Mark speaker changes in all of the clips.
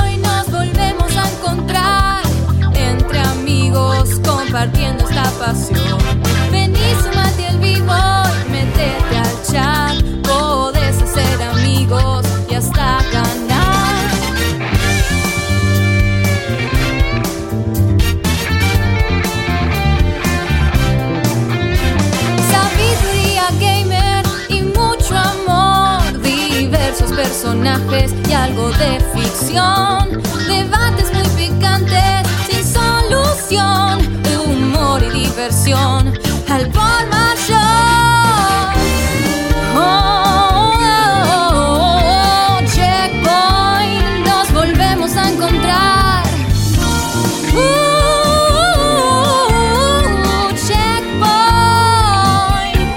Speaker 1: Hoy nos volvemos a encontrar entre amigos compartiendo esta pasión. Vení, sumate al vivo y metete al chat. Podés hacer amigos y hasta ganar. Sabiduría gamer y mucho amor, diversos personajes y algo de ficción, debates muy picantes sin solución, humor y diversión al por mayor. Oh, oh, oh, oh, checkpoint, nos volvemos a encontrar. Uh, checkpoint.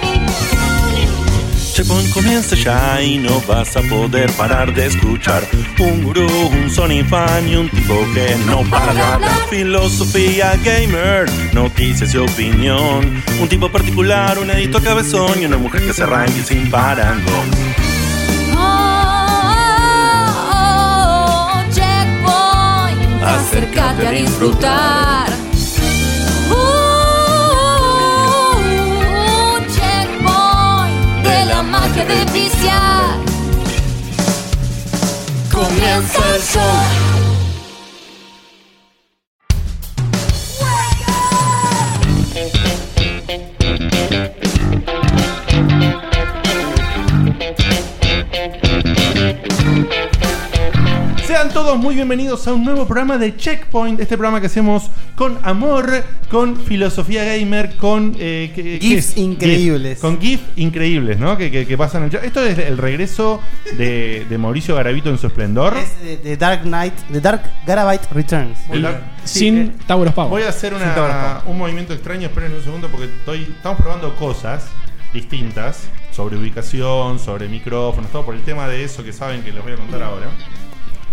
Speaker 2: Checkpoint comienza ya y no vas a poder parar de escuchar Un gurú, un Sony fan y un tipo que no para de hablar Filosofía gamer, noticias y opinión Un tipo particular, un editor cabezón y una mujer que se arranque sin parangón
Speaker 1: Oh, oh, oh, checkpoint. Acércate a disfrutar. Uh, checkpoint de la magia de viciar. Comienza el show.
Speaker 3: Sean todos muy bienvenidos a un nuevo programa de Checkpoint, este programa que hacemos con amor, con filosofía gamer, con... eh, ¿qué- qué
Speaker 4: GIFs
Speaker 3: es?
Speaker 4: increíbles.
Speaker 3: Con GIFs increíbles, ¿no? Que, que- que pasan en el chat. Esto es el regreso de, de Mauricio Garavito en su esplendor.
Speaker 4: de, de Dark Knight, de Dark Garabite Returns.
Speaker 3: El- sí, eh,
Speaker 5: Tauros Pavos.
Speaker 3: Voy a hacer una-
Speaker 4: Sin Tauros
Speaker 3: un movimiento extraño, esperen un segundo, porque estoy, estamos probando cosas distintas sobre ubicación, sobre micrófonos, todo por el tema de eso que saben que les voy a contar ahora.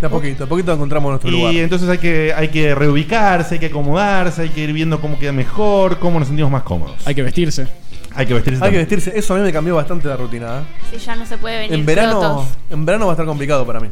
Speaker 6: De a poquito, de a poquito encontramos nuestro
Speaker 3: Y
Speaker 6: lugar.
Speaker 3: entonces hay que, hay que reubicarse, hay que acomodarse, hay que ir viendo cómo queda mejor, cómo nos sentimos más cómodos.
Speaker 5: Hay que vestirse.
Speaker 3: Hay que vestirse.
Speaker 6: Hay que
Speaker 3: también.
Speaker 6: vestirse, eso a mí me cambió bastante la rutina. ¿eh?
Speaker 7: Si ya no se puede venir.
Speaker 6: En verano,
Speaker 7: flotos.
Speaker 6: en verano va a estar complicado para mí.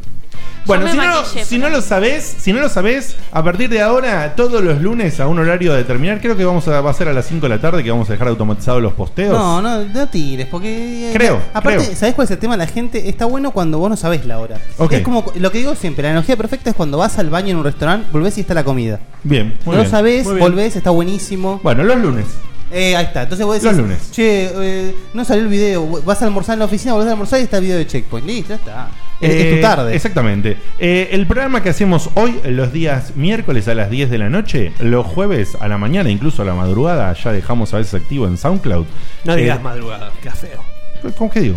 Speaker 3: Bueno,
Speaker 7: me
Speaker 3: si no,
Speaker 7: maquillé,
Speaker 3: si no
Speaker 7: pero-
Speaker 3: lo sabés, si no lo sabés, a partir de ahora, todos los lunes a un horario a determinar, creo que vamos a, va a ser a las 5 de la tarde que vamos a dejar automatizados los posteos.
Speaker 4: No, no, no tires, porque. eh,
Speaker 3: Creo,
Speaker 4: Aparte,
Speaker 3: creo.
Speaker 4: ¿sabés cuál es el tema? La gente está bueno cuando vos no sabés la hora.
Speaker 3: Ok.
Speaker 4: Es como lo que digo siempre: la analogía perfecta es cuando vas al baño en un restaurante, volvés y está la comida.
Speaker 3: Bien, muy
Speaker 4: no
Speaker 3: bien.
Speaker 4: sabés,
Speaker 6: muy bien.
Speaker 4: volvés, está buenísimo.
Speaker 3: Bueno, los lunes.
Speaker 4: Eh, ahí está. Entonces vos decís,
Speaker 3: Los lunes.
Speaker 4: Che, eh, no salió el video. Vas a almorzar en la oficina, volvés a almorzar y está el video de Checkpoint. Listo, ya está. Es- es
Speaker 3: Eh,
Speaker 4: tu tarde.
Speaker 3: Exactamente. Eh, el programa que hacemos hoy, los días miércoles a las 10 de la noche, los jueves a la mañana, incluso a la madrugada, ya dejamos a veces activo en SoundCloud.
Speaker 6: No
Speaker 3: Eh,
Speaker 6: digas madrugada, qué feo.
Speaker 3: ¿Cómo que digo?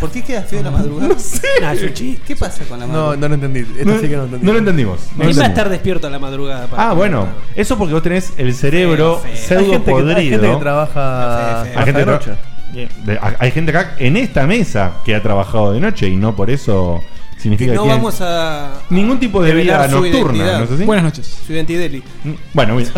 Speaker 4: ¿Por qué queda feo la madrugada? ¿Qué pasa con la
Speaker 6: No,
Speaker 4: madrugada?
Speaker 6: no lo entendí. Esto
Speaker 3: No,
Speaker 6: sí que no lo entendí.
Speaker 3: no lo entendimos. no lo
Speaker 8: ¿Quién va a
Speaker 3: entendimos.
Speaker 8: estar despierto a la madrugada? para-
Speaker 3: Ah, bueno, eso porque vos tenés el cerebro
Speaker 8: Feo,
Speaker 7: Eh,
Speaker 8: feo.
Speaker 6: Hay
Speaker 3: pseudo
Speaker 6: gente, que,
Speaker 3: podrido.
Speaker 6: hay gente que trabaja
Speaker 8: Feo,
Speaker 4: Ah,
Speaker 8: feo.
Speaker 6: hasta
Speaker 3: Hay gente
Speaker 6: de
Speaker 3: que tra-
Speaker 6: noche.
Speaker 3: De- ha- hay gente acá en esta mesa que ha trabajado de noche y no por eso
Speaker 8: Que
Speaker 3: significa que
Speaker 8: no
Speaker 3: tiene
Speaker 8: vamos a.
Speaker 3: ningún tipo de vida
Speaker 8: develar su
Speaker 3: nocturna,
Speaker 8: identidad,
Speaker 3: ¿no es así?
Speaker 5: Buenas noches.
Speaker 8: Su identidad.
Speaker 3: Bueno, mira.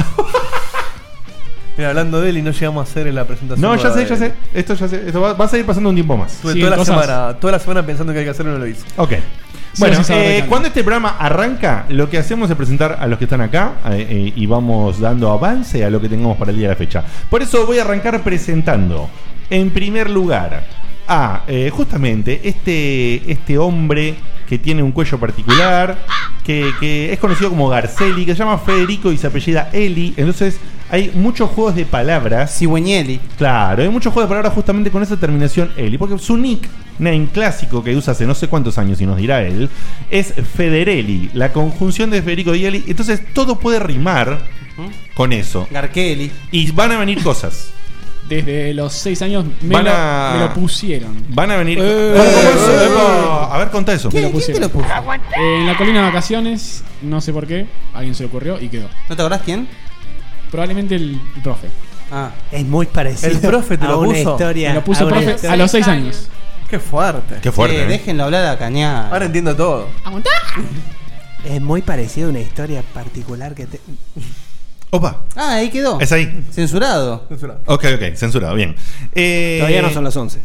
Speaker 6: Mira, hablando de él y no llegamos a hacer la presentación.
Speaker 3: No, ya
Speaker 6: nueva
Speaker 3: sé,
Speaker 6: de
Speaker 3: ya
Speaker 6: él.
Speaker 3: sé. Esto ya sé. Esto va, va a seguir pasando un tiempo más.
Speaker 6: Estuve
Speaker 5: Sí,
Speaker 6: toda, la
Speaker 5: cosas.
Speaker 6: semana, toda la semana pensando que hay que hacerlo y no lo hice.
Speaker 3: Ok.
Speaker 5: Sí,
Speaker 3: Bueno,
Speaker 5: sí, sí,
Speaker 3: eh,
Speaker 5: sí.
Speaker 3: cuando este programa arranca, lo que hacemos es presentar a los que están acá eh, eh, y vamos dando avance a lo que tengamos para el día de la fecha. Por eso voy a arrancar presentando, en primer lugar, a eh, justamente este, este hombre que tiene un cuello particular, que, que es conocido como Garceli, que se llama Federico y se apellida Eli. Entonces hay muchos juegos de palabras
Speaker 4: Cigüeñeli.
Speaker 3: Claro, hay muchos juegos de palabras justamente con esa terminación Eli, porque su nickname clásico que usa hace no sé cuántos años y nos dirá él, es Federelli, la conjunción de Federico y Eli, entonces todo puede rimar
Speaker 4: ¿Mm?
Speaker 3: con eso.
Speaker 4: Garkeli.
Speaker 3: Y van a venir cosas.
Speaker 5: Desde los 6 años me,
Speaker 3: Van
Speaker 5: lo,
Speaker 3: a-
Speaker 5: me lo pusieron.
Speaker 3: Van a venir...
Speaker 5: Eh,
Speaker 3: ¿Cómo es?
Speaker 5: eh,
Speaker 3: Epa, a ver, contá eso.
Speaker 4: ¿Qué?
Speaker 5: lo
Speaker 4: ¿Quién te
Speaker 5: pusieron.
Speaker 4: lo puso?
Speaker 5: Eh, en la colina de vacaciones, no sé por qué, a alguien se le ocurrió y quedó.
Speaker 4: ¿No te acordás quién?
Speaker 5: Probablemente el profe.
Speaker 4: Ah.
Speaker 9: Es muy parecido.
Speaker 6: El profe te
Speaker 9: a
Speaker 6: lo
Speaker 9: una
Speaker 6: puso.
Speaker 9: Historia,
Speaker 5: Me lo puso
Speaker 9: a una
Speaker 5: profe a
Speaker 9: historia.
Speaker 5: los 6
Speaker 7: años.
Speaker 5: años.
Speaker 6: Qué fuerte.
Speaker 3: Qué fuerte.
Speaker 4: Che,
Speaker 3: ¿eh?
Speaker 4: déjenlo hablar a cañar.
Speaker 6: Ahora entiendo todo.
Speaker 9: Es muy parecido a una historia particular que te.
Speaker 3: Opa.
Speaker 4: Ah, ahí quedó.
Speaker 3: Es ahí.
Speaker 4: Censurado.
Speaker 6: Censurado.
Speaker 3: Ok, ok, censurado, bien. Eh,
Speaker 7: Todavía no son las 11.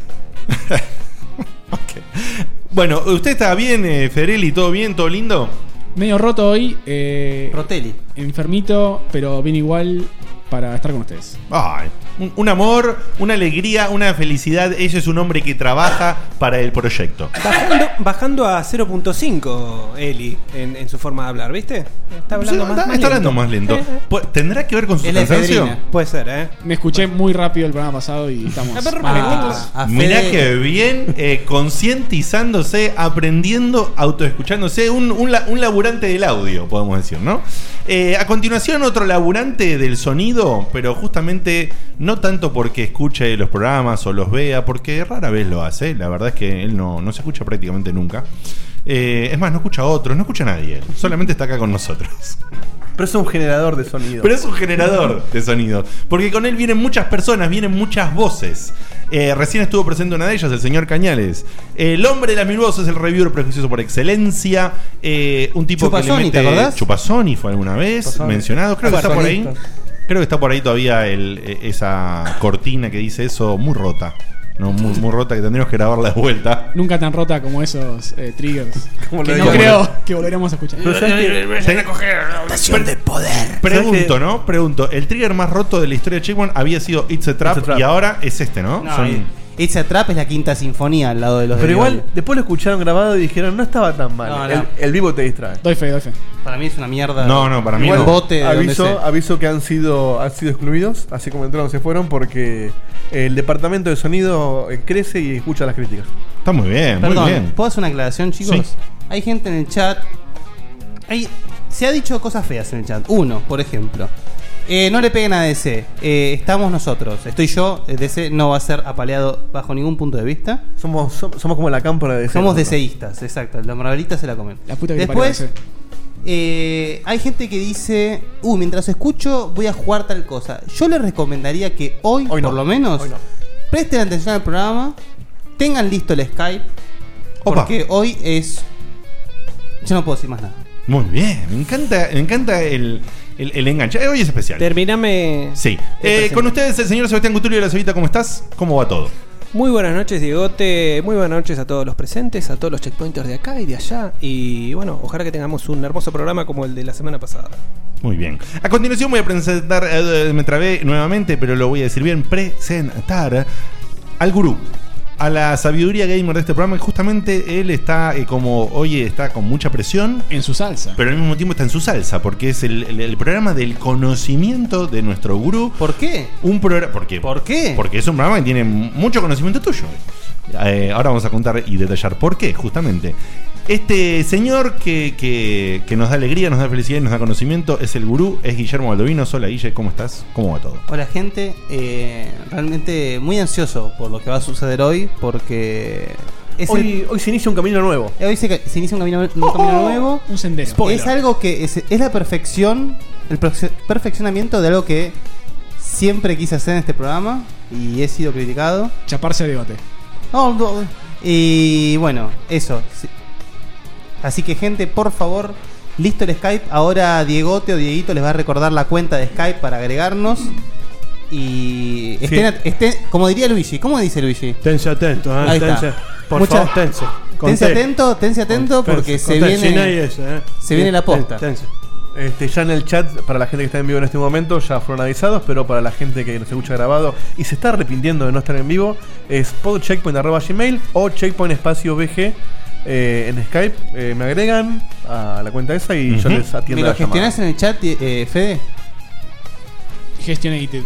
Speaker 3: Bueno, ¿usted está bien, eh, Ferelli? ¿Todo bien? ¿Todo lindo?
Speaker 5: Medio roto hoy. eh,
Speaker 4: Rotelli.
Speaker 5: enfermito, pero bien igual para estar con ustedes.
Speaker 3: Ay, un, un amor, una alegría, una felicidad. Ella es un hombre que trabaja para el proyecto.
Speaker 7: Bajando, bajando a 0.5 Eli en, en su forma de hablar, ¿viste? Está hablando
Speaker 3: Sí,
Speaker 7: más,
Speaker 3: está-
Speaker 7: más
Speaker 3: está hablando
Speaker 7: lento.
Speaker 3: más lento.
Speaker 7: Eh, eh.
Speaker 3: Pu- ¿Tendrá que ver con su
Speaker 4: Es la
Speaker 3: cansancio?
Speaker 4: efedrina.
Speaker 7: Puede ser, ¿eh?
Speaker 5: Me escuché muy rápido el programa pasado y estamos.
Speaker 7: Ah, pero
Speaker 5: mal.
Speaker 7: Ah,
Speaker 4: A
Speaker 3: Mirá
Speaker 4: Fede-
Speaker 3: que bien, eh, concientizándose, aprendiendo, autoescuchándose, un, un, la- un laburante del audio, podemos decir, ¿no? Eh, a continuación, otro laburante del sonido, pero justamente no tanto porque escuche los programas o los vea, porque rara vez lo hace, la verdad es que él no, no se escucha prácticamente nunca. Eh, es más, no escucha a otros, no escucha a nadie, él, solamente está acá con nosotros.
Speaker 6: Pero es un generador de sonido.
Speaker 3: Pero es un generador de sonido. Porque con él vienen muchas personas, vienen muchas voces. Eh, recién estuvo presente una de ellas, el señor Cañales. El hombre de las mil voces, el reviewer prejuicioso por excelencia. eh, un tipo
Speaker 4: Chupasoni,
Speaker 3: que le mete-
Speaker 4: ¿te acordás?
Speaker 3: Chupasoni fue alguna vez
Speaker 6: Chupasoni.
Speaker 3: mencionado. Creo que está por ahí.
Speaker 6: Chupasoni.
Speaker 3: Creo que está por ahí todavía el- eh, esa cortina que dice eso, muy rota. No, muy, muy rota que tendríamos que grabarla de vuelta.
Speaker 5: Nunca tan rota como esos eh, triggers.
Speaker 6: Como
Speaker 5: que
Speaker 6: lo
Speaker 5: no
Speaker 6: digo.
Speaker 5: creo que volveremos a escuchar.
Speaker 6: Pero ¿sabes qué?
Speaker 3: Pregunto, ¿no? Pregunto. El trigger más roto de la historia de Checkpoint había sido It's a Trap,
Speaker 6: It's a Trap.
Speaker 3: y ahora es este, ¿no?
Speaker 7: No,
Speaker 3: Son-
Speaker 7: y-
Speaker 4: It's a Trap es la quinta sinfonía al lado de los
Speaker 6: Pero
Speaker 4: de
Speaker 6: igual,
Speaker 4: Vivaldi.
Speaker 6: después lo escucharon grabado y dijeron, no estaba tan mal.
Speaker 4: No, no.
Speaker 6: El, el vivo te distrae.
Speaker 5: Doy fe, doy fe.
Speaker 4: Para mí es una mierda.
Speaker 3: No, no, para mí
Speaker 4: Igual
Speaker 3: no.
Speaker 4: bote de donde
Speaker 6: aviso,
Speaker 4: sea.
Speaker 6: aviso que han sido, han sido excluidos, así como entraron se fueron, porque el departamento de sonido eh, crece y escucha las críticas.
Speaker 3: Está muy bien,
Speaker 4: Perdón,
Speaker 3: muy bien.
Speaker 4: ¿puedo hacer una aclaración, chicos?
Speaker 3: Sí.
Speaker 4: Hay gente en el chat. Hay, se ha dicho cosas feas en el chat. Uno, por ejemplo. Eh, no le peguen a DC. Eh, estamos nosotros. Estoy yo. eh, DC no va a ser apaleado bajo ningún punto de vista.
Speaker 6: Somos, som- somos, como la cámpora de
Speaker 4: Somos
Speaker 6: de
Speaker 4: DCistas, exacto. La margarita se la comen.
Speaker 5: La puta que te parió,
Speaker 4: Después,
Speaker 5: ese.
Speaker 4: eh, hay gente que dice, uh, mientras escucho voy a jugar tal cosa. Yo les recomendaría que hoy,
Speaker 6: Hoy no,
Speaker 4: por lo menos,
Speaker 6: hoy no.
Speaker 4: presten atención al programa, tengan listo el Skype,
Speaker 3: Opa.
Speaker 4: porque hoy es... Yo no puedo decir más nada.
Speaker 3: Muy bien, me encanta, me encanta el, el, el enganche. Eh, hoy es especial.
Speaker 7: Terminame. de
Speaker 3: sí. Eh,
Speaker 7: presentar.
Speaker 3: con ustedes el señor Sebastián Gutulio de la Cevita, ¿cómo estás? ¿Cómo va todo?
Speaker 7: Muy buenas noches, Diegote. Muy buenas noches a todos los presentes, a todos los checkpointers de acá y de allá. Y bueno, ojalá que tengamos un hermoso programa como el de la semana pasada.
Speaker 3: Muy bien. A continuación voy a presentar, eh, me trabé nuevamente, pero lo voy a decir bien, presentar al gurú, a la sabiduría gamer de este programa. Y Justamente él está, eh, como, oye, está con mucha presión,
Speaker 5: En su salsa.
Speaker 3: pero al mismo tiempo está en su salsa, porque es el, el- el programa del conocimiento de nuestro gurú.
Speaker 4: ¿Por qué?
Speaker 3: Un programa. ¿Por qué?
Speaker 4: ¿Por qué?
Speaker 3: Porque es un programa que tiene mucho conocimiento tuyo. Eh, ahora vamos a contar y detallar por qué, justamente. Este señor que, que- que nos da alegría, nos da felicidad y nos da conocimiento es el gurú, es Guillermo Baldovino. Hola, Guille, ¿cómo estás? ¿Cómo va todo?
Speaker 4: Hola gente, eh, realmente muy ansioso por lo que va a suceder hoy, porque... es
Speaker 6: Hoy, hoy se inicia un camino nuevo.
Speaker 4: el- hoy se, se inicia un camino, un camino nuevo.
Speaker 5: Oh, Un sendero.
Speaker 4: Es algo que es, es la perfección, el perfe- perfeccionamiento de algo que siempre quise hacer en este programa y he sido criticado.
Speaker 5: Chaparse de debate.
Speaker 4: No, no, y bueno, eso. Sí. Así que gente, por favor, listo el Skype. Ahora Diegote o Dieguito les va a recordar la cuenta de Skype para agregarnos. Y estén, at- estén- como diría Luigi, ¿cómo dice Luigi?
Speaker 8: Tense atento, ¿eh?
Speaker 4: Ahí está.
Speaker 8: tense. Por
Speaker 4: Mucha-
Speaker 8: favor, tense. Con
Speaker 4: Tense
Speaker 8: T.
Speaker 4: atento, tense atento
Speaker 8: Con-
Speaker 4: porque
Speaker 8: con
Speaker 4: se
Speaker 8: T, sin
Speaker 4: viene...
Speaker 8: ahí eso, ¿eh?
Speaker 4: se viene la posta.
Speaker 8: Tense.
Speaker 6: Este, ya en el chat, para la gente que está en vivo en este momento, ya fueron avisados, pero para la gente que nos escucha grabado y se está arrepintiendo de no estar en vivo, es podcheckpoint.gmail o checkpointspaciobg eh, en Skype. Eh, me agregan a la cuenta esa y yo
Speaker 3: Ujú.
Speaker 6: les atiendo
Speaker 4: ¿Me lo
Speaker 6: la llamada.
Speaker 4: gestionás en el chat, eh, Fede?
Speaker 5: Gestionated.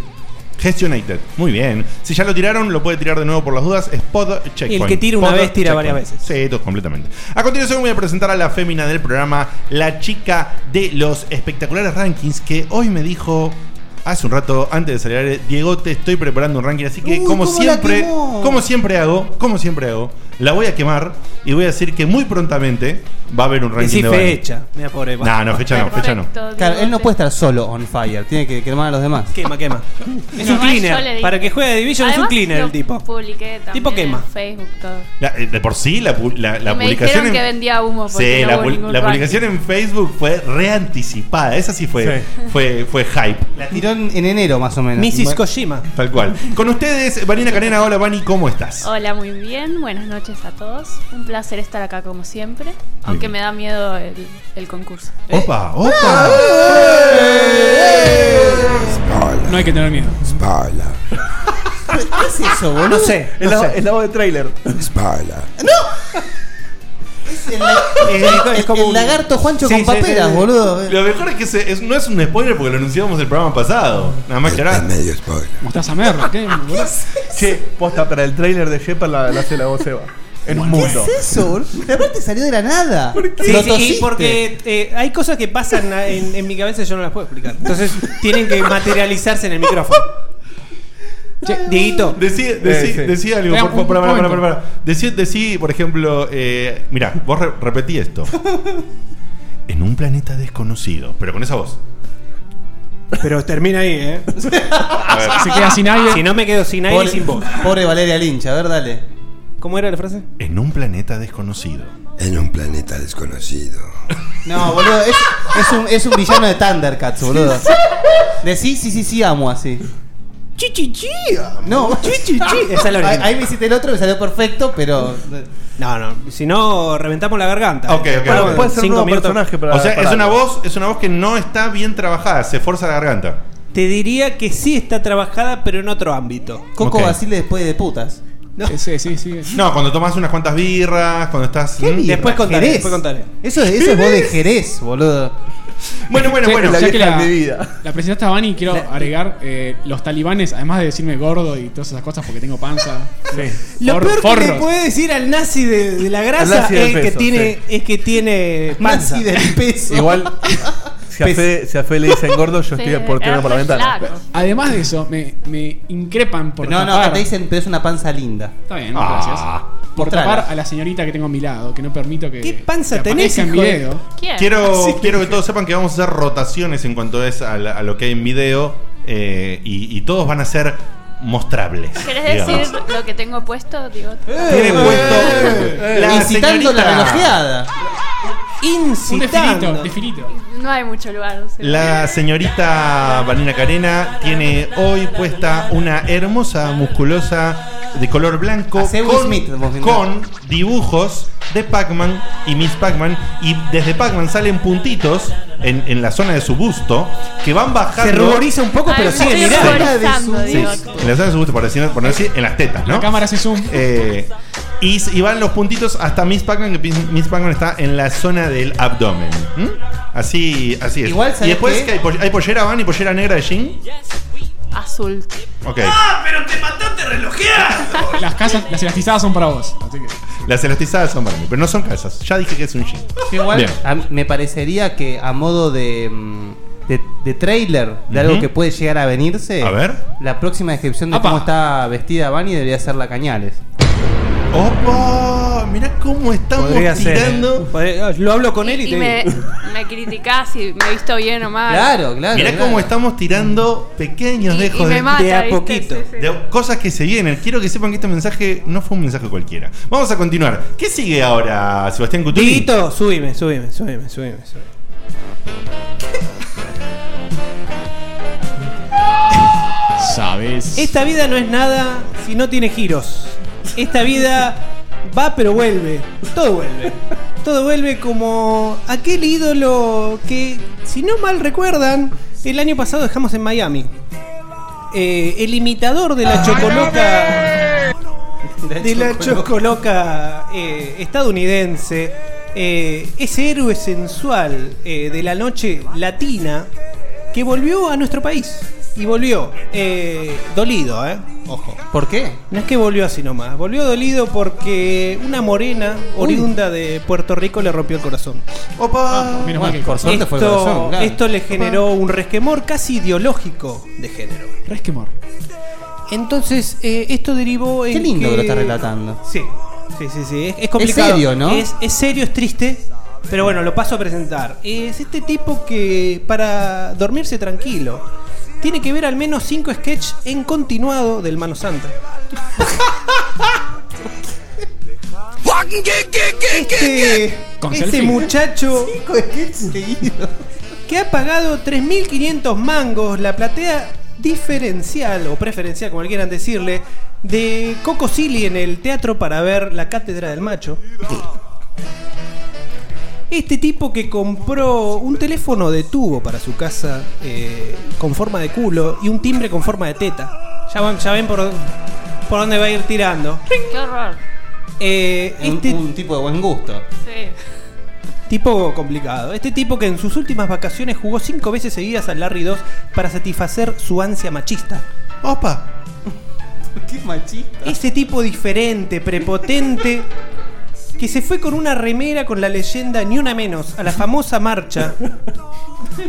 Speaker 3: Gestionated. Muy bien. Si ya lo tiraron, lo puede tirar de nuevo por las dudas. Es Pod Checkpoint.
Speaker 7: El que tira una
Speaker 3: Pod
Speaker 7: vez, tira varias
Speaker 3: Sí, todo completamente. A continuación voy a presentar a la fémina del programa, la chica de los espectaculares rankings, que hoy me dijo hace un rato, antes de salir, al aire, Diego, te estoy preparando un ranking, así que
Speaker 4: Uy,
Speaker 3: como
Speaker 4: cómo la
Speaker 3: siempre,
Speaker 4: quemó.
Speaker 3: como siempre hago, como siempre hago, la voy a quemar y voy a decir que muy prontamente va a haber un ranking
Speaker 7: Decí
Speaker 3: de Bani.
Speaker 7: fecha. Mira, pobre.
Speaker 3: No, no, fecha no, fecha no.
Speaker 4: Claro, él no puede estar solo on fire, tiene que quemar a los demás.
Speaker 7: Quema, quema.
Speaker 8: Igual
Speaker 7: Es un
Speaker 8: yo le
Speaker 7: cleaner.
Speaker 8: dije.
Speaker 7: Para que juegue a Division es un
Speaker 8: Además,
Speaker 7: cleaner
Speaker 8: lo
Speaker 7: el tipo.
Speaker 8: Publiqué también
Speaker 7: Tipo quema.
Speaker 8: En Facebook todo.
Speaker 3: La- eh, de por sí, la, pu- la, la
Speaker 8: Y me
Speaker 3: publicación.
Speaker 8: dijeron que vendía humo porque
Speaker 3: Sí,
Speaker 8: no
Speaker 3: la,
Speaker 8: hubo
Speaker 3: pu-
Speaker 8: ningún
Speaker 3: la
Speaker 8: ranking.
Speaker 3: publicación en Facebook fue reanticipada. Esa sí fue, fue, fue hype.
Speaker 4: La tiró en, en enero más o menos.
Speaker 7: Mrs.
Speaker 4: Bueno,
Speaker 7: Kojima.
Speaker 3: Tal cual. Con ustedes, Vanina Canena. Hola, Vani, ¿cómo estás?
Speaker 8: Hola, muy bien. Buenas noches a todos. Un placer estar acá como siempre. Aunque
Speaker 3: bien.
Speaker 8: me da miedo el, el concurso.
Speaker 3: Opa, opa.
Speaker 8: Eh.
Speaker 5: No hay que tener miedo.
Speaker 9: Spala,
Speaker 4: ¿Qué es eso, boludo?
Speaker 7: No sé.
Speaker 6: Es la, es la voz de trailer.
Speaker 9: spala.
Speaker 4: Es, el, la-
Speaker 7: es como
Speaker 4: ¡Ah! el
Speaker 7: un-
Speaker 4: lagarto Juancho
Speaker 7: Sí,
Speaker 4: con
Speaker 7: sí,
Speaker 4: paperas,
Speaker 7: sí, sí.
Speaker 4: boludo.
Speaker 3: Lo mejor es que se- es- no es un spoiler porque lo anunciamos el programa pasado. Nada más que
Speaker 9: Está
Speaker 3: ahora.
Speaker 9: medio spoiler.
Speaker 5: Mostaza Merra, ¿qué? boludo?
Speaker 6: Che, posta para el trailer de Shepard la, la hace la voz Eva. En un
Speaker 4: ¿Qué
Speaker 6: mundo.
Speaker 4: es eso, boludo? De repente salió de la nada. ¿Por
Speaker 7: Sí, sí, y porque eh, hay cosas que pasan a- en, en mi cabeza y yo no las puedo explicar. Entonces tienen que materializarse en el micrófono. Che, Dieguito,
Speaker 3: Decí, decí-
Speaker 6: Eh, sí.
Speaker 3: decí algo,
Speaker 5: Vean,
Speaker 3: por favor,
Speaker 5: un
Speaker 3: pará, pará,
Speaker 5: momento.
Speaker 3: pará, pará. Decí, decí, por ejemplo, eh, mira, vos re- repetí esto. En un planeta desconocido, pero con esa voz.
Speaker 7: pero termina ahí, ¿eh?
Speaker 5: Se queda sin
Speaker 7: Si
Speaker 5: aire.
Speaker 7: no me quedo sin aire y
Speaker 4: Pobre,
Speaker 7: sin voz.
Speaker 4: pobre Valeria Lynch, a ver, dale.
Speaker 7: ¿Cómo era la frase?
Speaker 3: En un planeta desconocido.
Speaker 9: En un planeta desconocido.
Speaker 4: No, boludo, es, es un, es un villano de Thundercats, boludo. De sí, sí, sí, sí, amo así.
Speaker 7: Chichichi.
Speaker 4: No,
Speaker 7: Esa es la
Speaker 4: ahí,
Speaker 7: original.
Speaker 4: ahí me hiciste el otro, me salió perfecto, pero.
Speaker 7: No, no. Si no, reventamos la garganta.
Speaker 3: Ok, ok,
Speaker 7: Bueno,
Speaker 3: ok.
Speaker 6: Puede ser un
Speaker 7: cinco
Speaker 6: nuevo
Speaker 7: minutos.
Speaker 6: personaje para.
Speaker 3: O sea,
Speaker 6: para
Speaker 3: es una
Speaker 6: algo.
Speaker 3: voz, es una voz que no está bien trabajada, se forza la garganta.
Speaker 7: Te diría que sí está trabajada, pero en otro ámbito.
Speaker 4: Coco
Speaker 3: Ok.
Speaker 4: Basile después de putas.
Speaker 7: No.
Speaker 5: Sí, sí, sí.
Speaker 3: No, cuando tomas unas cuantas birras, cuando estás. ¿Mm?
Speaker 4: birra?
Speaker 7: Después contaré,
Speaker 4: Jerez.
Speaker 7: después contaré.
Speaker 4: Eso, es- eso es voz de Jerez, boludo.
Speaker 3: Bueno, bueno,
Speaker 5: Che,
Speaker 3: bueno.
Speaker 6: la
Speaker 5: ya que
Speaker 6: vieja
Speaker 5: la,
Speaker 6: de mi vida.
Speaker 5: la presentaste a Bani, quiero agregar eh, los talibanes, además de decirme gordo y todas esas cosas porque tengo panza.
Speaker 7: Lo peor
Speaker 5: for-
Speaker 7: que le
Speaker 5: forros.
Speaker 7: puede decir al nazi de, de la
Speaker 6: Al
Speaker 7: grasa
Speaker 6: nazi del
Speaker 7: es, que
Speaker 6: peso,
Speaker 7: tiene, es que tiene panza.
Speaker 4: Nazi del peso.
Speaker 6: Eh, Igual, si a,
Speaker 4: Pes-
Speaker 6: Fede, si a Fede le dicen gordo, yo
Speaker 8: Sí,
Speaker 6: estoy por
Speaker 8: era
Speaker 6: tirarme por la ventana.
Speaker 8: flaco.
Speaker 5: Además de eso, me, me increpan por
Speaker 4: No, no,
Speaker 5: tapar.
Speaker 4: acá te dicen, pero es una panza linda.
Speaker 5: Está bien,
Speaker 3: Ah,
Speaker 5: gracias. Por
Speaker 4: mostrala.
Speaker 5: tapar a la señorita que tengo a mi lado, que no permito que.
Speaker 7: ¿Qué panza
Speaker 5: que
Speaker 7: tenés,
Speaker 5: aparezca en
Speaker 7: hijo de-
Speaker 5: video.
Speaker 8: ¿Quién?
Speaker 3: Quiero, quiero que todos sepan que vamos a hacer rotaciones en cuanto es a, la- a lo que hay en video eh, y, y todos van a ser mostrables.
Speaker 8: ¿Querés
Speaker 3: digamos.
Speaker 8: decir lo que tengo puesto? Digo, eh.
Speaker 3: Tiene puesto
Speaker 4: Eh,
Speaker 3: la
Speaker 4: Incitando
Speaker 3: señorita-
Speaker 4: la relojeada.
Speaker 5: Un desfilito,
Speaker 7: Incitando.
Speaker 5: desfilito.
Speaker 8: no hay mucho lugar. o sea.
Speaker 3: La señorita Vanina Carena tiene hoy puesta una hermosa musculosa de color blanco
Speaker 4: Hace Will
Speaker 3: con,
Speaker 4: Smith, vos, mira.
Speaker 3: con dibujos de Pac-Man y Miss Pac-Man y desde Pac-Man salen puntitos en, en la zona de su busto que van
Speaker 7: Se
Speaker 3: bajando
Speaker 7: ruboriza un poco,
Speaker 8: Ay,
Speaker 7: pero
Speaker 8: me
Speaker 7: sigue
Speaker 8: estoy
Speaker 7: mirando.
Speaker 8: ruborizando,
Speaker 3: Sí,
Speaker 8: digo.
Speaker 3: en la zona de su busto, por decir- por no decir, en las tetas, ¿no?
Speaker 5: La cámara hace zoom.
Speaker 3: Eh, y, y van los puntitos hasta Miss Pac-Man, que Miss- Miss Pac-Man está en la zona del abdomen. ¿m? Así, así es.
Speaker 4: Igual,
Speaker 3: y
Speaker 4: ¿sabés
Speaker 3: después
Speaker 4: qué?
Speaker 3: que hay, poll- hay pollera van y pollera negra de Jin.
Speaker 8: Azul.
Speaker 3: Ok.
Speaker 8: ¡Ah!
Speaker 5: Las casas, las elastizadas son para vos. Así que.
Speaker 3: Las elastizadas son para mí, pero no son calzas. Ya dije que es un Jin.
Speaker 4: Que igual
Speaker 3: Bien.
Speaker 4: a- me parecería que a modo de, mm, de, de trailer de algo
Speaker 3: Ujú.
Speaker 4: que puede llegar a venirse,
Speaker 3: A ver.
Speaker 4: la próxima descripción de
Speaker 5: Apa.
Speaker 4: cómo está vestida Vani debería ser la Cañales.
Speaker 3: ¡Opa! Mirá cómo estamos
Speaker 7: Podría ser,
Speaker 3: tirando.
Speaker 7: eh. Podría- Lo hablo con él y,
Speaker 8: Y
Speaker 7: te
Speaker 8: me,
Speaker 7: digo.
Speaker 8: me criticás si me he visto bien o mal.
Speaker 4: Claro, claro.
Speaker 3: Mirá
Speaker 4: claro.
Speaker 3: cómo estamos tirando pequeños
Speaker 8: Y,
Speaker 3: dejos
Speaker 8: y
Speaker 3: de-
Speaker 8: me mata.
Speaker 7: de a
Speaker 8: ¿viste?
Speaker 7: poquito.
Speaker 8: Sí, sí.
Speaker 3: de cosas que se vienen. Quiero que sepan que este mensaje no fue un mensaje cualquiera. Vamos a continuar. ¿Qué sigue ahora, Sebastián Couturi?
Speaker 7: Dieguito, subime, subime, subime, subime. subime.
Speaker 5: Sabes.
Speaker 7: Esta vida no es nada si no tiene giros. Esta vida va pero vuelve. Todo vuelve. Todo vuelve como aquel ídolo que, si no mal recuerdan, el año pasado dejamos en Miami. Eh, el imitador de la chocoloca. De la chocoloca eh, estadounidense. eh, ese héroe sensual eh, de la noche latina que volvió a nuestro país. Y volvió eh, dolido, ¿eh? Ojo.
Speaker 4: ¿Por qué?
Speaker 7: No es que volvió así nomás, volvió dolido porque una morena oriunda de Puerto Rico le rompió el corazón.
Speaker 3: Opa.
Speaker 5: Menos mal que el
Speaker 4: por
Speaker 5: corazón.
Speaker 4: suerte fue el corazón,
Speaker 7: Esto,
Speaker 4: claro.
Speaker 7: esto le generó un resquemor casi ideológico de género.
Speaker 5: Resquemor.
Speaker 7: Entonces, eh, esto derivó en.
Speaker 4: Qué lindo
Speaker 7: que-
Speaker 4: que lo está relatando.
Speaker 7: Sí. Sí, sí, sí. Es, es complicado.
Speaker 4: serio, ¿no?
Speaker 7: Es, es serio, es triste. Pero bueno, lo paso a presentar. Es este tipo que para dormirse tranquilo tiene que ver al menos 5 sketches en continuado del Mano Santa. Este,
Speaker 5: Con
Speaker 7: este
Speaker 5: selfie.
Speaker 7: muchacho
Speaker 4: seguido.
Speaker 7: que ha pagado 3.500 mangos la platea diferencial o preferencial, como le quieran decirle, de Coco Silly en el teatro para ver la cátedra del macho. Este tipo que compró un teléfono de tubo para su casa eh, con forma de culo y un timbre con forma de teta. Ya, van- ya ven por, por dónde va a ir tirando.
Speaker 8: ¡Qué horror!
Speaker 7: Eh, este
Speaker 4: Un, un tipo de buen gusto.
Speaker 8: Sí.
Speaker 7: Tipo complicado. Este tipo que en sus últimas vacaciones jugó cinco veces seguidas al Larry 2 para satisfacer su ansia machista. ¡Opa!
Speaker 4: Qué machista.
Speaker 7: Ese tipo diferente, prepotente, que se fue con una remera con la leyenda Ni Una Menos a la famosa marcha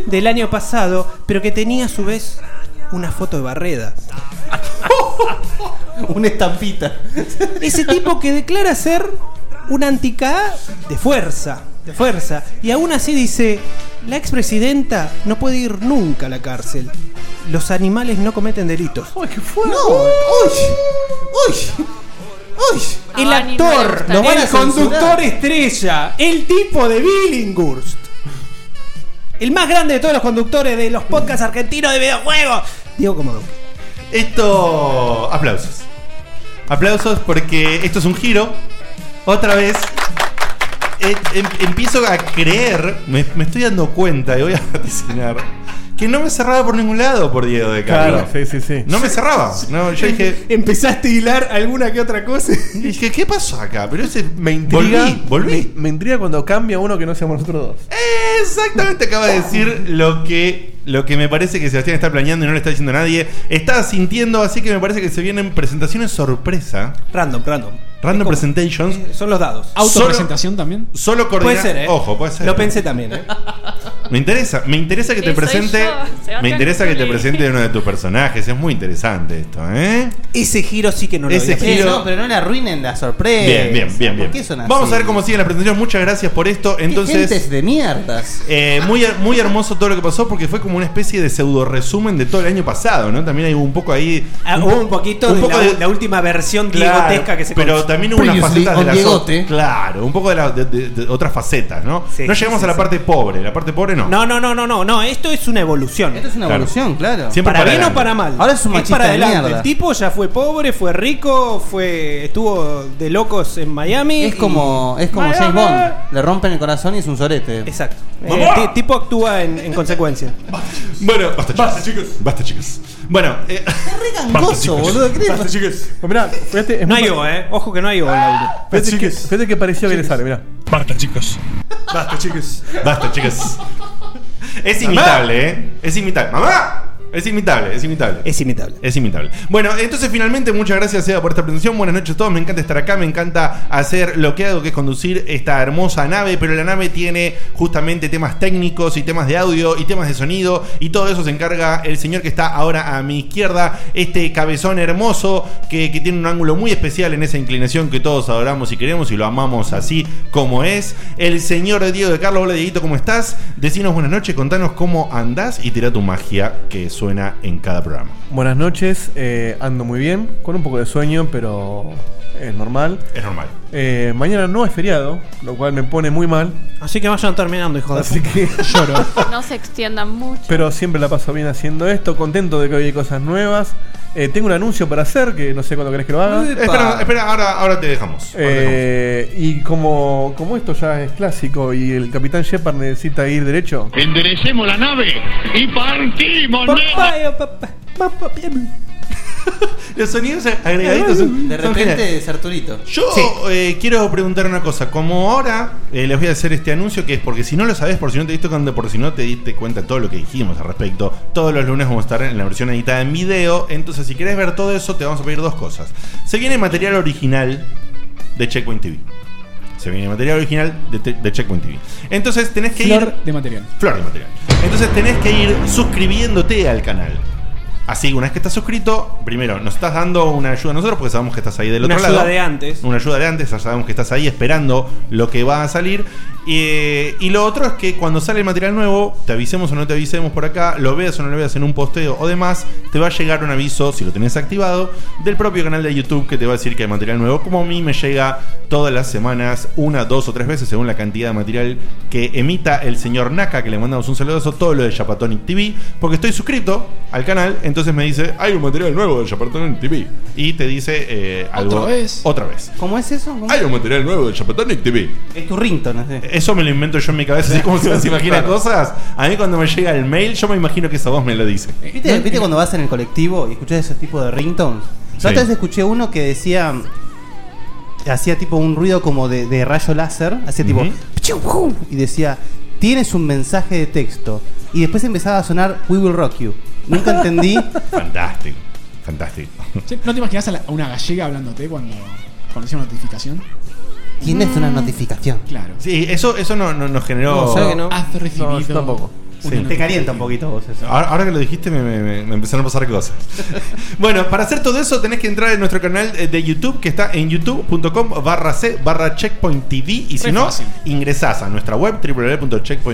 Speaker 7: del año pasado, pero que tenía a su vez una foto de Barreda.
Speaker 4: Una estampita.
Speaker 7: Ese tipo que declara ser un antica de fuerza, de fuerza. Y aún así dice, la expresidenta no puede ir nunca a la cárcel. Los animales no cometen delitos.
Speaker 4: No. Uy. Uy. Uy.
Speaker 7: El
Speaker 8: Ah, ni me
Speaker 7: actor,
Speaker 8: gusta.
Speaker 4: Nos van a
Speaker 7: el conductor
Speaker 4: censurar.
Speaker 7: estrella, el tipo de Billinghurst. El más grande de todos los conductores de los podcasts argentinos de videojuegos. Diego Comodo.
Speaker 3: Esto. Aplausos. Aplausos porque esto es un giro. Otra vez. eh, em- empiezo a creer, me, me estoy dando cuenta y voy a vaticinar. Que no me cerraba por ningún lado por Diego de Caro.
Speaker 6: Claro, sí, sí, sí.
Speaker 3: No me cerraba. No, yo dije,
Speaker 7: Empezaste a hilar alguna que otra cosa.
Speaker 3: dije, ¿qué pasó acá? Pero ese
Speaker 6: Me intriga.
Speaker 3: Volví, volví.
Speaker 6: Me, me intriga cuando cambia uno que no seamos nosotros dos.
Speaker 3: Exactamente, acaba de decir lo que, lo que me parece que Sebastián está planeando y no le está diciendo a nadie. Está sintiendo, así que me parece que se vienen presentaciones sorpresa.
Speaker 7: Random, random. Es
Speaker 3: Random
Speaker 7: como- eh,
Speaker 3: presentations.
Speaker 7: Son los dados.
Speaker 5: ¿Autopresentación también?
Speaker 3: Solo
Speaker 7: Puede
Speaker 3: coordina-
Speaker 7: ser, ¿eh?
Speaker 3: Ojo, puede ser.
Speaker 7: Lo pensé también, ¿eh?
Speaker 3: Me interesa, me interesa que te
Speaker 8: Y soy
Speaker 3: presente.
Speaker 8: yo, Sebastián
Speaker 3: me interesa que te
Speaker 8: Cutuli.
Speaker 3: presente uno de tus personajes. Es muy interesante esto, ¿eh?
Speaker 7: Ese giro sí que no lo
Speaker 3: Ese
Speaker 7: había
Speaker 3: giro-
Speaker 7: pensado.
Speaker 3: no,
Speaker 4: Eh, no, pero no le arruinen la sorpresa.
Speaker 3: Bien, bien, bien, bien. Vamos a ver cómo siguen las presentaciones. Muchas gracias por esto. Entonces.
Speaker 4: Entonces. de mierdas.
Speaker 3: Eh, muy, her- muy hermoso todo lo que pasó porque fue como una especie de pseudo resumen de todo el año pasado, ¿no? También hay un poco ahí.
Speaker 7: Ah, hubo un poquito de, la, la última versión
Speaker 3: Claro,
Speaker 7: diegotesca que se
Speaker 3: Pero
Speaker 7: conoce.
Speaker 3: también hubo unas
Speaker 4: Previously
Speaker 3: facetas de
Speaker 4: on
Speaker 3: las ot-
Speaker 4: Diegote.
Speaker 3: Claro, un poco de, la- de- de- de otras facetas, ¿no?
Speaker 7: Sí,
Speaker 3: no
Speaker 7: sí,
Speaker 3: llegamos
Speaker 7: sí,
Speaker 3: a la
Speaker 7: sí.
Speaker 3: parte pobre, la parte pobre no.
Speaker 7: No, no, no, no, no, no, esto es una evolución.
Speaker 4: Esto es una
Speaker 3: Claro.
Speaker 4: evolución, claro.
Speaker 3: Siempre-
Speaker 7: para,
Speaker 3: para
Speaker 7: bien
Speaker 3: adelante.
Speaker 7: o para mal.
Speaker 4: Ahora es un machista
Speaker 7: para
Speaker 4: de
Speaker 7: adelante.
Speaker 4: mierda.
Speaker 7: El tipo ya fue pobre, fue rico, fue estuvo de locos en Miami.
Speaker 4: Es
Speaker 7: y-
Speaker 4: como, es como James Bond. Le rompen el corazón y es un sorete. Eh,
Speaker 7: Exacto. El Eh, ti- tipo actúa en, en consecuencia.
Speaker 3: Bueno, basta chicos. Basta chicos. Bueno, eh,
Speaker 4: Gangoso, boludo. ¿qué te-
Speaker 6: Pero mirá, fíjate, es
Speaker 7: No
Speaker 6: muy
Speaker 7: hay
Speaker 6: pa-
Speaker 7: O, ¿eh? Ojo que no hay O en la audio.
Speaker 6: Fíjate que, fíjate que pareció que le sale, mirá.
Speaker 3: Basta, chicos. Basta, chicos. Es imitable, ¿eh? Es imitable. ¡Mamá! Es imitable, es imitable.
Speaker 7: Es imitable.
Speaker 3: Es imitable. Bueno, entonces finalmente muchas gracias Seba por esta presentación. Buenas noches a todos. Me encanta estar acá. Me encanta hacer lo que hago, que es conducir esta hermosa nave. Pero la nave tiene justamente temas técnicos y temas de audio y temas de sonido. Y todo eso se encarga el señor que está ahora a mi izquierda. Este cabezón hermoso que, que tiene un ángulo muy especial en esa inclinación que todos adoramos y queremos y lo amamos así como es. El señor Diego de Carlos. Hola Dieguito, ¿cómo estás? Decinos buenas noches, contanos cómo andás y tira tu magia que suena en cada programa.
Speaker 6: Buenas noches, eh, ando muy bien, con un poco de sueño, pero es normal.
Speaker 3: Es normal.
Speaker 6: Eh, mañana no es feriado, lo cual me pone muy mal.
Speaker 7: Así que vayan terminando, hijo de
Speaker 6: Así
Speaker 7: puta.
Speaker 6: que lloro.
Speaker 8: No se extiendan mucho.
Speaker 6: Pero siempre la paso bien haciendo esto, contento de que hoy hay cosas nuevas. Eh, tengo un anuncio para hacer, que no sé cuándo querés que lo haga.
Speaker 3: Espera, espera, ahora, ahora te dejamos. Ahora te dejamos.
Speaker 6: Eh, y como, como esto ya es clásico y el capitán Shepard necesita ir derecho,
Speaker 10: Enderecemos la nave y partimos,
Speaker 7: Papá, eh, papá, papá, bien.
Speaker 3: Los sonidos agregaditos son,
Speaker 4: De
Speaker 3: son geniales.
Speaker 4: repente es Arturito.
Speaker 3: Yo eh, quiero preguntar una cosa. Como ahora eh, les voy a hacer este anuncio, que es porque si no lo sabes, por si no te diste cuenta, por si no te diste cuenta de todo lo que dijimos al respecto, todos los lunes vamos a estar en la versión editada en video. Entonces, si querés ver todo eso, te vamos a pedir dos cosas. Se viene material original de Checkpoint TV. Se viene material original de, te- de Checkpoint TV. Entonces, tenés que ir.
Speaker 5: Flor de material.
Speaker 3: Flor de material. Entonces tenés que ir suscribiéndote al canal. Así que una vez que estás suscrito, primero nos estás dando una ayuda a nosotros porque sabemos que estás ahí del
Speaker 11: Una
Speaker 3: otro lado.
Speaker 11: ayuda de antes.
Speaker 3: Una ayuda de antes, ya sabemos que estás ahí esperando lo que va a salir. Eh, y lo otro es que cuando sale el material nuevo, te avisemos o no te avisemos por acá, lo veas o no lo veas en un posteo o demás, te va a llegar un aviso, si lo tenés activado, del propio canal de YouTube que te va a decir que hay material nuevo. Como a mí me llega todas las semanas, una, dos o tres veces, según la cantidad de material que emita el señor Naka, que le mandamos un saludo, todo lo de Japatonic TV, porque estoy suscrito al canal, entonces me dice, hay un material nuevo de Japatonic TV. Y te dice eh, algo.
Speaker 4: ¿Otra vez?
Speaker 3: Otra vez.
Speaker 4: ¿Cómo es eso? ¿Cómo?
Speaker 3: Hay un material nuevo de Chapatonic TV.
Speaker 4: Es tu ringtone.
Speaker 3: Eso me lo invento yo en mi cabeza, así como se las imagina
Speaker 4: Claro.
Speaker 3: cosas. A mí cuando me llega el mail, yo me imagino que esa voz me lo dice.
Speaker 4: ¿Viste, viste cuando vas en el colectivo y escuchás ese tipo de ringtones? Yo
Speaker 3: Sí.
Speaker 4: otra vez escuché uno que decía. Hacía tipo un ruido como de, de rayo láser. Hacía tipo.
Speaker 3: Ujú.
Speaker 4: "Pichu, pum", Y decía: Tienes un mensaje de texto. Y después empezaba a sonar We Will Rock You. Nunca entendí.
Speaker 3: Fantástico. Fantástico.
Speaker 5: Che, ¿No te imaginas a, la- a una gallega hablándote cuando conocí una notificación?
Speaker 4: Tienes una notificación.
Speaker 5: Claro.
Speaker 3: Sí, eso, eso no, no- nos generó.
Speaker 5: Has recibido.
Speaker 3: Sí.
Speaker 5: una
Speaker 4: Te calienta un poquito vos eso.
Speaker 3: Ahora, ahora que lo dijiste me, me- me- me empezaron a pasar cosas. bueno, para hacer todo eso tenés que entrar en nuestro canal eh, de YouTube que está en youtube.com barra C barra Checkpoint TV y si
Speaker 5: Re
Speaker 3: no,
Speaker 5: fácil.
Speaker 3: ingresás a nuestra web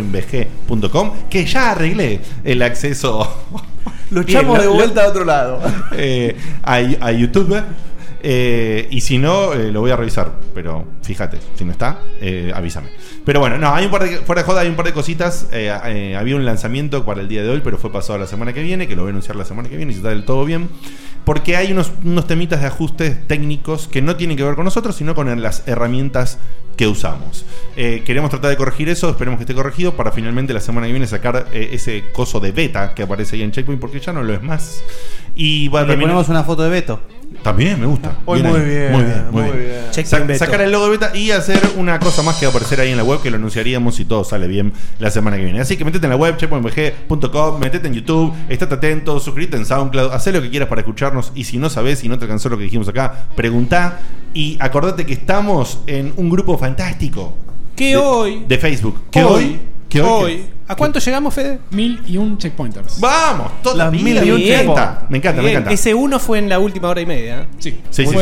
Speaker 3: www.checkpointbg.com que ya arreglé el acceso.
Speaker 6: Lo
Speaker 3: Bien,
Speaker 6: echamos
Speaker 3: lo-
Speaker 6: de
Speaker 3: lo-
Speaker 6: vuelta a otro lado.
Speaker 3: eh, a, a YouTube. eh, y si no, eh, lo voy a revisar. Pero fíjate, si no está, eh, avísame. Pero bueno, no, hay un par de, fuera de joda, hay un par de cositas. eh, eh, había un lanzamiento para el día de hoy, pero fue pasado a la semana que viene, que lo voy a anunciar la semana que viene, si está del todo bien. Porque hay unos, unos temitas de ajustes técnicos que no tienen que ver con nosotros, sino con las herramientas que usamos. Eh, queremos tratar de corregir eso, esperemos que esté corregido para finalmente la semana que viene sacar eh, ese coso de beta que aparece ahí en Checkpoint, porque ya no lo es más. Y va a
Speaker 4: Le
Speaker 3: terminar-
Speaker 4: ponemos una foto de Beto.
Speaker 3: También me gusta.
Speaker 4: Hoy muy bien,
Speaker 3: Muy bien, muy
Speaker 4: muy
Speaker 3: bien.
Speaker 4: bien. Checkpoint
Speaker 3: Sa-
Speaker 4: Beto.
Speaker 3: sacar el logo de beta y hacer una cosa más que va a aparecer ahí en la web que lo anunciaríamos si todo sale bien la semana que viene. Así que metete en la web, checkpointbg.com, metete en YouTube, estate atento, suscríbete en SoundCloud, haz lo que quieras para escucharnos y si no sabes y no te alcanzó lo que dijimos acá, preguntá y acordate que estamos en un grupo fantástico
Speaker 7: Que
Speaker 3: de-
Speaker 7: hoy.
Speaker 3: de Facebook. Que hoy, que
Speaker 7: hoy. ¿A cuánto llegamos, Fede?
Speaker 5: Mil y un checkpointers.
Speaker 3: Vamos, todas
Speaker 7: las
Speaker 3: mil y un checkpoint. Me encanta, me encanta.
Speaker 7: Ese uno fue en la última hora y media. ¿eh?
Speaker 5: Sí,
Speaker 3: Sí, sí, sí,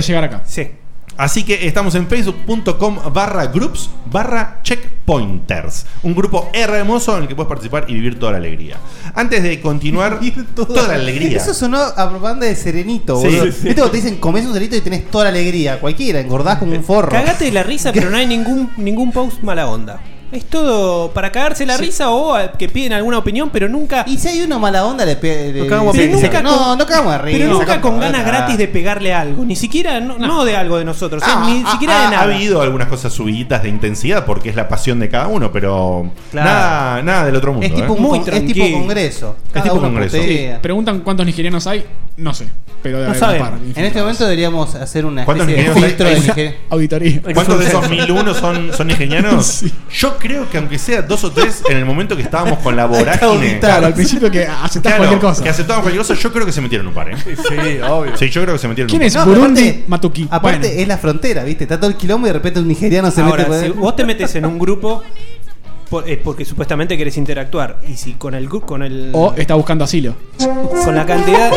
Speaker 3: sí.
Speaker 7: Sí.
Speaker 3: Así que estamos en facebook.com barra groups barra checkpointers. Un grupo hermoso en el que puedes participar y vivir toda la alegría. Antes de continuar, toda, la alegría.
Speaker 4: Eso sonó a propaganda de Serenito,
Speaker 3: Sí,
Speaker 4: boludo.
Speaker 3: sí, sí.
Speaker 4: Viste cuando te dicen comés un Serenito y tenés toda la alegría. Cualquiera, engordás como un forro.
Speaker 7: Eh, Cagate de la risa, pero no hay ningún, ningún post mala onda. Es todo para cagarse la risa o a- que piden alguna opinión, pero nunca.
Speaker 4: Y si hay uno mala onda, le
Speaker 7: Pero
Speaker 4: cagamos a
Speaker 7: nunca
Speaker 4: pizza. No, no cagamos a risa,
Speaker 7: Pero nunca
Speaker 4: sacamos
Speaker 7: con
Speaker 4: a
Speaker 7: ganas
Speaker 4: cagar.
Speaker 7: gratis de pegarle algo. Ni siquiera, no, no de algo de nosotros. eh,
Speaker 3: Ah,
Speaker 7: ni
Speaker 3: ah,
Speaker 7: siquiera
Speaker 3: ah,
Speaker 7: de nada.
Speaker 3: Ha habido algunas cosas subiditas de intensidad porque es la pasión de cada uno, pero
Speaker 7: Claro.
Speaker 3: nada, nada del otro mundo.
Speaker 4: Es tipo
Speaker 3: ¿eh?
Speaker 4: un Muy con- es tipo tranquilo. congreso.
Speaker 3: Es
Speaker 4: Cada
Speaker 3: tipo
Speaker 4: uno
Speaker 3: congreso.
Speaker 5: Sí, Preguntan cuántos nigerianos hay, no sé. Pero
Speaker 4: No
Speaker 5: debe haber
Speaker 4: saben.
Speaker 5: un par.
Speaker 4: En este momento deberíamos hacer una
Speaker 3: ¿Cuántos
Speaker 4: especie de
Speaker 3: ingenieros hay?
Speaker 4: filtro
Speaker 3: Hay
Speaker 4: de
Speaker 3: una
Speaker 4: Nigeria.
Speaker 5: Auditoría.
Speaker 3: ¿Cuántos de esos 1001 son, son nigerianos? Yo creo que aunque sea dos o tres, en el momento que estábamos con la vorágine.
Speaker 5: Claro, al principio que aceptás
Speaker 3: Claro,
Speaker 5: cualquier cosa.
Speaker 3: Que aceptaban cualquier cosa, yo creo que se metieron un par, ¿eh?
Speaker 6: Sí, obvio.
Speaker 3: Sí, yo creo que se metieron
Speaker 5: ¿Quién
Speaker 3: un
Speaker 5: es?
Speaker 3: par.
Speaker 5: Burundi, Matuki.
Speaker 4: Aparte,
Speaker 5: Bueno.
Speaker 4: es la frontera, ¿viste? Está todo el quilombo y de repente un nigeriano se
Speaker 7: Ahora,
Speaker 4: mete.
Speaker 7: si vos te metes en un grupo por- es porque supuestamente querés interactuar. Y si con el gru- con el
Speaker 5: O está buscando asilo.
Speaker 7: con la cantidad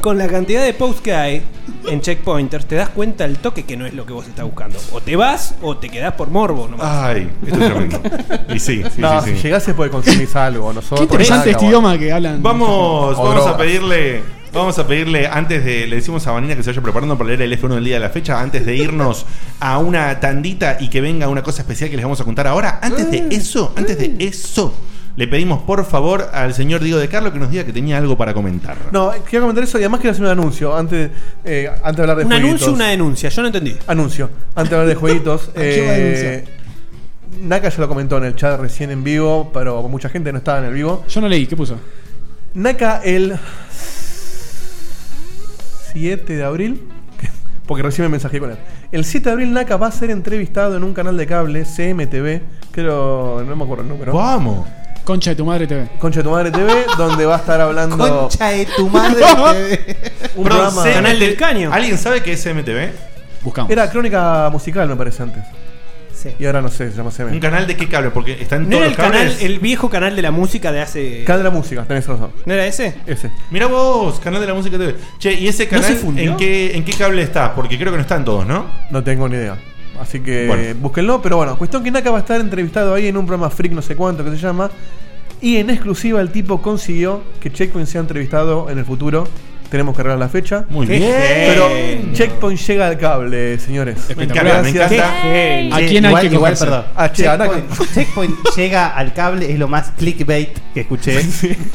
Speaker 7: con la cantidad de posts que hay en checkpointers te das cuenta al toque que no es lo que vos estás buscando. O te vas o te quedás por morbo nomás.
Speaker 3: Ay, esto es tremendo. Y sí, sí,
Speaker 6: no,
Speaker 3: sí, sí.
Speaker 6: si llegase puede conseguir algo. Nosotros,
Speaker 5: Qué interesante este
Speaker 6: nada,
Speaker 5: idioma que hablan.
Speaker 3: Vamos,
Speaker 6: O
Speaker 3: vamos a
Speaker 6: drogas.
Speaker 3: pedirle. Vamos a pedirle, antes de. Le decimos a Vanina que se vaya preparando para leer el F1 del día de la fecha, antes de irnos a una tandita y que venga una cosa especial que les vamos a contar ahora. Antes
Speaker 5: Eh,
Speaker 3: de eso, antes de eso, le pedimos por favor al señor Diego de Carlo que nos diga que tenía algo para comentar.
Speaker 6: No, eh, quiero comentar eso y además quiero hacer un anuncio antes, eh, antes de hablar de
Speaker 7: Un
Speaker 6: jueguitos.
Speaker 7: anuncio, una denuncia, yo no entendí.
Speaker 6: Anuncio. Antes de hablar de jueguitos.
Speaker 7: qué va a
Speaker 6: eh, Naka ya lo comentó en el chat recién en vivo, pero mucha gente no estaba en el vivo.
Speaker 5: Yo no leí, ¿qué puso?
Speaker 6: Naka el 7 de abril. Porque recién me mensajé con él. El 7 de abril Naka va a ser entrevistado en un canal de cable, CMTV. Creo, no me acuerdo el número.
Speaker 3: Vamos.
Speaker 5: Concha de tu madre TV.
Speaker 6: Concha de tu madre TV, donde va a estar hablando
Speaker 4: Concha de tu madre.
Speaker 3: Perdón,
Speaker 6: un programa.
Speaker 3: CMT
Speaker 7: Canal del Caño.
Speaker 3: ¿Alguien sabe qué es MTV?
Speaker 5: Buscamos.
Speaker 6: Era crónica musical, me parece antes. Y ahora no sé, se llama CM.
Speaker 3: ¿Un canal de qué cable? Porque está en
Speaker 7: ¿No
Speaker 3: todos
Speaker 7: era
Speaker 3: los
Speaker 7: el, canal, eh,
Speaker 3: cables.
Speaker 7: el viejo canal de la música de hace.
Speaker 6: Canal de la música, tenés razón.
Speaker 7: ¿No era ese?
Speaker 6: Ese.
Speaker 3: Mira vos, canal de la música TV. Che, ¿y ese
Speaker 6: ¿No
Speaker 3: canal
Speaker 6: se fundió?
Speaker 3: ¿en, qué, en qué cable está? Porque creo que no están todos, ¿no?
Speaker 6: No tengo ni idea. Así que
Speaker 3: Bueno.
Speaker 6: búsquenlo. Pero bueno, cuestión que Naka va a estar entrevistado ahí en un programa freak, no sé cuánto que se llama. Y en exclusiva el tipo consiguió que Checkpoint sea entrevistado en el futuro. Tenemos que arreglar la fecha.
Speaker 3: Muy Qué bien.
Speaker 6: Pero
Speaker 3: genio.
Speaker 6: Checkpoint llega al cable, señores.
Speaker 3: Me encanta, me encanta.
Speaker 6: Gracias.
Speaker 4: Igual- igual, perdón.
Speaker 6: A Ah, Che- a Naka.
Speaker 4: Checkpoint, Checkpoint llega al cable, es lo más clickbait que escuché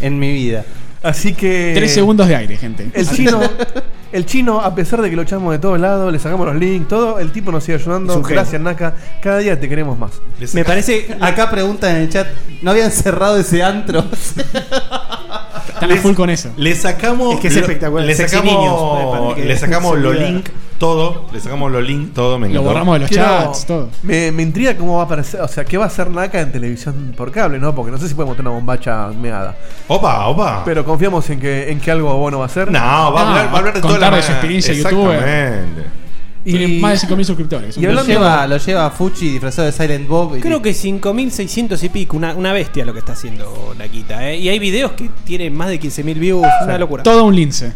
Speaker 4: en mi vida.
Speaker 6: Así que.
Speaker 5: Eh, Tres segundos de aire, gente.
Speaker 6: El chino, el chino, a pesar de que lo echamos de todos lados, le sacamos los links, todo, el tipo nos sigue ayudando.
Speaker 4: Es un genio.
Speaker 6: Gracias, Naka. Cada día te queremos más.
Speaker 4: Me parece, acá preguntan en el chat, ¿no habían cerrado ese antro?
Speaker 5: Están a full con eso.
Speaker 3: Le sacamos.
Speaker 4: Es que es
Speaker 3: lo-
Speaker 4: espectacular.
Speaker 3: Le
Speaker 4: Sexy
Speaker 3: sacamos,
Speaker 4: Niños, eh,
Speaker 3: le sacamos
Speaker 4: para que-
Speaker 3: los links, todo. Le sacamos los links, todo. Me encantó.
Speaker 6: Quiero- Me, me intriga cómo va a aparecer, o sea, qué va a hacer Naka en televisión por cable, ¿no? Porque no sé si podemos tener una bombacha meada.
Speaker 3: Opa, opa.
Speaker 6: Pero confiamos en que, en que algo bueno va a ser.
Speaker 3: No, va a hablar, va a hablar de toda la
Speaker 5: contar de su experiencia
Speaker 3: Exactamente.
Speaker 5: Tiene más de 5.000 suscriptores.
Speaker 4: Y lo, lleva, lo lleva Fuchi disfrazado de Silent Bob. y-
Speaker 7: Creo que 5.600 y pico, una, una bestia lo que está haciendo Naquita. ¿eh? Y hay videos que tienen más de 15.000 views, una locura.
Speaker 5: Todo un lince.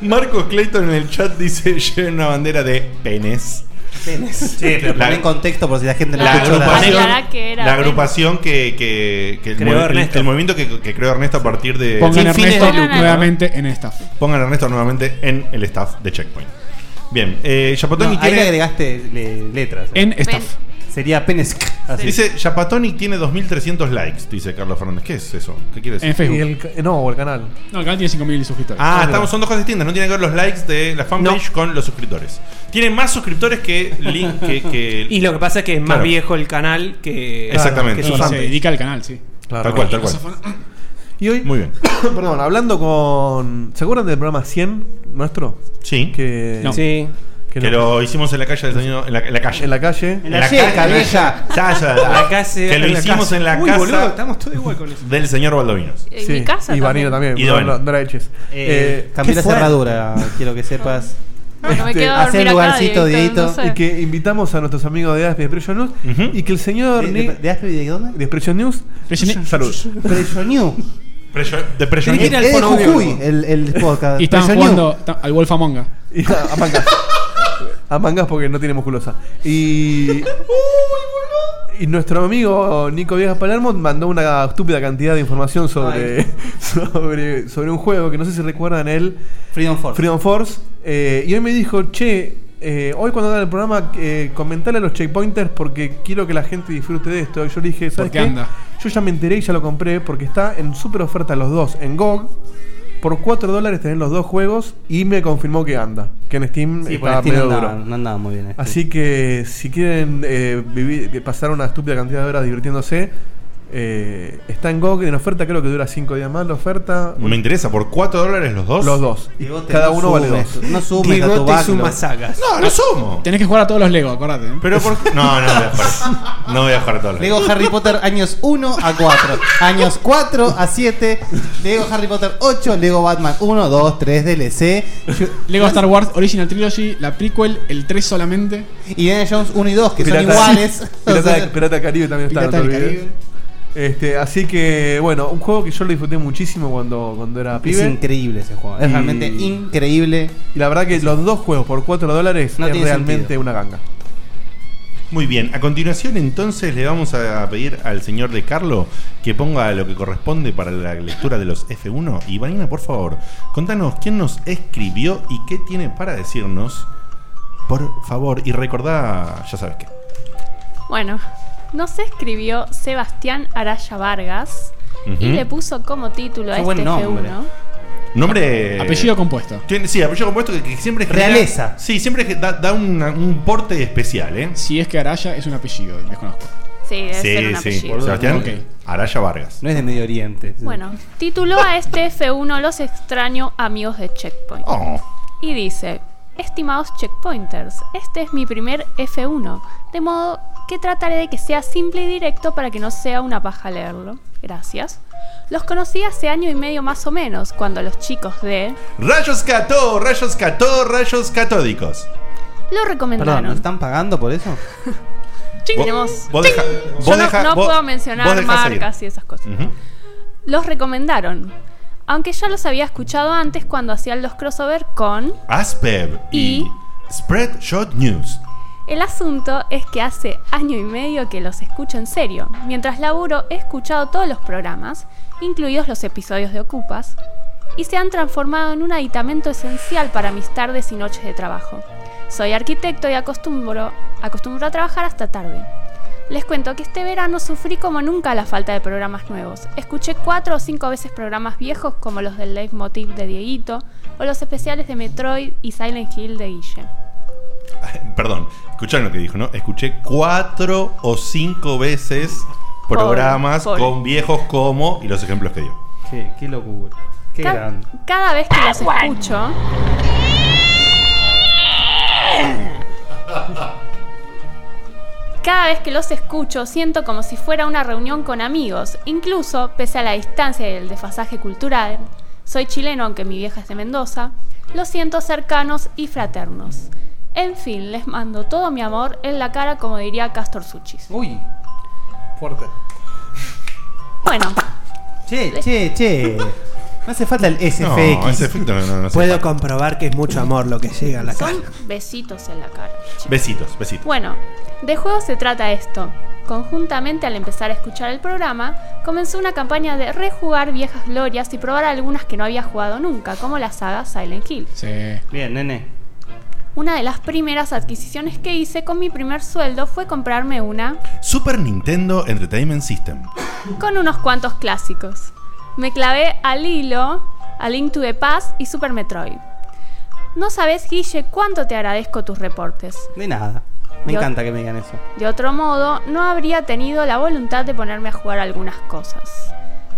Speaker 3: Marcos Clayton en el chat dice: Lleven una bandera de penes.
Speaker 4: Penes. Sí, pero
Speaker 3: La-
Speaker 4: pon en contexto por si la gente no
Speaker 3: La
Speaker 4: escuchó la-
Speaker 3: agrupación,
Speaker 8: Aclará que era
Speaker 3: la
Speaker 8: penes.
Speaker 3: agrupación que, que, que el,
Speaker 4: Creó
Speaker 3: mov- el-
Speaker 4: Ernesto.
Speaker 3: el movimiento que, que creó Ernesto a partir de.
Speaker 5: Pongan
Speaker 3: Sin fines de
Speaker 5: Ernesto
Speaker 3: lucro, ¿no?
Speaker 5: nuevamente en staff.
Speaker 3: Pongan a Ernesto nuevamente en el staff de Checkpoint. Bien, eh, Chapatoni
Speaker 4: No, ahí
Speaker 3: tiene.
Speaker 4: le agregaste le- letras. eh.
Speaker 5: En
Speaker 8: staff.
Speaker 4: Sería penes. así.
Speaker 3: Dice, Chapatonic tiene 2.300 likes, dice Carlos Fernández. ¿Qué es eso? ¿Qué quiere decir?
Speaker 5: En Facebook.
Speaker 6: Y el ca- no, o el canal.
Speaker 5: No, el canal tiene 5.000 suscriptores.
Speaker 3: Ah, estamos, son dos cosas distintas. No tiene que ver los likes de la fanpage con los suscriptores. Tiene más suscriptores que link que... que-
Speaker 7: Y lo que pasa es que es más
Speaker 3: Claro.
Speaker 7: viejo el canal que,
Speaker 3: Exactamente.
Speaker 7: que su
Speaker 3: No,
Speaker 5: Se
Speaker 7: fanpage.
Speaker 5: dedica al canal, sí.
Speaker 3: Tal cual, tal cual.
Speaker 6: Y hoy,
Speaker 3: Muy bien.
Speaker 6: perdón, hablando con. ¿Se acuerdan del programa 100 nuestro?
Speaker 3: Sí. Que,
Speaker 6: Que,
Speaker 5: No.
Speaker 7: Sí.
Speaker 3: lo hicimos en la calle del señor... En la, en la calle.
Speaker 6: En la calle.
Speaker 4: En la yeca, vieja.
Speaker 3: Ya, ya, ya.
Speaker 7: La casa-
Speaker 3: que lo
Speaker 7: en la
Speaker 3: hicimos
Speaker 7: casa.
Speaker 3: en la
Speaker 7: Uy,
Speaker 3: casa
Speaker 7: boludo, estamos todos igual con eso.
Speaker 3: del señor Valdovinos.
Speaker 8: En mi casa
Speaker 6: y Vanina también.
Speaker 3: Y
Speaker 6: no,
Speaker 3: Vanina.
Speaker 6: no, no la eches.
Speaker 4: Eh,
Speaker 6: Eh,
Speaker 4: cambié
Speaker 6: ¿qué
Speaker 4: la
Speaker 6: fue?
Speaker 4: cerradura, quiero que sepas.
Speaker 8: No me
Speaker 6: Este,
Speaker 8: quedo a
Speaker 4: hace
Speaker 8: dormir acá,
Speaker 4: lugarcito,
Speaker 8: Dieguito, no
Speaker 4: Dieguito.
Speaker 8: sé.
Speaker 6: Y que invitamos a nuestros amigos de Aspi de Pressure News.
Speaker 3: Ujú.
Speaker 6: Y que el señor.
Speaker 4: ¿De,
Speaker 6: Ni-
Speaker 4: de, de Aspi, de dónde?
Speaker 6: de Expresión News.
Speaker 5: Pressure News.
Speaker 6: Salud.
Speaker 4: Preso New.
Speaker 3: Precio- de Precio-
Speaker 7: Tiene que ir al
Speaker 4: Es de
Speaker 7: fonoaudiólogo.
Speaker 4: Jujuy, el, el podcast.
Speaker 5: Y estaban
Speaker 4: Preso New.
Speaker 5: jugando ta- al Wolf Among Us.
Speaker 6: Y a, a mangas. a mangas porque no tiene musculosa. Y. Y nuestro amigo Nico Viejas Palermo mandó una estúpida cantidad de información sobre, sobre, sobre un juego que no sé si recuerdan él,
Speaker 4: Freedom Force.
Speaker 6: Freedom Force. Eh, y hoy me dijo, che, eh, hoy cuando hagan el programa, eh, comentale a los checkpointers porque quiero que la gente disfrute de esto. Y yo le dije, ¿sabes
Speaker 5: Porque
Speaker 6: qué?
Speaker 5: anda.
Speaker 6: Yo ya me enteré y ya lo compré porque está en súper oferta los dos en GOG. Por 4 dólares tenés los dos juegos y me confirmó que anda. Que en Steam
Speaker 4: Sí, porque
Speaker 6: está
Speaker 4: Steam
Speaker 6: medio
Speaker 4: no andaba,
Speaker 6: duro.
Speaker 4: no andaba muy bien. este.
Speaker 6: Así que si quieren eh, vivir- pasar una estúpida cantidad de horas divirtiéndose, eh, está en GOG en oferta, creo que dura 5 días más la oferta.
Speaker 3: Me interesa, por 4 dólares los dos.
Speaker 6: Los dos. Y
Speaker 4: Diegote,
Speaker 6: cada
Speaker 4: no
Speaker 6: uno vale
Speaker 4: sumes,
Speaker 6: dos.
Speaker 4: No sumes a tu
Speaker 7: Diegote
Speaker 4: backlog.
Speaker 7: suma sagas.
Speaker 3: No, no somos.
Speaker 5: Tenés que jugar a todos los Lego, acordate. ¿eh?
Speaker 3: Pero por... No, no voy a jugar. No voy a jugar todo.
Speaker 4: Lego Harry Potter años 1 a 4, años 4 a 7, Lego Harry Potter 8, Lego Batman 1, 2, 3 DLC,
Speaker 5: Lego Star Wars Original Trilogy, la prequel, el 3 solamente.
Speaker 4: y Indiana Jones 1 y 2 que son
Speaker 6: Pirata-
Speaker 4: iguales. O
Speaker 6: Pirata,
Speaker 4: sea,
Speaker 6: Pirata Caribe también está,
Speaker 5: Pirata
Speaker 6: no te
Speaker 5: del
Speaker 6: olvides. Este, así que, bueno, un juego que yo lo disfruté muchísimo cuando, cuando era
Speaker 4: es
Speaker 6: pibe.
Speaker 4: increíble ese juego,
Speaker 6: Y-
Speaker 4: es realmente increíble.
Speaker 6: Y la verdad que los dos juegos por 4 dólares
Speaker 4: No
Speaker 6: es
Speaker 4: tiene
Speaker 6: realmente
Speaker 4: sentido.
Speaker 6: una ganga.
Speaker 3: Muy bien, a continuación entonces le vamos a pedir al señor De Carlo que ponga lo que corresponde para la lectura de los F1. Y Vanina, por favor, contanos quién nos escribió y qué tiene para decirnos. Por favor, y recordá, ya sabes qué.
Speaker 8: Bueno, nos escribió Sebastián Araya Vargas y
Speaker 3: Ujú.
Speaker 8: le puso como título a
Speaker 4: Qué
Speaker 8: este
Speaker 4: buen nombre.
Speaker 8: F1.
Speaker 3: Nombre.
Speaker 5: Apellido compuesto.
Speaker 3: Tiene- Sí, apellido compuesto que, que siempre. genera-
Speaker 4: Realeza.
Speaker 3: sí, siempre que da, da una- un porte especial, ¿eh?
Speaker 5: Si es que Araya es un apellido, desconozco.
Speaker 8: Sí, debe ser un apellido.
Speaker 3: Sebastián
Speaker 5: Ok.
Speaker 3: Araya Vargas.
Speaker 4: No es de Medio Oriente.
Speaker 8: Bueno, tituló a este F1 Los extraño amigos de Checkpoint.
Speaker 3: Oh.
Speaker 8: Y dice, estimados checkpointers, este es mi primer F1, de modo que trataré de que sea simple y directo para que no sea una paja leerlo. Gracias. Los conocí hace año y medio más o menos, cuando los chicos de...
Speaker 3: Rayos cató, rayos cató, rayos catódicos.
Speaker 8: Lo recomendaron.
Speaker 4: Perdón, ¿nos están pagando por eso?
Speaker 8: Ching.
Speaker 4: Vos-
Speaker 8: Tenemos-
Speaker 4: vos
Speaker 8: Ching.
Speaker 4: deja- vos
Speaker 8: Yo no-
Speaker 4: deja-
Speaker 8: no,
Speaker 4: vos-
Speaker 8: puedo mencionar
Speaker 4: vos dejás seguir.
Speaker 8: marcas y esas cosas. Los recomendaron. Aunque ya los había escuchado antes cuando hacían los crossover con
Speaker 3: Aspeb y Spreadshot News.
Speaker 8: El asunto es que hace año y medio que los escucho en serio. Mientras laburo he escuchado todos los programas, incluidos los episodios de Ocupas, y se han transformado en un aditamento esencial para mis tardes y noches de trabajo. Soy arquitecto y acostumbro, acostumbro a trabajar hasta tarde. Les cuento que este verano sufrí como nunca la falta de programas nuevos. Escuché cuatro o cinco veces programas viejos como los del Leitmotiv de Dieguito o los especiales de Metroid y Silent Hill de Guille.
Speaker 3: Perdón, escucharon lo que dijo, ¿no? Escuché cuatro o cinco veces
Speaker 8: Pobre,
Speaker 3: programas
Speaker 8: pobre.
Speaker 3: con viejos como y los ejemplos que dio.
Speaker 4: Qué, qué locura. Qué
Speaker 8: Ca- Cada vez que los escucho. Cada vez que los escucho siento como si fuera una reunión con amigos, incluso pese a la distancia y el desfasaje cultural, soy chileno aunque mi vieja es de Mendoza, los siento cercanos y fraternos. En fin, les mando todo mi amor en la cara como diría Castor Suchis.
Speaker 4: Uy.
Speaker 7: Fuerte.
Speaker 8: Bueno,
Speaker 4: Che, che, che. No hace falta el SFX.
Speaker 3: No, ese efecto no- no- no hace
Speaker 7: Puedo comprobar que es mucho amor lo que llega a la cara.
Speaker 8: son besitos en la cara.
Speaker 3: Besitos, besitos.
Speaker 8: Bueno, de juego se trata esto. Conjuntamente al empezar a escuchar el programa, comenzó una campaña de rejugar viejas glorias y probar algunas que no había jugado nunca, como la saga Silent Hill.
Speaker 4: Bien, nene.
Speaker 8: Una de las primeras adquisiciones que hice con mi primer sueldo fue comprarme una
Speaker 3: Super Nintendo Entertainment System.
Speaker 8: con unos cuantos clásicos. Me clavé al hilo, a Link to the Past y Super Metroid. No sabes, Guille, cuánto te agradezco tus reportes.
Speaker 4: De nada. Me
Speaker 8: Yo-
Speaker 4: encanta que me digan eso.
Speaker 8: De otro modo, no habría tenido la voluntad de ponerme a jugar algunas cosas.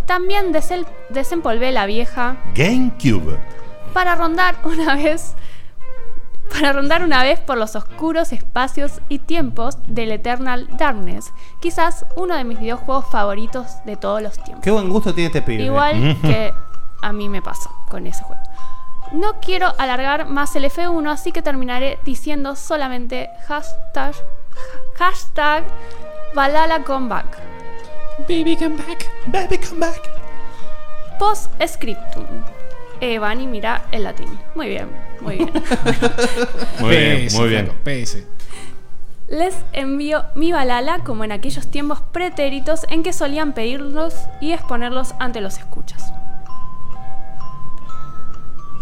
Speaker 8: También desel- desempolvé la vieja
Speaker 3: GameCube.
Speaker 8: para rondar una vez para rondar una vez por los oscuros espacios y tiempos del Eternal Darkness, quizás uno de mis videojuegos favoritos de todos los tiempos.
Speaker 4: Qué buen gusto tiene este pibe.
Speaker 8: Igual que eh, a mí me pasó con ese juego. No quiero alargar más el F1, así que terminaré diciendo solamente hashtag, hashtag Valhalla Comeback.
Speaker 7: Baby come back.
Speaker 3: Baby come back.
Speaker 8: Post scriptum. Eh, Vani, mira el latín. Muy bien, muy bien.
Speaker 3: Muy bien, muy bien.
Speaker 5: PS.
Speaker 8: Les envío mi balala como en aquellos tiempos pretéritos en que solían pedirlos y exponerlos ante los escuchas.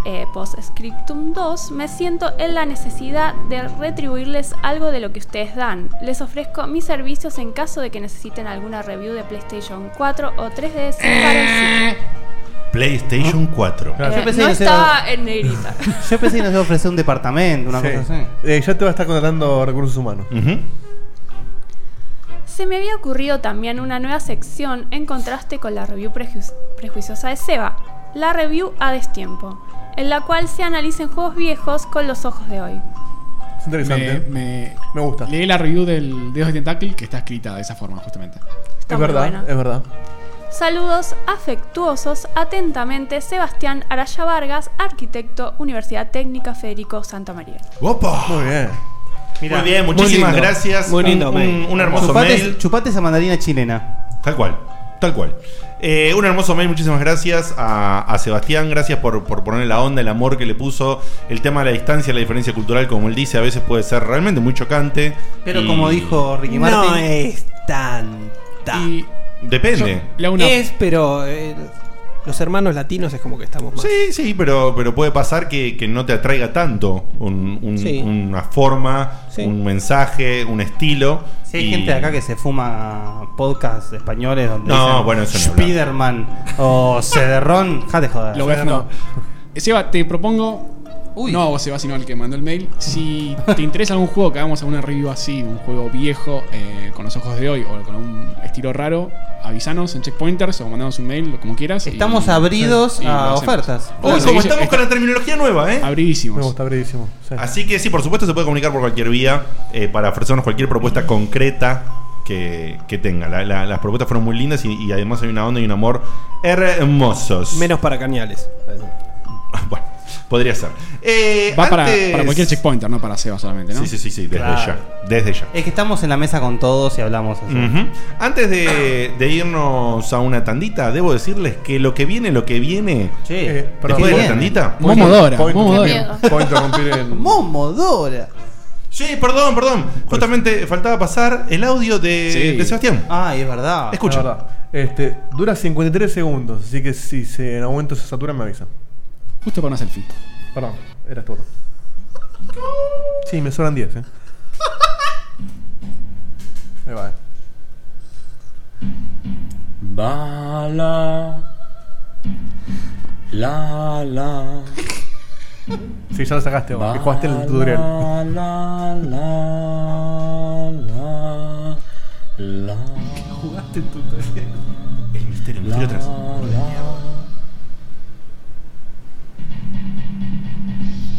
Speaker 8: Eh, post scriptum 2, me siento en la necesidad de retribuirles algo de lo que ustedes dan. Les ofrezco mis servicios en caso de que necesiten alguna review de PlayStation 4 o 3DS para el
Speaker 4: Ah.
Speaker 3: PlayStation 4.
Speaker 8: Eh, no estaba en negrita.
Speaker 4: Yo pensé que nos iba a ofrecer un departamento, una cosa así.
Speaker 6: Eh, ya te va a estar contratando recursos humanos.
Speaker 8: Se me había ocurrido también una nueva sección en contraste con la review preju- prejuiciosa de Seba, la review a destiempo, en la cual se analicen juegos viejos con los ojos de hoy.
Speaker 6: Es interesante.
Speaker 5: Me, me,
Speaker 6: gusta.
Speaker 5: Leí la review del Dedos de Tentacle que está escrita de esa forma, justamente.
Speaker 8: Está muy buena.
Speaker 6: es verdad.
Speaker 8: Saludos afectuosos, atentamente, Sebastián Araya Vargas, arquitecto, Universidad Técnica Federico Santa María.
Speaker 6: Muy bien.
Speaker 3: Muy bien, muchísimas gracias.
Speaker 4: Muy
Speaker 3: Un-
Speaker 4: lindo,
Speaker 3: un,
Speaker 4: mail.
Speaker 3: un hermoso
Speaker 4: chupate,
Speaker 3: mail.
Speaker 4: Chupate esa mandarina chilena.
Speaker 3: Tal cual, tal cual. Eh, un hermoso mail, muchísimas gracias a, a Sebastián, gracias por, por poner la onda, el amor que le puso, el tema de la distancia, la diferencia cultural, como él dice, a veces puede ser realmente muy chocante.
Speaker 4: Pero
Speaker 3: Y-
Speaker 4: como dijo Ricky Martin.
Speaker 7: No es tanta.
Speaker 3: Depende.
Speaker 7: Es, pero eh, los hermanos latinos es como que estamos más.
Speaker 3: Sí, sí, pero, pero puede pasar que, que no te atraiga tanto un- un-
Speaker 7: Sí.
Speaker 3: una forma, un mensaje, un estilo.
Speaker 4: Si hay
Speaker 3: Y-
Speaker 4: gente de acá que se fuma podcasts españoles donde
Speaker 3: No,
Speaker 4: dicen
Speaker 3: bueno, eso ni hablar.
Speaker 4: Spiderman o Cederrón, ja de joder.
Speaker 5: Lo voy a no. Seba, te propongo. No a vos, Seba, sino al que mandó el mail. Si te interesa algún juego que hagamos alguna review así, un juego viejo, eh, con los ojos de hoy o con un estilo raro, avisanos en Checkpointers o mandanos un mail, como quieras.
Speaker 4: Estamos abridos a
Speaker 5: lo hacemos.
Speaker 4: ofertas.
Speaker 5: O
Speaker 3: Uy,
Speaker 5: si
Speaker 3: como
Speaker 5: dice-
Speaker 3: estamos
Speaker 5: está-
Speaker 3: con la terminología nueva, ¿eh?
Speaker 5: Abridísimos.
Speaker 6: Me gusta, abridísimo. Sí.
Speaker 3: Así que sí, por supuesto se puede comunicar por cualquier vía eh, para ofrecernos cualquier propuesta concreta que, que tenga. La- la- las propuestas fueron muy lindas y, y además hay una onda y un amor hermosos.
Speaker 7: Menos para cañales.
Speaker 3: Bueno, Podría ser. Eh,
Speaker 5: Va para,
Speaker 3: antes-
Speaker 5: para cualquier checkpointer, no para Seba solamente, ¿no?
Speaker 3: Sí, sí, sí, sí, desde
Speaker 5: Claro.
Speaker 3: ya. Desde ya.
Speaker 4: Es que estamos en la mesa con todos y hablamos así.
Speaker 3: Ujú. Antes de, de irnos a una tandita, debo decirles que lo que viene, lo que viene.
Speaker 4: Eh,
Speaker 3: después
Speaker 4: qué
Speaker 3: de la
Speaker 4: bien.
Speaker 3: tandita.
Speaker 4: Momodora,
Speaker 3: Puedo
Speaker 4: Momodora.
Speaker 3: interrumpir- puedo interrumpir el-
Speaker 6: Ah,
Speaker 4: Momodora.
Speaker 3: Sí, perdón, perdón. Justamente faltaba pasar el audio de, de Sebastián.
Speaker 4: Ay, Ah, es verdad.
Speaker 3: Escucha.
Speaker 6: Es verdad. Este, dura 53 segundos, así que si se, en aumento se satura me avisa.
Speaker 5: Justo para una selfie.
Speaker 6: Perdón, era todo. Sí, me sobran 10, eh. Ahí va. eh.
Speaker 11: Bala. La la.
Speaker 6: Sí, ya lo sacaste vos, que jugaste el
Speaker 11: La
Speaker 6: tutorial.
Speaker 11: la la la. La.
Speaker 6: Jugaste el tutorial.
Speaker 3: El misterio, el misterio atrás.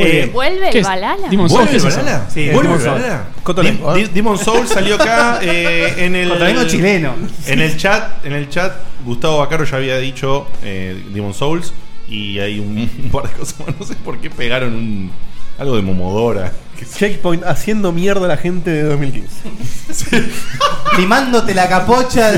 Speaker 3: Eh,
Speaker 8: ¿Vuelve
Speaker 5: ¿qué
Speaker 8: el
Speaker 5: es?
Speaker 8: balala?
Speaker 5: Dimos-
Speaker 3: ¿Vuelve
Speaker 5: ¿Qué
Speaker 3: el
Speaker 5: es eso?
Speaker 3: Balala?
Speaker 4: Sí,
Speaker 3: ¿Vuelve
Speaker 4: Demon
Speaker 3: el
Speaker 4: Soul.
Speaker 3: Balala?
Speaker 6: Cotolengo,
Speaker 3: Di-
Speaker 6: ¿eh?
Speaker 3: Di- Demon Soul salió acá eh, en el.
Speaker 4: Cotolengo chileno.
Speaker 3: En el chat, en el chat, Gustavo Bacaro ya había dicho eh, Demon Souls. Y hay un, un par de cosas más. No sé por qué pegaron un, algo de Momodora.
Speaker 6: Checkpoint haciendo mierda a la gente de 2015.
Speaker 4: Limándote la capocha.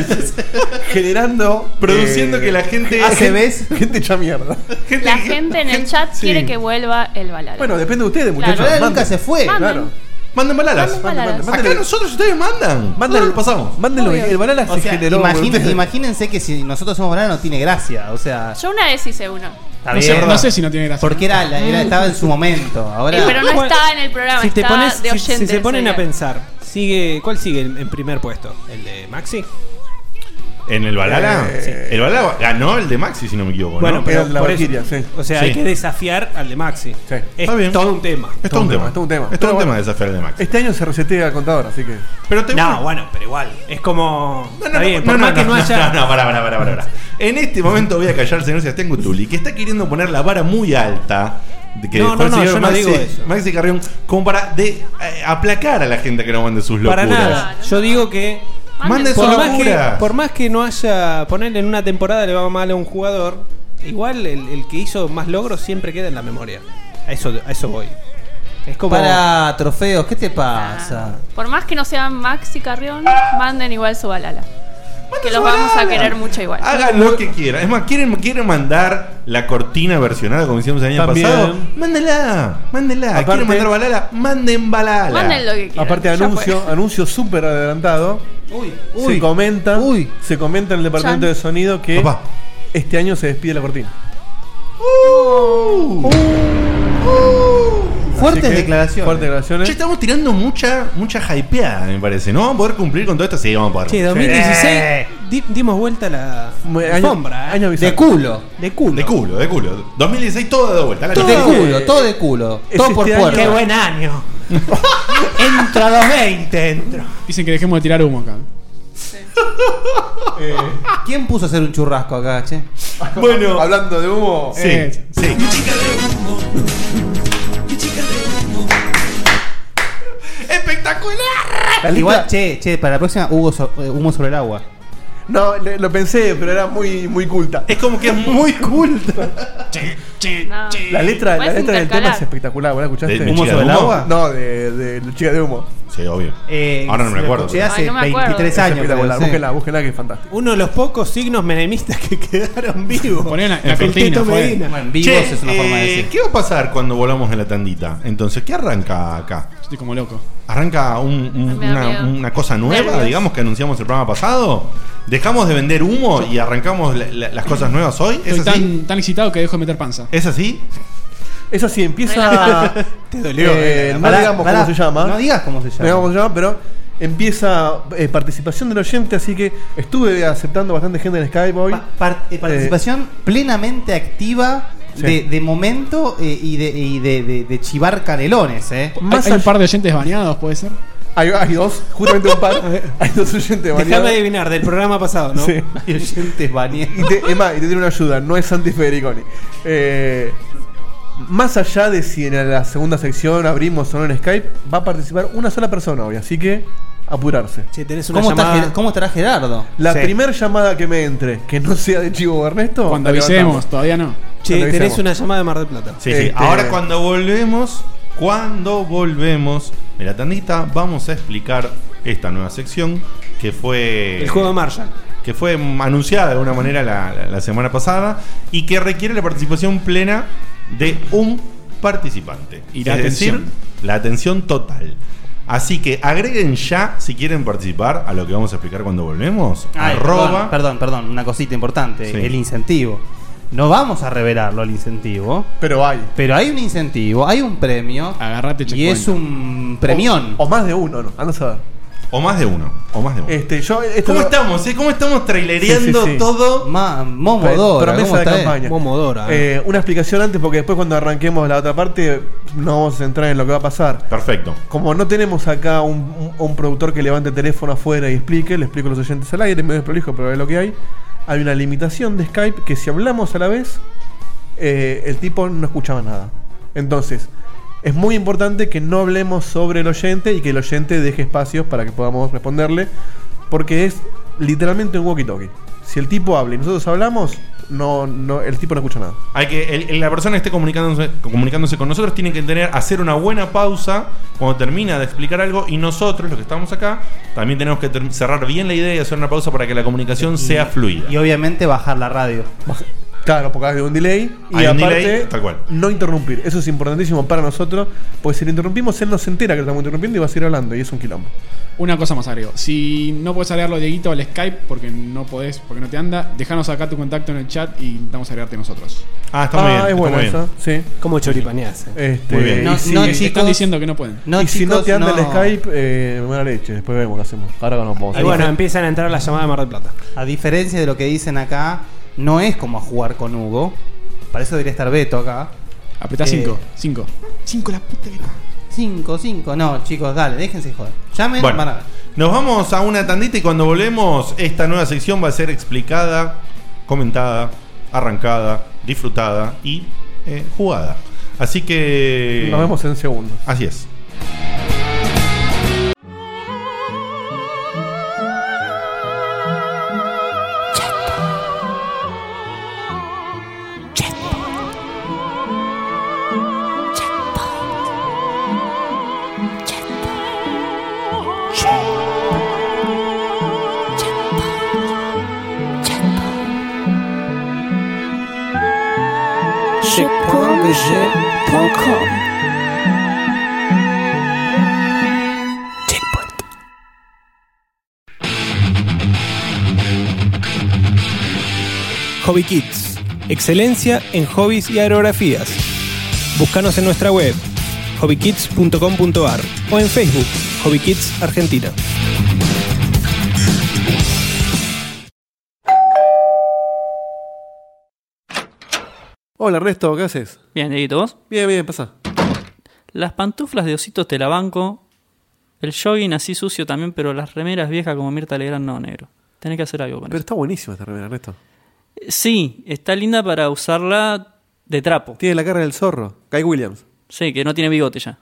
Speaker 6: Generando.
Speaker 3: Produciendo que la gente-
Speaker 6: hace
Speaker 4: ACVs.
Speaker 6: Gente hecha mierda.
Speaker 8: La gente en el chat
Speaker 6: sí.
Speaker 8: quiere que vuelva el balala.
Speaker 6: Bueno, depende de ustedes, muchachos.
Speaker 8: Claro.
Speaker 4: Balala nunca
Speaker 6: Manden.
Speaker 4: se fue.
Speaker 8: Manden.
Speaker 6: Claro.
Speaker 3: Manden balalas.
Speaker 8: Manden balalas.
Speaker 3: Acá nosotros ustedes mandan. Mándenlo, lo pasamos.
Speaker 6: Mándenlo. El banana
Speaker 4: O
Speaker 6: se
Speaker 4: sea,
Speaker 6: generó.
Speaker 4: imagín-
Speaker 6: por ustedes.
Speaker 4: imagínense que si nosotros somos banana no tiene gracia. O sea,
Speaker 8: Yo una vez hice uno.
Speaker 4: está
Speaker 5: No
Speaker 4: bien.
Speaker 5: sé, no sé si no tiene gracia. Mm.
Speaker 4: Porque era, la- era- estaba en su momento. Ahora.
Speaker 8: Eh, pero no
Speaker 7: Bueno,
Speaker 8: estaba en el programa,
Speaker 7: Si, te
Speaker 8: estaba
Speaker 7: pones,
Speaker 8: de
Speaker 7: si-
Speaker 8: oyente.
Speaker 7: si se
Speaker 8: ese
Speaker 7: ponen a
Speaker 8: día.
Speaker 7: pensar, sigue ¿cuál sigue en, en primer puesto? ¿El de Maxi?
Speaker 3: En el Balala. El Balala ganó el de Maxi, si no me equivoco.
Speaker 7: Bueno,
Speaker 3: ¿no?
Speaker 7: pero
Speaker 6: la
Speaker 7: por eso-
Speaker 6: Valkyria, sí.
Speaker 7: O sea,
Speaker 3: Sí.
Speaker 7: hay que desafiar al de Maxi. Es
Speaker 3: Está bien.
Speaker 7: todo un tema.
Speaker 3: es todo un tema.
Speaker 6: es todo un tema.
Speaker 3: Es todo
Speaker 6: Pero
Speaker 3: un tema
Speaker 6: bueno.
Speaker 3: desafiar el de Maxi.
Speaker 6: Este año se resetea el contador, así que.
Speaker 3: Pero te
Speaker 7: No, bueno, pero igual. Es como.
Speaker 3: No, no,
Speaker 7: está
Speaker 3: no,
Speaker 7: bien,
Speaker 3: no,
Speaker 7: por
Speaker 3: no,
Speaker 7: más
Speaker 3: no,
Speaker 7: que no
Speaker 3: no,
Speaker 7: haya.
Speaker 3: no, no, pará, pará, pará, pará, pará. En este momento voy a callar al señor Sebastián Gutuli, que está queriendo poner la vara muy alta. de Que
Speaker 7: No,
Speaker 3: dejó el
Speaker 7: no, no,
Speaker 3: señor
Speaker 7: yo no
Speaker 3: Maxi-
Speaker 7: digo eso.
Speaker 3: Maxi Carrión, como para de, eh, aplacar a la gente que no mande sus
Speaker 7: para
Speaker 3: locuras.
Speaker 7: nada. Yo digo que.
Speaker 3: Manden sus
Speaker 7: Por más que,
Speaker 3: locuras.
Speaker 7: por más que no haya. Poner en una temporada le va mal a un jugador. Igual el, el que hizo más logros siempre queda en la memoria. A eso, a eso voy. Es como.
Speaker 4: Para trofeos, ¿qué te
Speaker 8: Ah.
Speaker 4: pasa?
Speaker 8: Por más que no sean Max y Carrión, manden igual su balala. Que los
Speaker 3: su
Speaker 8: vamos a
Speaker 3: balala.
Speaker 8: querer mucho igual.
Speaker 3: Hagan lo que quieran. Es más, ¿quieren, quieren mandar la cortina versionada como hicimos el año
Speaker 6: También.
Speaker 3: pasado? Mándenla, mándenla.
Speaker 6: Aparte-
Speaker 3: ¿Quieren mandar balala? Manden balala.
Speaker 8: Manden lo que quieran.
Speaker 6: Aparte,
Speaker 8: ya
Speaker 6: anuncio, anuncio súper adelantado.
Speaker 4: Uy,
Speaker 6: se comenta.
Speaker 4: Uy.
Speaker 6: Se comenta en el departamento de sonido que
Speaker 3: Papá.
Speaker 6: este año se despide la cortina.
Speaker 11: Uh.
Speaker 4: Fuertes
Speaker 6: Así que,
Speaker 4: declaraciones.
Speaker 6: Fuertes declaraciones.
Speaker 3: Che, estamos tirando mucha, mucha hypeada, me parece. ¿No vamos a poder cumplir con todo esto? Sí, vamos a poder.
Speaker 7: Che, 2016 di- dimos vuelta a la
Speaker 6: Muy- año-
Speaker 7: alfombra. ¿eh?
Speaker 6: año
Speaker 4: De
Speaker 6: bizarro.
Speaker 4: culo.
Speaker 7: De culo.
Speaker 3: De culo, de culo. 2016 todo de vuelta. la
Speaker 4: De
Speaker 3: chingada.
Speaker 4: culo, todo de culo.
Speaker 6: es
Speaker 4: Todo por
Speaker 6: este
Speaker 4: puerta.
Speaker 6: año- Qué
Speaker 7: buen año. entro a los 20, entro.
Speaker 5: Dicen que dejemos de tirar humo acá.
Speaker 4: Eh, ¿Quién puso a hacer un churrasco acá, che?
Speaker 3: Bueno,
Speaker 6: Hablando de humo.
Speaker 3: sí,
Speaker 5: Eh,
Speaker 3: sí. Espectacular.
Speaker 6: La lista-
Speaker 4: Igual, che, che, para la próxima Hugo so- eh, humo sobre el agua.
Speaker 6: No, le- lo pensé, pero era muy, muy culta.
Speaker 3: Es como que es muy culta.
Speaker 8: No.
Speaker 6: La letra, la
Speaker 8: Puedes
Speaker 6: letra del
Speaker 8: intercalar.
Speaker 6: tema es espectacular, ¿vos la escuchaste?
Speaker 3: ¿De Humo Chica sobre de el Humo? Agua?
Speaker 6: No, de, de, Chica de Humo.
Speaker 3: Sí, obvio.
Speaker 4: Eh,
Speaker 3: Ahora no me
Speaker 4: lo
Speaker 3: acuerdo,
Speaker 4: escuché
Speaker 3: pero-
Speaker 4: hace
Speaker 8: Ay, no me acuerdo.
Speaker 4: 23
Speaker 8: Es
Speaker 6: Es
Speaker 4: años.
Speaker 6: espectacular,
Speaker 4: creo, sí.
Speaker 6: búsquenla, búsquenla que es fantástica.
Speaker 7: Uno de los pocos signos menemistas que quedaron vivos.
Speaker 5: Poné la- la
Speaker 7: El
Speaker 5: cortina,
Speaker 7: Teto
Speaker 5: fue.
Speaker 7: Medina.
Speaker 4: Bueno, vivos
Speaker 3: Che,
Speaker 4: es una forma de
Speaker 3: eh,
Speaker 4: decir.
Speaker 3: ¿Qué va a pasar cuando volvamos en la tandita? Entonces, ¿qué arranca acá?
Speaker 5: Yo estoy como loco.
Speaker 3: ¿Arranca un- un-
Speaker 8: Me da
Speaker 3: una,
Speaker 8: miedo.
Speaker 3: una cosa nueva,
Speaker 8: Nervios.
Speaker 3: digamos, que anunciamos el programa pasado? ¿Dejamos de vender humo y arrancamos la- la- las cosas nuevas hoy? ¿Es
Speaker 5: Estoy
Speaker 3: así?
Speaker 5: tan, tan excitado que dejo de meter panza.
Speaker 3: ¿Es así?
Speaker 6: Eso sí, empieza.
Speaker 7: Te dolió,
Speaker 6: eh,
Speaker 7: eh,
Speaker 6: no
Speaker 4: Pará,
Speaker 6: digamos
Speaker 4: pará,
Speaker 6: cómo se llama.
Speaker 4: No digas cómo se
Speaker 6: No digamos
Speaker 4: llama.
Speaker 6: cómo se llama, pero empieza eh, participación del oyente, así que estuve aceptando bastante gente en Skype hoy. Eh,
Speaker 4: Pa- par- eh, participación plenamente activa
Speaker 6: Sí.
Speaker 4: de, de momento eh, y, de, y de- de- de chivar canelones, ¿eh?
Speaker 5: Hay, hay un par de oyentes baneados, puede ser.
Speaker 6: Hay, dos, justamente un par. Hay dos oyentes
Speaker 7: Déjame adivinar, del programa pasado, ¿no?
Speaker 4: Hay oyentes baneados.
Speaker 6: Y te, es más, y te tiene una ayuda, no es Santi Federiconi. Eh, más allá de si en la segunda sección abrimos o no en Skype, va a participar una sola persona hoy, así que apurarse.
Speaker 4: ¿Cómo, está Ger- cómo estará Gerardo?
Speaker 6: La
Speaker 4: Sí.
Speaker 6: primera llamada que me entre, que no sea de Chivo o Ernesto.
Speaker 5: Cuando
Speaker 6: la levantamos.
Speaker 5: avisemos, todavía no.
Speaker 7: Che,
Speaker 6: Cuando
Speaker 7: tenés
Speaker 6: avisemos.
Speaker 7: una llamada de Mar del Plata.
Speaker 3: Sí, sí.
Speaker 6: Este-
Speaker 3: Ahora cuando volvemos, cuando volvemos de la tandita, vamos a explicar esta nueva sección que fue...
Speaker 7: El juego de Marshall.
Speaker 3: que fue anunciada de alguna manera la, la- la semana pasada y que requiere la participación plena de un participante.
Speaker 5: Y la
Speaker 3: es
Speaker 5: atención.
Speaker 3: decir, la atención total. Así que agreguen ya si quieren participar a lo que vamos a explicar cuando volvemos.
Speaker 4: Ay,
Speaker 3: arroba.
Speaker 4: Perdón, perdón, perdón, una cosita importante.
Speaker 3: Sí.
Speaker 4: El incentivo. No vamos a revelarlo el incentivo,
Speaker 6: Pero hay.
Speaker 4: pero hay un incentivo, hay un premio
Speaker 5: Agarrate,
Speaker 4: y
Speaker 5: checkpoint.
Speaker 4: es un premión.
Speaker 6: O, o más de uno, no, anda a saber.
Speaker 3: O más de uno. O más de
Speaker 7: Eh,
Speaker 3: uno.
Speaker 6: Este, yo, esto
Speaker 3: ¿Cómo
Speaker 6: lo-
Speaker 3: estamos? eh? ¿Cómo estamos trailereando
Speaker 6: Sí, sí, sí.
Speaker 3: todo?
Speaker 4: Ma- Momodora,
Speaker 6: Promesa
Speaker 4: ¿cómo
Speaker 6: de
Speaker 4: está él?
Speaker 6: campaña.
Speaker 7: Momodora.
Speaker 6: Eh, una explicación antes, porque después cuando arranquemos la otra parte, no vamos a entrar en lo que va a pasar.
Speaker 3: Perfecto.
Speaker 6: Como no tenemos acá un, un- un productor que levante el teléfono afuera y explique, le explico a los oyentes al aire, medio desprolijo, pero es lo que hay. Hay una limitación de Skype que si hablamos a la vez, eh, el tipo no escuchaba nada. Entonces, es muy importante que no hablemos sobre el oyente y que el oyente deje espacios para que podamos responderle, porque es literalmente un walkie-talkie. Si el tipo habla y nosotros hablamos, no, no, el tipo no escucha nada.
Speaker 3: Hay que, el- el- la persona que esté comunicándose, comunicándose con nosotros tiene que tener, hacer una buena pausa cuando termina de explicar algo y nosotros, los que estamos acá, también tenemos que ter- cerrar bien la idea y hacer una pausa para que la comunicación sea fluida.
Speaker 4: Y obviamente bajar la radio.
Speaker 6: Claro, porque hay un delay y
Speaker 3: Hay un
Speaker 6: aparte
Speaker 3: delay, tal cual.
Speaker 6: no interrumpir. Eso es importantísimo para nosotros, porque si lo interrumpimos él no se entera que lo estamos interrumpiendo y va a seguir hablando y es un quilombo.
Speaker 5: Una cosa más agrego. Si no podés agregarlo, Dieguito, al Skype, porque no podés, porque no te anda, dejanos acá tu contacto en el chat y intentamos agregarte nosotros.
Speaker 3: Ah, está muy bien.
Speaker 6: es
Speaker 3: está
Speaker 6: buena
Speaker 3: muy bien.
Speaker 6: esa, sí.
Speaker 7: ¿Cómo choripaneás? eh?
Speaker 6: Este,
Speaker 3: Muy bien.
Speaker 6: y
Speaker 4: No,
Speaker 6: si,
Speaker 4: no,
Speaker 5: Eh,
Speaker 4: chicos,
Speaker 5: están diciendo que no pueden.
Speaker 6: y si no
Speaker 4: chicos,
Speaker 6: te anda el
Speaker 4: no.
Speaker 6: Skype, eh, buena leche, después vemos qué hacemos. Ahora no podemos
Speaker 7: Y
Speaker 6: hacer.
Speaker 7: bueno, empiezan a entrar las llamadas de Mar del Plata.
Speaker 4: A diferencia de lo que dicen acá, no es como jugar con Hugo. Para eso debería estar Beto acá.
Speaker 5: Apretá
Speaker 4: Eh,
Speaker 5: 5. 5. 5 la puta que.
Speaker 4: 5, 5. No, chicos, dale, déjense joder. Llamen,
Speaker 3: Bueno,
Speaker 4: van a ver.
Speaker 3: nos vamos a una tandita y cuando volvemos, esta nueva sección va a ser explicada, comentada, arrancada, disfrutada y eh, jugada. Así que.
Speaker 6: Nos vemos en segundos.
Speaker 3: Así es.
Speaker 7: Hobby Kids. Excelencia en hobbies y aerografías. Búscanos en nuestra web hobbykids.com.ar o en Facebook Hobby Kids Argentina.
Speaker 6: Hola, Ernesto, ¿qué haces?
Speaker 12: Bien, Dieguito, vos.
Speaker 6: Bien, bien, pasa.
Speaker 12: Las pantuflas de ositos te la banco. El jogging así sucio también, pero las remeras viejas como Mirta Legrand no, negro. Tenés que hacer algo con
Speaker 6: Pero
Speaker 12: eso.
Speaker 6: está buenísimo esta remera, Ernesto.
Speaker 12: Sí, está linda para usarla de trapo.
Speaker 6: Tiene la cara del zorro, Kai Williams.
Speaker 12: Sí, que no tiene bigote ya.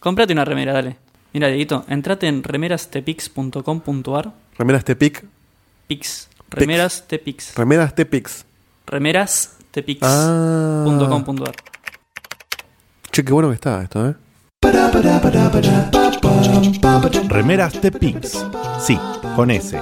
Speaker 12: Comprate una remera, dale. Mira, Dieguito, entrate en remerastepix.com.ar.
Speaker 6: Remeras Tepic,
Speaker 12: Pix. Remeras Tepix.
Speaker 6: remeras Tepix.
Speaker 12: Remeras Tepix.
Speaker 6: Ah.
Speaker 12: punto com punto ar.
Speaker 6: Che, qué bueno que está esto, ¿eh?
Speaker 2: Remeras Tepix. Sí, con S.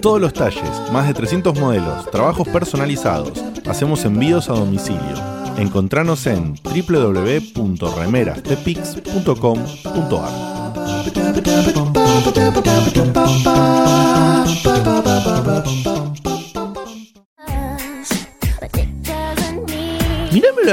Speaker 2: Todos los talles, más de 300 modelos, trabajos personalizados. Hacemos envíos a domicilio. Encontranos en www.remerastepix.com.ar. Mirámelo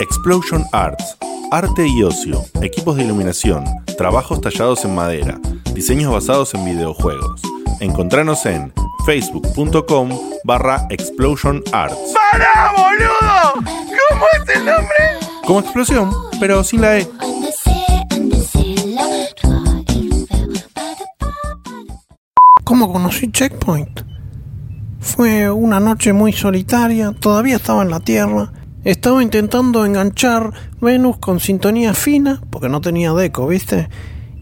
Speaker 2: Explosion Arts. Arte y ocio, equipos de iluminación, trabajos tallados en madera, diseños basados en videojuegos. Encontranos en facebook.com barra explosion arts.
Speaker 10: ¡Para, boludo! ¿Cómo es el nombre?
Speaker 2: Como explosión, pero sin la E.
Speaker 13: ¿Cómo conocí Checkpoint? Fue una noche muy solitaria, todavía estaba en la Tierra. Estaba intentando enganchar Venus con sintonía fina, porque no tenía deco, ¿viste?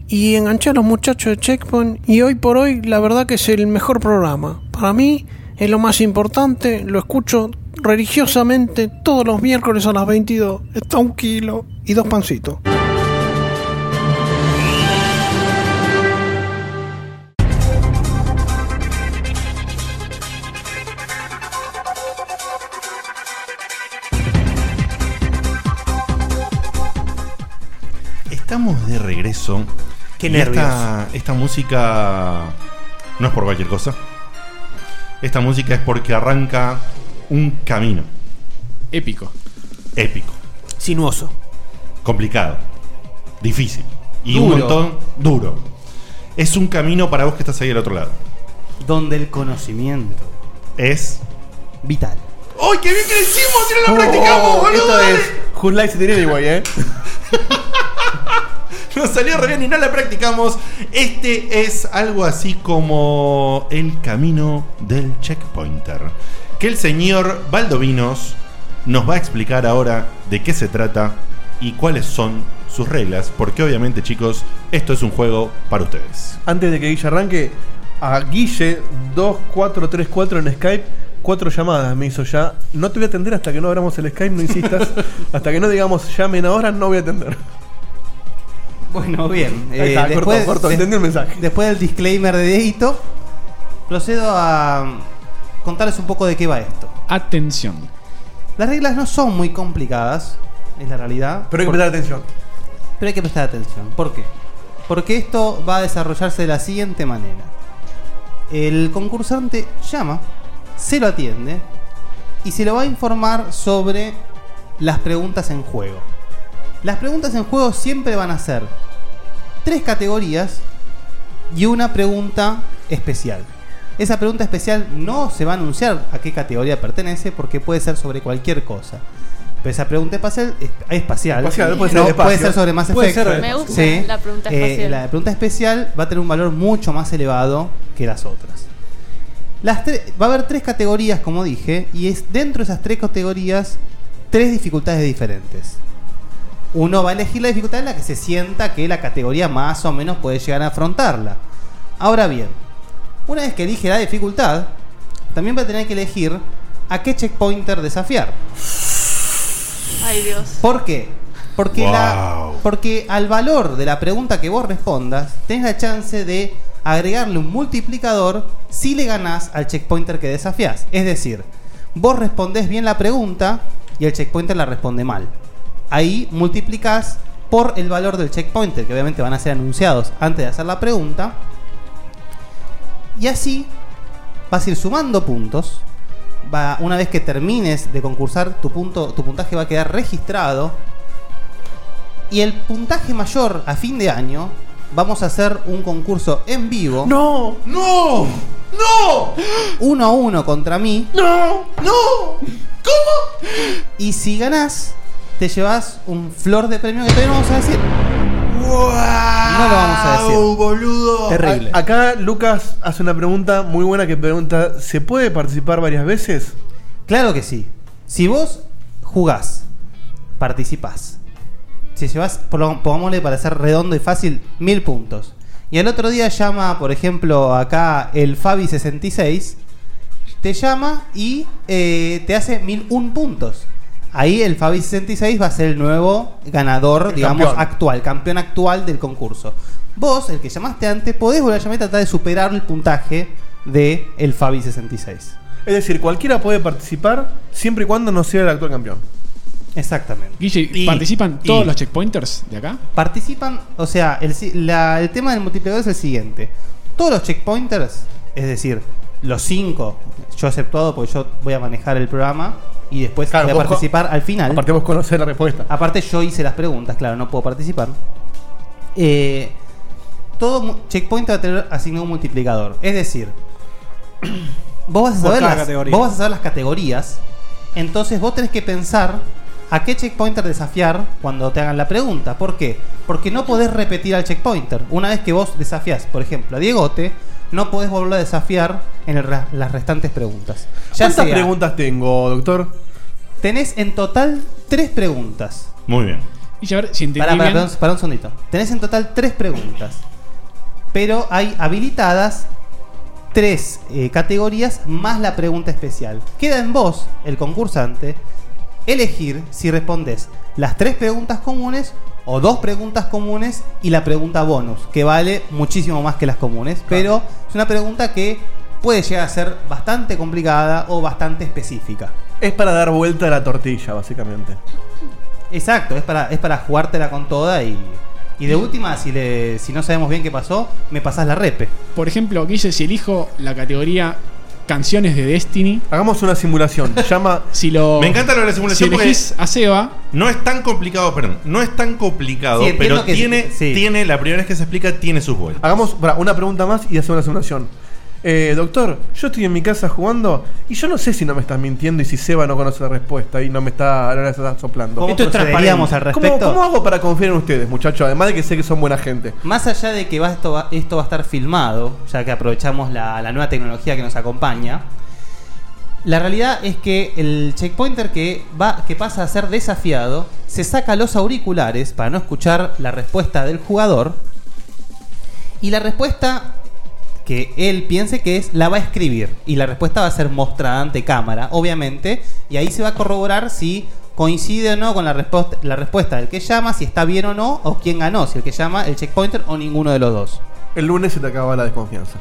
Speaker 13: Y enganché a los muchachos de Checkpoint y hoy por hoy la verdad que es el mejor programa. Para mí es lo más importante, lo escucho religiosamente todos los miércoles a las 22. Está un kilo y dos pancitos.
Speaker 3: Estamos de regreso.
Speaker 7: Qué
Speaker 3: Y
Speaker 7: nervios.
Speaker 3: Esta, esta música no es por cualquier cosa. Esta música es porque arranca un camino
Speaker 5: Épico.
Speaker 3: épico,
Speaker 7: Sinuoso.
Speaker 3: complicado, difícil y un
Speaker 4: Duro.
Speaker 3: montón duro. Es un camino para vos que estás ahí al otro lado.
Speaker 4: Donde el conocimiento
Speaker 3: es
Speaker 4: vital.
Speaker 10: ¡Ay, qué bien que lo hicimos! ¡Si no
Speaker 6: Oh,
Speaker 10: la practicamos,
Speaker 6: oh,
Speaker 10: boludo!
Speaker 6: Esto es Who Likes It Anyway, ¿eh?
Speaker 3: Nos salió re bien y no la practicamos. Este es algo así como el camino del checkpointer. Que el señor Baldovinos nos va a explicar ahora de qué se trata y cuáles son sus reglas. Porque obviamente, chicos, esto es un juego para ustedes.
Speaker 6: Antes de que Guille arranque, a Guille 2434 en Skype, cuatro llamadas me hizo ya. No te voy a atender hasta que no abramos el Skype, no insistas. hasta que no digamos llamen ahora, no voy a atender.
Speaker 4: Bueno, bien.
Speaker 6: Ahí
Speaker 4: Eh,
Speaker 6: está, corto,
Speaker 4: después,
Speaker 6: corto,
Speaker 4: des-
Speaker 6: entendí el mensaje.
Speaker 4: después del disclaimer de Deito, procedo a mm, contarles un poco de qué va esto.
Speaker 5: Atención.
Speaker 4: Las reglas no son muy complicadas, es la realidad.
Speaker 6: Pero hay que
Speaker 4: Por-
Speaker 6: prestar atención.
Speaker 4: Pero hay que prestar atención. ¿Por qué? Porque esto va a desarrollarse de la siguiente manera. El concursante llama, se lo atiende y se lo va a informar sobre las preguntas en juego. Las preguntas en juego siempre van a ser tres categorías y una pregunta especial. Esa pregunta especial no se va a anunciar a qué categoría pertenece porque puede ser sobre cualquier cosa. Pero esa pregunta espacial, es- espacial,
Speaker 6: Espacial, puede ser
Speaker 4: no,
Speaker 6: del
Speaker 4: puede
Speaker 6: espacio.
Speaker 4: ser sobre más
Speaker 6: Puede
Speaker 4: efectos.
Speaker 6: ser del Me espacio. gusta la pregunta
Speaker 4: Eh,
Speaker 6: espacial.
Speaker 4: la pregunta especial va a tener un valor mucho más elevado que las otras. Las tre- va a haber tres categorías, como dije, y es dentro de esas tres categorías, tres dificultades diferentes. Uno va a elegir la dificultad en la que se sienta que la categoría más o menos puede llegar a afrontarla. Ahora bien, una vez que elige la dificultad, también va a tener que elegir a qué checkpointer desafiar.
Speaker 8: Ay, Dios.
Speaker 4: ¿Por qué? Porque, la,
Speaker 8: Wow.
Speaker 4: porque al valor de la pregunta que vos respondas, tenés la chance de agregarle un multiplicador si le ganás al checkpointer que desafiás. Es decir, vos respondés bien la pregunta y el checkpointer la responde mal. Ahí multiplicás por el valor del checkpointer, que obviamente van a ser anunciados antes de hacer la pregunta. Y así vas a ir sumando puntos. Va, una vez que termines de concursar, tu, punto, tu puntaje va a quedar registrado. Y el puntaje mayor a fin de año, vamos a hacer un concurso en vivo.
Speaker 6: ¡No!
Speaker 4: ¡No! ¡No! Uno a uno contra mí. ¡No! ¡No! ¿Cómo? Y si ganás, te llevas un flor de premio que todavía no vamos a decir. No lo vamos a decir.
Speaker 6: boludo!
Speaker 4: Terrible.
Speaker 6: acá Lucas hace una pregunta muy buena que pregunta: ¿se puede participar varias veces?
Speaker 4: Claro que sí. Si vos jugás, participás. Si llevas, pongámosle para ser redondo y fácil, mil puntos. Y al otro día llama, por ejemplo, acá el Fabi66. Te llama y eh, te hace mil un puntos. Ahí el Fabi66 va a ser el nuevo ganador,
Speaker 6: El
Speaker 4: digamos,
Speaker 6: campeón.
Speaker 4: actual, campeón actual del concurso. Vos, el que llamaste antes, podés volver a llamar y tratar de superar el puntaje de el Fabi66.
Speaker 6: Es decir, cualquiera puede participar siempre y cuando no sea el actual campeón.
Speaker 4: Exactamente.
Speaker 5: Guille,
Speaker 4: Y-
Speaker 5: ¿participan todos
Speaker 4: y-
Speaker 5: los checkpointers de acá?
Speaker 4: Participan, o sea, el, si- la- el tema del multiplicador es el siguiente. Todos los checkpointers, es decir, los cinco, yo exceptuado porque yo voy a manejar el programa y después
Speaker 6: Claro,
Speaker 4: voy a
Speaker 6: vos co-
Speaker 4: participar al final.
Speaker 6: aparte vos conocés la respuesta.
Speaker 4: Aparte yo hice las preguntas, claro, no puedo participar. Eh, todo mu- checkpoint va a tener asignado un multiplicador. Es decir,
Speaker 7: Por
Speaker 4: vos vas a saber
Speaker 7: cada
Speaker 4: las,
Speaker 7: categoría.
Speaker 4: vos vas a saber las categorías. Entonces vos tenés que pensar a qué checkpointer desafiar cuando te hagan la pregunta. ¿Por qué? Porque no podés repetir al checkpointer. Una vez que vos desafiás, por ejemplo, a Diegote, no podés volver a desafiar en el re- las restantes preguntas.
Speaker 6: ¿Cuántas
Speaker 4: preguntas tengo, doctor? Tenés en total tres preguntas.
Speaker 3: Muy bien.
Speaker 5: Y a ver si entendí
Speaker 4: Pará, pará,
Speaker 5: bien.
Speaker 4: perdón, pará un segundito. Tenés en total tres preguntas. Pero hay habilitadas tres eh, categorías más la pregunta especial. Queda en vos, el concursante, elegir si respondés las tres preguntas comunes o dos preguntas comunes y la pregunta bonus, que vale muchísimo más que las comunes, pero es una pregunta que puede llegar a ser bastante complicada o bastante específica.
Speaker 6: Es para dar vuelta a la tortilla, básicamente.
Speaker 4: Exacto, es para, es para jugártela con toda y, y de última, si, le, si no sabemos bien qué pasó, me pasás la repe.
Speaker 5: Por ejemplo, Guille, si elijo la categoría canciones de Destiny.
Speaker 6: Hagamos una simulación. Llama.
Speaker 5: Si lo.
Speaker 3: Me encanta lo de la simulación
Speaker 5: Si
Speaker 3: porque-
Speaker 5: elegís a Seba.
Speaker 3: No es tan complicado, perdón. No es tan complicado,
Speaker 6: Sí, entiendo
Speaker 3: pero
Speaker 6: que-
Speaker 3: tiene,
Speaker 6: sí.
Speaker 3: tiene, la primera vez que se explica, tiene sus vueltas.
Speaker 6: Hagamos pará, una pregunta más y hacemos una simulación. Eh, doctor, yo estoy en mi casa jugando y yo no sé si no me estás mintiendo y si Seba no conoce la respuesta y no me está, no la está soplando.
Speaker 4: ¿Cómo Esto es procederíamos transparente. al respecto?
Speaker 6: ¿Cómo, cómo hago para confiar en ustedes, muchachos? Además de que sé que son buena gente.
Speaker 4: Más allá de que va, esto, va, esto va a estar filmado, ya que aprovechamos la, la nueva tecnología que nos acompaña, la realidad es que el checkpointer que, va, que pasa a ser desafiado se saca los auriculares para no escuchar la respuesta del jugador y la respuesta que él piense que es la va a escribir y la respuesta va a ser mostrada ante cámara, obviamente, y ahí se va a corroborar si coincide o no con la, respuesta la respuesta del que llama, si está bien o no, o quién ganó, si el que llama, el checkpointer o ninguno de los dos.
Speaker 6: El lunes se te acaba la desconfianza.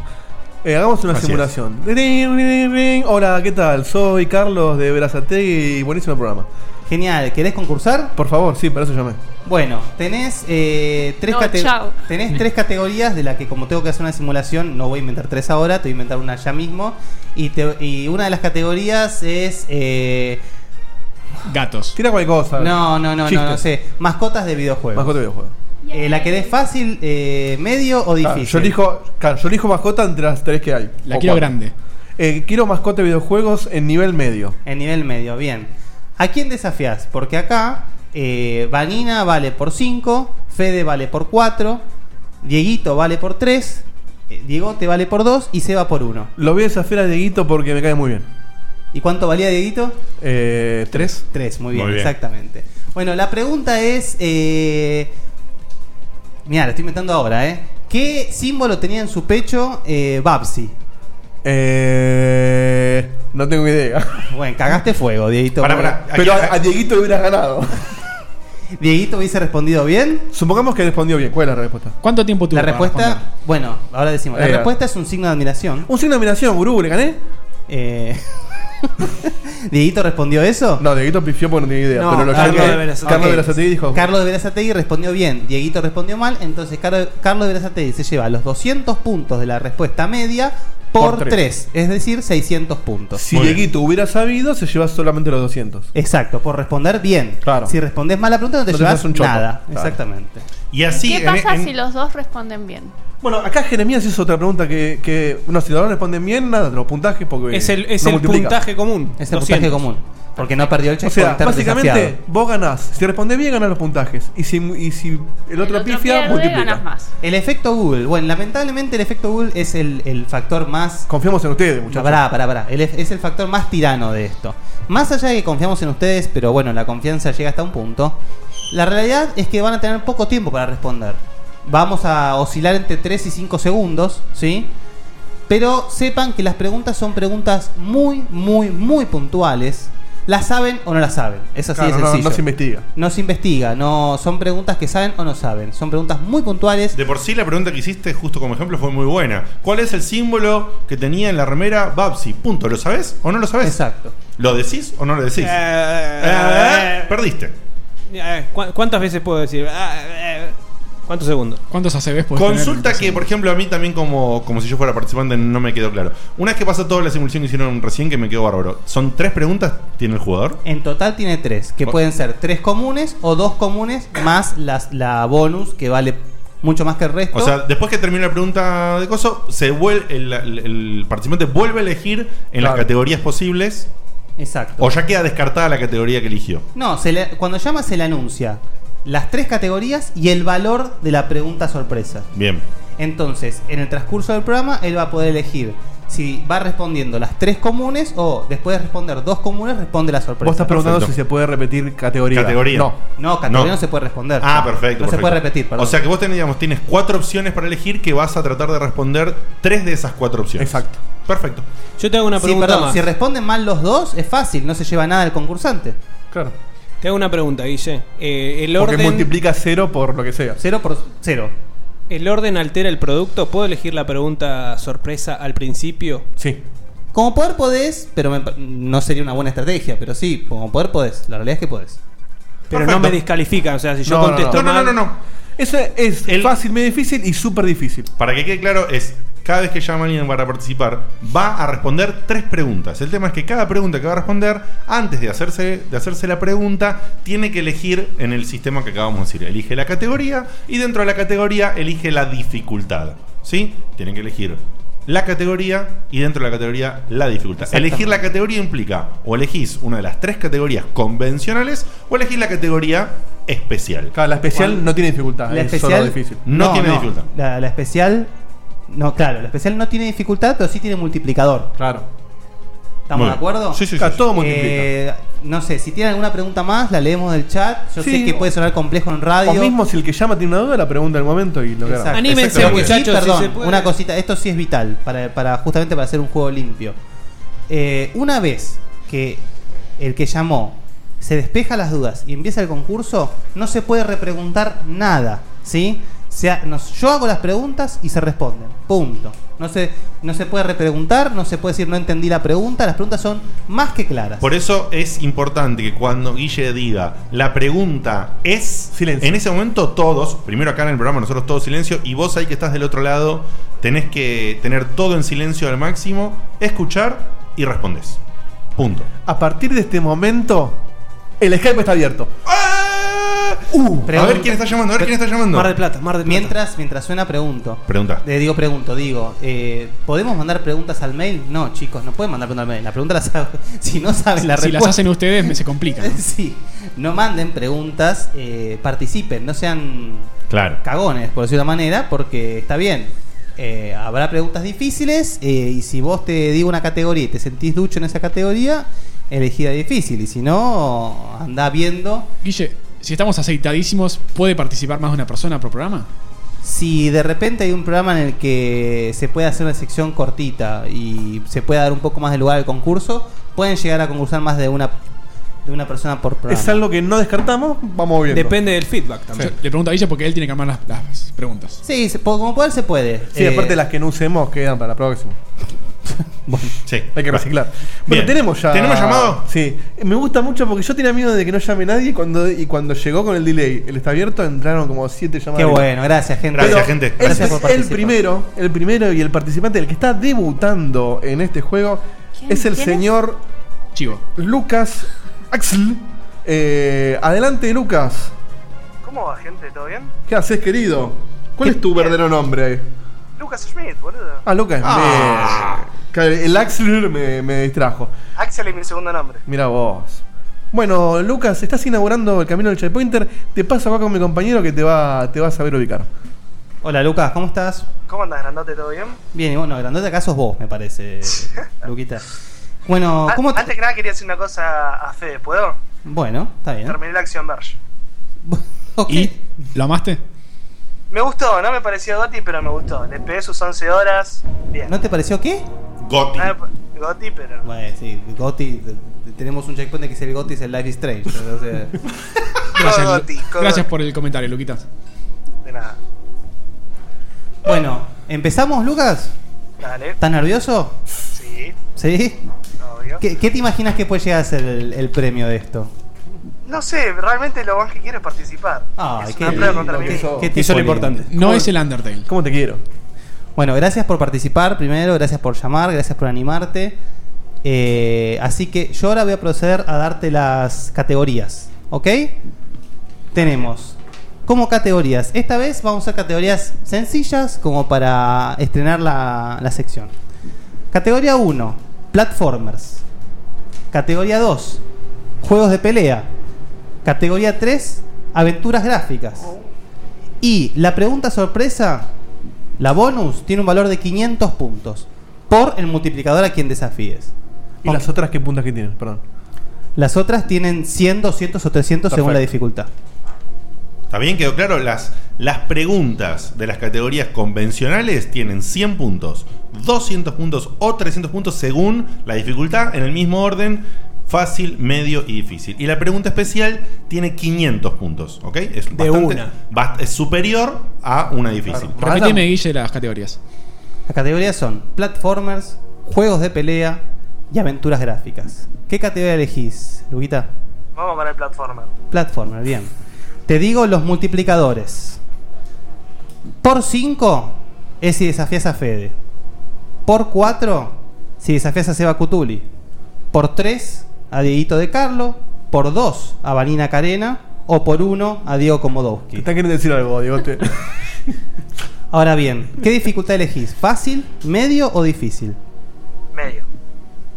Speaker 6: Eh, hagamos una
Speaker 4: Así es.
Speaker 6: simulación. Ring, ring, ring. Hola, ¿qué tal? Soy Carlos de Verazategui y buenísimo programa.
Speaker 4: Genial, ¿querés concursar?
Speaker 6: Por favor, sí, para eso llamé.
Speaker 4: Bueno, tenés, eh, tres,
Speaker 6: No,
Speaker 4: cate-
Speaker 6: chao.
Speaker 4: tenés tres categorías de la que como tengo que hacer una simulación, no voy a inventar tres ahora, te voy a inventar una ya mismo. Y, te- y una de las categorías es... eh,
Speaker 5: Gatos.
Speaker 6: Tira cualquier cosa.
Speaker 4: No, no, no, no,
Speaker 6: Chistes.
Speaker 4: no sé. Mascotas de videojuegos.
Speaker 6: Mascotas de videojuegos.
Speaker 4: Eh, ¿La querés fácil, eh, medio o
Speaker 6: Claro,
Speaker 4: difícil?
Speaker 6: yo, elijo, claro, yo elijo mascota entre las tres que hay.
Speaker 4: La
Speaker 6: O
Speaker 4: quiero
Speaker 6: cuatro.
Speaker 4: grande.
Speaker 6: Eh, quiero mascota de videojuegos en nivel medio.
Speaker 4: En nivel medio, bien. ¿A quién desafías? Porque acá eh, Vanina vale por 5, Fede vale por 4, Dieguito vale por 3, Diego te vale por 2 y Seba por 1.
Speaker 6: Lo voy a desafiar a Dieguito porque me cae muy bien.
Speaker 4: ¿Y cuánto valía Dieguito?
Speaker 6: Eh, ¿Tres?
Speaker 4: Tres, muy bien, exactamente. Bueno, la pregunta es. Eh... Mira, la estoy inventando ahora, ¿eh? ¿Qué símbolo tenía en su pecho eh, Babsi?
Speaker 6: Eh, no tengo idea.
Speaker 4: Bueno, cagaste fuego, Dieguito.
Speaker 6: Pero a, a Dieguito le hubieras ganado.
Speaker 4: Dieguito hubiese respondido bien.
Speaker 6: Supongamos que respondió bien. ¿Cuál es la respuesta?
Speaker 5: ¿Cuánto tiempo
Speaker 4: La respuesta. Bueno, ahora decimos. La
Speaker 6: Ahí va.
Speaker 4: respuesta es un signo de admiración.
Speaker 6: Un signo de admiración, gurú, le gané.
Speaker 4: Eh... ¿Dieguito respondió eso?
Speaker 6: No, Dieguito pifió porque no tenía idea. pero lo llamé. Carlos de Verazategui dijo.
Speaker 4: Carlos de Verazategui respondió bien, Dieguito respondió mal, entonces Car- Carlos de Verazategui se lleva los 200 puntos de la respuesta media por,
Speaker 6: Por tres.
Speaker 4: 3, es decir, 600 puntos.
Speaker 6: Si Dieguito hubiera sabido, se lleva solamente los 200.
Speaker 4: Exacto, por responder bien.
Speaker 6: Claro.
Speaker 4: Si respondes mal la pregunta no te
Speaker 6: No te
Speaker 4: llevas
Speaker 6: llevas un chopo.
Speaker 4: nada.
Speaker 6: Claro.
Speaker 4: Exactamente.
Speaker 3: Y
Speaker 8: ¿Qué pasa si los dos responden bien?
Speaker 6: Bueno, acá Jeremías hizo otra pregunta que, que no, si los dos responden bien, nada, los puntajes porque
Speaker 4: Es el- es
Speaker 6: no
Speaker 4: el
Speaker 6: multiplica.
Speaker 4: puntaje común, Es el 200. puntaje común, porque no perdió el
Speaker 6: O sea,
Speaker 4: checkpointer
Speaker 6: básicamente
Speaker 4: desafiado.
Speaker 6: vos ganás, si respondes bien ganás los puntajes y si, y si el otro pifia multiplica.
Speaker 4: El efecto Google. Bueno, lamentablemente el efecto Google es el, el factor más.
Speaker 6: Confiamos en ustedes, muchachos.
Speaker 4: Pará, pará, pará. El ef- es el factor más tirano de esto. Más allá de que confiamos en ustedes, pero bueno, la confianza llega hasta un punto. La realidad es que van a tener poco tiempo para responder. Vamos a oscilar entre 3 y 5 segundos, ¿sí? Pero sepan que las preguntas son preguntas muy, muy, muy puntuales. ¿Las saben o no las saben? Es así
Speaker 6: Claro,
Speaker 4: de
Speaker 6: no-
Speaker 4: sencillo.
Speaker 6: no se investiga.
Speaker 4: No se investiga. No, son preguntas que saben o no saben. Son preguntas muy puntuales.
Speaker 3: De por sí la pregunta que hiciste justo como ejemplo fue muy buena. ¿Cuál es el símbolo que tenía en la remera Babsi? Punto. ¿Lo sabes o no lo sabes?
Speaker 4: Exacto.
Speaker 3: ¿Lo decís o no lo decís? Eh, perdiste.
Speaker 7: Eh, ¿cu- ¿Cuántas veces puedo decir? Ah, eh, ¿Cuántos segundos?
Speaker 5: ¿Cuántos ACBs puedes
Speaker 3: Consulta que, por ejemplo, a mí también como, como si yo fuera participante no me quedó claro. Una vez que pasa toda la simulación que hicieron recién, que me quedó bárbaro. ¿Son tres preguntas tiene el jugador?
Speaker 4: En total tiene tres, que pueden ser tres comunes o dos comunes más las, la bonus que vale mucho más que el resto.
Speaker 3: O sea, después que termina la pregunta de coso, se vuelve, el, el- el participante vuelve a elegir en las categorías posibles.
Speaker 4: Exacto.
Speaker 3: O ya queda descartada la categoría que eligió.
Speaker 4: No, se le- cuando llama se le anuncia las tres categorías y el valor de la pregunta sorpresa.
Speaker 3: Bien.
Speaker 4: Entonces, en el transcurso del programa, él va a poder elegir si va respondiendo las tres comunes o después de responder dos comunes, responde la sorpresa.
Speaker 6: Vos estás preguntando si se puede repetir categoría.
Speaker 3: Categoría.
Speaker 6: No.
Speaker 4: No, categoría no, se puede responder.
Speaker 3: Ah, perfecto.
Speaker 4: No se
Speaker 3: perfecto.
Speaker 4: puede repetir, perdón.
Speaker 3: O sea que vos tenés, digamos, tienes cuatro opciones para elegir que vas a tratar de responder tres de esas cuatro opciones. Exacto. Perfecto.
Speaker 7: Yo te hago una
Speaker 4: Sí,
Speaker 7: pregunta
Speaker 4: perdón,
Speaker 7: más.
Speaker 4: si responden mal los dos, es fácil, no se lleva nada el concursante.
Speaker 6: Claro.
Speaker 7: Te hago una pregunta, Guille. Eh, el
Speaker 4: Porque
Speaker 7: orden...
Speaker 6: multiplica cero por lo que sea.
Speaker 4: Cero por cero.
Speaker 7: ¿El orden altera el producto? ¿Puedo elegir la pregunta sorpresa al principio?
Speaker 6: Sí.
Speaker 4: Como poder podés, pero me- no sería una buena estrategia, pero sí, como poder podés. La realidad es que podés.
Speaker 7: Pero no me descalifican, o sea, si yo contesto
Speaker 3: No, no,
Speaker 7: mal-
Speaker 3: no, no.
Speaker 6: Eso es fácil, medio difícil y súper difícil.
Speaker 3: Para que quede claro, es cada vez que llama alguien para participar, va a responder tres preguntas. El tema es que cada pregunta que va a responder, antes de hacerse, de hacerse la pregunta, tiene que elegir en el sistema que acabamos de decir. Elige la categoría y dentro de la categoría elige la dificultad. ¿Sí? Tienen que elegir la categoría y dentro de la categoría la dificultad.
Speaker 6: Exactamente.
Speaker 3: Elegir la categoría implica o elegís una de las tres categorías convencionales o elegís la categoría especial.
Speaker 6: Claro, la especial no tiene dificultad.
Speaker 4: La
Speaker 6: es
Speaker 4: especial
Speaker 6: solo difícil.
Speaker 3: No, tiene dificultad.
Speaker 4: La, la especial. No, claro, la especial no tiene dificultad, pero sí tiene multiplicador.
Speaker 6: Claro.
Speaker 4: ¿Estamos
Speaker 6: Muy
Speaker 4: de
Speaker 6: bien.
Speaker 4: acuerdo?
Speaker 6: Sí, sí, Claro, sí, sí. todo multiplica.
Speaker 4: Eh, no sé, si tienen alguna pregunta más, la leemos del chat. Yo
Speaker 6: Sí,
Speaker 4: sé que puede sonar complejo en radio.
Speaker 6: O mismo si el que llama tiene una duda, la pregunta del momento y lo que
Speaker 4: Exacto. Exactamente. Y, perdón, una cosita, esto sí es vital, para, para- justamente para hacer un juego limpio. Eh, una vez que el que llamó se despeja las dudas y empieza el concurso, no se puede repreguntar nada, ¿sí? Se ha- nos- yo hago las preguntas y se responden, punto. No se, no se puede repreguntar, no se puede decir no entendí la pregunta, las preguntas son más que claras.
Speaker 3: Por eso es importante que cuando Guille diga la pregunta es. En ese momento, todos, primero acá en el programa, nosotros todos silencio, y vos ahí que estás del otro lado, tenés que tener todo en silencio al máximo, escuchar y respondés. Punto.
Speaker 6: A partir de este momento, el Skype está abierto.
Speaker 3: ¡Ah! Uh, a ver quién está llamando, a ver quién está llamando.
Speaker 4: Mar del Plata, Mar del Plata. Mientras, mientras suena, pregunto.
Speaker 3: Pregunta.
Speaker 4: Eh, digo, pregunto, digo, eh, ¿podemos mandar preguntas al mail? No, chicos, no pueden mandar preguntas al mail. La pregunta las hago- Si no saben la
Speaker 5: si
Speaker 4: respuesta.
Speaker 5: las hacen ustedes, me se complica.
Speaker 4: sí, no manden preguntas, eh, participen, no sean
Speaker 3: Claro.
Speaker 4: cagones, por decirlo de una manera, porque está bien. eh, habrá preguntas difíciles eh, y si vos te digo una categoría y te sentís ducho en esa categoría, elegí la difícil y si no, anda viendo.
Speaker 5: Guille, si estamos aceitadísimos, ¿puede participar más de una persona por programa?
Speaker 4: Si de repente hay un programa en el que se puede hacer una sección cortita y se puede dar un poco más de lugar al concurso, pueden llegar a concursar más de una de una persona por programa.
Speaker 6: Es algo que no descartamos, vamos viendo.
Speaker 7: Depende del feedback
Speaker 5: también. le pregunto a Guille porque él tiene que armar las, las preguntas.
Speaker 4: Sí, se- po- como poder se puede.
Speaker 6: Sí,
Speaker 4: Eh,
Speaker 6: aparte las que no usemos quedan para la próxima.
Speaker 4: bueno,
Speaker 3: sí.
Speaker 6: Hay que reciclar.
Speaker 3: Bien.
Speaker 6: Bueno, tenemos ya.
Speaker 3: ¿Tenemos llamado?
Speaker 6: Sí. Me gusta mucho porque yo tenía miedo de que no llame nadie y cuando, y cuando llegó con el delay, el está abierto, entraron como siete llamadas.
Speaker 4: Qué bueno, gracias, gente.
Speaker 6: Pero
Speaker 4: Gracias, gente.
Speaker 6: el-
Speaker 4: Gracias por
Speaker 6: el,
Speaker 4: participar.
Speaker 6: primero, el primero y el participante, el que está debutando en este juego, es el
Speaker 11: ¿Quién es?
Speaker 6: señor
Speaker 5: Chivo.
Speaker 6: Lucas Axel. Eh, adelante, Lucas.
Speaker 14: ¿Cómo va, gente? ¿Todo bien?
Speaker 6: ¿Qué haces, querido? ¿Cuál es tu verdadero nombre?
Speaker 14: Lucas Schmidt, boludo.
Speaker 6: Ah, Lucas.
Speaker 14: Ah.
Speaker 6: me- que El Axel me, me distrajo.
Speaker 14: Axel es mi segundo nombre.
Speaker 6: Mira vos. Bueno, Lucas, estás inaugurando el camino del checkpointer. Te paso acá con mi compañero que te va, te va a saber ubicar.
Speaker 4: Hola Lucas, ¿cómo estás?
Speaker 14: ¿Cómo andas, grandote? ¿Todo bien?
Speaker 4: Bien, y bueno, grandote acá sos vos, me parece, Luquita. Bueno,
Speaker 14: Ah,
Speaker 4: ¿cómo te-
Speaker 14: Antes que nada quería decir una cosa a Fede, ¿puedo?
Speaker 4: Bueno, está bien.
Speaker 14: Terminé la acción Verge.
Speaker 5: ¿Y lo amaste?
Speaker 14: Me gustó, no me pareció Gotti, pero me gustó. Le pegué sus 11 horas. Bien.
Speaker 4: ¿No te pareció qué?
Speaker 3: Gotti.
Speaker 14: Ah, Gotti, pero.
Speaker 4: Bueno, sí, Gotti. t- t- Tenemos un checkpoint que es el Gotti, es el Life is Strange. entonces-
Speaker 5: Gracias,
Speaker 14: Codoti, Codoti.
Speaker 5: gracias por el comentario, Luquitas.
Speaker 14: De nada.
Speaker 4: bueno, ¿empezamos, Lucas?
Speaker 14: Dale.
Speaker 4: ¿Estás nervioso?
Speaker 14: Sí,
Speaker 4: ¿Sí?
Speaker 14: obvio.
Speaker 4: ¿Qué, qué te imaginas que puede llegar a ser el, el premio de esto?
Speaker 14: No sé, realmente lo más que quiero es participar.
Speaker 7: Ah,
Speaker 14: es una prueba contra mí mismo.
Speaker 4: tipo lindo.
Speaker 5: No es el Undertale.
Speaker 6: ¿Cómo te quiero?
Speaker 4: Bueno, gracias por participar primero, gracias por llamar, gracias por animarte. Eh, así que yo ahora voy a proceder a darte las categorías, ¿ok? Tenemos como categorías, esta vez vamos a hacer categorías sencillas como para estrenar la, la sección. Categoría 1, platformers. Categoría 2, juegos de pelea. Categoría 3, aventuras gráficas. Y la pregunta sorpresa la bonus tiene un valor de 500 puntos por el multiplicador a quien desafíes.
Speaker 6: ¿Y las otras qué puntas que tienen? Perdón.
Speaker 4: Las otras tienen 100, 200 o 300 según la
Speaker 3: Perfecto.
Speaker 4: dificultad.
Speaker 3: ¿Está bien? ¿Quedó claro? Las, las preguntas de las categorías convencionales tienen 100 puntos, 200 puntos o 300 puntos según la dificultad, en el mismo orden, fácil, medio y difícil. Y la pregunta especial tiene 500 puntos, ¿ok? Es, bastante,
Speaker 5: una.
Speaker 3: bast- es superior a una difícil.
Speaker 5: Repetime, Guille, las categorías.
Speaker 4: Las categorías son platformers, juegos de pelea y aventuras gráficas. ¿Qué categoría elegís, Luguita?
Speaker 14: Vamos para el platformer.
Speaker 4: Platformer, bien. Te digo los multiplicadores. Por 5 es si desafías a Fede. Por 4 si desafías a Seba Cutuli. Por 3 a Dieguito de Carlo. Por 2 a Vanina Carena. O por 1 a Diego Komodowski.
Speaker 6: Está queriendo decir algo, Diego. te-
Speaker 4: Ahora bien, ¿qué dificultad elegís? ¿Fácil, medio o difícil?
Speaker 14: Medio.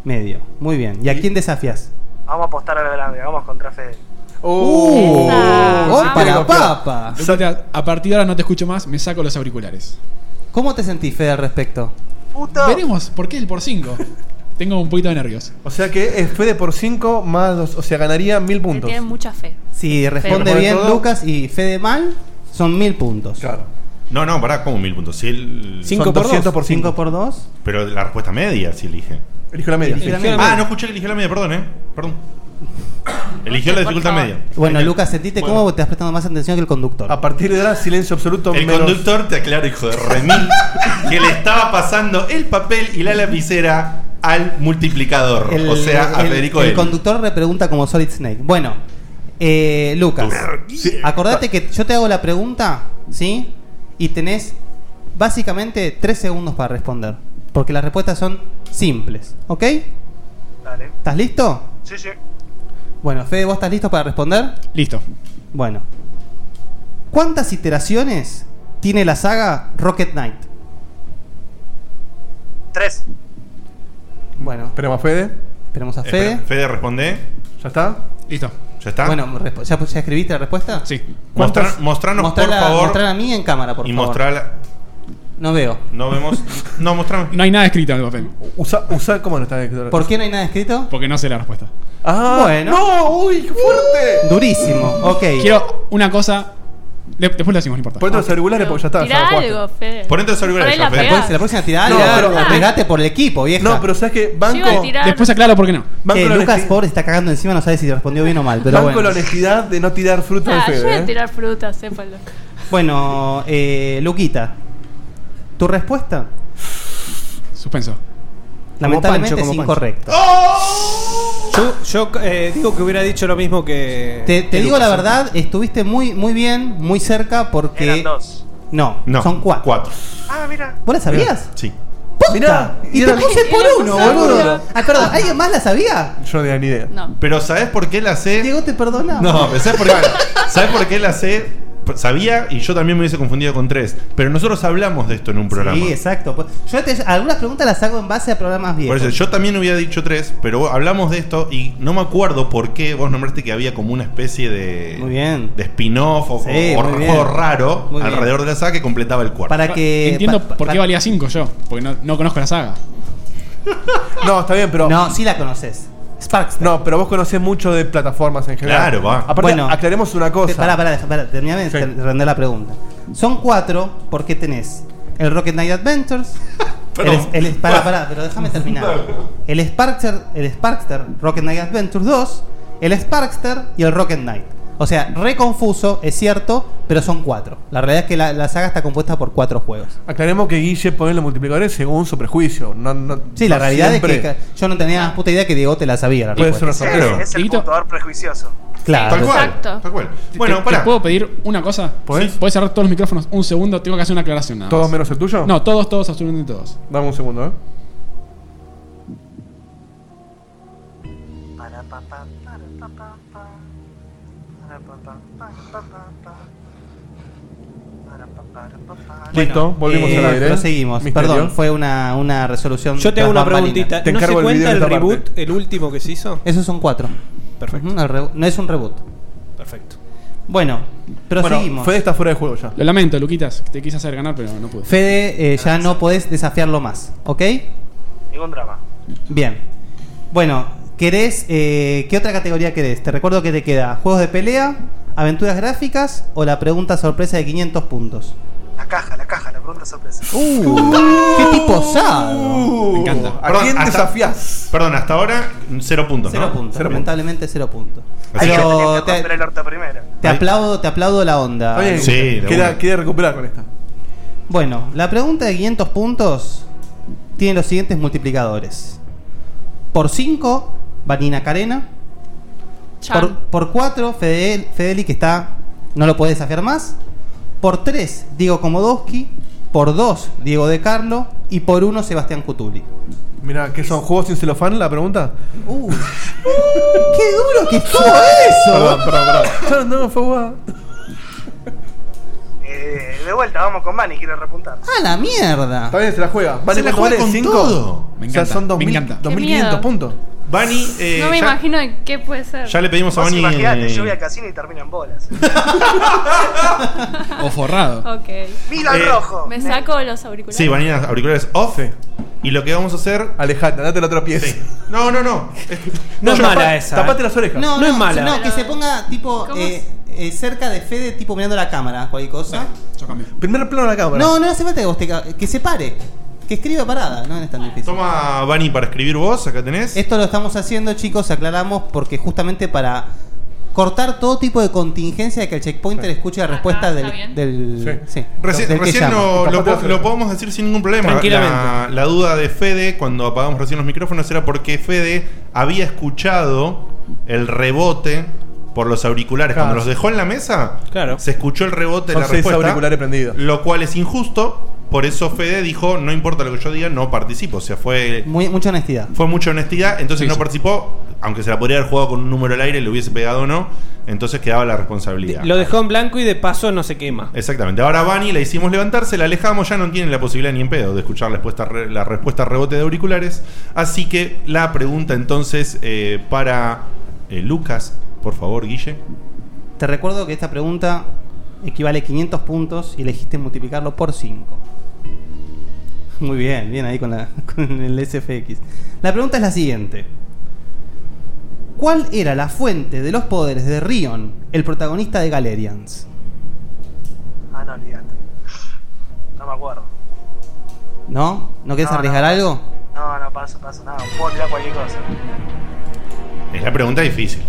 Speaker 4: Medio. Muy bien. ¿Y a quién desafías?
Speaker 14: Vamos a apostar a lo grande, vamos contra Fede.
Speaker 7: ¡Oh,
Speaker 4: ¡Uh! ¡Gol para
Speaker 5: Pero,
Speaker 4: papa!
Speaker 5: pero, Lupita, a partir de ahora no te escucho más, me saco los auriculares.
Speaker 4: ¿Cómo te sentís, Fede, al respecto?
Speaker 5: Veremos por qué el por 5. Tengo un poquito de nervios.
Speaker 6: O sea que es Fede por 5 más dos, O sea, ganaría 1000 puntos.
Speaker 8: Tienen mucha fe.
Speaker 4: Si responde
Speaker 6: Pero por
Speaker 4: bien
Speaker 6: todo-
Speaker 4: Lucas y Fede mal, son mil puntos.
Speaker 6: Claro.
Speaker 3: No, no, pará, ¿cómo mil puntos? Si el,
Speaker 4: Cinco
Speaker 3: son
Speaker 4: por
Speaker 3: 200
Speaker 4: dos.
Speaker 3: por 5.
Speaker 4: Cinco por 2.
Speaker 3: Pero la respuesta media, si elige.
Speaker 6: Eligió la media.
Speaker 4: Eligió la media.
Speaker 3: Ah, no escuché que eligió la media, perdón, eh. Perdón. Eligió la dificultad media.
Speaker 4: Bueno, Lucas, sentiste
Speaker 3: Bueno.
Speaker 4: cómo te has prestado más atención que el conductor.
Speaker 6: A partir de ahora, silencio absoluto.
Speaker 3: El
Speaker 6: menos-
Speaker 3: conductor te aclaro, hijo de remil, que le estaba pasando el papel y la lapicera al multiplicador.
Speaker 4: El,
Speaker 3: o sea, a
Speaker 4: el-
Speaker 3: Federico
Speaker 4: el
Speaker 3: L.
Speaker 4: conductor repregunta como Solid Snake. Bueno, eh, Lucas, acordate que yo te hago la pregunta, ¿sí? Y tenés básicamente tres segundos para responder. Porque las respuestas son simples, ¿ok?
Speaker 14: Dale.
Speaker 4: ¿Estás listo?
Speaker 14: Sí, sí.
Speaker 4: Bueno, Fede, ¿vos estás listo para responder?
Speaker 5: Listo.
Speaker 4: Bueno. ¿Cuántas iteraciones tiene la saga Rocket Knight?
Speaker 14: Tres.
Speaker 4: Bueno.
Speaker 6: Esperemos a Fede.
Speaker 4: Esperemos a Fede.
Speaker 3: Espera, Fede responde.
Speaker 6: ¿Ya está?
Speaker 5: Listo.
Speaker 3: ¿Ya está?
Speaker 4: Bueno, resp- ¿ya, ya escribiste la respuesta?
Speaker 5: Sí.
Speaker 3: Mostra- mostranos, por favor.
Speaker 4: Mostrar a mí en cámara, por
Speaker 3: y
Speaker 4: favor.
Speaker 3: mostrala.
Speaker 4: No veo.
Speaker 3: No vemos. No, mostrame.
Speaker 5: No hay nada escrito en el papel.
Speaker 6: Usa, usa ¿Cómo no está el
Speaker 4: ¿Por qué no hay nada escrito?
Speaker 5: Porque no sé la respuesta.
Speaker 6: Ah,
Speaker 4: Bueno.
Speaker 6: No, uy, qué fuerte.
Speaker 4: Durísimo. Ok.
Speaker 5: Quiero una cosa. de- después lo decimos, no importa.
Speaker 6: Ponete los auriculares porque ya está.
Speaker 8: Tira algo, Fede.
Speaker 5: Ponete los auriculares,
Speaker 8: Por ahí la
Speaker 5: Fede.
Speaker 8: pegás.
Speaker 4: Después, la próxima tirada,
Speaker 6: No,
Speaker 4: no,
Speaker 6: pero-
Speaker 4: por el equipo, vieja.
Speaker 6: No, pero sabes que
Speaker 8: Yo iba a
Speaker 6: banco,
Speaker 8: tirar.
Speaker 5: Después aclaro por qué no.
Speaker 6: Banco
Speaker 4: Que
Speaker 6: la
Speaker 4: Eh, Lucas,
Speaker 6: honesti-
Speaker 4: pobre, está cagando encima, no sabe si respondió bien o mal. Pero
Speaker 6: banco la
Speaker 4: bueno.
Speaker 6: honestidad de no tirar fruta de
Speaker 8: Ah, yo voy
Speaker 6: Fede.
Speaker 8: a
Speaker 6: ¿eh?
Speaker 8: tirar fruta, sépalo.
Speaker 4: Bueno, eh, Luquita, ¿tu respuesta?
Speaker 5: Suspenso.
Speaker 4: Lamentablemente
Speaker 7: Pancho, como
Speaker 4: es
Speaker 7: Pancho.
Speaker 4: incorrecta.
Speaker 7: Yo, yo, eh, digo que hubiera dicho lo mismo que.
Speaker 4: Te, te
Speaker 7: que
Speaker 4: digo la
Speaker 7: Eh, Lucas.
Speaker 4: verdad, estuviste muy, muy bien, muy cerca porque.
Speaker 14: Eran dos.
Speaker 4: No,
Speaker 3: No,
Speaker 4: son cuatro.
Speaker 14: Ah, mira.
Speaker 4: ¿Vos la sabías?
Speaker 3: Sí.
Speaker 4: ¡Posta!
Speaker 6: Mirá,
Speaker 4: y te
Speaker 6: eran-
Speaker 4: puse por
Speaker 8: eran
Speaker 4: uno,
Speaker 8: dos.
Speaker 4: boludo. Ah, perdón, ¿alguien más la sabía?
Speaker 6: Yo no tenía ni idea.
Speaker 8: No.
Speaker 3: Pero ¿sabes por qué la sé?
Speaker 4: Diego, te perdona.
Speaker 3: No, pero ¿sabes por qué? ¿Sabes por qué la sé? Sabía y yo también me hubiese confundido con tres. Pero nosotros hablamos de esto en un programa.
Speaker 4: Sí, exacto. Pues, Yo te- algunas preguntas las hago en base a programas
Speaker 3: Por
Speaker 4: viejos.
Speaker 3: eso, yo también hubiera dicho tres, pero vos- hablamos de esto y no me acuerdo por qué vos nombraste que había como una especie de,
Speaker 4: Muy bien.
Speaker 3: de spin-off o,
Speaker 4: Sí,
Speaker 3: o-
Speaker 4: muy
Speaker 3: o
Speaker 4: bien.
Speaker 3: juego raro
Speaker 4: Muy bien.
Speaker 3: alrededor de la saga que completaba el cuarto.
Speaker 4: Para que.
Speaker 5: Ah, Entiendo
Speaker 4: pa-
Speaker 5: por qué
Speaker 4: pa-
Speaker 5: valía 5 yo. Porque no, no conozco la saga.
Speaker 6: No, está bien, pero.
Speaker 4: No, sí la conoces. Sparks.
Speaker 6: No, pero vos conocés mucho de plataformas en general.
Speaker 3: Claro, va.
Speaker 6: Aparte,
Speaker 4: Bueno.
Speaker 6: aclaremos una
Speaker 4: Te-
Speaker 6: cosa.
Speaker 4: Pará, pará, deja- pará, terminame de
Speaker 6: Sí.
Speaker 4: ter- render la pregunta. Son cuatro porque tenés el Rocket Knight Adventures. el,
Speaker 3: Perdón.
Speaker 4: el- pará, pará, pero déjame terminar. El Sparkster, el Sparkster Rocket Knight Adventures 2, el Sparkster y el Rocket Knight. O sea, re confuso, es cierto, pero son cuatro. La realidad es que la, la saga está compuesta por cuatro juegos.
Speaker 6: Aclaremos que Guille pone los multiplicadores según su prejuicio. No, no-
Speaker 4: Sí, la
Speaker 6: no
Speaker 4: realidad
Speaker 6: Ah, siempre.
Speaker 4: es que ca- yo no tenía puta idea que Diego te la sabía. La
Speaker 6: Puede
Speaker 4: respuesta.
Speaker 6: ser una sorpresa.
Speaker 14: Es el jugador prejuicioso.
Speaker 4: Claro.
Speaker 5: Tal cual,
Speaker 4: Exacto.
Speaker 3: tal cual.
Speaker 5: Bueno, para. ¿Puedo pedir una cosa?
Speaker 6: ¿Podés?
Speaker 5: Sí. ¿Podés cerrar todos los micrófonos? Un segundo, tengo que hacer una aclaración. nada
Speaker 6: ¿Todos
Speaker 5: más.
Speaker 6: menos el tuyo?
Speaker 5: No, todos, todos, absolutamente todos.
Speaker 6: Dame un segundo, ¿eh?
Speaker 14: Para, pa, pa, para, pa, pa, pa. Para, pa, pa, pa, pa, pa, pa. Para, pa, para, pa, pa.
Speaker 6: Listo, volvimos
Speaker 4: Eh,
Speaker 6: al aire.
Speaker 4: Proseguimos.
Speaker 6: Misterio.
Speaker 4: Perdón, fue una, una resolución.
Speaker 7: Yo te hago
Speaker 4: tras
Speaker 7: una
Speaker 4: bambalinas.
Speaker 7: preguntita. ¿No se cuenta el reboot, el último que se hizo?
Speaker 4: Esos son cuatro. Perfecto. no es un reboot.
Speaker 7: Perfecto.
Speaker 4: Bueno, proseguimos.
Speaker 5: Fede
Speaker 6: está fuera de juego ya.
Speaker 5: Lo lamento, Luquitas, que te quise hacer ganar, pero no pude.
Speaker 4: Fede, eh, ya no podés desafiarlo más, ¿ok?
Speaker 14: Ningún drama.
Speaker 4: Bien. Bueno, ¿querés. eh, ¿Qué otra categoría querés? Te recuerdo que te queda juegos de pelea, aventuras gráficas o la pregunta sorpresa de 500 puntos.
Speaker 14: La caja, la caja, la pregunta sorpresa.
Speaker 6: Uh.
Speaker 4: ¡Qué tipo osado!
Speaker 3: Me
Speaker 4: encanta.
Speaker 3: ¿A Perdón, quién hasta- desafías? Perdón, hasta ahora cero puntos.
Speaker 4: Cero
Speaker 3: ¿no?
Speaker 4: puntos.
Speaker 3: Cero puntos.
Speaker 4: lamentablemente, cero puntos.
Speaker 3: Así que-
Speaker 4: Pero te,
Speaker 14: Pero el orto primero.
Speaker 4: te aplaudo, te aplaudo la onda.
Speaker 6: Oye,
Speaker 4: Luca.
Speaker 6: queda, queda recuperar con esta.
Speaker 4: Bueno, la pregunta de 500 puntos tiene los siguientes multiplicadores. Por 5, Vanina Carena.
Speaker 8: Chan.
Speaker 4: Por 4, Fedeli, que está... No lo puede desafiar más. Por 3, Diego Komodowski. Por 2, Diego De Carlo. Y por 1, Sebastián Cutuli.
Speaker 6: Mira, ¿qué son juegos sin celofán la pregunta?
Speaker 4: Uh. ¡Qué duro que estuvo eso!
Speaker 6: Perdón, perdón, perdón. No, no, fue guada.
Speaker 14: Eh, de vuelta, vamos con Manny, quiero repuntar.
Speaker 4: ¡A la mierda!
Speaker 6: Está bien, se la juega.
Speaker 14: Se la juega con todo.
Speaker 6: Me encanta. O sea, son 2000,
Speaker 8: Qué miedo.
Speaker 6: 2500 puntos.
Speaker 3: Bani,
Speaker 6: eh,
Speaker 8: no me
Speaker 3: eh, ya,
Speaker 8: imagino de qué puede ser.
Speaker 3: ya le pedimos a
Speaker 14: Vos
Speaker 3: Bani.
Speaker 14: imaginate,
Speaker 3: eh,
Speaker 14: yo voy a casino y termino en bolas.
Speaker 3: O forrado.
Speaker 8: Ok.
Speaker 14: Mira al Eh, rojo.
Speaker 8: Me saco los auriculares.
Speaker 3: Sí, Vanina, auriculares off. Y lo que vamos a hacer.
Speaker 6: Alejandra, date la otra pieza.
Speaker 3: No, no, no.
Speaker 6: No es
Speaker 3: yo-
Speaker 6: mala
Speaker 3: tapa-
Speaker 6: esa,
Speaker 4: eh.
Speaker 6: Tapate las orejas.
Speaker 4: No, no, No, que se ponga tipo eh, eh, cerca de Fede, tipo mirando la cámara, cualquier cosa.
Speaker 6: Primer plano de la cámara.
Speaker 4: No, no hace falta que vos te ca- que se pare. Que escriba parada, no es
Speaker 7: Ah,
Speaker 4: tan difícil.
Speaker 3: Toma, Bani, para escribir vos, acá tenés.
Speaker 4: Esto lo estamos haciendo, chicos, aclaramos, porque justamente para cortar todo tipo de contingencia de que el checkpointer escuche la respuesta del, del- sí,
Speaker 3: Ah, Reci-
Speaker 4: del que
Speaker 3: recién
Speaker 4: llama.
Speaker 3: no- lo, po- lo podemos decir sin ningún problema.
Speaker 4: Tranquilamente.
Speaker 3: La, la duda de Fede cuando apagamos recién los micrófonos era porque Fede había escuchado el rebote por los auriculares.
Speaker 6: Claro.
Speaker 3: Cuando los dejó en la mesa, se escuchó el rebote de
Speaker 6: Son
Speaker 3: la
Speaker 6: seis
Speaker 3: respuesta.
Speaker 6: auriculares prendidos.
Speaker 3: Lo cual es injusto. Por eso Fede dijo, no importa lo que yo diga, no participo. O sea, fue,
Speaker 4: Muy- mucha honestidad.
Speaker 3: fue mucha honestidad. Entonces
Speaker 4: Sí,
Speaker 3: no
Speaker 4: sí.
Speaker 3: participó. Aunque se la podría haber jugado con un número al aire, le hubiese pegado o no. Entonces quedaba la responsabilidad.
Speaker 7: Lo dejó en blanco y de paso no se quema.
Speaker 3: Exactamente. Ahora a Bani la hicimos levantarse, la alejamos, ya no tiene la posibilidad ni en pedo de escuchar la respuesta, re- la respuesta rebote de auriculares. Así que la pregunta entonces eh, para eh, Lucas, por favor, Guille.
Speaker 4: Te recuerdo que esta pregunta equivale a 500 puntos y elegiste multiplicarlo por 5. Muy bien, bien ahí con, la- con el SFX. La pregunta es la siguiente. ¿Cuál era la fuente de los poderes de Rion, el protagonista de Galerians?
Speaker 14: Ah, no, olvídate. No me acuerdo.
Speaker 4: ¿No? ¿No querés
Speaker 14: No,
Speaker 4: arriesgar
Speaker 14: no.
Speaker 4: algo?
Speaker 14: No, no, paso, paso, nada. Puedo tirar cualquier cosa.
Speaker 3: Es la pregunta difícil.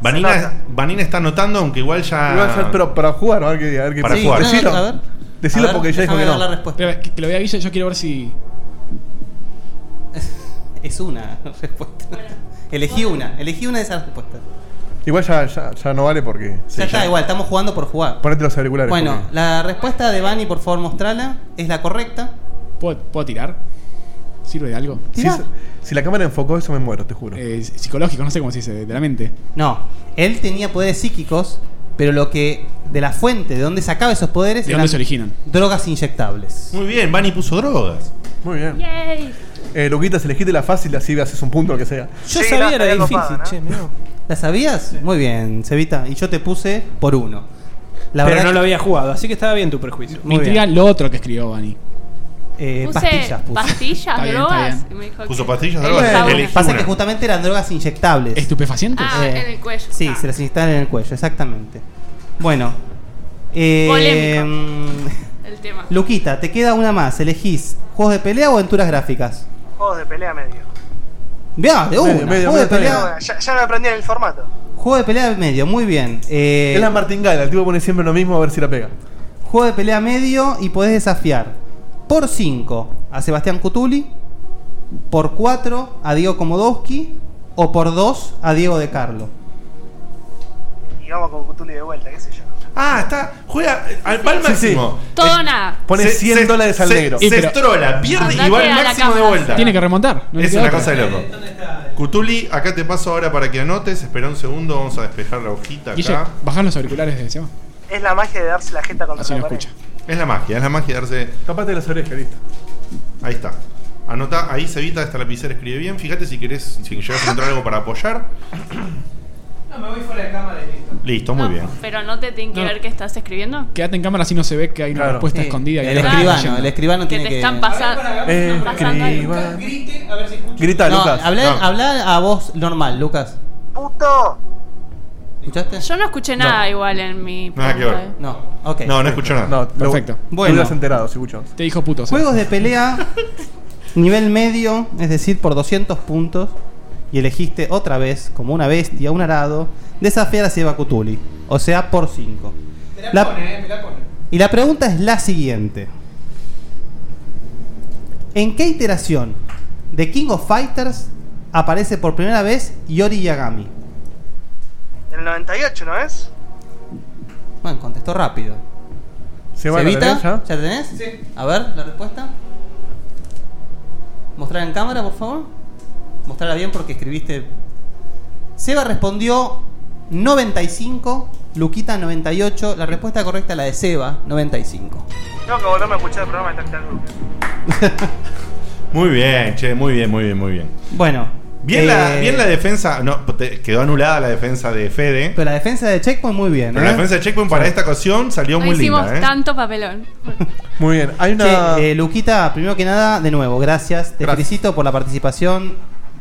Speaker 3: Vanina, Vanina está anotando, aunque igual ya.
Speaker 6: Igual ya- pero para jugar, a ver qué. A ver qué
Speaker 3: Ah. Para jugar.
Speaker 6: Decilo,
Speaker 3: A ver,
Speaker 6: decilo
Speaker 3: a ver,
Speaker 6: porque ya dijo
Speaker 3: déjame
Speaker 6: que
Speaker 3: ver
Speaker 6: no.
Speaker 3: la
Speaker 5: Pero, que, que lo vea Guille, yo quiero ver si.
Speaker 4: Es una respuesta. Elegí una, elegí una de esas respuestas.
Speaker 6: Igual ya, ya, ya no vale porque.
Speaker 4: ya está, igual, estamos jugando por jugar.
Speaker 6: Ponete los auriculares.
Speaker 4: Bueno, la respuesta de Bani, por favor, mostrala. Es la correcta.
Speaker 5: ¿Puedo, puedo tirar? ¿Sirve de algo?
Speaker 6: Si, es- si la cámara enfocó eso, me muero, te juro.
Speaker 5: Eh, psicológico, no sé cómo se dice, de la mente.
Speaker 4: No, él tenía poderes psíquicos, pero lo que. de la fuente, de dónde sacaba esos poderes.
Speaker 5: ¿De
Speaker 4: eran
Speaker 5: dónde se originan?
Speaker 4: Drogas inyectables.
Speaker 3: Muy bien, Bani puso drogas.
Speaker 6: Muy bien.
Speaker 8: Yay.
Speaker 6: Eh, Luquitas, elegiste la fácil, así haces un punto, lo que sea.
Speaker 4: Yo sabía era difícil, che, mirá. ¿La sabías? Muy bien, Cevita. Y yo te puse por uno.
Speaker 7: Pero
Speaker 4: La verdad
Speaker 7: no
Speaker 4: que-
Speaker 7: lo había jugado, así que estaba bien tu prejuicio.
Speaker 4: Muy intriga
Speaker 5: lo otro que escribió Bani.
Speaker 4: Eh,
Speaker 8: Puse
Speaker 4: pastillas puso.
Speaker 8: pastillas,
Speaker 4: Está bien, está
Speaker 8: drogas.
Speaker 4: bien.
Speaker 8: y me dijo
Speaker 3: Puso
Speaker 8: que-
Speaker 3: pastillas,
Speaker 8: Él
Speaker 3: drogas.
Speaker 8: estaba
Speaker 3: Elegí
Speaker 8: una.
Speaker 4: Pasa
Speaker 3: una.
Speaker 4: que justamente eran drogas inyectables.
Speaker 5: ¿Estupefacientes?
Speaker 8: Ah, en el cuello.
Speaker 4: Sí,
Speaker 8: Ah.
Speaker 4: se las inyectaban en el cuello, exactamente. Bueno. Eh, mm,
Speaker 8: Polémico. El tema.
Speaker 4: Luquita, te queda una más. Elegís juegos de pelea o aventuras gráficas.
Speaker 14: Juegos de pelea medio.
Speaker 4: Vea, de una.
Speaker 6: Medio, medio,
Speaker 4: juegos de
Speaker 6: medio,
Speaker 4: pelea.
Speaker 14: Bueno, ya, ya me aprendí el formato.
Speaker 4: Juego de pelea medio, muy bien. Eh,
Speaker 6: Es la martingala, el tipo pone siempre lo mismo a ver si la pega.
Speaker 4: Juego de pelea medio y podés desafiar por 5 a Sebastián Cutuli, por 4 a Diego Komodowski o por 2 a Diego de Carlo.
Speaker 14: Y vamos con Cutuli de vuelta, qué sé yo.
Speaker 3: Ah, está. Juega al pal máximo.
Speaker 8: Todo o nada.
Speaker 3: Se- se- se- Se, estrola, pierde y va al máximo de vuelta.
Speaker 5: Tiene que remontar. no le
Speaker 3: es
Speaker 5: queda
Speaker 3: una
Speaker 5: otra.
Speaker 3: cosa de loco. Cutuli, acá te paso ahora para que anotes. Espera un segundo, vamos a despejar la hojita
Speaker 5: Guille,
Speaker 3: acá.
Speaker 5: bajá los auriculares de Seba.
Speaker 14: Es la magia de darse la jeta contra
Speaker 5: Así
Speaker 14: la
Speaker 5: lo
Speaker 14: pared.
Speaker 5: escucha.
Speaker 3: Es la magia, es la magia de darse.
Speaker 6: Tapate las orejas, listo.
Speaker 3: Ahí está. Anota, ahí se evita esta lapicera, escribe bien. Fíjate si querés, si llegas a encontrar algo para apoyar.
Speaker 7: No, me voy fuera de cámara y listo.
Speaker 3: Listo, muy bien.
Speaker 8: Pero no te tienen que
Speaker 5: No.
Speaker 8: ver que estás escribiendo.
Speaker 5: Quédate en cámara si no se ve que hay una respuesta escondida.
Speaker 4: El escribano, el escribano
Speaker 8: Que
Speaker 4: tiene
Speaker 8: te
Speaker 4: que-
Speaker 8: están pasando.
Speaker 6: Eh,
Speaker 8: pasando algo.
Speaker 7: Grite, a ver si escucho.
Speaker 6: Grita,
Speaker 4: No,
Speaker 6: Lucas.
Speaker 4: Habla,
Speaker 6: No.
Speaker 4: habla a voz normal, Lucas.
Speaker 14: ¡Puto!
Speaker 4: ¿Escuchaste?
Speaker 8: Yo no escuché
Speaker 4: No.
Speaker 8: nada igual en mi.
Speaker 4: Nada que ver.
Speaker 8: pregunta, ¿eh?
Speaker 4: No, ok.
Speaker 3: No, no escucho nada.
Speaker 6: No, lo-
Speaker 5: Perfecto.
Speaker 6: Bueno. Te has enterado, si escuchamos.
Speaker 5: Te dijo puto.
Speaker 4: Juegos de pelea nivel medio, es decir, por 200 puntos. Y elegiste otra vez, como una bestia, un arado, desafiar a Seba Cutuli. O sea, por 5. La- Y la pregunta es la siguiente. ¿En qué iteración de King of Fighters aparece por primera vez Yori Yagami?
Speaker 14: En el 98, ¿no es?
Speaker 4: Bueno, contestó rápido.
Speaker 6: Se va, ¿lo tenés ya?
Speaker 4: ¿Ya la tenés? Sí. A ver, la respuesta. Mostrar en cámara, por favor. Mostrarla bien porque escribiste. Seba respondió 95, Luquita 98. La respuesta correcta es la de Seba, 95.
Speaker 14: Tengo que volverme a escuchar el programa de Tactical Group.
Speaker 3: Muy bien, che, muy bien, muy bien, muy bien.
Speaker 4: Bueno.
Speaker 3: Bien,
Speaker 4: eh,
Speaker 3: la, bien la defensa. No, te- quedó anulada la defensa de Fede.
Speaker 4: Pero la defensa de Checkpoint muy bien.
Speaker 3: Pero la
Speaker 4: ¿eh?
Speaker 3: defensa de Checkpoint para esta ocasión salió
Speaker 8: No
Speaker 3: muy
Speaker 8: hicimos
Speaker 3: linda, ¿eh?
Speaker 8: tanto papelón.
Speaker 6: Muy bien, hay
Speaker 4: una. eh, Luquita, primero que nada, de nuevo, gracias. Te felicito por la participación.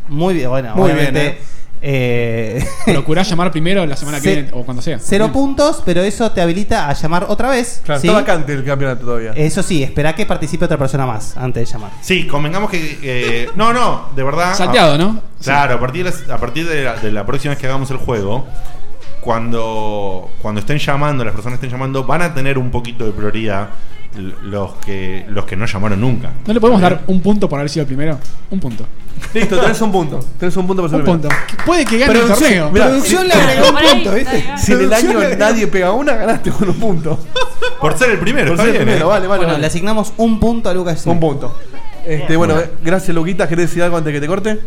Speaker 4: Muy bien, bueno,
Speaker 5: Muy bien,
Speaker 4: obviamente.
Speaker 5: ¿eh?
Speaker 4: eh,
Speaker 5: Procurá llamar primero la semana que
Speaker 4: Se-
Speaker 5: viene o cuando sea.
Speaker 4: Cero puntos, pero eso te habilita a llamar otra vez.
Speaker 6: Claro,
Speaker 4: ¿sí?
Speaker 6: está vacante el campeonato todavía.
Speaker 5: Eh,
Speaker 4: Eso sí, espera que participe otra persona más antes de llamar.
Speaker 3: Sí, convengamos que. eh, no, no, de verdad. Ah,
Speaker 4: Salteado, ¿no?
Speaker 3: Claro, a partir, de, las- a partir de, la, de la próxima vez que hagamos el juego, cuando, cuando estén llamando, las personas estén llamando, van a tener un poquito de prioridad l- los que, los que no llamaron nunca.
Speaker 5: ¿No le podemos dar un punto por haber sido el primero? Un punto.
Speaker 6: Listo, tenés un punto. Tenés un punto para
Speaker 5: Un
Speaker 6: ser primero.
Speaker 5: punto. Puede que gane el
Speaker 6: Producción-
Speaker 5: torneo.
Speaker 6: mirá, si- Si en el
Speaker 5: Producción
Speaker 6: año
Speaker 5: le agregó-
Speaker 6: nadie pega una, ganaste con un punto.
Speaker 3: Por ser el primero, eh.
Speaker 6: Por ser el primero, vale, vale.
Speaker 4: Bueno,
Speaker 6: vale.
Speaker 4: le asignamos un punto a Lucas.
Speaker 6: Un punto. Este,
Speaker 4: Bien.
Speaker 6: bueno, eh, gracias, Luquita. ¿Querés decir algo antes que te corte?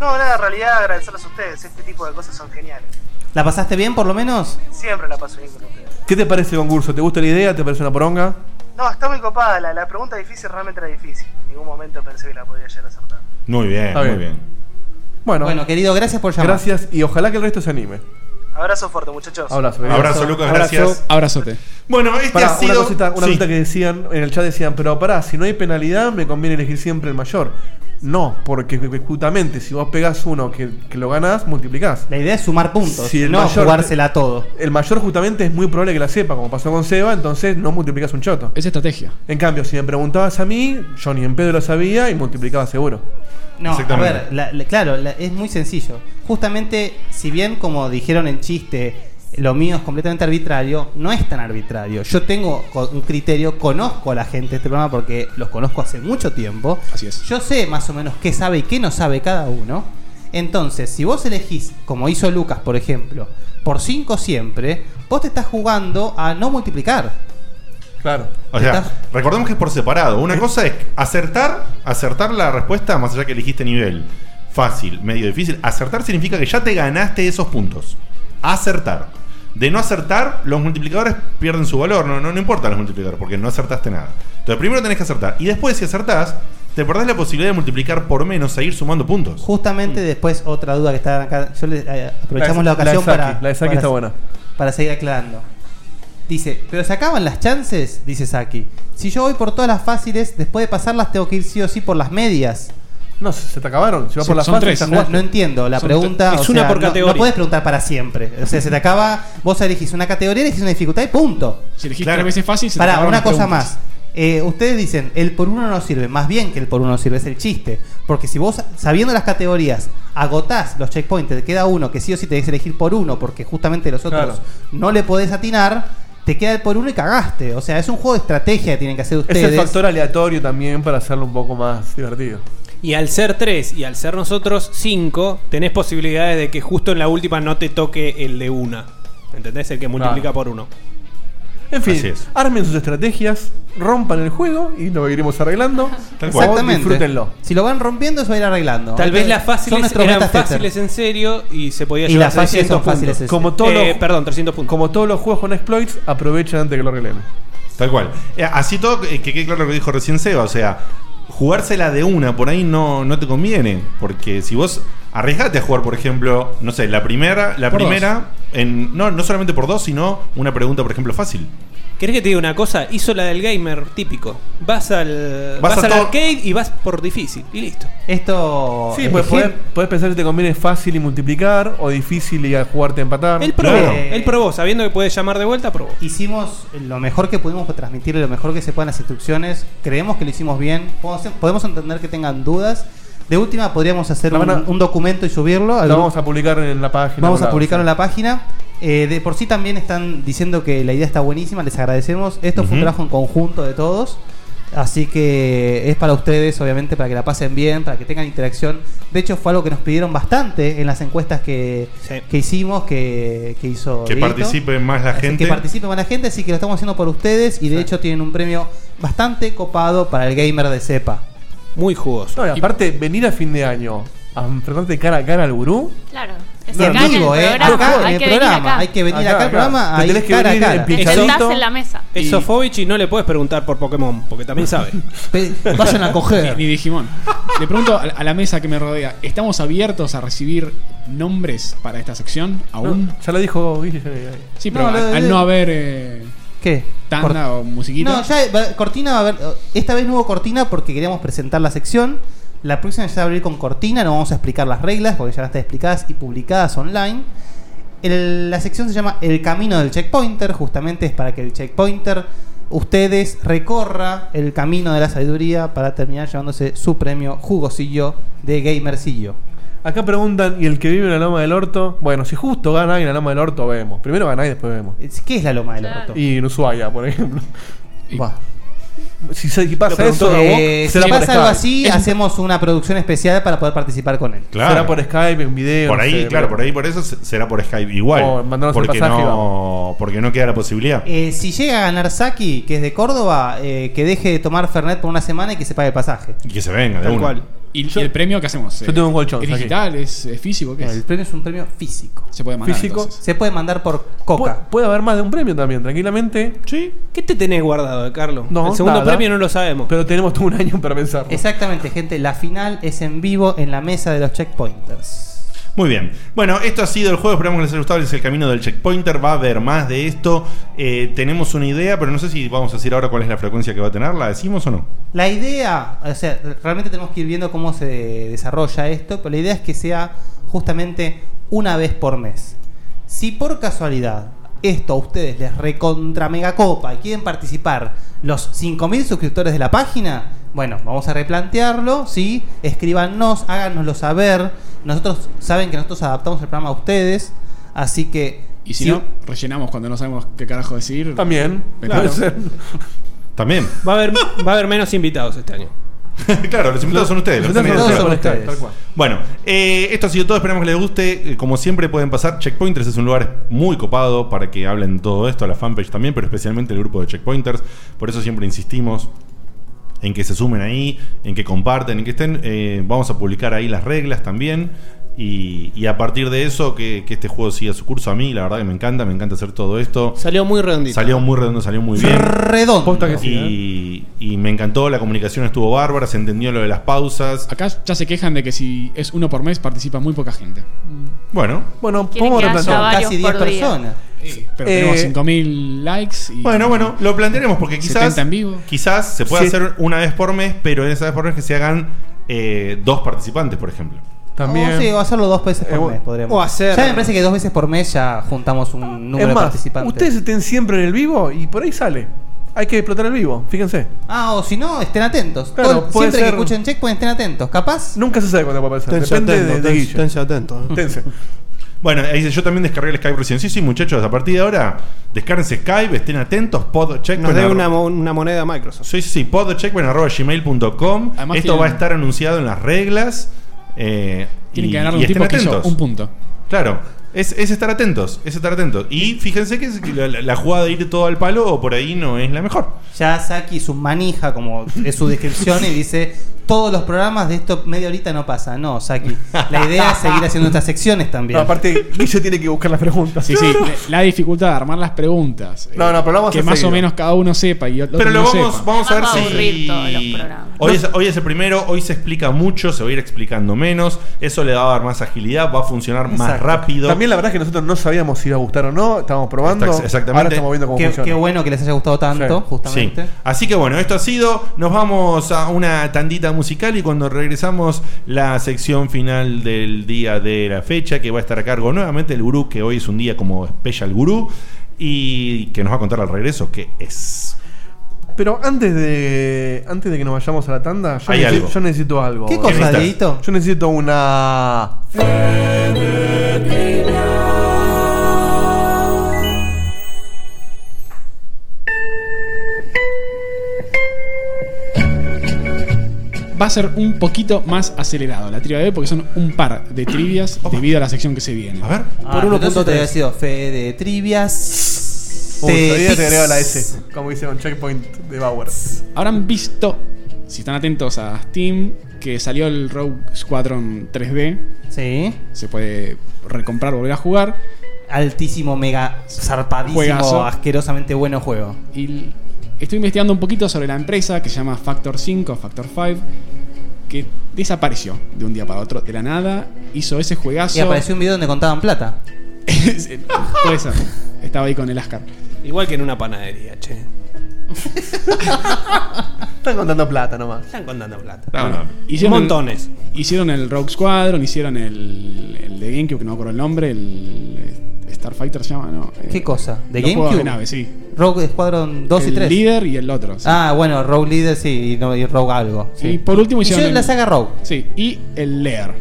Speaker 14: No, nada, en realidad agradecerles a ustedes. Este tipo de cosas son geniales.
Speaker 4: ¿La pasaste bien, por lo menos?
Speaker 14: Siempre la paso bien con ustedes.
Speaker 6: ¿Qué te parece el concurso? ¿Te gusta la idea? ¿Te parece una poronga?
Speaker 14: No, está muy copada. La, la pregunta difícil realmente era difícil. En ningún momento pensé que la podía llegar a acertar.
Speaker 3: Muy bien,
Speaker 6: Está
Speaker 3: muy
Speaker 6: bien.
Speaker 3: bien.
Speaker 6: Bueno,
Speaker 4: Bueno, querido, gracias por llamar.
Speaker 6: Gracias y ojalá que el resto se anime.
Speaker 14: Abrazo fuerte, muchachos.
Speaker 6: Abrazo,
Speaker 3: Abrazo, Lucas, gracias.
Speaker 5: Abrazote.
Speaker 3: Bueno, este
Speaker 6: Pará,
Speaker 3: ha sido.
Speaker 6: Una, cosita, una
Speaker 3: Sí.
Speaker 6: cosita que decían, en el chat decían, pero pará, si no hay penalidad, me conviene elegir siempre el mayor. No, porque justamente si vos pegás uno que, que lo ganás, multiplicás.
Speaker 4: La idea es sumar puntos, no jugársela todo.
Speaker 6: El mayor justamente es muy probable que la sepa, como pasó con Seba, entonces no multiplicás un choto.
Speaker 5: Es estrategia.
Speaker 6: En cambio, si me preguntabas a mí, yo ni en pedo lo sabía y multiplicaba seguro.
Speaker 4: No, a ver, la- la- claro, la- es muy sencillo. Justamente, si bien como dijeron en chiste, lo mío es completamente arbitrario, no es tan arbitrario. Yo tengo co- un criterio, conozco a la gente de este programa porque los conozco hace mucho tiempo.
Speaker 5: Así es.
Speaker 4: Yo sé más o menos qué sabe y qué no sabe cada uno. Entonces, si vos elegís, como hizo Lucas, por ejemplo, por 5 siempre, vos te estás jugando a no multiplicar.
Speaker 6: Claro.
Speaker 3: O sea, recordemos que es por separado. Una cosa es acertar, acertar la respuesta más allá que elegiste nivel. Fácil, medio difícil. Acertar significa que ya te ganaste esos puntos. Acertar. De no acertar, los multiplicadores pierden su valor. No, no, no importan los multiplicadores porque no acertaste nada. Entonces, primero tenés que acertar. Y después, si acertás, te perdés la posibilidad de multiplicar por menos e ir sumando puntos.
Speaker 4: Justamente después otra duda que está acá, yo le- eh, aprovechamos la,
Speaker 6: Mm. La de- la de
Speaker 4: ocasión
Speaker 6: Saki,
Speaker 4: para
Speaker 6: la de Saki
Speaker 4: para-
Speaker 6: está buena.
Speaker 4: para seguir aclarando. Dice, pero se acaban las chances, dice Saki. Si yo voy por todas las fáciles, después de pasarlas tengo que ir sí o sí por las medias.
Speaker 6: No, se se te acabaron. Si vas por las fases, te
Speaker 4: No,
Speaker 6: jugaste.
Speaker 4: no entiendo la
Speaker 6: Son
Speaker 4: pregunta.
Speaker 6: tres.
Speaker 4: o
Speaker 6: Es una
Speaker 4: sea,
Speaker 6: por
Speaker 4: no- No,
Speaker 6: categoría.
Speaker 4: puedes preguntar para siempre. O sea, se te acaba. Vos elegís una categoría, elegís una dificultad y punto.
Speaker 5: Si elegís tres veces fácil, se te
Speaker 4: Pará,
Speaker 5: acabaron
Speaker 4: una
Speaker 5: las
Speaker 4: cosa
Speaker 5: preguntas.
Speaker 4: más. eh, ustedes dicen, el por uno no sirve. Más bien que el por uno no sirve, es el chiste. Porque si vos, sabiendo las categorías, agotás los checkpoints, te queda uno que sí o sí tenés que elegir por uno, porque justamente los otros
Speaker 6: Claro.
Speaker 4: no le podés atinar, te queda el por uno y cagaste. O sea, es un juego de estrategia que tienen que hacer
Speaker 6: Es
Speaker 4: ustedes.
Speaker 6: el factor aleatorio también para hacerlo un poco más divertido.
Speaker 7: Y al ser tres y al ser nosotros cinco, tenés posibilidades de que justo en la última no te toque el de una. ¿Entendés? El que multiplica por uno.
Speaker 6: En
Speaker 7: Así
Speaker 6: fin,
Speaker 7: es.
Speaker 6: armen sus estrategias, rompan el juego y lo iremos arreglando. Por favor, Disfrútenlo.
Speaker 4: Si lo van rompiendo, se va a ir arreglando.
Speaker 7: Tal vez las
Speaker 4: Son
Speaker 7: fáciles
Speaker 4: nuestros
Speaker 7: eran
Speaker 4: beta testers.
Speaker 7: fáciles en serio y se podía
Speaker 4: Y
Speaker 7: llevar
Speaker 4: las fáciles son fáciles en serio.
Speaker 6: Como todos
Speaker 7: Eh,
Speaker 6: los-
Speaker 7: perdón, 300 puntos.
Speaker 6: Como todos los juegos con exploits, aprovechan antes que lo arreglen.
Speaker 3: Tal cual. Eh, Así todo, eh, que quede claro lo que dijo recién Seba. O sea, jugársela de una por ahí no, no te conviene. Porque si vos arriesgate a jugar, por ejemplo, no sé, la primera, la
Speaker 7: Por
Speaker 3: primera, en, no, no solamente por dos, sino una pregunta, por ejemplo, fácil.
Speaker 7: ¿Querés que te diga una cosa? Hizo la del gamer típico. Vas al,
Speaker 3: Vas
Speaker 7: vas
Speaker 3: a
Speaker 7: al
Speaker 3: todo-
Speaker 7: arcade y vas por difícil. Y listo. Oh,
Speaker 4: Esto.
Speaker 6: Sí, pues podés, podés pensar si te conviene fácil y multiplicar o difícil y a jugarte a empatar.
Speaker 7: Él probó, él probó, sabiendo que puede llamar de vuelta, probó.
Speaker 4: Eh, Hicimos lo mejor que pudimos para transmitirle, lo mejor que se puedan las instrucciones. Creemos que lo hicimos bien. Podemos- Podemos entender que tengan dudas. De última, podríamos hacer
Speaker 6: Lo
Speaker 4: un,
Speaker 6: van a-
Speaker 4: un documento y subirlo.
Speaker 6: Lo
Speaker 4: Algún-
Speaker 6: vamos a publicar en la página.
Speaker 4: Vamos
Speaker 6: en
Speaker 4: a
Speaker 6: algún
Speaker 4: publicarlo en
Speaker 6: lado,
Speaker 4: la página. Eh, de por sí también están diciendo que la idea está buenísima, les agradecemos. Esto fue un
Speaker 6: Ujú.
Speaker 4: trabajo en conjunto de todos. Así que es para ustedes, obviamente, para que la pasen bien, para que tengan interacción. De hecho, fue algo que nos pidieron bastante en las encuestas que, que hicimos, que, que hizo.
Speaker 3: Que
Speaker 4: Dieguito.
Speaker 3: participe más la
Speaker 4: Así
Speaker 3: gente.
Speaker 4: Que participe más la gente, así que lo estamos haciendo por ustedes. Y de hecho, tienen un premio bastante copado para el gamer de cepa.
Speaker 7: Muy jugoso.
Speaker 6: No, y aparte, venir a fin de año a enfrentarte cara a cara al gurú.
Speaker 8: Claro.
Speaker 6: No,
Speaker 8: acá
Speaker 6: en vivo,
Speaker 8: el
Speaker 6: eh,
Speaker 8: programa,
Speaker 6: acá en
Speaker 8: hay
Speaker 6: el
Speaker 8: que venir
Speaker 6: programa,
Speaker 8: acá.
Speaker 6: hay que venir Acá, acá al acá. programa, Te ahí tenés que cara a venir cara. en
Speaker 8: Te
Speaker 6: pinchadito.
Speaker 8: sentás en la mesa.
Speaker 7: Es Sofovich y no le puedes preguntar por Pokémon, porque también sabe.
Speaker 4: Vayan a coger.
Speaker 5: Ni, ni Digimon. Le pregunto a, a la mesa que me rodea: ¿estamos abiertos a recibir nombres para esta sección aún?
Speaker 6: No, ya lo dijo Guille.
Speaker 5: Sí, pero
Speaker 4: No,
Speaker 5: al,
Speaker 4: lo-
Speaker 5: al no haber. eh,
Speaker 4: ¿Qué?
Speaker 5: Tanda o musiquita.
Speaker 4: No, ya va- cortina va a haber. Esta vez no hubo cortina porque queríamos presentar la sección. La próxima ya va a abrir con cortina, no vamos a explicar las reglas porque ya están explicadas y publicadas online. El- la sección se llama El camino del checkpointer, justamente es para que el checkpointer ustedes recorra el camino de la sabiduría para terminar llevándose su premio jugosillo de gamercillo.
Speaker 6: Acá preguntan, ¿y el que vive en la loma del orto? Bueno, si justo gana alguien en la loma del orto, vemos. Primero gana y después vemos.
Speaker 4: ¿Qué es la loma del orto?
Speaker 6: Y en Ushuaia, por ejemplo.
Speaker 4: Bah.
Speaker 6: Si se si pasa
Speaker 4: Lo preguntó,
Speaker 6: eso,
Speaker 4: eh, si pasa algo así, hacemos una producción especial para poder participar con él.
Speaker 3: Claro. Será por
Speaker 6: Skype, en video.
Speaker 3: Por
Speaker 6: no
Speaker 3: ahí,
Speaker 6: sé,
Speaker 3: claro,
Speaker 6: pero-
Speaker 3: por ahí, por eso se- será por Skype igual.
Speaker 6: O mandanos el
Speaker 3: porque,
Speaker 6: pasaje y
Speaker 3: no, porque no queda la posibilidad.
Speaker 4: Eh, si llega a ganar Saki, que es de Córdoba, eh, que deje de tomar Fernet por una semana y que se pague el pasaje.
Speaker 3: Y que se venga de
Speaker 5: Tal
Speaker 3: una.
Speaker 5: cual. ¿Y, y el premio qué hacemos? eh,
Speaker 4: yo tengo un colchón,
Speaker 5: ¿Es
Speaker 4: saqué.
Speaker 5: digital? ¿Es, es físico? ¿Qué
Speaker 4: No,
Speaker 5: es?
Speaker 4: el premio es un premio físico.
Speaker 5: Se puede mandar.
Speaker 6: Físico.
Speaker 5: entonces.
Speaker 4: Se puede mandar por coca.
Speaker 6: Pu- puede haber más de un premio también, tranquilamente.
Speaker 7: Sí. ¿Qué te tenés guardado, eh, Carlos?
Speaker 6: No,
Speaker 7: el segundo
Speaker 6: nada.
Speaker 7: premio no lo sabemos.
Speaker 6: Pero tenemos todo un año para pensarlo.
Speaker 4: Exactamente, gente. La final es en vivo en la mesa de los checkpointers.
Speaker 3: Muy bien. Bueno, esto ha sido el juego. Esperamos que les haya gustado. Es el camino del checkpointer. Va a haber más de esto. Eh, tenemos una idea, pero no sé si vamos a decir ahora cuál es la frecuencia que va a tener. ¿La decimos o no?
Speaker 4: La idea, o sea, realmente tenemos que ir viendo cómo se desarrolla esto, pero la idea es que sea justamente una vez por mes. Si por casualidad esto a ustedes les recontra mega copa y quieren participar los 5.000 suscriptores de la página, bueno, vamos a replantearlo, ¿sí? Escríbanos, háganoslo saber. Nosotros saben que nosotros adaptamos el programa a ustedes, así que...
Speaker 5: Y si no, rellenamos cuando no sabemos qué carajo decir.
Speaker 6: También,
Speaker 5: Claro.
Speaker 6: puede ser.
Speaker 3: También.
Speaker 7: Va a haber, va a haber menos invitados este año.
Speaker 3: claro, los invitados son ustedes. Los invitados son ustedes.
Speaker 6: Tal cual.
Speaker 3: Bueno, eh, esto ha sido todo. Esperamos que les guste. Eh, Como siempre, pueden pasar. Checkpointers es un lugar muy copado para que hablen todo esto, a la fanpage también, pero especialmente el grupo de Checkpointers. Por eso siempre insistimos en que se sumen ahí, en que comparten, en que estén. Eh, vamos a publicar ahí las reglas también. Y, y a partir de eso, que, que este juego siga su curso. A mí, la verdad que me encanta, me encanta hacer todo esto.
Speaker 7: Salió muy redondito.
Speaker 3: Salió muy redondo, salió muy bien.
Speaker 4: Redondo.
Speaker 3: y, y me encantó, la comunicación estuvo bárbara, se entendió lo de las pausas.
Speaker 5: Acá ya se quejan de que si es uno por mes participa muy poca gente.
Speaker 3: Bueno.
Speaker 6: Bueno,
Speaker 5: Quieren
Speaker 6: podemos
Speaker 5: que haya
Speaker 6: replantear.
Speaker 5: varios Casi 10 por día. personas. Pero tenemos
Speaker 6: Eh,
Speaker 5: 5000 likes y.
Speaker 3: Bueno, bueno, lo plantearemos porque quizás
Speaker 5: 70 en vivo.
Speaker 3: quizás se pueda
Speaker 5: Sí.
Speaker 3: hacer una vez por mes, pero en esa vez por mes que se hagan eh, dos participantes, por ejemplo.
Speaker 4: O, Ah, Oh, sí, o hacerlo dos veces por
Speaker 3: Eh,
Speaker 4: mes, podríamos.
Speaker 3: o hacer-
Speaker 4: Ya me parece que dos veces por mes ya juntamos un número
Speaker 6: Es
Speaker 4: de
Speaker 6: más,
Speaker 4: participantes.
Speaker 6: ustedes estén siempre en el vivo y por ahí sale. Hay que explotar el vivo, fíjense.
Speaker 4: Ah, o si no, estén atentos.
Speaker 6: Claro,
Speaker 4: Todo-
Speaker 6: puede
Speaker 4: siempre que
Speaker 6: ser-
Speaker 4: escuchen checkpoint, estén atentos. Capaz.
Speaker 6: Nunca se sabe cuándo va a pasar.
Speaker 4: Tense
Speaker 6: Depende
Speaker 4: atento,
Speaker 6: de, de
Speaker 4: tense-
Speaker 6: Guille.
Speaker 4: tense
Speaker 6: atento. Tense.
Speaker 3: Bueno, ahí dice, yo también descargué el Skype recién. Sí, sí, muchachos, a partir de ahora, descarguense Skype, estén atentos, podcheckpoint.
Speaker 15: Nos dé
Speaker 3: arro-
Speaker 15: una, mo- una moneda a Microsoft.
Speaker 3: Sí, sí, sí, podcheckpoint arroba gmail.com.
Speaker 15: Además
Speaker 3: Esto
Speaker 15: tienen-
Speaker 3: va a estar anunciado en las reglas. eh,
Speaker 5: Tienen
Speaker 3: y-
Speaker 5: que ganar
Speaker 3: y
Speaker 5: un tipo
Speaker 3: estén
Speaker 5: que yo,
Speaker 3: atentos.
Speaker 5: un punto.
Speaker 3: Claro, es, es estar atentos, es estar atentos. Y fíjense que es- que la, la- la jugada de ir todo al palo o por ahí no es la mejor.
Speaker 4: Ya Saki su manija, como es su descripción, y dice: Todos los programas de esto media horita no pasa. No, Saki. La idea es seguir haciendo estas secciones también.
Speaker 6: No, aparte, Guille tiene que buscar las preguntas.
Speaker 5: Sí, sí, la dificultad de armar las preguntas. eh,
Speaker 6: No, no, pero lo vamos a
Speaker 5: Que
Speaker 6: hacer
Speaker 5: más o
Speaker 6: seguido.
Speaker 5: menos cada uno sepa. Y el otro
Speaker 3: Pero lo
Speaker 5: no
Speaker 3: vamos,
Speaker 5: sepa.
Speaker 3: vamos a ver si. Hoy es, hoy es el primero, hoy se explica mucho, se va a ir explicando menos. Eso le va a dar más agilidad, va a funcionar más
Speaker 6: Exacto.
Speaker 3: rápido.
Speaker 6: También la verdad es que nosotros no sabíamos si iba a gustar o no, estábamos probando.
Speaker 3: Exact- exactamente.
Speaker 6: Ahora estamos viendo cómo
Speaker 3: Qué-
Speaker 6: funciona.
Speaker 3: qué
Speaker 4: bueno que les haya gustado tanto, justamente.
Speaker 3: Así que bueno, esto ha sido. Nos vamos a una tandita musical y cuando regresamos, la sección final del día de la fecha, que va a estar a cargo nuevamente el gurú, que hoy es un día como Special Gurú, y que nos va a contar al regreso qué es.
Speaker 6: Pero antes de antes de que nos vayamos a la tanda, yo,
Speaker 3: Hay
Speaker 6: necesi-
Speaker 3: algo.
Speaker 6: yo necesito algo.
Speaker 3: ¿Qué cosa, necesitas? Dieguito?
Speaker 6: Yo necesito una.
Speaker 5: Va a ser un poquito más acelerado la trivia de hoy porque son un par de trivias debido a la sección que se viene. A
Speaker 3: ver,
Speaker 4: Ah, pero entonces te había sido fe de trivias.
Speaker 6: Uy, todavía te agrego la
Speaker 4: tics.
Speaker 6: S, como dice un checkpoint de Bauer.
Speaker 5: Habrán visto, si están atentos a Steam, que salió el Rogue Squadron 3D.
Speaker 4: Sí.
Speaker 5: Se puede recomprar, volver a jugar.
Speaker 4: Altísimo, mega, zarpadísimo,
Speaker 5: Juegazo.
Speaker 4: asquerosamente bueno juego.
Speaker 5: Y estoy investigando un poquito sobre la empresa que se llama Factor 5, Factor 5, que desapareció de un día para otro, de la nada. Hizo ese juegazo.
Speaker 4: Y apareció un video donde contaban plata.
Speaker 5: Puede ser. Estaba ahí con el Ascar.
Speaker 15: Igual que en una panadería, che.
Speaker 6: Están contando plata nomás.
Speaker 15: Están contando plata.
Speaker 7: Ah,
Speaker 5: Bueno,
Speaker 15: Montones.
Speaker 5: Hicieron el Rogue Squadron, hicieron el, el de GameCube, que no me acuerdo el nombre, el eh, Starfighter se llama, ¿no?
Speaker 4: ¿Qué cosa? ¿De
Speaker 5: los juegos
Speaker 4: GameCube?
Speaker 5: De nave, sí.
Speaker 4: Rogue Squadron 2 y
Speaker 5: El
Speaker 4: 3.
Speaker 5: líder y el otro. sí.
Speaker 4: Ah, bueno, Rogue Leader sí, y, no- y Rogue algo. sí.
Speaker 5: Y por último hicieron.
Speaker 4: yo
Speaker 5: el-
Speaker 4: la saga Rogue. Ah,
Speaker 5: Sí, y el Lear.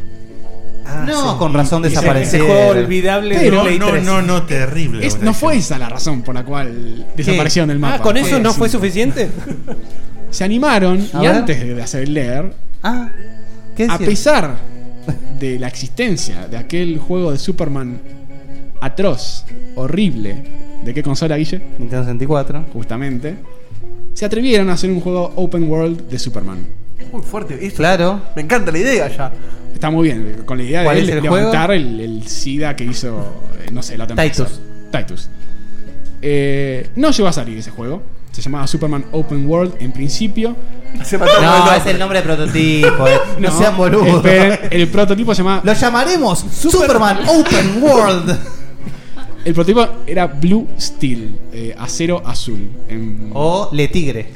Speaker 4: no, con razón
Speaker 5: Ese-
Speaker 4: desapareció.
Speaker 5: ese juego olvidable de Play
Speaker 3: no,
Speaker 5: 3.
Speaker 3: no, no, terrible.
Speaker 5: Es- no fue esa la razón por la cual desaparecieron del mapa.
Speaker 15: Ah, ¿con eso no fue
Speaker 5: sí.
Speaker 15: suficiente?
Speaker 5: Se animaron
Speaker 15: A
Speaker 5: y
Speaker 15: ver.
Speaker 5: antes de hacer el Lear, a
Speaker 15: decían?
Speaker 5: pesar de la existencia de aquel juego de Superman atroz, horrible, ¿de qué consola, Guille?
Speaker 4: Nintendo 64.
Speaker 5: Justamente. Se atrevieron a hacer un juego open world de Superman.
Speaker 6: Muy fuerte. esto-
Speaker 4: Claro.
Speaker 6: Me encanta la idea ya.
Speaker 5: Está muy bien, con la idea
Speaker 6: ¿Cuál
Speaker 5: de
Speaker 6: es el
Speaker 5: levantar el, el SIDA que hizo, eh, no sé, la otra empresa.
Speaker 4: Titus.
Speaker 5: Titus. Eh, no llegó a salir ese juego. Se llamaba Superman Open World en principio.
Speaker 4: No, es el nombre de prototipo. eh. No, sean boludos.
Speaker 5: esperen, El, prototipo se llamaba.
Speaker 4: Lo llamaremos Superman Open World.
Speaker 5: El prototipo era Blue Steel, eh, acero azul. en-
Speaker 4: O Le Tigre.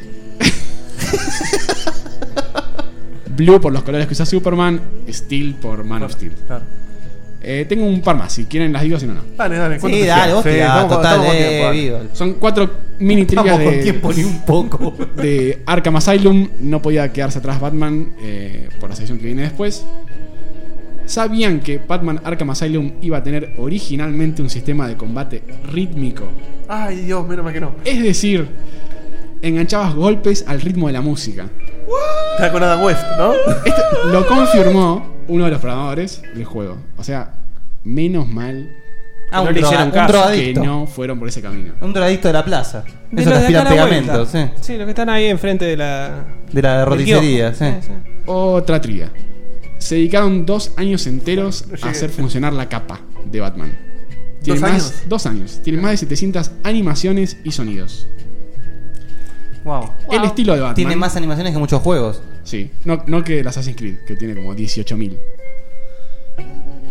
Speaker 5: Blue por los colores que usa Superman, Steel por Man of Steel. Eh, tengo un par más, si quieren las digo, si no, no.
Speaker 6: Dale, dale.
Speaker 4: Sí, dale, vos tirá, total, eh, vivo.
Speaker 5: Son cuatro mini trivias
Speaker 4: Estamos
Speaker 5: de,
Speaker 4: con tiempo ni un poco.
Speaker 5: de Arkham Asylum. No podía quedarse atrás Batman eh, por la sección que viene después. ¿Sabían que Batman Arkham Asylum iba a tener originalmente un sistema de combate rítmico?
Speaker 6: Ay, Dios, menos mal que no.
Speaker 5: Es decir, enganchabas golpes al ritmo de la música.
Speaker 6: Está con Adam West, ¿no?
Speaker 5: Esto lo confirmó uno de los programadores del juego. O sea, menos mal
Speaker 4: Ah,
Speaker 5: que
Speaker 4: un droga- un
Speaker 5: que
Speaker 4: drogadicto.
Speaker 5: no fueron por ese camino.
Speaker 4: Un drogadicto de la plaza.
Speaker 15: De
Speaker 4: Eso
Speaker 15: los
Speaker 4: que
Speaker 15: de
Speaker 4: aspiran
Speaker 15: acá a la vuelta.
Speaker 4: pegamento, sí.
Speaker 15: Sí, los que están ahí enfrente de la.
Speaker 4: De la
Speaker 15: del
Speaker 4: roticería, sí.
Speaker 15: kiosco.
Speaker 5: Otra trivia. Se dedicaron dos años enteros a hacer funcionar la capa de Batman. Tiene
Speaker 6: ¿Dos
Speaker 5: más-
Speaker 6: años?
Speaker 5: Dos años. Tiene más de 700 animaciones y sonidos.
Speaker 4: Wow.
Speaker 5: El estilo de Batman.
Speaker 4: Tiene más animaciones que muchos juegos.
Speaker 5: Sí. No, no que el Assassin's Creed, que tiene como 18.000.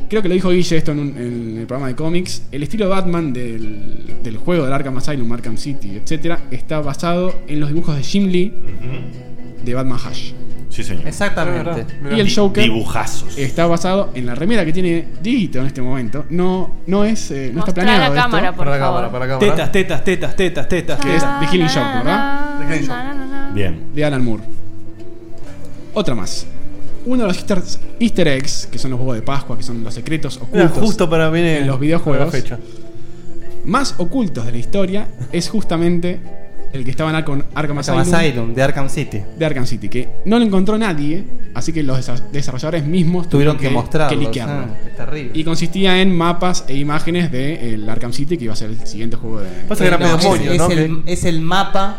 Speaker 5: creo que lo dijo Guille esto en, un- en el programa de cómics, el estilo Batman del, del juego del Arkham Asylum, Arkham City, etc., está basado en los dibujos de Jim Lee de Batman Hash.
Speaker 3: Sí, señor.
Speaker 4: Exactamente.
Speaker 8: Ah,
Speaker 5: Y el Joker
Speaker 3: Dibujazos.
Speaker 5: está basado en la remera que tiene Dieguito en este momento. No, no es, eh, no está
Speaker 8: Mostrá
Speaker 5: planeado.
Speaker 8: la
Speaker 5: esto.
Speaker 8: cámara, por Para la favor. Ah, cámara, para la cámara.
Speaker 5: Tetas, tetas, tetas, tetas, tetas. Que es The Killing Joke, ¿verdad?
Speaker 8: The Killing Joke.
Speaker 3: Bien.
Speaker 5: De Alan Moore. Otra más. Uno de los easter, easter eggs, que son los juegos de Pascua, que son los secretos
Speaker 6: Mira,
Speaker 5: ocultos
Speaker 6: justo para viene
Speaker 5: en los videojuegos,
Speaker 6: para la fecha.
Speaker 5: más ocultos de la historia es justamente el que estaba en Arkham, Arkham
Speaker 4: Arkham
Speaker 5: Asylum,
Speaker 4: Asylum, de Arkham City.
Speaker 5: de Arkham City, que no lo encontró nadie, así que los desa- desarrolladores mismos
Speaker 4: Tuvieron que mostrarlo,
Speaker 5: liquearlo.
Speaker 4: o sea, es terrible.
Speaker 5: Y consistía en mapas e imágenes de el Arkham City, que iba a ser el siguiente juego de...
Speaker 4: No, es- es, el, es el mapa,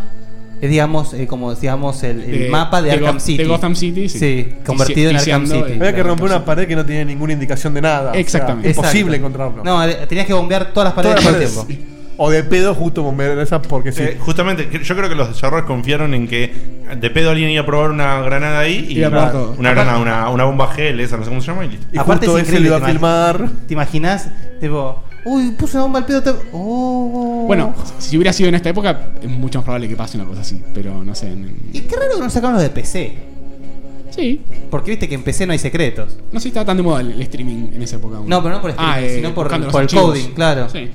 Speaker 4: es, digamos, eh, como decíamos, el, el
Speaker 5: De-
Speaker 4: mapa de,
Speaker 5: de
Speaker 4: Arkham
Speaker 5: Go-
Speaker 4: City.
Speaker 5: de Gotham City, sí.
Speaker 4: convertido en Arkham
Speaker 5: Ticiando
Speaker 4: City.
Speaker 5: el-
Speaker 6: Había que romper una pared que no tiene ninguna indicación de nada. o sea,
Speaker 5: Exactamente.
Speaker 6: imposible
Speaker 4: Exacto.
Speaker 6: encontrarlo.
Speaker 4: No, eh, tenías que bombear todas las paredes
Speaker 6: Todas
Speaker 4: todo el
Speaker 6: las
Speaker 4: tiempo.
Speaker 6: paredes. O de pedo justo bombear esas porque sí.
Speaker 3: Eh, justamente, que- yo creo que los desarrolladores confiaron en que de pedo alguien iba a probar una granada ahí y
Speaker 4: Iba a probar
Speaker 3: una,
Speaker 4: todo.
Speaker 3: una
Speaker 4: Aparte-
Speaker 3: granada, una, una bomba gel, esa no sé cómo se llama. Y listo.
Speaker 4: Aparte es increíble, te imag-
Speaker 6: filmar.
Speaker 4: ¿Te imaginas? Tipo, uy, puse una bomba al pedo. te- Oh.
Speaker 5: Bueno, si hubiera sido en esta época, es mucho más probable que pase una cosa así, pero no sé. en-
Speaker 4: Y qué raro que no sacaron los de PC.
Speaker 5: Sí.
Speaker 4: Porque viste que en PC no hay secretos.
Speaker 5: No sé si estaba tan de moda el, el streaming en esa época. aún.
Speaker 4: No, pero no por streaming,
Speaker 5: eh,
Speaker 4: sino por,
Speaker 5: buscando los
Speaker 4: por el
Speaker 5: archivos.
Speaker 4: coding, claro.
Speaker 5: Sí.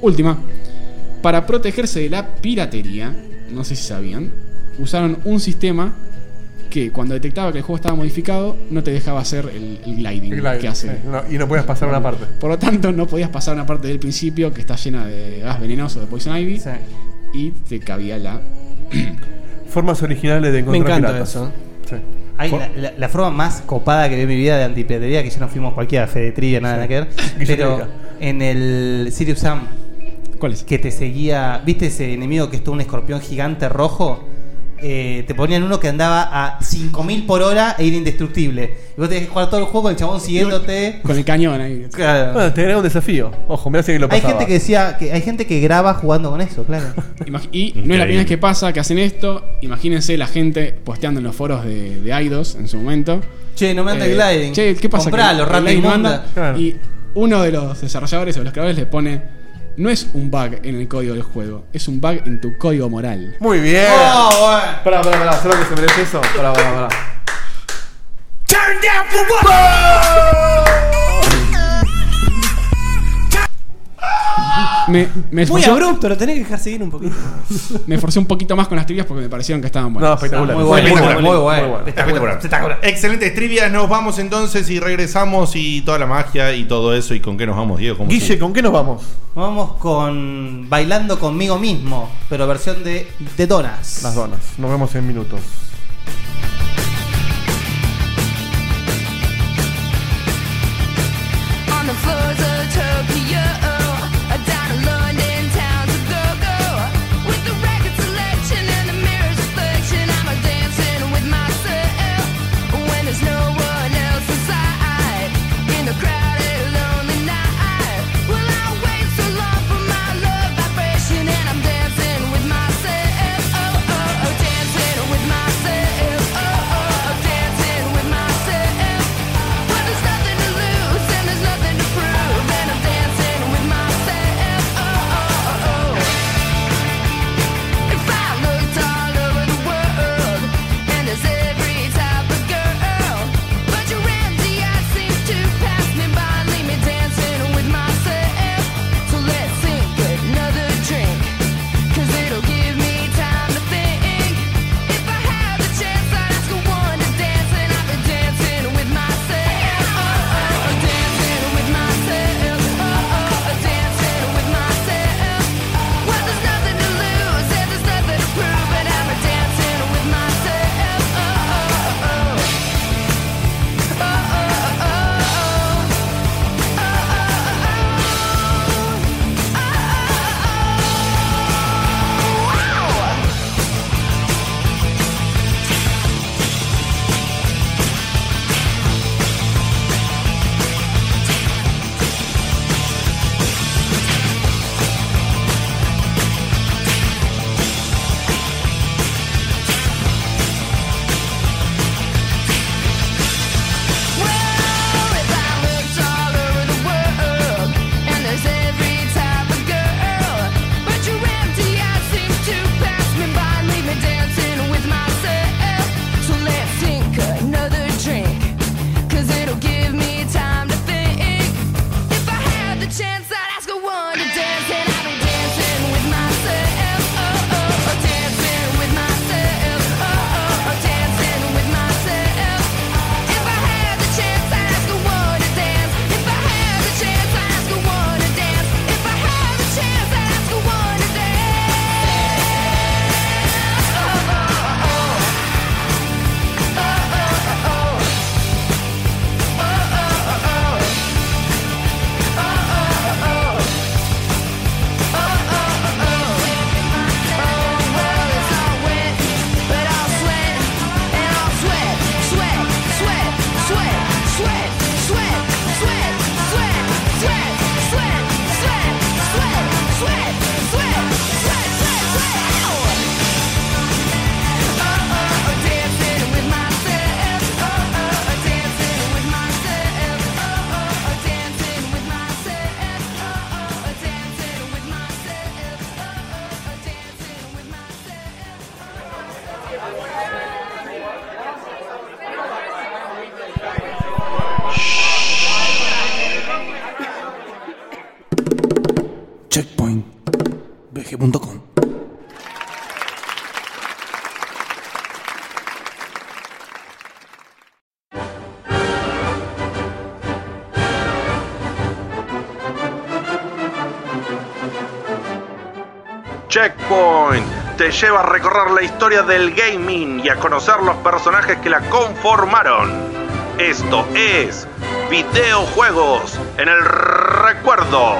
Speaker 5: Última. Para protegerse de la piratería, no sé si sabían, usaron un sistema que cuando detectaba que el juego estaba modificado, no te dejaba hacer el, el gliding,
Speaker 6: El gliding,
Speaker 5: que hace.
Speaker 6: sí, no- y no podías pasar una parte.
Speaker 5: Por lo tanto, no podías pasar una parte del principio que está llena de gas venenoso de Poison Ivy. Y te cabía la.
Speaker 6: Formas originales de encontrar piratas. Sí.
Speaker 4: Hay
Speaker 6: Por-
Speaker 4: la, la- la forma más copada que vi en mi vida de antipiratería, que ya no fuimos cualquiera, Fede Trivia, nada que ver. Pero
Speaker 6: Guillotina.
Speaker 4: en el Sirius Sam.
Speaker 5: ¿Cuál es?
Speaker 4: Que te seguía. ¿Viste ese enemigo que es todo un escorpión gigante rojo? Eh, te ponían uno que andaba a 5000 por hora e era indestructible. Y vos tenés que jugar todo el juego con el chabón siguiéndote.
Speaker 5: Con el cañón ahí.
Speaker 4: Claro.
Speaker 6: Bueno, te agrega un desafío. Ojo, mirá si que lo
Speaker 4: Hay
Speaker 6: Ah, pasaba.
Speaker 4: gente que decía que hay gente que graba jugando con eso, claro.
Speaker 5: Imag- Y no es la primera vez que pasa que hacen esto. Imagínense la gente posteando en los foros de, de Aidos en su momento. Eh,
Speaker 4: Che, no me anda el gliding.
Speaker 5: Che, ¿qué pasa?
Speaker 4: Compralo,
Speaker 5: Que
Speaker 4: rata
Speaker 5: el gliding no
Speaker 4: inmunda.
Speaker 5: anda.
Speaker 4: Claro.
Speaker 5: Y uno de los desarrolladores o los creadores le pone: No es un bug en el código del juego, es un bug en tu código moral.
Speaker 6: Muy bien.
Speaker 3: Ah,
Speaker 5: Oh,
Speaker 6: Pará, pará, pará. ¿Sabes lo que se merece eso? Pará, pará, pará.
Speaker 10: Turn down for what?
Speaker 5: Me, me
Speaker 7: Muy
Speaker 5: esforcé,
Speaker 7: abrupto, lo tenés que dejar seguir un poquito.
Speaker 5: me esforcé un poquito más con las trivias porque me parecieron que estaban buenas.
Speaker 6: No, espectacular.
Speaker 3: Muy bueno, Espectacular, muy bueno, muy bueno. Espectacular. Excelentes trivias, nos vamos entonces y regresamos y toda la magia y todo eso. ¿Y con qué nos vamos, Diego? ¿Cómo se-
Speaker 6: ¿con qué nos vamos?
Speaker 4: Vamos con Bailando conmigo mismo, pero versión de, de Donas.
Speaker 6: Las donas. Nos vemos en minutos.
Speaker 10: On the floors of Tokyo, down in London town to go go. With the record selection and the mirror's reflection, I'm a dancing with myself. When there's no one else inside, in the crowded lonely night. Well, I wait so long for my love vibration, and I'm dancing with myself. Oh oh oh, dancing with myself. Oh,
Speaker 16: Checkpoint. VG.com.
Speaker 2: Checkpoint te lleva a recorrer la historia del gaming y a conocer los personajes que la conformaron. Esto es Videojuegos en el Recuerdo.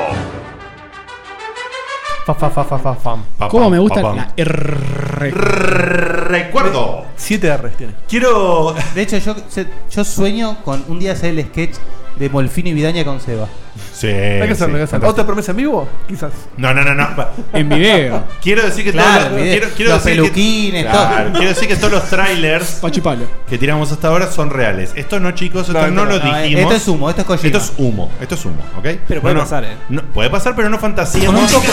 Speaker 6: Fa, fa, fa, fa, fa, fam.
Speaker 5: ¿Cómo me gusta la
Speaker 3: Recuerdo.
Speaker 6: 7 R's tiene.
Speaker 3: Quiero.
Speaker 4: De hecho, yo, se- yo sueño con un día hacer el sketch de Molfino y Vidaña con Seba.
Speaker 3: Sí. Hay que hacerlo, hay que hacerlo.
Speaker 6: ¿Otra promesa en vivo? Quizás.
Speaker 3: No, no, no, no.
Speaker 5: En video.
Speaker 3: Quiero decir que
Speaker 4: Claro,
Speaker 3: todos los,
Speaker 4: video.
Speaker 3: quiero, quiero
Speaker 4: Los
Speaker 3: decir
Speaker 4: peluquines,
Speaker 3: que,
Speaker 4: todo.
Speaker 3: Claro, quiero decir que todos los trailers que tiramos hasta ahora son reales. Esto no, chicos, esto
Speaker 4: No, no,
Speaker 3: no, lo
Speaker 4: no, eh,
Speaker 3: dijimos.
Speaker 4: esto es humo, esto es Kojima.
Speaker 3: Esto es humo, esto es humo, ¿ok?
Speaker 4: Pero puede
Speaker 3: No, no,
Speaker 4: pasar, ¿eh?
Speaker 3: no, puede pasar, pero no
Speaker 4: Con un
Speaker 3: fantasiemos.
Speaker 4: poco,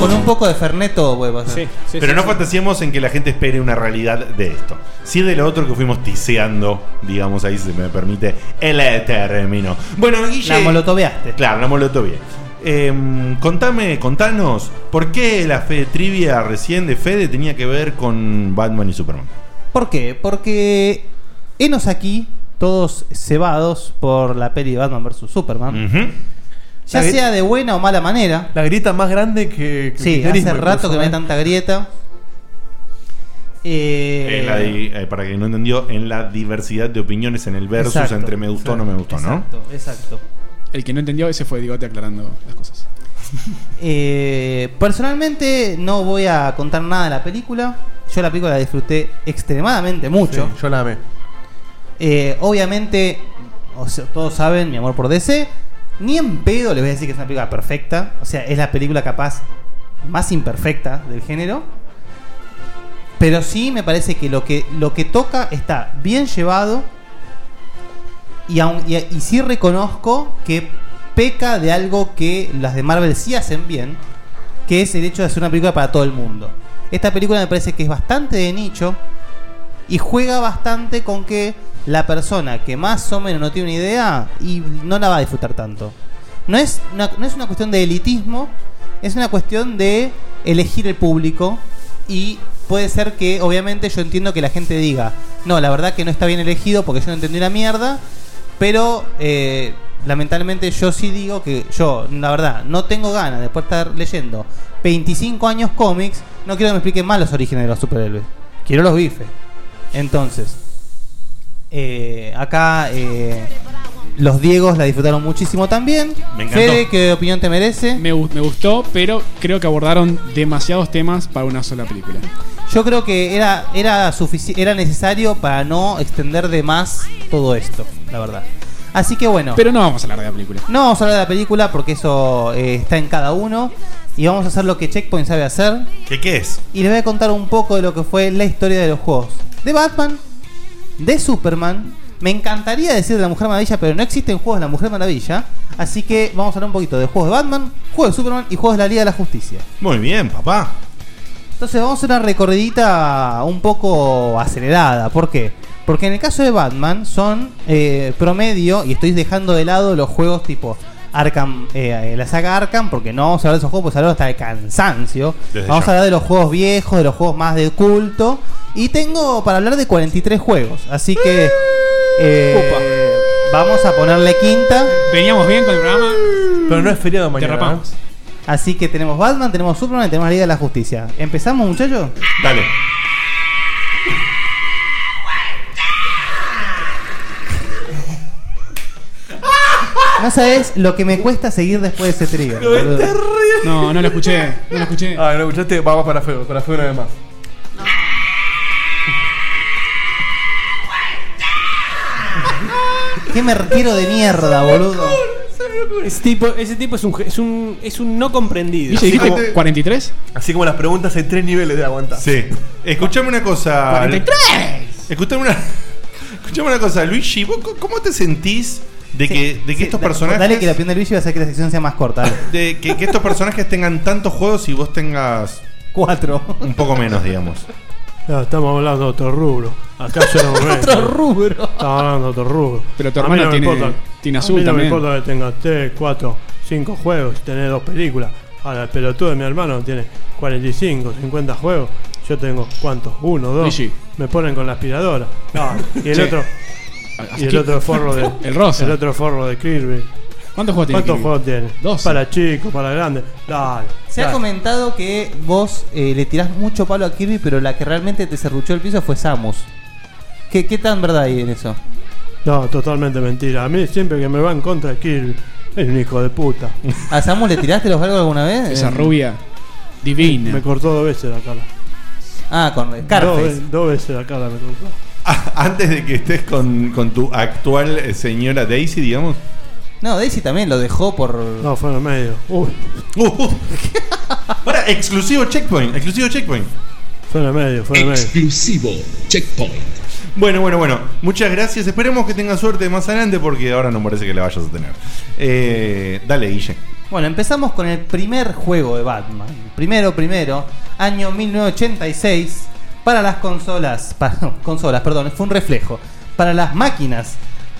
Speaker 4: con un poco de Ferneto, huevo. Sí,
Speaker 3: pero no fantasiemos en que la gente espere una realidad de esto. Sí de lo otro que fuimos tiseando, digamos ahí, si me permite, el término. Bueno, Guille...
Speaker 4: La molotoveaste.
Speaker 3: Claro, la molotovía. Em, contame, contanos, ¿por qué la fe trivia recién de Fede tenía que ver con Batman y Superman?
Speaker 4: ¿Por qué? Porque enos aquí, todos cebados por la peli de Batman vs. Superman. Ya
Speaker 6: La gri-
Speaker 4: sea de buena o mala manera.
Speaker 6: La grieta más grande que. que
Speaker 4: Sí, hace
Speaker 6: kirchnerismo
Speaker 4: rato
Speaker 6: incluso,
Speaker 4: que no hay
Speaker 6: ¿eh?
Speaker 4: tanta grieta. Eh,
Speaker 3: En la di- eh, para que no entendió, en la diversidad de opiniones en el versus
Speaker 4: Exacto,
Speaker 3: entre me gustó o no me gustó, ¿no?
Speaker 4: Exacto, exacto.
Speaker 5: El que no entendió, ese fue Digote aclarando las cosas.
Speaker 4: Eh, personalmente no voy a contar nada de la película. Yo la película la disfruté extremadamente mucho. Eh,
Speaker 6: Sí, yo la amé.
Speaker 4: obviamente, o sea, todos saben mi amor por DC. Ni en pedo les voy a decir que es una película perfecta. O sea, es la película capaz más imperfecta del género. Pero sí me parece que lo que, lo que toca está bien llevado. Y, aun- y, y sí reconozco que peca de algo que las de Marvel sí hacen bien, que es el hecho de hacer una película para todo el mundo. Esta película me parece que es bastante de nicho y juega bastante con que la persona que más o menos no tiene una idea y no la va a disfrutar tanto. No es una, no es una cuestión de elitismo, es una cuestión de elegir el público y puede ser que obviamente yo entiendo que la gente diga, no, la verdad que no está bien elegido porque yo no entendí una mierda, pero eh, lamentablemente yo sí digo que yo, la verdad, no tengo ganas después de estar leyendo 25 años cómics, no quiero que me expliquen más los orígenes de los superhéroes, quiero los bifes. Entonces, eh, acá eh, los Diegos la disfrutaron muchísimo también.
Speaker 5: Me encantó.
Speaker 4: Fede, ¿qué opinión te merece?
Speaker 5: Me, gu- me gustó, pero creo que abordaron demasiados temas para una sola película.
Speaker 4: Yo creo que era, era, sufici- era necesario para no extender de más todo esto, la verdad. Así que bueno.
Speaker 5: Pero no vamos a hablar de la película.
Speaker 4: No vamos a hablar de la película porque eso eh, está en cada uno. Y vamos a hacer lo que Checkpoint sabe hacer.
Speaker 3: ¿Qué, ¿Qué es?
Speaker 4: Y les voy a contar un poco de lo que fue la historia de los juegos. De Batman, de Superman. Me encantaría decir de la Mujer Maravilla, pero no existen juegos de la Mujer Maravilla. Así que vamos a hablar un poquito de juegos de Batman, juegos de Superman y juegos de la Liga de la Justicia.
Speaker 3: Muy bien, papá.
Speaker 4: Entonces vamos a hacer una recorridita un poco acelerada. ¿Por qué? Porque en el caso de Batman son eh, promedio, y estoy dejando de lado los juegos tipo Arkham, eh, eh, la saga Arkham, porque no vamos a hablar de esos juegos, pues hablar hasta de cansancio.
Speaker 17: Desde
Speaker 4: vamos
Speaker 17: ya.
Speaker 4: a hablar de los juegos viejos, de los juegos más de culto. Y tengo para hablar de 43 juegos, así que eh, vamos a ponerle quinta.
Speaker 5: Veníamos bien con el programa.
Speaker 6: Pero no es feriado mañana.
Speaker 4: ¿eh?
Speaker 5: rapamos.
Speaker 4: Así que tenemos Batman, tenemos Superman y tenemos la Liga de la Justicia. ¿Empezamos, muchachos?
Speaker 3: Dale.
Speaker 4: No sabes lo que me cuesta seguir después de ese trío. boludo.
Speaker 5: No, no lo escuché, no lo escuché.
Speaker 6: Ah, no lo escuchaste, vamos para feo, para feo una vez más.
Speaker 4: Qué merquero de mierda, boludo.
Speaker 15: Ese tipo, ese tipo es, un, ge- es, un, es un no comprendido.
Speaker 6: Así como-
Speaker 5: ¿43?
Speaker 6: Así como las preguntas hay tres niveles de aguantar.
Speaker 3: Sí. Escuchame una cosa.
Speaker 6: 43.
Speaker 3: Escuchame una, escuchame una cosa, Luigi, ¿vos co- cómo te sentís de que, de que estos
Speaker 4: Da-
Speaker 3: personajes.
Speaker 4: Dale que la piel de Luigi va a hacer que la sección sea más corta. dale.
Speaker 3: de que, que estos personajes tengan tantos juegos y vos tengas.
Speaker 4: Cuatro.
Speaker 3: Un poco menos, digamos.
Speaker 17: No, estamos hablando de otro rubro. Acá yo no me meto.
Speaker 5: Otro rubro.
Speaker 17: Estamos hablando de otro rubro.
Speaker 5: Pero tu
Speaker 17: A mí
Speaker 5: hermano
Speaker 17: me
Speaker 5: tiene-
Speaker 17: importa. A
Speaker 5: tiene azul
Speaker 17: mí no
Speaker 5: también.
Speaker 17: me importa que tengas 3, 4, 5 juegos y tenés dos películas. Ahora, el pelotudo de mi hermano tiene 45, 50 juegos. Yo tengo, ¿cuántos? Uno, dos.
Speaker 5: Lishi.
Speaker 17: Me ponen con la aspiradora.
Speaker 5: No.
Speaker 17: Y el
Speaker 5: Che.
Speaker 17: otro. Y el otro forro de.
Speaker 5: El rosa.
Speaker 17: El otro forro de Kirby.
Speaker 5: ¿Cuántos juegos tiene
Speaker 17: ¿Cuántos
Speaker 5: Kirby?
Speaker 17: juegos tiene?
Speaker 5: Doce.
Speaker 17: Para chicos, para grandes. Dale.
Speaker 4: Se ha
Speaker 17: dale.
Speaker 4: comentado que vos eh, le tirás mucho palo a Kirby, pero la que realmente te serruchó el piso fue Samus. ¿Qué, qué tan verdad hay en eso?
Speaker 17: No, totalmente mentira. A mí siempre que me va en contra de Kirby, es un hijo de puta.
Speaker 4: ¿A Samus le tiraste los galgos alguna vez?
Speaker 17: Esa
Speaker 4: En-
Speaker 17: rubia.
Speaker 5: Divina.
Speaker 17: Me cortó dos veces la cara.
Speaker 4: Ah, con
Speaker 17: Dos,
Speaker 4: Scarface.
Speaker 17: ve- dos veces la cara me cortó.
Speaker 3: Antes de que estés con, con tu actual eh, señora Daisy, digamos.
Speaker 4: No, Daisy también lo dejó por. No,
Speaker 17: fue en el medio. Uy.
Speaker 3: Para, Uh, exclusivo checkpoint, exclusivo checkpoint.
Speaker 17: Fue en el medio, fue en el medio.
Speaker 3: Exclusivo checkpoint. Bueno, bueno, bueno. Muchas gracias. Esperemos que tenga suerte más adelante porque ahora no parece que la vayas a tener. Eh, dale, Guille.
Speaker 4: Bueno, empezamos con el primer juego de Batman. Primero, primero, año 1986, para las consolas, para, consolas, perdón, fue un reflejo. Para las máquinas,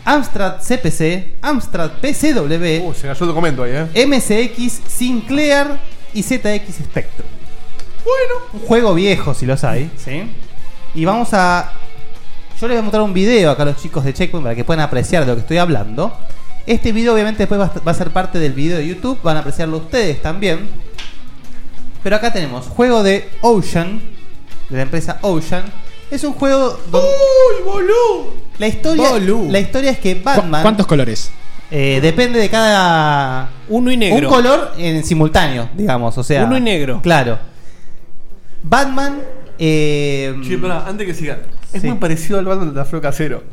Speaker 4: Amstrad CPC, Amstrad PCW,
Speaker 6: Uh, se cayó el documento ahí, ¿eh?
Speaker 4: MSX Sinclair y ZX Spectrum. Bueno, un juego viejo si los hay, ¿sí? Y vamos a yo les voy a mostrar un video acá a los chicos de Checkpoint para que puedan apreciar de lo que estoy hablando. Este video obviamente después va a, va a ser parte del video de YouTube, van a apreciarlo ustedes también. Pero acá tenemos juego de Ocean, de la empresa Ocean. Es un juego donde... ¡Uy, boludo! La historia,
Speaker 5: Bolú.
Speaker 4: la historia es que Batman...
Speaker 5: ¿Cuántos colores?
Speaker 4: Eh, depende de cada. Uno y
Speaker 5: negro.
Speaker 4: Un color en simultáneo, digamos. O sea.
Speaker 6: Uno y
Speaker 4: negro. Claro. Batman. eh,
Speaker 3: Em.
Speaker 6: Che, pará, antes que siga. Es
Speaker 4: Sí.
Speaker 6: muy parecido al Batman de Afro Casero.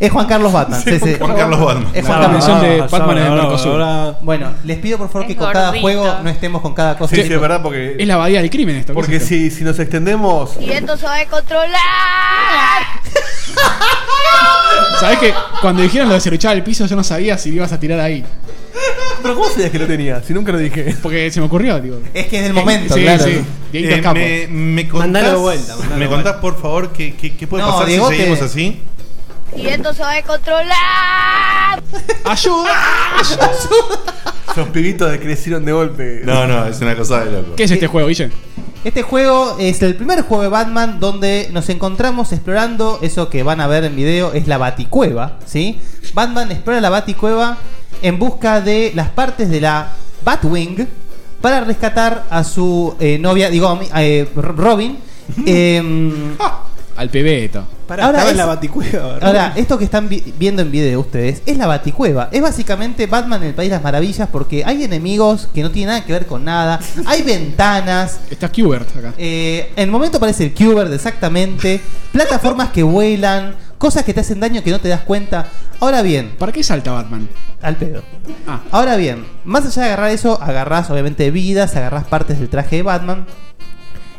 Speaker 4: es Juan Carlos Batman. sí,
Speaker 6: Sí,
Speaker 4: sí.
Speaker 6: Juan Carlos Batman.
Speaker 4: Es
Speaker 6: No,
Speaker 4: Juan
Speaker 6: la
Speaker 4: Carlos
Speaker 6: versión de
Speaker 4: Ah,
Speaker 6: Batman en el
Speaker 4: ahora,
Speaker 6: Mercosur.
Speaker 4: ahora. Bueno, les pido por favor que
Speaker 6: Es
Speaker 4: con cada
Speaker 6: gordito.
Speaker 4: juego no estemos con cada cosa.
Speaker 6: Sí, sí, es verdad, porque.
Speaker 4: Es la
Speaker 5: abadía del crimen esto.
Speaker 6: Porque si, si nos extendemos.
Speaker 10: Y esto se va a controlar.
Speaker 5: ¿Sabes que cuando dijeron lo de cerruchar el piso, yo no sabía si lo ibas a tirar ahí?
Speaker 6: ¿Pero cómo sabías que lo tenía? Si nunca lo dije.
Speaker 5: Porque se me ocurrió, digo.
Speaker 4: Es que es del
Speaker 3: momento,
Speaker 5: sí,
Speaker 3: claro.
Speaker 5: Sí, Dieguito
Speaker 3: Eh,
Speaker 5: es capo.
Speaker 3: me- me contás- Mandalo de vuelta, mandalo de me vuelta. contás, por favor qué, puede pasar si seguimos así?
Speaker 10: Y esto se va a controlar.
Speaker 5: ¡Ayuda!
Speaker 6: Esos pibitos decrecieron de golpe.
Speaker 3: No, no, es una cosa de loco.
Speaker 5: ¿Qué es este juego, Guille?
Speaker 4: Eh, Este juego es el primer juego de Batman donde nos encontramos explorando eso que van a ver en video es la Baticueva, ¿sí? Batman explora la Baticueva en busca de las partes de la Batwing para rescatar a su eh, novia, digo, a mi- a, eh, Robin. Em,
Speaker 5: Ah, Al pebeto.
Speaker 4: Pará, Ahora estaba en es- la
Speaker 5: baticueva.
Speaker 4: Ahora, esto que están vi- viendo en video ustedes es la Baticueva. Es básicamente Batman en el País de las Maravillas porque hay enemigos que no tienen nada que ver con nada. Hay ventanas. Eh,
Speaker 5: Está Qbert acá.
Speaker 4: en el momento aparece el Qbert, exactamente. Plataformas que vuelan. Cosas que te hacen daño que no te das cuenta. Ahora bien.
Speaker 5: ¿Para qué salta Batman? Ah.
Speaker 4: Al pedo. Ahora bien, más allá de agarrar eso, agarrás obviamente vidas, agarrás partes del traje de Batman.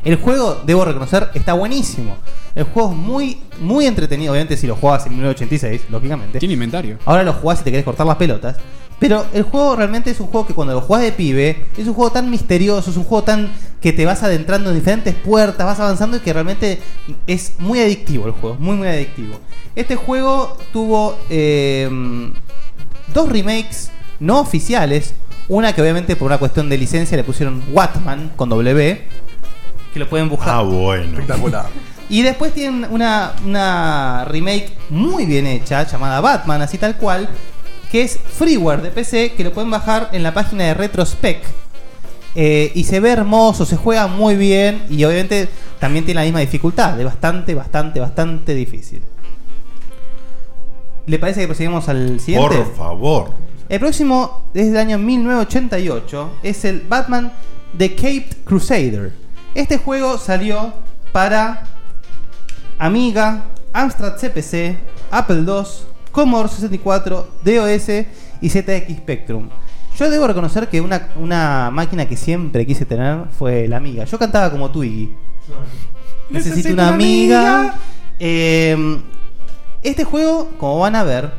Speaker 4: El juego, debo reconocer, está buenísimo. El juego es muy, muy entretenido, obviamente si lo jugabas en 1986, lógicamente.
Speaker 5: Tiene inventario.
Speaker 4: Ahora lo jugás si te querés cortar las pelotas. Pero el juego realmente es un juego que cuando lo jugás de pibe, es un juego tan misterioso, es un juego tan que te vas adentrando en diferentes puertas, vas avanzando y que realmente es muy adictivo el juego, muy muy adictivo. Este juego tuvo eh, dos remakes no oficiales. Una que obviamente por una cuestión de licencia le pusieron Watman con W. Que lo pueden buscar.
Speaker 3: Ah, bueno.
Speaker 6: Espectacular.
Speaker 4: Y después tienen una, una remake muy bien hecha, llamada Batman, así tal cual, que es freeware de PC, que lo pueden bajar en la página de Retrospec. Eh, y se ve hermoso, se juega muy bien y obviamente también tiene la misma dificultad, es bastante, bastante, bastante difícil. ¿Le parece que proseguimos al siguiente?
Speaker 3: Por favor.
Speaker 4: El próximo es del año 1988, es el Batman The Caped Crusader. Este juego salió para Amiga, Amstrad CPC, Apple II, Commodore 64, DOS y ZX Spectrum. Yo debo reconocer que una, una máquina que siempre quise tener fue la Amiga. Yo cantaba como Twiggy. Necesito, una, amiga. Eh, este juego, como van a ver,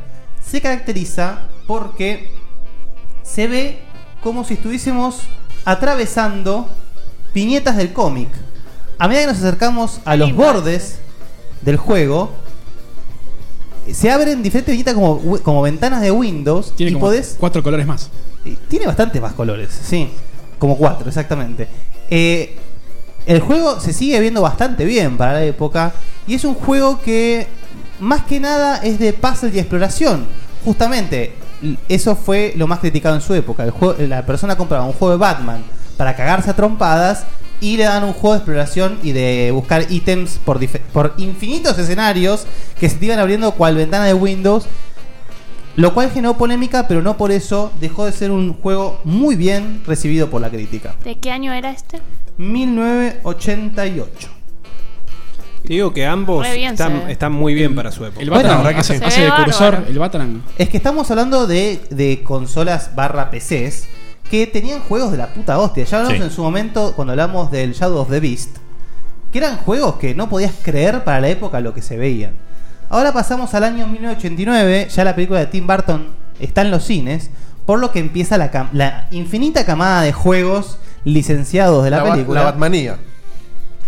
Speaker 4: se caracteriza porque se ve como si estuviésemos atravesando piñetas del cómic. A medida que nos acercamos a los bordes del juego, se abren diferentes piñetas como, como ventanas de Windows
Speaker 5: Tiene
Speaker 4: y
Speaker 5: como
Speaker 4: podés
Speaker 5: cuatro colores más.
Speaker 4: tiene bastantes más colores, sí. Como cuatro, exactamente. Eh, el juego se sigue viendo bastante bien para la época. Y es un juego que, más que nada, es de puzzle y exploración. Justamente, l- eso fue lo más criticado en su época. El juego- la persona compraba un juego de Batman para cagarse a trompadas. Y le dan un juego de exploración y de buscar ítems por, dife- por infinitos escenarios que se te iban abriendo cual ventana de Windows lo cual generó polémica, pero no por eso dejó de ser un juego muy bien recibido por la crítica.
Speaker 8: ¿De qué año era este?
Speaker 4: 1988.
Speaker 15: Te digo que ambos
Speaker 8: Re bien se
Speaker 15: están,
Speaker 8: ve.
Speaker 15: están muy bien para su época.
Speaker 5: El Batarang hace,
Speaker 4: se
Speaker 5: hace
Speaker 4: ve
Speaker 5: de
Speaker 4: bárbaro.
Speaker 5: cursor, el Batarang.
Speaker 4: Es que estamos hablando de, de consolas barra PCs que tenían juegos de la puta hostia. Ya hablamos
Speaker 5: Sí.
Speaker 4: en su momento cuando hablamos del Shadow of the Beast, que eran juegos que no podías creer para la época lo que se veían. Ahora pasamos al año 1989, ya la película de Tim Burton está en los cines, por lo que empieza la, cam- la infinita camada de juegos licenciados de la,
Speaker 6: La Bat-
Speaker 4: película.
Speaker 6: la Batmanía.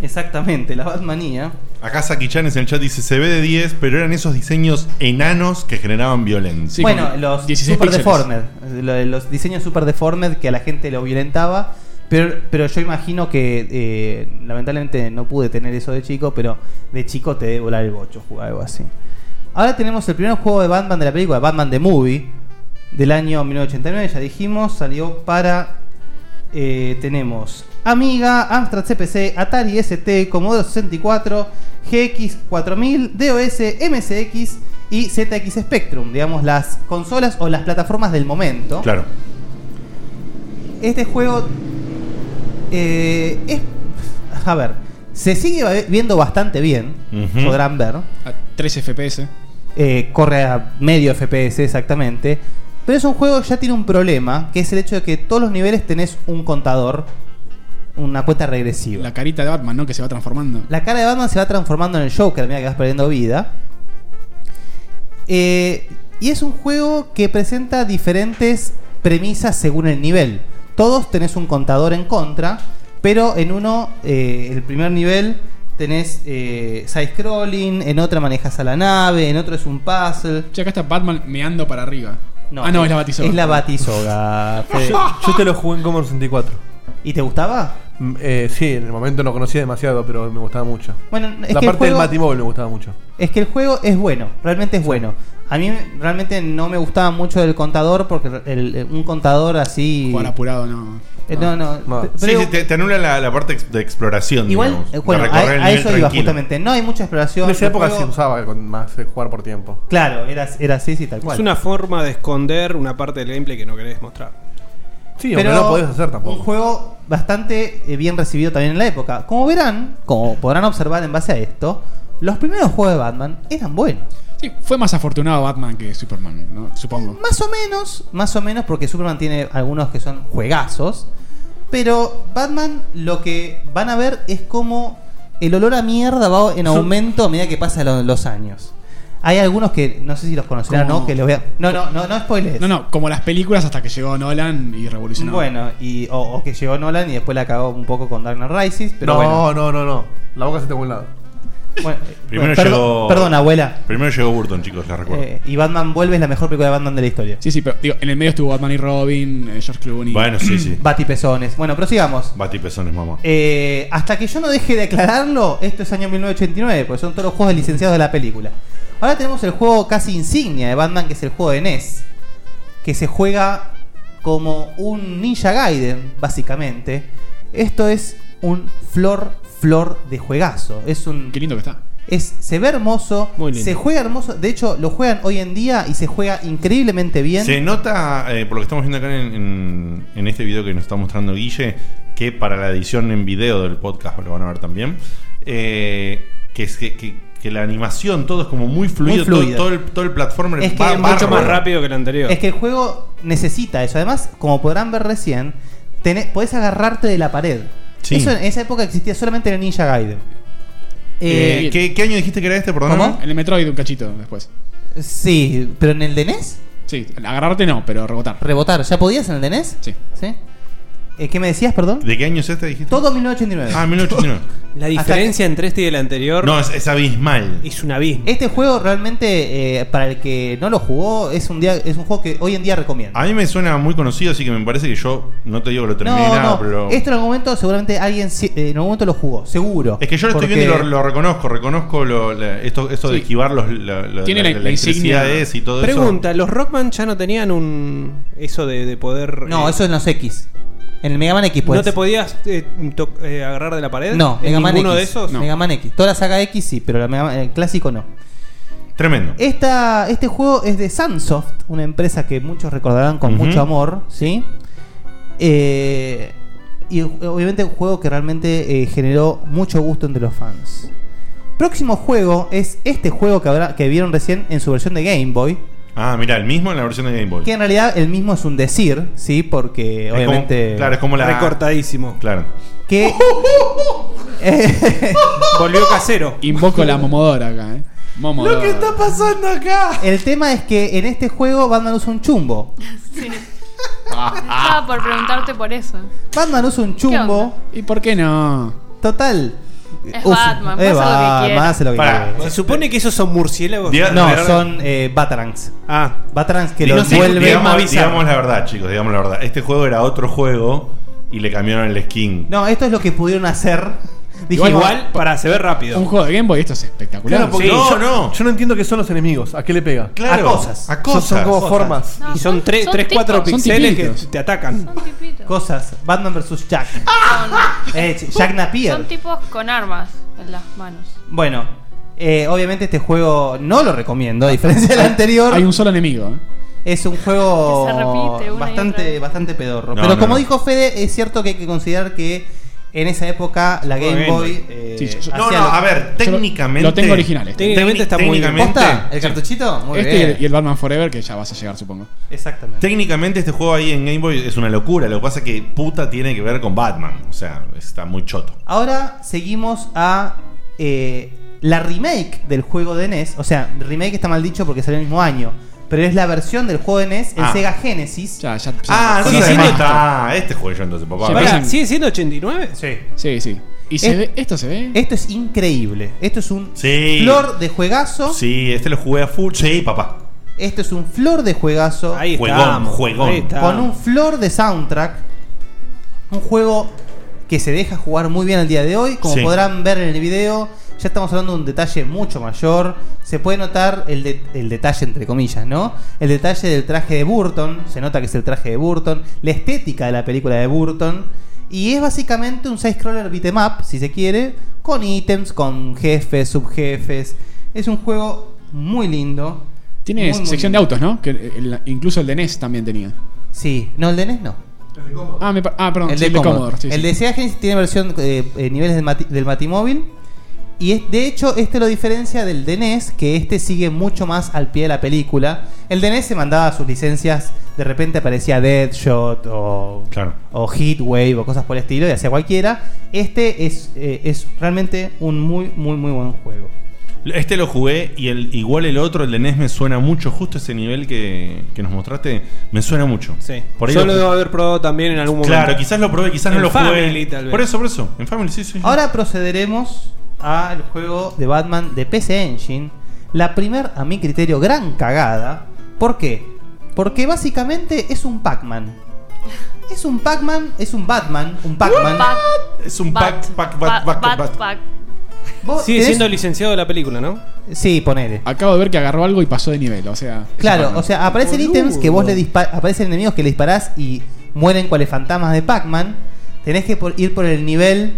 Speaker 4: Exactamente, la Batmanía.
Speaker 3: Acá Saki Chan en el chat dice, se ve de 10, pero eran esos diseños enanos que generaban violencia.
Speaker 4: bueno, los Super Deformed, lo de los diseños Super Deformed que a la gente lo violentaba, pero, pero yo imagino que eh, lamentablemente no pude tener eso de chico, pero de chico te debe volar el bocho jugar algo así. Ahora tenemos el primer juego de Batman de la película, Batman The Movie, del año 1989, ya dijimos, salió para... eh, tenemos Amiga, Amstrad CPC, Atari ST, Commodore 64, GX4000, DOS, MSX y ZX Spectrum, digamos las consolas o las plataformas del momento.
Speaker 3: Claro.
Speaker 4: Este juego eh, es... A ver, se sigue va- viendo bastante bien,
Speaker 5: Ujú.
Speaker 4: podrán ver.
Speaker 5: A 3 FPS.
Speaker 4: Eh, corre a medio FPS exactamente. Pero es un juego que ya tiene un problema, que es el hecho de que todos los niveles tenés un contador, una cuenta regresiva.
Speaker 5: La carita de Batman, ¿no? Que se va transformando.
Speaker 4: La cara de Batman se va transformando en el Joker, mira que vas perdiendo vida. Eh, y es un juego que presenta diferentes premisas según el nivel. Todos tenés un contador en contra, pero en uno, eh, el primer nivel, tenés eh, side-scrolling, en otra manejas a la nave, en otro es un puzzle.
Speaker 5: Che, acá está Batman meando para arriba. ah, no, es la Batisoga.
Speaker 4: Es la Batisoga. Fede.
Speaker 6: Yo, yo te lo jugué en Commodore 64.
Speaker 4: ¿Y te gustaba?
Speaker 6: Mm, eh, sí, en el momento no conocía demasiado, pero me gustaba mucho.
Speaker 4: Bueno, es
Speaker 6: la
Speaker 4: que el
Speaker 6: parte del
Speaker 4: juego-
Speaker 6: Batimóvil me gustaba mucho.
Speaker 4: Es que el juego es bueno, realmente es bueno. A mí realmente no me gustaba mucho el contador porque el- el- un contador así...
Speaker 3: Jugar
Speaker 5: apurado, no.
Speaker 4: Eh, no,
Speaker 6: Ah.
Speaker 4: no.
Speaker 3: Sí,
Speaker 4: pero-
Speaker 3: sí, te, te anula la, la parte ex- de exploración.
Speaker 4: Igual,
Speaker 3: digamos,
Speaker 4: eh, bueno,
Speaker 3: de
Speaker 4: a,
Speaker 3: recorrer el
Speaker 4: a
Speaker 3: nivel
Speaker 4: eso iba
Speaker 3: tranquilo.
Speaker 4: justamente. No hay mucha exploración.
Speaker 6: En esa
Speaker 4: el
Speaker 6: época
Speaker 4: juego-
Speaker 6: se usaba con más eh, jugar por tiempo.
Speaker 4: Claro, era, era así, sí, tal cual.
Speaker 6: Bueno.
Speaker 15: Es una forma de esconder una parte del gameplay que no querés mostrar.
Speaker 6: Sí,
Speaker 4: Pero Un juego bastante eh, bien recibido también en la época. Como verán, como podrán observar en base a esto, los primeros juegos de Batman eran buenos.
Speaker 5: Sí, fue más afortunado Batman que Superman, ¿no? Supongo.
Speaker 4: Más o menos, más o menos, porque Superman tiene algunos que son juegazos. Pero Batman lo que van a ver es como el olor a mierda va en aumento a medida que pasan lo- los años. Hay algunos que no sé si los conocerán o
Speaker 5: Como-
Speaker 4: no, que los voy a- No, no, no, no spoilers.
Speaker 5: No, no, como las películas hasta que llegó Nolan y revolucionó.
Speaker 4: Bueno, y, o, o que llegó Nolan y después la cagó un poco con Dark Knight Rises, pero
Speaker 6: no,
Speaker 4: bueno.
Speaker 6: no, no, no. La boca se te fue a un lado.
Speaker 4: Bueno,
Speaker 3: Primero
Speaker 4: Perdón-
Speaker 3: llegó.
Speaker 4: perdón, abuela.
Speaker 3: Primero llegó Burton, chicos, la recuerdo.
Speaker 4: Eh, y Batman vuelve es la mejor película de Batman de la historia.
Speaker 5: Sí, sí, pero digo, en el medio estuvo Batman y Robin, eh, George Clooney.
Speaker 3: Bueno, sí, sí.
Speaker 4: Batipezones. Bueno, prosigamos.
Speaker 3: Batipezones, mamá.
Speaker 4: Eh, hasta que yo no deje de aclararlo, esto es año 1989, porque son todos los juegos licenciados de la película. Ahora tenemos el juego casi insignia de Batman, que es el juego de NES, que se juega como un Ninja Gaiden, básicamente. Esto es un flor, flor de juegazo. Es un. Qué
Speaker 5: lindo que está.
Speaker 4: Es, se ve hermoso,
Speaker 3: lindo.
Speaker 4: se juega hermoso. De hecho, lo juegan hoy en día y se juega increíblemente bien.
Speaker 3: Se nota, eh, por lo que estamos viendo acá en, en- en este video que nos está mostrando Guille, que para la edición en video del podcast, lo van a ver también, eh, que, es- que, que- que la animación, todo es como muy fluido, todo-
Speaker 4: fluida.
Speaker 3: todo, el, todo el platformer
Speaker 4: Es que
Speaker 3: va
Speaker 4: es mucho
Speaker 3: bárbaro.
Speaker 4: más rápido
Speaker 15: que el anterior.
Speaker 4: Es que el juego necesita eso. Además, como podrán ver recién, tenés- podés agarrarte de la pared.
Speaker 3: Sí.
Speaker 4: Eso en esa época existía solamente en el Ninja Gaiden.
Speaker 5: Eh,
Speaker 3: ¿qué, año dijiste que era este,
Speaker 4: perdóname?
Speaker 5: En el Metroid un cachito después.
Speaker 4: Sí, pero en el de E NES?
Speaker 5: Sí, agarrarte no, pero rebotar.
Speaker 4: Rebotar, ¿ya podías en el de NES?
Speaker 5: Sí.
Speaker 4: ¿Sí? Eh, ¿Qué me decías, perdón?
Speaker 3: ¿De qué año es este dijiste?
Speaker 4: Todo 1989.
Speaker 3: Ah, 1989.
Speaker 7: La
Speaker 4: Hasta que-
Speaker 7: diferencia entre este y el anterior.
Speaker 3: No, es, es abismal.
Speaker 7: Es un abismo.
Speaker 4: Este juego realmente, eh, para el que no lo jugó, es un, día, es un juego que hoy en día recomiendo.
Speaker 3: A mí me suena muy conocido, así que me parece que yo no te digo que lo terminé
Speaker 4: No,
Speaker 3: nada,
Speaker 4: no,
Speaker 3: pero.
Speaker 4: esto en algún momento seguramente alguien sí- eh, en algún momento lo jugó, seguro.
Speaker 3: Es que yo lo estoy
Speaker 4: Porque-
Speaker 3: viendo y lo, lo reconozco, reconozco lo- la- esto, esto de
Speaker 4: Sí.
Speaker 3: esquivar los, la, la-
Speaker 4: Tiene
Speaker 3: la-
Speaker 4: la-
Speaker 3: la
Speaker 4: la
Speaker 3: electricidad
Speaker 4: insignia.
Speaker 3: es y todo
Speaker 7: Pregunta, ¿los Rockman ya no tenían un. eso de, de poder. eh,
Speaker 4: No, eso en los X. En el Mega Man X, pues.
Speaker 7: ¿No te podías eh, to- eh, agarrar de la pared?
Speaker 4: No,
Speaker 7: ¿En
Speaker 4: Mega Man
Speaker 7: ninguno
Speaker 4: X.
Speaker 7: de esos?
Speaker 4: Mega Man X. Toda la saga X sí, pero la Mega Man- el clásico no.
Speaker 3: Tremendo.
Speaker 4: Esta, este juego es de Sunsoft, una empresa que muchos recordarán con
Speaker 3: Ujú.
Speaker 4: mucho amor, ¿sí? Eh, y obviamente un juego que realmente eh, generó mucho gusto entre los fans. Próximo juego es este juego que, habrá, que vieron recién en su versión de Game Boy.
Speaker 3: eso. Ah, mirá, el mismo en la versión de Game Boy.
Speaker 4: Que en realidad el mismo es un decir, ¿sí? Porque
Speaker 3: Es
Speaker 4: obviamente.
Speaker 3: como- claro, es como la-
Speaker 7: Recortadísimo.
Speaker 3: Claro.
Speaker 4: Que. eh,
Speaker 7: Volvió casero.
Speaker 5: Invoco la Momodora acá, ¿eh? Momodora.
Speaker 4: pasando acá? El tema es que en este juego Batman usa un chumbo.
Speaker 8: Sí. Estaba por preguntarte por eso.
Speaker 4: Batman usa un chumbo.
Speaker 5: ¿Y por qué no?
Speaker 4: Total.
Speaker 8: Es
Speaker 4: usa-
Speaker 8: Batman,
Speaker 4: eh,
Speaker 8: puede hacer lo que
Speaker 4: Batman,
Speaker 8: quiera.
Speaker 4: hace lo que
Speaker 7: Pará,
Speaker 4: quiera.
Speaker 7: Se supone que esos son murciélagos.
Speaker 3: Diga-
Speaker 4: no,
Speaker 3: diga-
Speaker 4: son eh, Batarangs.
Speaker 7: Ah.
Speaker 4: Batarangs que
Speaker 3: Digo-
Speaker 4: lo envuelve.
Speaker 3: digamos, digamos la verdad, chicos, digamos la verdad. Este juego era otro juego y le cambiaron el skin.
Speaker 4: No, esto es lo que pudieron hacer.
Speaker 6: Igual, igual,
Speaker 7: para se ver rápido.
Speaker 5: Un juego de Game Boy, esto es espectacular.
Speaker 6: Claro, porque
Speaker 5: Sí,
Speaker 6: yo,
Speaker 5: yo-
Speaker 6: no. Yo no entiendo qué son los enemigos. ¿A qué le pega?
Speaker 5: Claro,
Speaker 6: a cosas. Son como formas.
Speaker 7: y son 3,
Speaker 6: son
Speaker 7: 4
Speaker 6: tipos. Son
Speaker 7: píxeles que
Speaker 6: tipitos.
Speaker 7: te atacan.
Speaker 4: Cosas. Batman vs. Jack. Eh, Jack Napier.
Speaker 8: Son tipos con armas en las manos.
Speaker 4: Bueno, eh, obviamente este juego no lo recomiendo, a diferencia del anterior. Hay
Speaker 5: un solo enemigo.
Speaker 4: Es un juego
Speaker 8: Que se repite una y otra
Speaker 4: bastante,
Speaker 8: vez.
Speaker 4: bastante
Speaker 8: No,
Speaker 4: pedorro. Pero
Speaker 8: no,
Speaker 4: como
Speaker 8: no.
Speaker 4: dijo Fede, es cierto que hay que considerar que en esa época la
Speaker 3: Juego
Speaker 4: Game
Speaker 3: Game
Speaker 4: Boy.
Speaker 3: Boy.
Speaker 4: eh,
Speaker 3: Sí, yo- yo- no,
Speaker 4: hacía
Speaker 3: no,
Speaker 4: lo-
Speaker 3: a ver, Yo lo- técnicamente- lo tengo original este. Técnicamente está muy bien.
Speaker 4: ¿Posta? ¿El
Speaker 3: Sí.
Speaker 4: cartuchito? Muy
Speaker 5: este
Speaker 4: bien.
Speaker 5: y el- y el Batman Forever, que ya vas a llegar, supongo.
Speaker 4: Exactamente.
Speaker 3: Técnicamente este juego ahí en Game Boy es una locura. Lo que pasa es que puta tiene que ver con Batman. O sea, está muy choto.
Speaker 4: Ahora seguimos a eh, la remake del juego de NES. O sea, remake está mal dicho porque salió el mismo año. Pero es la versión del juego de NES, el
Speaker 3: Ah.
Speaker 4: Sega Genesis.
Speaker 3: ah,
Speaker 4: Sí,
Speaker 3: entonces
Speaker 4: sí,
Speaker 3: además
Speaker 4: no-
Speaker 3: está este juego yo entonces, papá.
Speaker 7: Pará, ¿Sigue siendo 89? Sí.
Speaker 5: Sí, sí. ¿Y
Speaker 4: se ve-
Speaker 5: esto se ve?
Speaker 4: Esto es increíble. Esto es un
Speaker 3: Sí.
Speaker 4: flor de juegazo.
Speaker 3: Sí, este lo jugué a full. Sí, papá.
Speaker 4: Esto es un flor de juegazo. Ahí
Speaker 3: Juegón, estamos, juegón. ahí estamos.
Speaker 4: Con un flor de soundtrack. Un juego que se deja jugar muy bien al día de hoy. Como
Speaker 3: Sí.
Speaker 4: podrán ver en el video, ya estamos hablando de un detalle mucho mayor. Se puede notar el, de- el detalle, entre comillas, ¿no? El detalle del traje de Burton. Se nota que es el traje de Burton. La estética de la película de Burton. Y es básicamente un side-scroller beat'em up, si se quiere, con ítems, con jefes, subjefes. Es un juego muy lindo.
Speaker 5: Tiene
Speaker 4: Muy, muy
Speaker 5: sección de
Speaker 4: lindo.
Speaker 5: autos, ¿no? Que el- incluso el de NES también tenía.
Speaker 4: Sí, no, el de NES no.
Speaker 5: Ah, me pa- ah, perdón,
Speaker 4: el
Speaker 5: sí,
Speaker 4: de Commodore.
Speaker 5: sí, sí.
Speaker 4: el de Sega Genesis tiene versión eh, eh, niveles del, mati- del Matimóvil. Y es, de hecho, este lo diferencia del de NES, que este sigue mucho más al pie de la película. El de NES se mandaba sus licencias, de repente aparecía Deadshot o, o Heatwave o cosas por el estilo, y hacía cualquiera. Este es, eh, es realmente un muy, muy, muy buen juego.
Speaker 3: Este lo jugué y el, igual el otro, el de NES, me suena mucho. Justo ese nivel que, que nos mostraste, me suena mucho.
Speaker 7: Sí.
Speaker 3: Por ahí
Speaker 7: Yo
Speaker 3: lo-
Speaker 7: lo debo haber probado también en algún momento.
Speaker 3: Claro, quizás lo probé, quizás no
Speaker 7: En
Speaker 3: lo jugué.
Speaker 7: Family, tal vez.
Speaker 3: Por eso, por eso. En Family, sí, sí. sí.
Speaker 4: Ahora procederemos al juego de Batman de PC Engine. La primer, a mi criterio, gran cagada. ¿Por qué? Porque básicamente es un Pac-Man. Es un Pac-Man, es un Batman, un Pac-Man.
Speaker 3: Es un
Speaker 8: Bat- Bat- Bat- Bat-
Speaker 4: Vos
Speaker 7: Sigue
Speaker 4: tenés-
Speaker 7: siendo licenciado de la película, ¿no?
Speaker 4: Sí, ponele.
Speaker 5: Acabo de ver que agarró algo y pasó de nivel, o sea.
Speaker 4: Claro, o sea, aparecen
Speaker 5: Boludo.
Speaker 4: ítems que vos le disparas, aparecen enemigos que le disparás y mueren cuales fantasmas de Pac-Man. Tenés que por- ir por el nivel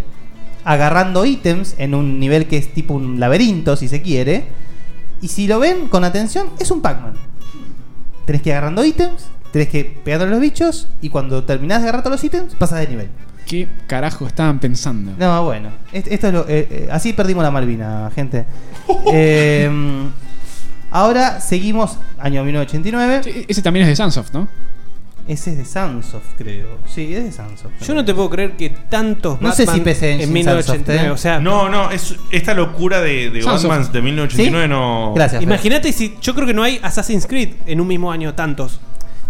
Speaker 4: agarrando ítems en un nivel que es tipo un laberinto, si se quiere. Y si lo ven con atención, es un Pac-Man. Tenés que ir agarrando ítems, tenés que pegarle a los bichos y cuando terminás de agarrar todos los ítems, pasas de nivel.
Speaker 5: ¿Qué carajo estaban pensando?
Speaker 4: No, bueno. Est- Esto es lo- eh, eh, así perdimos la Malvina, gente. Eh, ahora seguimos, año 1989.
Speaker 5: ese también es de Sunsoft, ¿no?
Speaker 4: Ese es de Sunsoft, creo. Sí, es de Sunsoft.
Speaker 7: Yo no te puedo creer que tantos
Speaker 4: No sé
Speaker 7: Batman
Speaker 4: si PC
Speaker 7: en
Speaker 4: Engine
Speaker 7: 1989, o
Speaker 4: Sunsoft, ¿eh?
Speaker 7: sea,
Speaker 3: No, no, es esta locura de, de
Speaker 7: Samsung.
Speaker 3: Batman de 1989 no.
Speaker 7: Imagínate si yo creo que no hay Assassin's Creed en un mismo año tantos.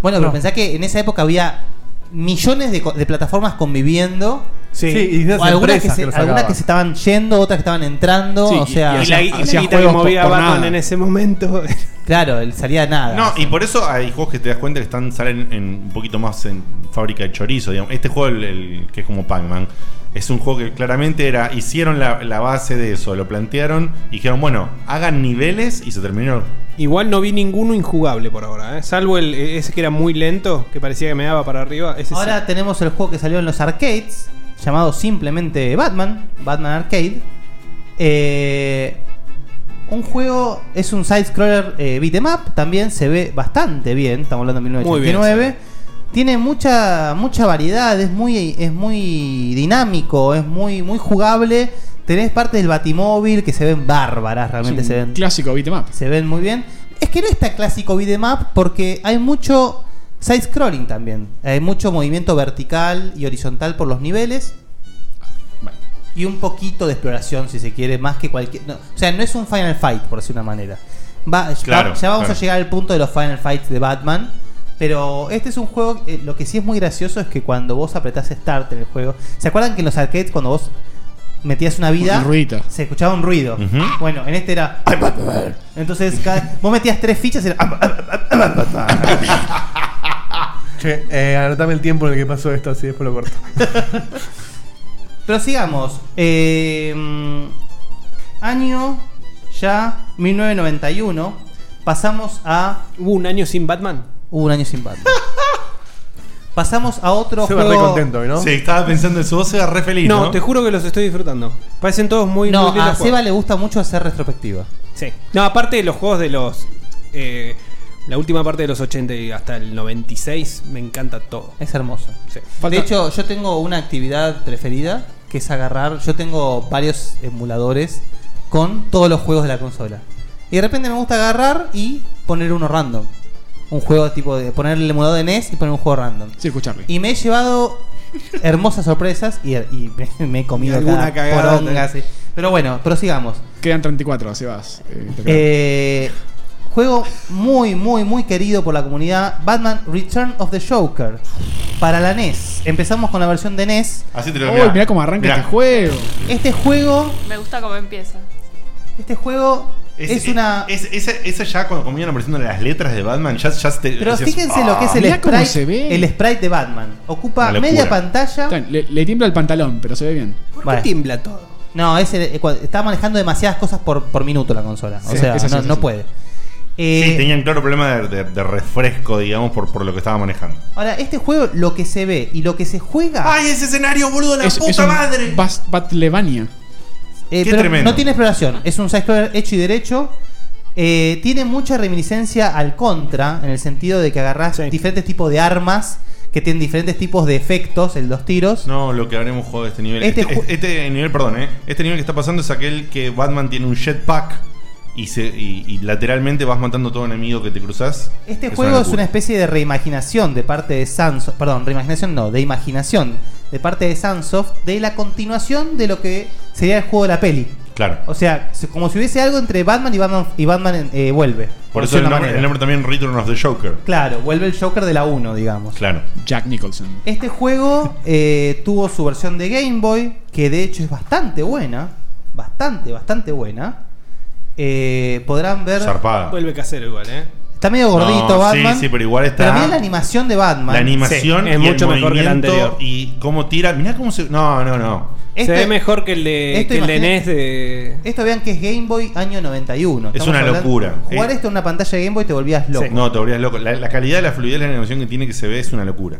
Speaker 4: Bueno,
Speaker 7: No.
Speaker 4: pero pensá que en esa época había millones de, co- de plataformas conviviendo Sí, o algunas que, se, algunas que se estaban yendo, otras que estaban entrando.
Speaker 7: Sí,
Speaker 4: o
Speaker 7: y-
Speaker 4: sea,
Speaker 7: y la gui- y la guita que movía Batman en ese momento.
Speaker 4: Claro, el salía de nada.
Speaker 3: No, y por eso hay juegos que te das cuenta que están salen en, un poquito más en fábrica de chorizo. digamos. Este juego, el, el que es como Pac-Man, es un juego que claramente era. Hicieron la, la base de eso, lo plantearon y dijeron, bueno, hagan niveles y se terminó.
Speaker 15: Igual no vi ninguno injugable por ahora, ¿eh? salvo el,
Speaker 7: e,
Speaker 15: eh, ese que era muy lento, que parecía que me daba para arriba. Ese sí.
Speaker 4: Ahora tenemos el juego que salió en los arcades, llamado simplemente Batman, Batman Arcade. Eh, un juego, es un side-scroller eh, beat 'em up, también se ve bastante bien, estamos hablando de
Speaker 15: Muy bien,
Speaker 4: 1989. Tiene mucha, mucha variedad, es muy, es muy dinámico, es muy, muy jugable. Tenés partes del Batimóvil que se ven bárbaras, realmente
Speaker 5: Es un
Speaker 4: se ven.
Speaker 5: Clásico 'em beatmap.
Speaker 4: Se ven muy bien. Es que no está clásico beatmap porque hay mucho side scrolling también. Hay mucho movimiento vertical y horizontal por los niveles. Y un poquito de exploración, si se quiere, más que cualquier. no, o sea, no es un Final Fight, por decir una manera. Va- ya-
Speaker 3: Claro,
Speaker 4: ya vamos
Speaker 3: claro.
Speaker 4: a llegar al punto de los Final Fights de Batman. Pero este es un juego. eh, lo que sí es muy gracioso es que cuando vos apretás Start en el juego. ¿Se acuerdan que en los arcades, cuando vos metías una vida,
Speaker 5: Un ruidito.
Speaker 4: se escuchaba un ruido. Bueno, en este era. Entonces, cada- vos metías tres fichas y "Ah, era.
Speaker 6: Che, eh, anotame el tiempo en el que pasó esto, así después lo corto.
Speaker 4: Pero sigamos. Eh, mm, año ya 1991. Pasamos a.
Speaker 15: ¿Hubo Uh, un año sin Batman?
Speaker 4: Hubo un año sin Batman. Pasamos a otro
Speaker 15: Se va
Speaker 4: juego.
Speaker 15: re contento, ¿no? Sí,
Speaker 3: estaba pensando en su voz, se va re feliz.
Speaker 15: no, te juro que los estoy disfrutando. Parecen todos muy
Speaker 4: No,
Speaker 15: muy lindos
Speaker 4: a
Speaker 15: juegos.
Speaker 4: Seba le gusta mucho hacer retrospectiva.
Speaker 15: Sí. No, aparte de los juegos de los. eh, la última parte de los 80 y hasta el 96, me encanta todo.
Speaker 4: Es hermoso.
Speaker 15: Sí.
Speaker 4: De hecho, yo tengo una actividad preferida que es agarrar. Yo tengo varios emuladores con todos los juegos de la consola. Y de repente me gusta agarrar y poner uno random. Un juego tipo de poner el emulador de NES y poner un juego random.
Speaker 5: Sí, escucharme.
Speaker 4: Y me he llevado hermosas sorpresas y, y me, me he comido
Speaker 5: Y alguna
Speaker 4: cada
Speaker 5: cagada
Speaker 4: poronga,
Speaker 5: también.
Speaker 4: sí. Pero bueno, prosigamos.
Speaker 5: Quedan 34, Sebas. Eh, te quedan.
Speaker 4: Eh, juego muy, muy, muy querido por la comunidad. Batman Return of the Joker. Para la NES. Empezamos con la versión de NES.
Speaker 3: Así
Speaker 5: Uy, mirá, cómo arranca este juego.
Speaker 4: Este juego,
Speaker 8: Me gusta cómo empieza.
Speaker 4: este juego es, una.
Speaker 3: Es, ese- ese ya cuando comienzan apareciendo las letras de Batman, ya, ya te-
Speaker 4: Pero
Speaker 3: decías,
Speaker 4: fíjense lo
Speaker 3: "Ah".
Speaker 4: que es el sprite, el sprite de Batman. Ocupa
Speaker 3: Una locura.
Speaker 4: media pantalla.
Speaker 5: Está bien, Le, le tiembla el pantalón, pero se ve bien.
Speaker 4: ¿Por qué Bueno. tiembla
Speaker 15: todo?
Speaker 4: No, es el- eh, cua- está manejando demasiadas cosas por, por minuto la consola. o
Speaker 3: Sí,
Speaker 4: sea,
Speaker 3: eso sí,
Speaker 4: no,
Speaker 3: eso
Speaker 4: no
Speaker 3: sí.
Speaker 4: puede. Eh,
Speaker 3: Sí, tenían claro problema de, de- de refresco, digamos, por, por lo que estaba manejando.
Speaker 4: Ahora, este juego, lo que se ve y lo que se juega.
Speaker 3: ¡Ay, ese escenario, boludo,
Speaker 5: Es- es un Bas- Batlevania.
Speaker 4: Eh,
Speaker 5: Qué
Speaker 4: pero
Speaker 5: tremendo.
Speaker 4: No tiene exploración, es un side-scroller hecho y derecho. Eh, tiene mucha reminiscencia al contra, en el sentido de que agarrás diferentes tipos de armas que tienen diferentes tipos de efectos en los tiros.
Speaker 3: No, lo que habremos jugado de este nivel.
Speaker 4: Este
Speaker 3: Este, este, nivel, perdón, ¿eh? Este nivel que está pasando es aquel que Batman tiene un jetpack y, se, y, y lateralmente vas matando a todo enemigo que te cruzas.
Speaker 4: Este juego es una especie de reimaginación de parte de Sunsoft, perdón, reimaginación no, de imaginación de parte de Sunsoft de la continuación de lo que sería el juego de la peli.
Speaker 3: Claro.
Speaker 4: O sea, se- como si hubiese algo entre Batman y Batman, y Batman eh, vuelve.
Speaker 3: Por eso
Speaker 4: decir
Speaker 3: el
Speaker 4: una
Speaker 3: nombre,
Speaker 4: manera.
Speaker 3: el nombre también Return of the Joker.
Speaker 4: Claro, vuelve el Joker de la 1, digamos.
Speaker 3: Claro.
Speaker 5: Jack Nicholson.
Speaker 4: Este juego eh, tuvo su versión de Game Boy, que de hecho es bastante buena. Bastante, bastante buena. Eh, podrán ver.
Speaker 15: Vuelve casero igual, ¿eh.
Speaker 4: Está medio gordito
Speaker 3: No, sí,
Speaker 4: Batman.
Speaker 3: sí, pero igual está-
Speaker 4: Pero miren la animación de Batman.
Speaker 3: La animación
Speaker 15: Sí, es
Speaker 3: y
Speaker 15: mucho
Speaker 3: el
Speaker 15: mejor que el
Speaker 3: movimiento
Speaker 15: anterior.
Speaker 3: Y cómo tira. Mirá cómo se. No, no, no.
Speaker 4: Este-
Speaker 15: Se ve mejor que el de,
Speaker 4: esto
Speaker 15: que el de
Speaker 4: imagina-
Speaker 15: NES de.
Speaker 4: Esto vean que es Game Boy año 91.
Speaker 3: Es
Speaker 4: Estamos
Speaker 3: una
Speaker 4: hablando-
Speaker 3: locura.
Speaker 4: Jugar
Speaker 3: Eh.
Speaker 4: esto en una pantalla de Game Boy te volvías loco.
Speaker 3: No, te volvías loco. La, la calidad de la fluidez de la animación que tiene que se ve es una locura.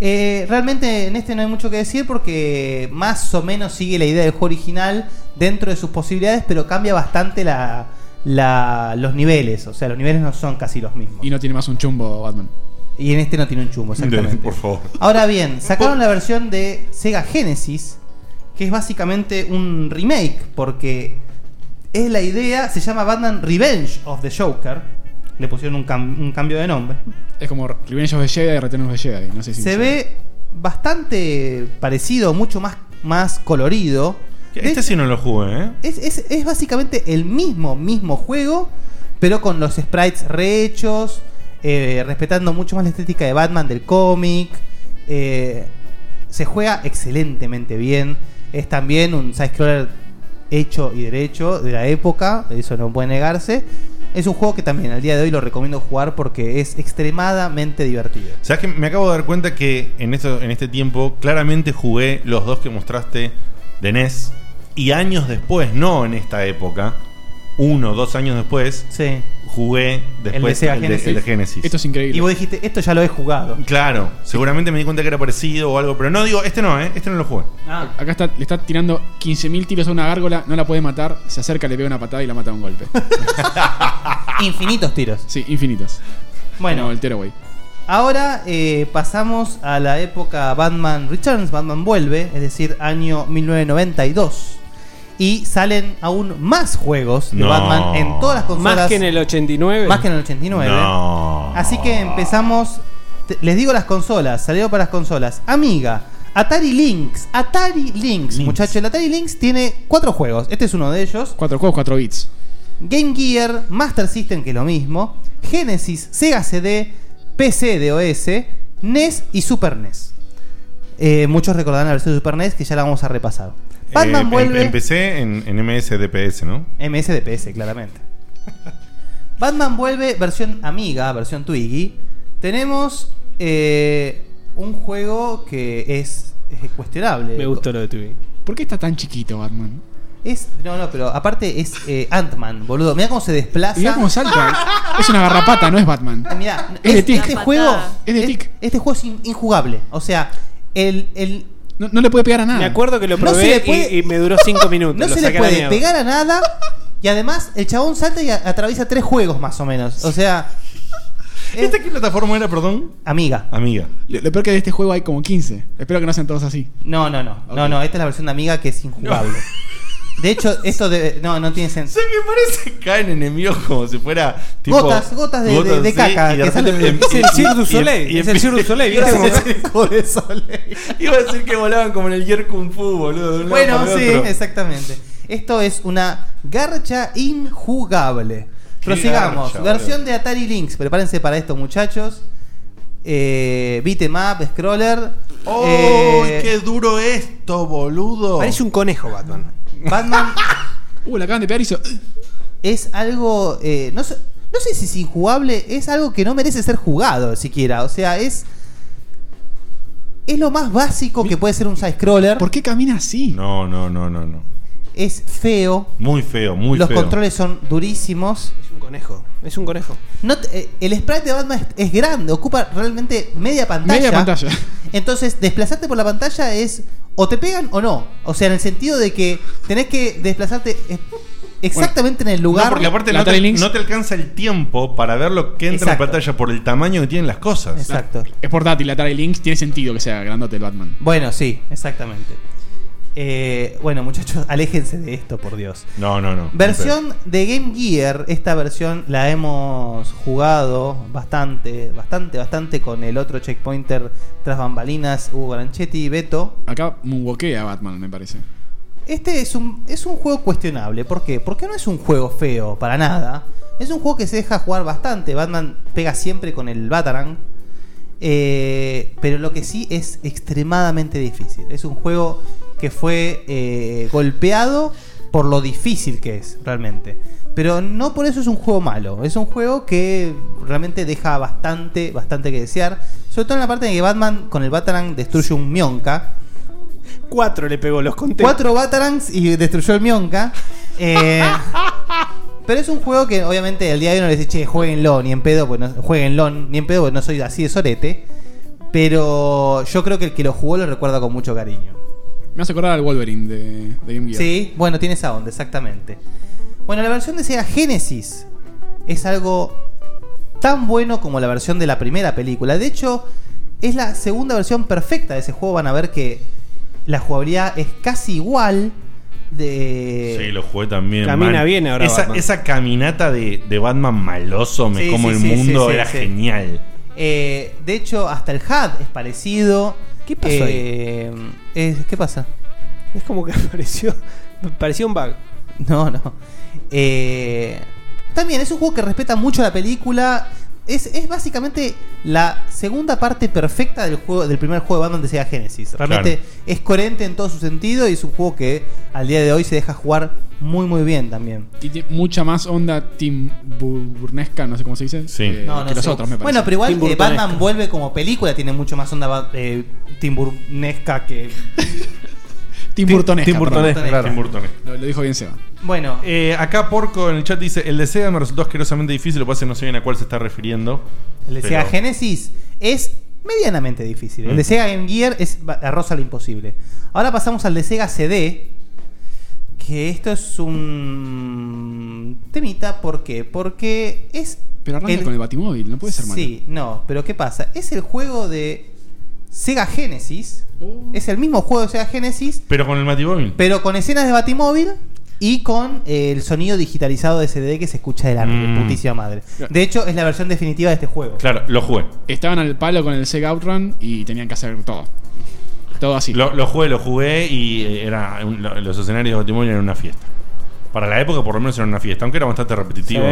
Speaker 4: Eh, realmente en este no hay mucho que decir porque más o menos sigue la idea del juego original dentro de sus posibilidades, pero cambia bastante la, la- los niveles. O sea, los niveles no son casi los mismos.
Speaker 5: Y no tiene más un chumbo Batman.
Speaker 4: Y en este no tiene un chumbo, exactamente.
Speaker 5: Por
Speaker 3: favor.
Speaker 4: Ahora bien, sacaron la versión de Sega Genesis, que es básicamente un remake, porque es la idea, se llama Batman Revenge of the Joker. Le pusieron un, cam- un cambio de nombre.
Speaker 5: Es como Revenge of the Jedi y Return of the Jedi. No sé si
Speaker 4: se ve bastante parecido, mucho más, más colorido.
Speaker 3: Este sí no lo jugué, ¿eh?
Speaker 4: Es, es- es básicamente el mismo, mismo juego, pero con los sprites rehechos, eh, respetando mucho más la estética de Batman del cómic. eh, se juega excelentemente bien. Es también un side-scroller hecho y derecho de la época, eso no puede negarse. Es un juego que también al día de hoy lo recomiendo jugar porque es extremadamente divertido.
Speaker 3: ¿Sabes que me acabo de dar cuenta que en, esto, en este tiempo claramente jugué los dos que mostraste de NES y años después, no en esta época, uno, dos años después, jugué
Speaker 15: E
Speaker 3: después
Speaker 4: Sega
Speaker 3: el de,
Speaker 4: Genesis.
Speaker 3: el de Genesis.
Speaker 4: Esto es increíble. Y vos dijiste, esto ya lo he jugado.
Speaker 3: Claro, seguramente me di cuenta que era parecido o algo, pero no digo, este no, ¿eh? Este no lo jugué.
Speaker 5: Acá está, le está tirando 15.000 tiros a una gárgola, no la puede matar, se acerca, le pega una patada y la mata de un golpe.
Speaker 4: infinitos tiros.
Speaker 5: Sí, infinitos.
Speaker 4: Bueno.
Speaker 5: Como el Tearaway.
Speaker 4: Ahora eh, pasamos a la época Batman Returns, Batman vuelve, es decir, año 1992. Y salen aún más juegos de
Speaker 15: No.
Speaker 4: Batman en todas las consolas.
Speaker 15: Más que en el 89.
Speaker 4: Más que en el 89.
Speaker 15: No.
Speaker 4: Así que empezamos. te- Les digo las consolas, salió para las consolas. Amiga, Atari Lynx, Atari Lynx, muchachos. El Atari Lynx tiene cuatro juegos. Este es uno de ellos.
Speaker 5: Cuatro juegos, cuatro bits.
Speaker 4: Game Gear, Master System, que es lo mismo. Genesis, Sega CD, PC DOS, NES E y Super NES. Eh, muchos recordarán la versión de Super NES que ya la vamos a repasar. Batman
Speaker 3: Eh, em-
Speaker 4: vuelve.
Speaker 3: Empecé en, en MSDPS, ¿no?
Speaker 4: MSDPS, claramente. Batman vuelve versión Amiga, versión Twiggy. Tenemos eh, un juego que es, es cuestionable.
Speaker 15: Me gustó lo de Twiggy.
Speaker 5: ¿Por qué está tan chiquito Batman?
Speaker 4: Es, no, no, pero aparte es eh, Ant-Man, boludo. Mirá cómo se desplaza.
Speaker 5: Mirá cómo salta. Es una garrapata, no es Batman.
Speaker 4: Ah, mirá,
Speaker 5: Es de
Speaker 4: es-
Speaker 5: tic.
Speaker 4: este
Speaker 5: Patada.
Speaker 4: juego es Este juego es in- injugable. O sea, el, el-
Speaker 5: no, le puede pegar a
Speaker 4: nada.
Speaker 15: Me acuerdo que lo
Speaker 4: Ah. No se
Speaker 15: probé
Speaker 4: le puede-
Speaker 15: y, y me duró 5 minutos.
Speaker 4: no
Speaker 15: lo
Speaker 4: se le
Speaker 15: saqué a la
Speaker 4: puede
Speaker 15: mierda.
Speaker 4: pegar a nada. Y además, el chabón salta y a- atraviesa tres juegos más o menos. O sea.
Speaker 3: ¿Esta qué plataforma era, perdón?
Speaker 4: Amiga.
Speaker 3: Amiga.
Speaker 5: Lo, lo peor que de este juego hay como 15. Espero que no sean todos así.
Speaker 4: No, no, no. No, no, esta es la versión de Amiga que es injugable. De hecho, esto de. No, no tiene sentido.
Speaker 3: ¿Sabes qué parece? Caen enemigos como si fuera. Tipo,
Speaker 4: Gotas, gotas de- de- de
Speaker 3: sí,
Speaker 4: caca
Speaker 3: y de
Speaker 4: que
Speaker 3: repente
Speaker 4: salen.
Speaker 3: em-
Speaker 4: Es el
Speaker 3: y-
Speaker 4: Cirque du
Speaker 3: y-
Speaker 4: Soleil,
Speaker 3: y- em,
Speaker 4: es el Cirque du Soleil,
Speaker 3: Iba a
Speaker 4: ¿viste?
Speaker 3: decir- Iba a decir que volaban como en el Yer Kung Fu, boludo. de un lado
Speaker 4: Bueno,
Speaker 3: para el
Speaker 4: sí,
Speaker 3: otro.
Speaker 4: exactamente. Esto es una garcha injugable.
Speaker 3: Qué
Speaker 4: Prosigamos.
Speaker 3: garcha,
Speaker 4: Versión de Atari Lynx. Prepárense para esto, muchachos. Eh, beat 'em up, scroller.
Speaker 3: ¡Oh,
Speaker 4: Eh,
Speaker 3: qué duro esto, boludo!
Speaker 4: Parece
Speaker 15: un conejo, Batman.
Speaker 4: Batman.
Speaker 5: uh, la acaban de pegar y hizo.
Speaker 4: Es algo. eh, no, sé, no sé si es injugable, es algo que no merece ser jugado siquiera. O sea, es. Es lo más básico que puede ser un side-scroller. ¿Por
Speaker 5: qué camina así?
Speaker 3: No, no, no, no, no.
Speaker 4: Es feo.
Speaker 3: Muy feo, muy
Speaker 4: Los
Speaker 3: feo.
Speaker 4: controles son durísimos.
Speaker 15: Es un conejo. Es un conejo.
Speaker 4: No te- eh, el sprite de Batman es, es grande, ocupa realmente media pantalla.
Speaker 5: Media pantalla.
Speaker 4: Entonces, desplazarte por la pantalla es o te pegan o no. O sea, en el sentido de que tenés que desplazarte eh, exactamente en el lugar.
Speaker 3: No, porque aparte no te, no te alcanza el tiempo para ver lo que entra
Speaker 4: Exacto.
Speaker 3: en pantalla por el tamaño que tienen las cosas.
Speaker 4: Exacto.
Speaker 5: Es portátil, la Atari Lynx. Tiene sentido que sea grandote el Batman.
Speaker 4: Bueno, sí, exactamente. Eh, bueno, muchachos, aléjense de esto, por Dios.
Speaker 3: No, no, no.
Speaker 4: Versión de Game Gear, esta versión la hemos jugado bastante, bastante, bastante con el otro checkpointer tras bambalinas, Hugo Granchetti, Beto.
Speaker 5: Acá moonwalkea Batman, me parece.
Speaker 4: Este es un, es un juego cuestionable. ¿Por qué? Porque no es un juego feo, para nada. Es un juego que se deja jugar bastante. Batman pega siempre con el Batarang. Eh, pero lo que sí es extremadamente difícil. Es un juego que fue eh, golpeado por lo difícil que es realmente. Pero no por eso es un juego malo. Es un juego que realmente deja bastante, bastante que desear. Sobre todo en la parte en que Batman con el Batarang destruye un Mionka.
Speaker 15: Cuatro le pegó, los conté.
Speaker 4: Cuatro Batarangs y destruyó el Mionka. Eh, pero es un juego que obviamente el día de hoy no les dice, che, jueguenlo, ni en pedo, pues no, jueguenlo, ni en pedo, pues no soy así de sorete. Pero yo creo que el que lo jugó lo recuerda con mucho cariño.
Speaker 5: Me hace acordar al Wolverine de, de Game Gear.
Speaker 4: Sí, bueno, tiene esa onda, exactamente. Bueno, la versión de Sega Genesis es algo tan bueno como la versión de la primera película. De hecho, es la segunda versión perfecta de ese juego. Van a ver que la jugabilidad es casi igual de...
Speaker 3: Sí, lo jugué también.
Speaker 4: Camina
Speaker 3: man.
Speaker 4: bien ahora
Speaker 3: Esa,
Speaker 4: Batman.
Speaker 3: esa caminata de, de Batman maloso, me
Speaker 4: Sí,
Speaker 3: como
Speaker 4: sí,
Speaker 3: el
Speaker 4: sí,
Speaker 3: mundo,
Speaker 4: sí, sí,
Speaker 3: era
Speaker 4: sí.
Speaker 3: genial.
Speaker 4: Eh, de hecho, hasta el HUD es parecido. ¿Qué
Speaker 15: pasó
Speaker 4: ¿Qué pasa?
Speaker 15: Es como que apareció. Parecía un bug.
Speaker 4: No, no. Eh, también es un juego que respeta mucho la película. Es, es básicamente la segunda parte perfecta del juego del primer juego de Batman de Sega Genesis. Realmente
Speaker 15: Claro.
Speaker 4: es coherente en todo su sentido y es un juego que al día de hoy se deja jugar muy muy bien también.
Speaker 5: Y tiene mucha más onda Tim Burnesca, no sé cómo se dice. eh,
Speaker 4: No, no
Speaker 5: que los
Speaker 4: sé.
Speaker 5: otros, me parece.
Speaker 4: Bueno, pero igual eh, Batman vuelve como película, tiene mucho más onda ba- eh, timburnesca que.
Speaker 5: Tim Burtonesca.
Speaker 4: Tim
Speaker 5: perdón.
Speaker 4: Burtonesca, claro. Tim Burtonesca.
Speaker 5: Lo, lo dijo bien Seba.
Speaker 4: Bueno.
Speaker 3: Eh, acá Porco en el chat dice, el de Sega me resultó asquerosamente difícil, lo que pasa es que no sé bien a cuál se está refiriendo.
Speaker 4: El de
Speaker 3: pero-
Speaker 4: Sega Genesis es medianamente difícil. El
Speaker 3: Mm.
Speaker 4: de Sega Game Gear es ba- arroz a lo imposible. Ahora pasamos al de Sega CD. Que esto es un temita, ¿por qué? Porque es.
Speaker 5: Pero arranca con el Batimóvil, no puede ser malo.
Speaker 4: Sí, no, pero ¿qué pasa? Es el juego de Sega Genesis.
Speaker 5: Oh.
Speaker 4: Es el mismo juego de Sega Genesis,
Speaker 3: Pero con el Matibóvil.
Speaker 4: pero con escenas de Batimóvil y con eh, el sonido digitalizado de CD que se escucha de la
Speaker 3: Mm.
Speaker 4: putísima madre. De hecho, es la versión definitiva de este juego.
Speaker 3: Claro, lo jugué.
Speaker 5: Estaban al palo con el Sega Outrun y tenían que hacer todo. Todo así.
Speaker 3: Lo, lo jugué, lo jugué y eh, era un- lo- los escenarios de Batimóvil eran una fiesta. Para la época por lo menos era una fiesta, aunque era bastante repetitivo.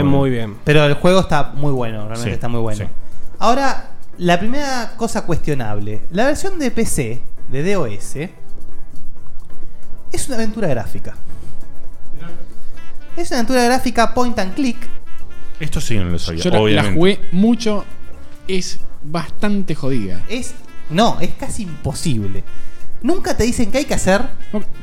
Speaker 4: Pero el juego está muy bueno, realmente
Speaker 3: Sí,
Speaker 4: está muy bueno.
Speaker 3: sí.
Speaker 4: Ahora, la primera cosa cuestionable. La versión de PC de DOS es una aventura gráfica. Es una aventura gráfica point and click.
Speaker 3: Esto sí que no lo sabía,
Speaker 5: Yo la- la,
Speaker 3: obviamente.
Speaker 5: jugué mucho. Es bastante jodida.
Speaker 4: Es. No, es casi imposible. Nunca te dicen qué hay que hacer.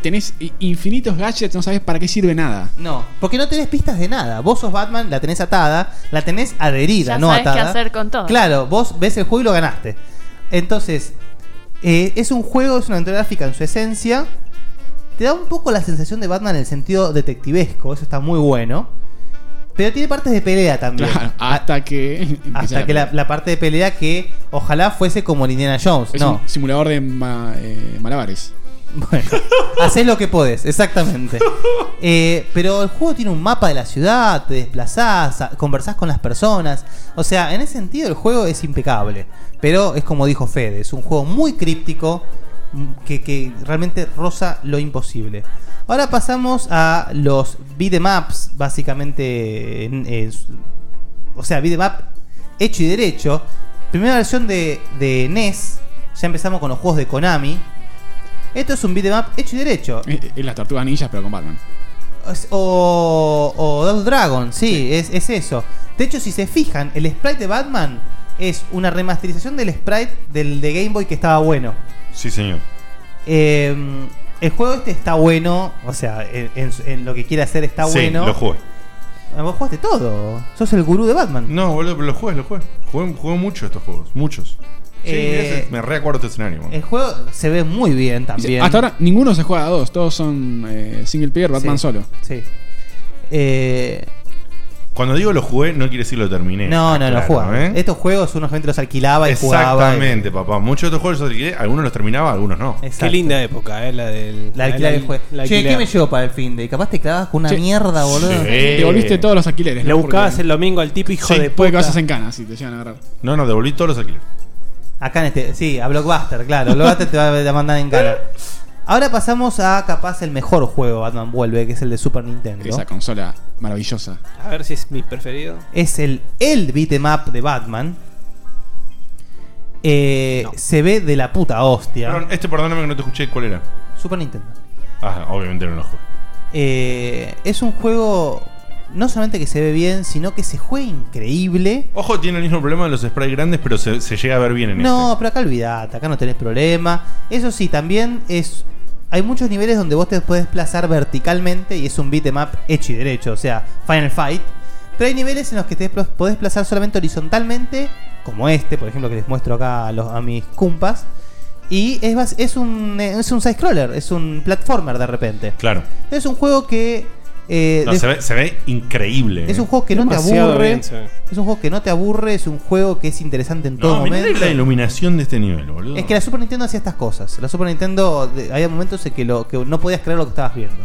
Speaker 5: Tenés i- infinitos gadgets, no sabes para qué sirve nada.
Speaker 4: No, porque no tenés pistas de nada. Vos sos Batman, la tenés atada, la tenés adherida,
Speaker 8: Ya
Speaker 4: no
Speaker 8: sabes qué
Speaker 4: atada.
Speaker 8: hacer con todo.
Speaker 4: Claro, vos ves el juego y lo ganaste. Entonces, eh, es un juego, es una aventura gráfica en su esencia. Te da un poco la sensación de Batman en el sentido detectivesco, eso está muy bueno. Pero tiene partes de pelea también. Ah,
Speaker 5: Claro, hasta que.
Speaker 4: Hasta que la, la parte de pelea que ojalá fuese como en Indiana Jones.
Speaker 5: Es
Speaker 4: no,
Speaker 5: un simulador de ma- eh, malabares.
Speaker 4: haces lo que podés, exactamente. Eh, pero el juego tiene un mapa de la ciudad, te desplazás, a- conversás con las personas. O sea, en ese sentido el juego es impecable. Pero es como dijo Fede, es un juego muy críptico mm, que, que realmente roza lo imposible. Ahora pasamos a los beatemaps, básicamente. en- en su- o sea, beatemap hecho y derecho. Primera versión de, de NES. Ya empezamos con los juegos de Konami. Esto es un beatemap hecho y derecho.
Speaker 3: Eh,
Speaker 5: Es las tortugas ninjas, pero con Batman.
Speaker 4: Es- O, o Double Dragon, sí, Es, es eso. De hecho, si se fijan, el sprite de Batman es una remasterización del sprite del de Game Boy que estaba bueno.
Speaker 3: Sí, señor.
Speaker 4: Eh, el juego este está bueno, o sea, en, en- en lo que quiere hacer está
Speaker 3: Sí,
Speaker 4: bueno.
Speaker 3: lo jugué.
Speaker 4: Ah, Vos jugaste todo. Sos el gurú de Batman.
Speaker 3: No, boludo, pero lo jugué, lo jugué. Jugué, jugué mucho estos juegos, muchos. Sí,
Speaker 4: Eh,
Speaker 3: ese- me reacuerdo este escenario. man.
Speaker 4: El juego se ve muy bien también.
Speaker 5: Hasta ahora ninguno se juega a dos, todos son eh, single player, Batman
Speaker 4: Sí,
Speaker 5: solo.
Speaker 4: Sí. Eh,
Speaker 3: Cuando digo lo jugué, no quiere decir lo terminé.
Speaker 4: No, no, no
Speaker 3: Claro,
Speaker 4: jugaba.
Speaker 3: ¿eh?
Speaker 4: Estos juegos unos gente los alquilaba y jugaba.
Speaker 3: Exactamente, papá. Muchos de estos juegos los alquilé, algunos los terminaba, algunos no.
Speaker 4: Exacto. linda
Speaker 15: época, eh, la del.
Speaker 4: La alquilar del juego.
Speaker 15: la
Speaker 4: Che,
Speaker 15: alquilar.
Speaker 4: ¿qué me llevo para el fin de? Capaz te clavas con una
Speaker 15: Che,
Speaker 4: mierda, boludo.
Speaker 3: sí. Devolviste todos
Speaker 5: los alquileres.
Speaker 15: Le
Speaker 3: ¿no?
Speaker 15: buscabas
Speaker 3: Porque-
Speaker 15: el domingo al tipo, hijo
Speaker 3: Sí,
Speaker 15: de
Speaker 3: puede
Speaker 15: puta.
Speaker 3: que vas a hacer-
Speaker 5: En canas, si te llegan a agarrar.
Speaker 3: No, no, devolví todos los alquileres.
Speaker 4: Acá en este, sí, a Blockbuster, claro. Blockbuster te va a mandar en cara. Ahora pasamos a capaz el mejor juego Batman Vuelve, que es el de Super Nintendo.
Speaker 5: Esa consola maravillosa.
Speaker 15: A ver si es mi preferido.
Speaker 4: Es el, el beatemap de Batman. Eh, Se ve de la puta hostia.
Speaker 3: Perdón, este, perdóname que no te escuché, ¿cuál era?
Speaker 4: Super Nintendo.
Speaker 3: Ah, obviamente no lo jugué.
Speaker 4: Eh, es un juego no solamente que se ve bien, sino que se juega increíble.
Speaker 3: Ojo, tiene el mismo problema de los sprites grandes, pero se, se llega a ver bien en
Speaker 4: No, pero acá olvidate, acá no tenés problema. Eso sí, también es. Hay muchos niveles donde vos te puedes desplazar verticalmente y es un beatemap hecho y derecho, o sea, Final Fight. Pero hay niveles en los que te despl- podés desplazar solamente horizontalmente, como este, por ejemplo, que les muestro acá a, los, a mis cumpas. Y es, bas- es un, eh, es un side-scroller, es un platformer de repente.
Speaker 3: este. Claro.
Speaker 4: Es un juego que. eh,
Speaker 3: este. No,
Speaker 4: de-
Speaker 3: se, ve, se ve increíble. eh.
Speaker 4: es un juego que no te
Speaker 3: Demasiado
Speaker 4: aburre.
Speaker 3: bien se ve.
Speaker 4: es un juego que no te aburre, es un juego que es interesante en todo
Speaker 3: No, mirá
Speaker 4: momento.
Speaker 3: la iluminación de este nivel, boludo.
Speaker 4: Es que la Super Nintendo hacía estas cosas. La Super Nintendo de- había momentos en que, lo, que no podías creer lo que estabas viendo.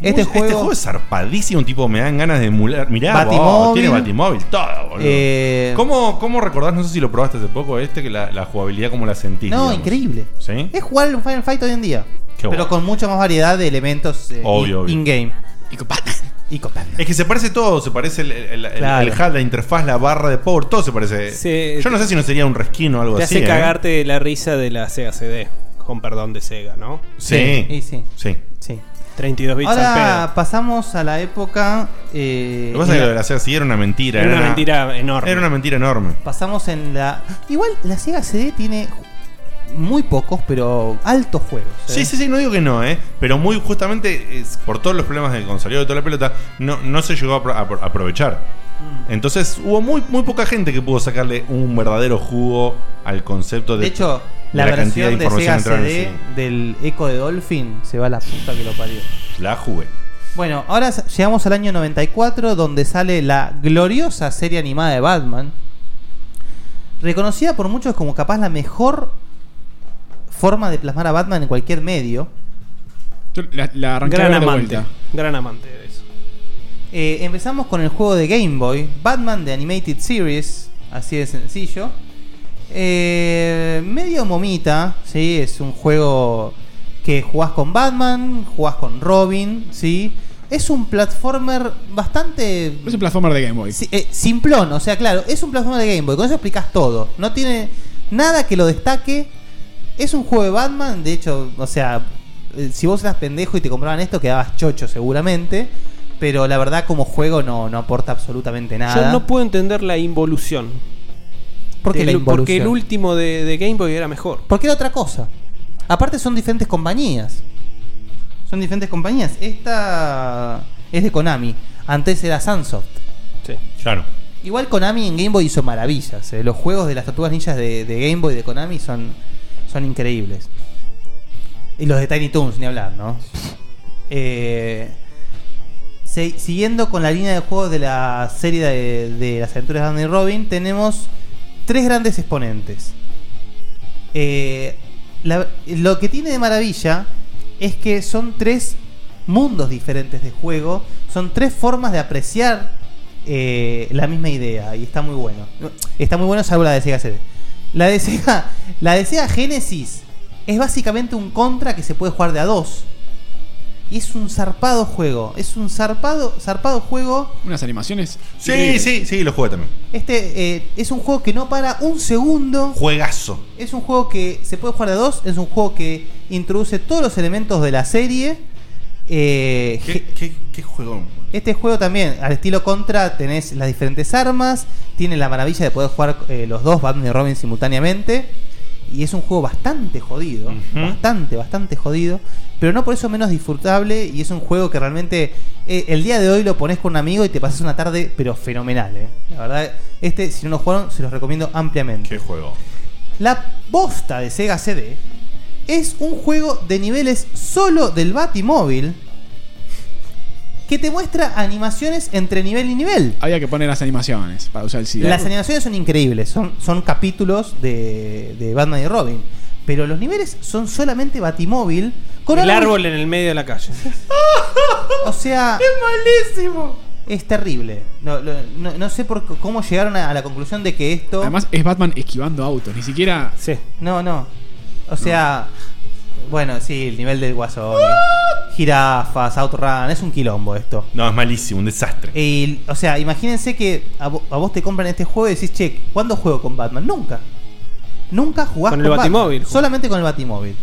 Speaker 4: Este
Speaker 3: Muy-
Speaker 4: juego,
Speaker 3: es zarpadísimo, tipo, me dan ganas de emular. Mirá,
Speaker 4: Batimóvil.
Speaker 3: vos, tiene Batimóvil, todo, boludo.
Speaker 4: Eh,
Speaker 3: ¿Cómo, ¿Cómo recordás? No sé si lo probaste hace poco este, que la, la jugabilidad como la sentís.
Speaker 4: No, increíble.
Speaker 3: ¿Sí?
Speaker 4: es jugar un Final Fight hoy en día.
Speaker 3: Qué
Speaker 4: pero
Speaker 3: bueno.
Speaker 4: con mucha más variedad de elementos eh,
Speaker 3: Obvio,
Speaker 4: in-
Speaker 3: obvio.
Speaker 4: in-game. Y Copland.
Speaker 3: Es que se parece todo, se parece el, el, el-
Speaker 4: Claro.
Speaker 3: el HUD, la interfaz, la barra de power, todo se parece.
Speaker 15: Sí.
Speaker 3: Yo no sé si no sería un resquino o algo
Speaker 15: Te
Speaker 3: así.
Speaker 15: hace
Speaker 3: ¿eh?
Speaker 15: cagarte de la risa de la Sega CD. Con perdón de Sega, ¿no?
Speaker 3: Sí.
Speaker 4: Sí, y sí.
Speaker 3: Sí.
Speaker 7: Eh,
Speaker 15: 32 bits al
Speaker 4: Ahora
Speaker 15: pedo.
Speaker 4: pasamos a la época. eh,
Speaker 3: Lo que pasa
Speaker 4: en
Speaker 3: es que
Speaker 4: la-
Speaker 3: lo de la Sega sí era una mentira.
Speaker 15: Era una mentira enorme.
Speaker 3: Era una mentira enorme.
Speaker 4: Pasamos en la. Igual la Sega CD tiene muy pocos, pero altos juegos. ¿eh?
Speaker 3: Sí, sí, sí, no digo que no, ¿eh? Pero muy justamente es- por todos los problemas del consolidado de toda la pelota, no, no se llegó a, apro- a apro- a aprovechar. Entonces hubo muy, muy poca gente que pudo sacarle un verdadero jugo al concepto de.
Speaker 4: De hecho, la,
Speaker 3: cantidad
Speaker 4: versión de Sega
Speaker 3: entrada en el
Speaker 4: CD
Speaker 3: CD.
Speaker 4: del Echo de Dolphin se va a la puta que lo parió.
Speaker 3: La jugué.
Speaker 4: Bueno, ahora s- llegamos al año 94, donde sale la gloriosa serie animada de Batman. Reconocida por muchos como capaz la mejor forma de plasmar a Batman en cualquier medio.
Speaker 5: Yo la, la arranqué a
Speaker 4: Gran
Speaker 5: ver de
Speaker 4: amante.
Speaker 5: vuelta.
Speaker 15: Gran amante de eso.
Speaker 4: Eh, empezamos con el juego de Game Boy, Batman de Animated Series, así de sencillo. Eh, medio momita, ¿sí? Es un juego que jugás con Batman, jugás con Robin, ¿sí? Es un platformer bastante... Es
Speaker 5: un platformer de Game Boy.
Speaker 4: simplón, o sea, claro, es un platformer de Game Boy, con eso explicas todo. No tiene nada que lo destaque. Es un juego de Batman, de hecho, o sea, eh, si vos eras pendejo y te compraban esto, quedabas chocho seguramente. Pero la verdad, como juego, no, no aporta absolutamente nada.
Speaker 15: Yo no puedo entender la involución.
Speaker 4: ¿Por qué
Speaker 15: Del-
Speaker 4: la involución?
Speaker 15: Porque el último de, de Game Boy era mejor.
Speaker 4: Porque era otra cosa. Aparte son diferentes compañías. Son diferentes compañías. Esta es de Konami. Antes era Sunsoft.
Speaker 15: Sí.
Speaker 3: Claro.
Speaker 4: Igual Konami en Game Boy hizo maravillas. eh. Los juegos de las tortugas ninjas de, de Game Boy de Konami son, son increíbles. Y los de Tiny Toons, ni hablar, ¿no? Eh, se- siguiendo con la línea de juegos de la serie de, de las aventuras de Batman y Robin, tenemos tres grandes exponentes. Eh, la- lo que tiene de maravilla es que son tres mundos diferentes de juego, son tres formas de apreciar eh, la misma idea y está muy bueno. Está muy bueno salvo la de Sega CD. La de Sega, la de Sega Genesis es básicamente un contra que se puede jugar de a dos. Y es un zarpado juego, es un zarpado, zarpado juego
Speaker 5: Unas animaciones.
Speaker 3: Sí,
Speaker 5: increíbles.
Speaker 3: sí, sí, lo jugué también.
Speaker 4: este eh, es un juego que no para un segundo.
Speaker 3: Juegazo.
Speaker 4: Es un juego que se puede jugar de a dos. Es un juego que introduce todos los elementos de la serie. Eh,
Speaker 3: ¿Qué, qué, qué juego?
Speaker 4: este juego también, al estilo Contra, tenés las diferentes armas. Tiene la maravilla de poder jugar eh, los dos, Batman y Robin, simultáneamente. Y es un juego bastante jodido. Bastante, bastante jodido. Pero no por eso menos disfrutable. Y es un juego que realmente eh, el día de hoy lo pones con un amigo y te pasas una tarde, pero fenomenal. eh. La verdad, este, si no lo jugaron, se los recomiendo ampliamente.
Speaker 3: ¿Qué juego?
Speaker 4: La bosta de Sega CD es un juego de niveles solo del Batimóvil que te muestra animaciones entre nivel y nivel.
Speaker 5: Había que poner las animaciones para usar el CD.
Speaker 4: Las animaciones son increíbles, son, son capítulos de, de Batman y Robin. Pero los niveles son solamente Batimóvil con
Speaker 15: el
Speaker 4: algo-
Speaker 15: árbol en el medio de la calle.
Speaker 4: O sea. ¡Es malísimo! Es terrible. No, lo- no- no sé por c- cómo llegaron a, a la conclusión de que esto.
Speaker 5: Además, es Batman esquivando autos, ni siquiera.
Speaker 4: No, no. O sea. Bueno, sí, el nivel del guasón. Jirafas, Outrun, es un quilombo esto.
Speaker 3: No, es malísimo, un desastre.
Speaker 4: Y, o sea, imagínense que a, vo- a vos te compran este juego y decís, che, ¿cuándo juego con Batman? Nunca. Nunca jugás
Speaker 15: Con
Speaker 4: con,
Speaker 15: el
Speaker 4: Batman.
Speaker 15: Batimóvil.
Speaker 4: Solamente con el Batimóvil.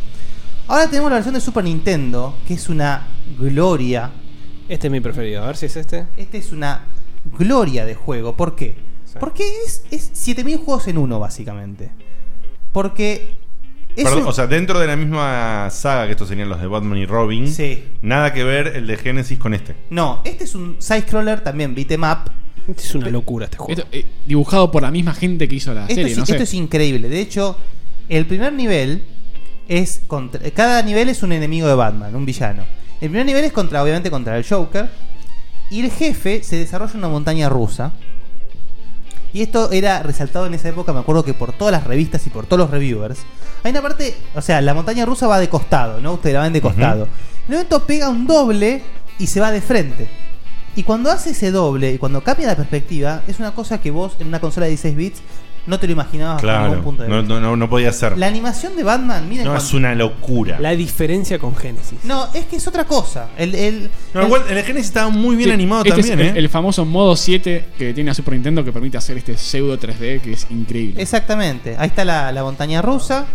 Speaker 4: Ahora tenemos la versión de Super Nintendo, que es una gloria.
Speaker 15: Este es mi preferido. A ver si es este.
Speaker 4: Este es una gloria de juego. ¿Por qué? Porque es, es 7000 juegos en uno, básicamente. Porque. es
Speaker 3: Perdón,
Speaker 4: un-
Speaker 3: O sea, dentro de la misma saga, que estos serían los de Batman y Robin, nada que ver el de Genesis con este.
Speaker 4: No, este es un side-scroller también, beat'em up.
Speaker 15: Este es una locura este
Speaker 5: Esto, eh, dibujado por la misma gente que hizo la
Speaker 4: Esto,
Speaker 5: serie,
Speaker 4: es,
Speaker 5: no sé.
Speaker 4: esto es increíble. De hecho, el primer nivel es contra. Cada nivel es un enemigo de Batman, un villano. El primer nivel es contra, obviamente, contra el Joker. Y el jefe se desarrolla en una montaña rusa. Y esto era resaltado en esa época, me acuerdo que por todas las revistas y por todos los reviewers. Hay una parte, o sea, la montaña rusa va de costado, ¿no? Ustedes la ven de costado. En un momento pega un doble y se va de frente. Y cuando hace ese doble y cuando cambia la perspectiva, es una cosa que vos en una consola de 16 bits no te lo imaginabas bajo
Speaker 3: Claro,
Speaker 4: ningún Ah, punto de
Speaker 3: no, no, no, no podía ser.
Speaker 4: La animación de Batman, miren
Speaker 3: No,
Speaker 4: cuando-
Speaker 3: es una locura.
Speaker 15: La diferencia con Genesis.
Speaker 4: No, es que es otra cosa. El, el,
Speaker 3: No, igual el Genesis estaba muy bien
Speaker 5: Sí,
Speaker 3: animado
Speaker 5: este
Speaker 3: también,
Speaker 5: es
Speaker 3: ¿eh?
Speaker 5: el, el famoso modo 7 que tiene la Super Nintendo que permite hacer este pseudo 3D que es increíble.
Speaker 4: Exactamente. Ahí está la, la montaña rusa.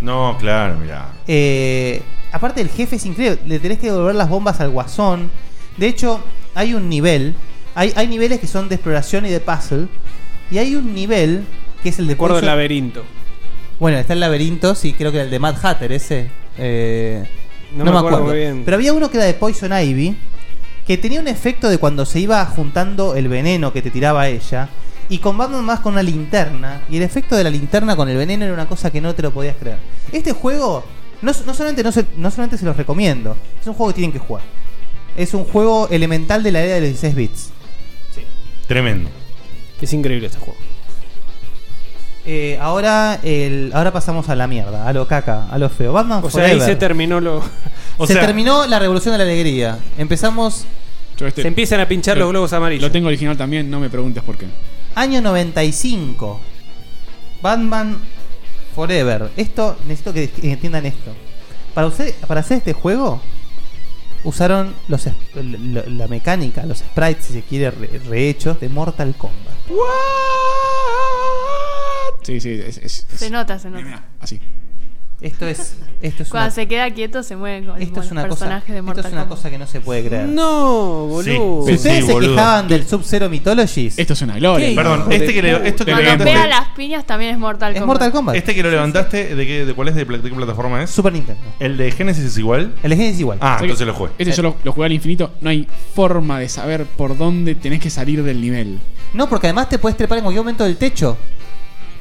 Speaker 3: No, claro, mirá.
Speaker 4: Eh, aparte, el jefe es increíble. Le tenés que devolver las bombas al guasón. De hecho, hay un nivel. Hay, hay niveles que son de exploración y de puzzle. Y hay un nivel que es el de
Speaker 15: Recuerdo el
Speaker 4: Pulso-
Speaker 15: laberinto.
Speaker 4: Bueno, está el laberinto, sí, creo que era el de Mad Hatter ese. Eh,
Speaker 15: No
Speaker 4: no,
Speaker 15: me
Speaker 4: me,
Speaker 15: acuerdo
Speaker 4: acuerdo.
Speaker 15: muy bien.
Speaker 4: Pero había uno que era de Poison Ivy, que tenía un efecto de cuando se iba juntando el veneno que te tiraba ella, y con Batman más con una linterna, y el efecto de la linterna con el veneno era una cosa que no te lo podías creer. Este juego, no, no solamente, no, se- no solamente se los recomiendo, es un juego que tienen que jugar. Es un juego elemental de la era de los 16 bits.
Speaker 3: Tremendo.
Speaker 15: Es increíble este juego.
Speaker 4: Eh, ahora, el, ahora pasamos a la mierda, a lo caca, a lo feo. Batman
Speaker 15: O sea, ahí
Speaker 4: Forever.
Speaker 15: se terminó lo.
Speaker 4: se terminó la revolución de la alegría. Empezamos
Speaker 5: Se empiezan
Speaker 15: a pinchar
Speaker 5: los
Speaker 15: globos amarillos.
Speaker 5: este- Lo tengo original también, no me preguntes por qué.
Speaker 4: año 95. Batman Forever. Esto necesito que entiendan esto. Para, usted, para hacer este juego usaron los, es- la, la mecánica, los sprites, si se quiere, re- rehechos de Mortal Kombat.
Speaker 5: Sí, sí, es, es-
Speaker 8: Se nota, se nota.
Speaker 5: así.
Speaker 4: Esto es, esto es
Speaker 8: Cuando
Speaker 4: una,
Speaker 8: se queda quieto se mueve con
Speaker 4: esto
Speaker 8: los
Speaker 4: es una cosa,
Speaker 8: personajes de
Speaker 4: esto
Speaker 8: Mortal
Speaker 4: es una
Speaker 8: Kombat.
Speaker 4: cosa que no se puede creer.
Speaker 15: No, boludo.
Speaker 4: Si ustedes se
Speaker 3: boludo.
Speaker 4: quejaban del Sub-Zero Mythologies.
Speaker 5: Esto es una
Speaker 3: gloria. Perdón, este que le- esto que le
Speaker 8: Cuando
Speaker 3: levantaste-
Speaker 8: pega las piñas también es Mortal Kombat.
Speaker 3: Este que lo levantaste, ¿de, qué, de cuál es? ¿De, pla- de qué plataforma es?
Speaker 4: Super Nintendo.
Speaker 3: ¿El de Genesis es igual?
Speaker 4: El de Genesis es igual.
Speaker 3: Ah,
Speaker 5: O sea que
Speaker 3: entonces lo jugué.
Speaker 5: Este yo lo, lo jugué al infinito. No hay forma de saber por dónde tenés que salir del nivel.
Speaker 4: No, porque además te puedes trepar en cualquier momento del techo.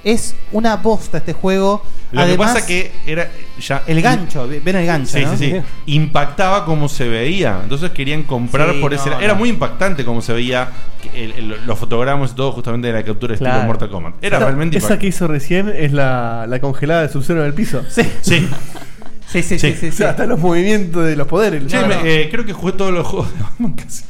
Speaker 4: Es una bosta este juego.
Speaker 3: Lo
Speaker 4: Además,
Speaker 3: que pasa que era ya
Speaker 4: El gancho, ve- ven el gancho,
Speaker 3: Sí,
Speaker 4: ¿no?
Speaker 3: sí, sí. Impactaba como se veía. Entonces querían comprar
Speaker 4: Sí,
Speaker 3: por
Speaker 4: no,
Speaker 3: ese.
Speaker 4: no.
Speaker 3: Era muy impactante como se veía que el- el- los fotogramas y todo justamente de la captura de estilo
Speaker 6: Claro.
Speaker 3: Mortal Kombat. Era
Speaker 6: Esa-
Speaker 3: realmente
Speaker 6: Esa que hizo recién es la, la congelada de Sub-Zero en el piso.
Speaker 4: Sí.
Speaker 3: Sí.
Speaker 4: Sí, sí, sí, sí,
Speaker 6: O sea,
Speaker 4: sí.
Speaker 6: hasta los movimientos de los poderes.
Speaker 4: Che, me- eh,
Speaker 3: creo que jugué todos los juegos de Batman casi.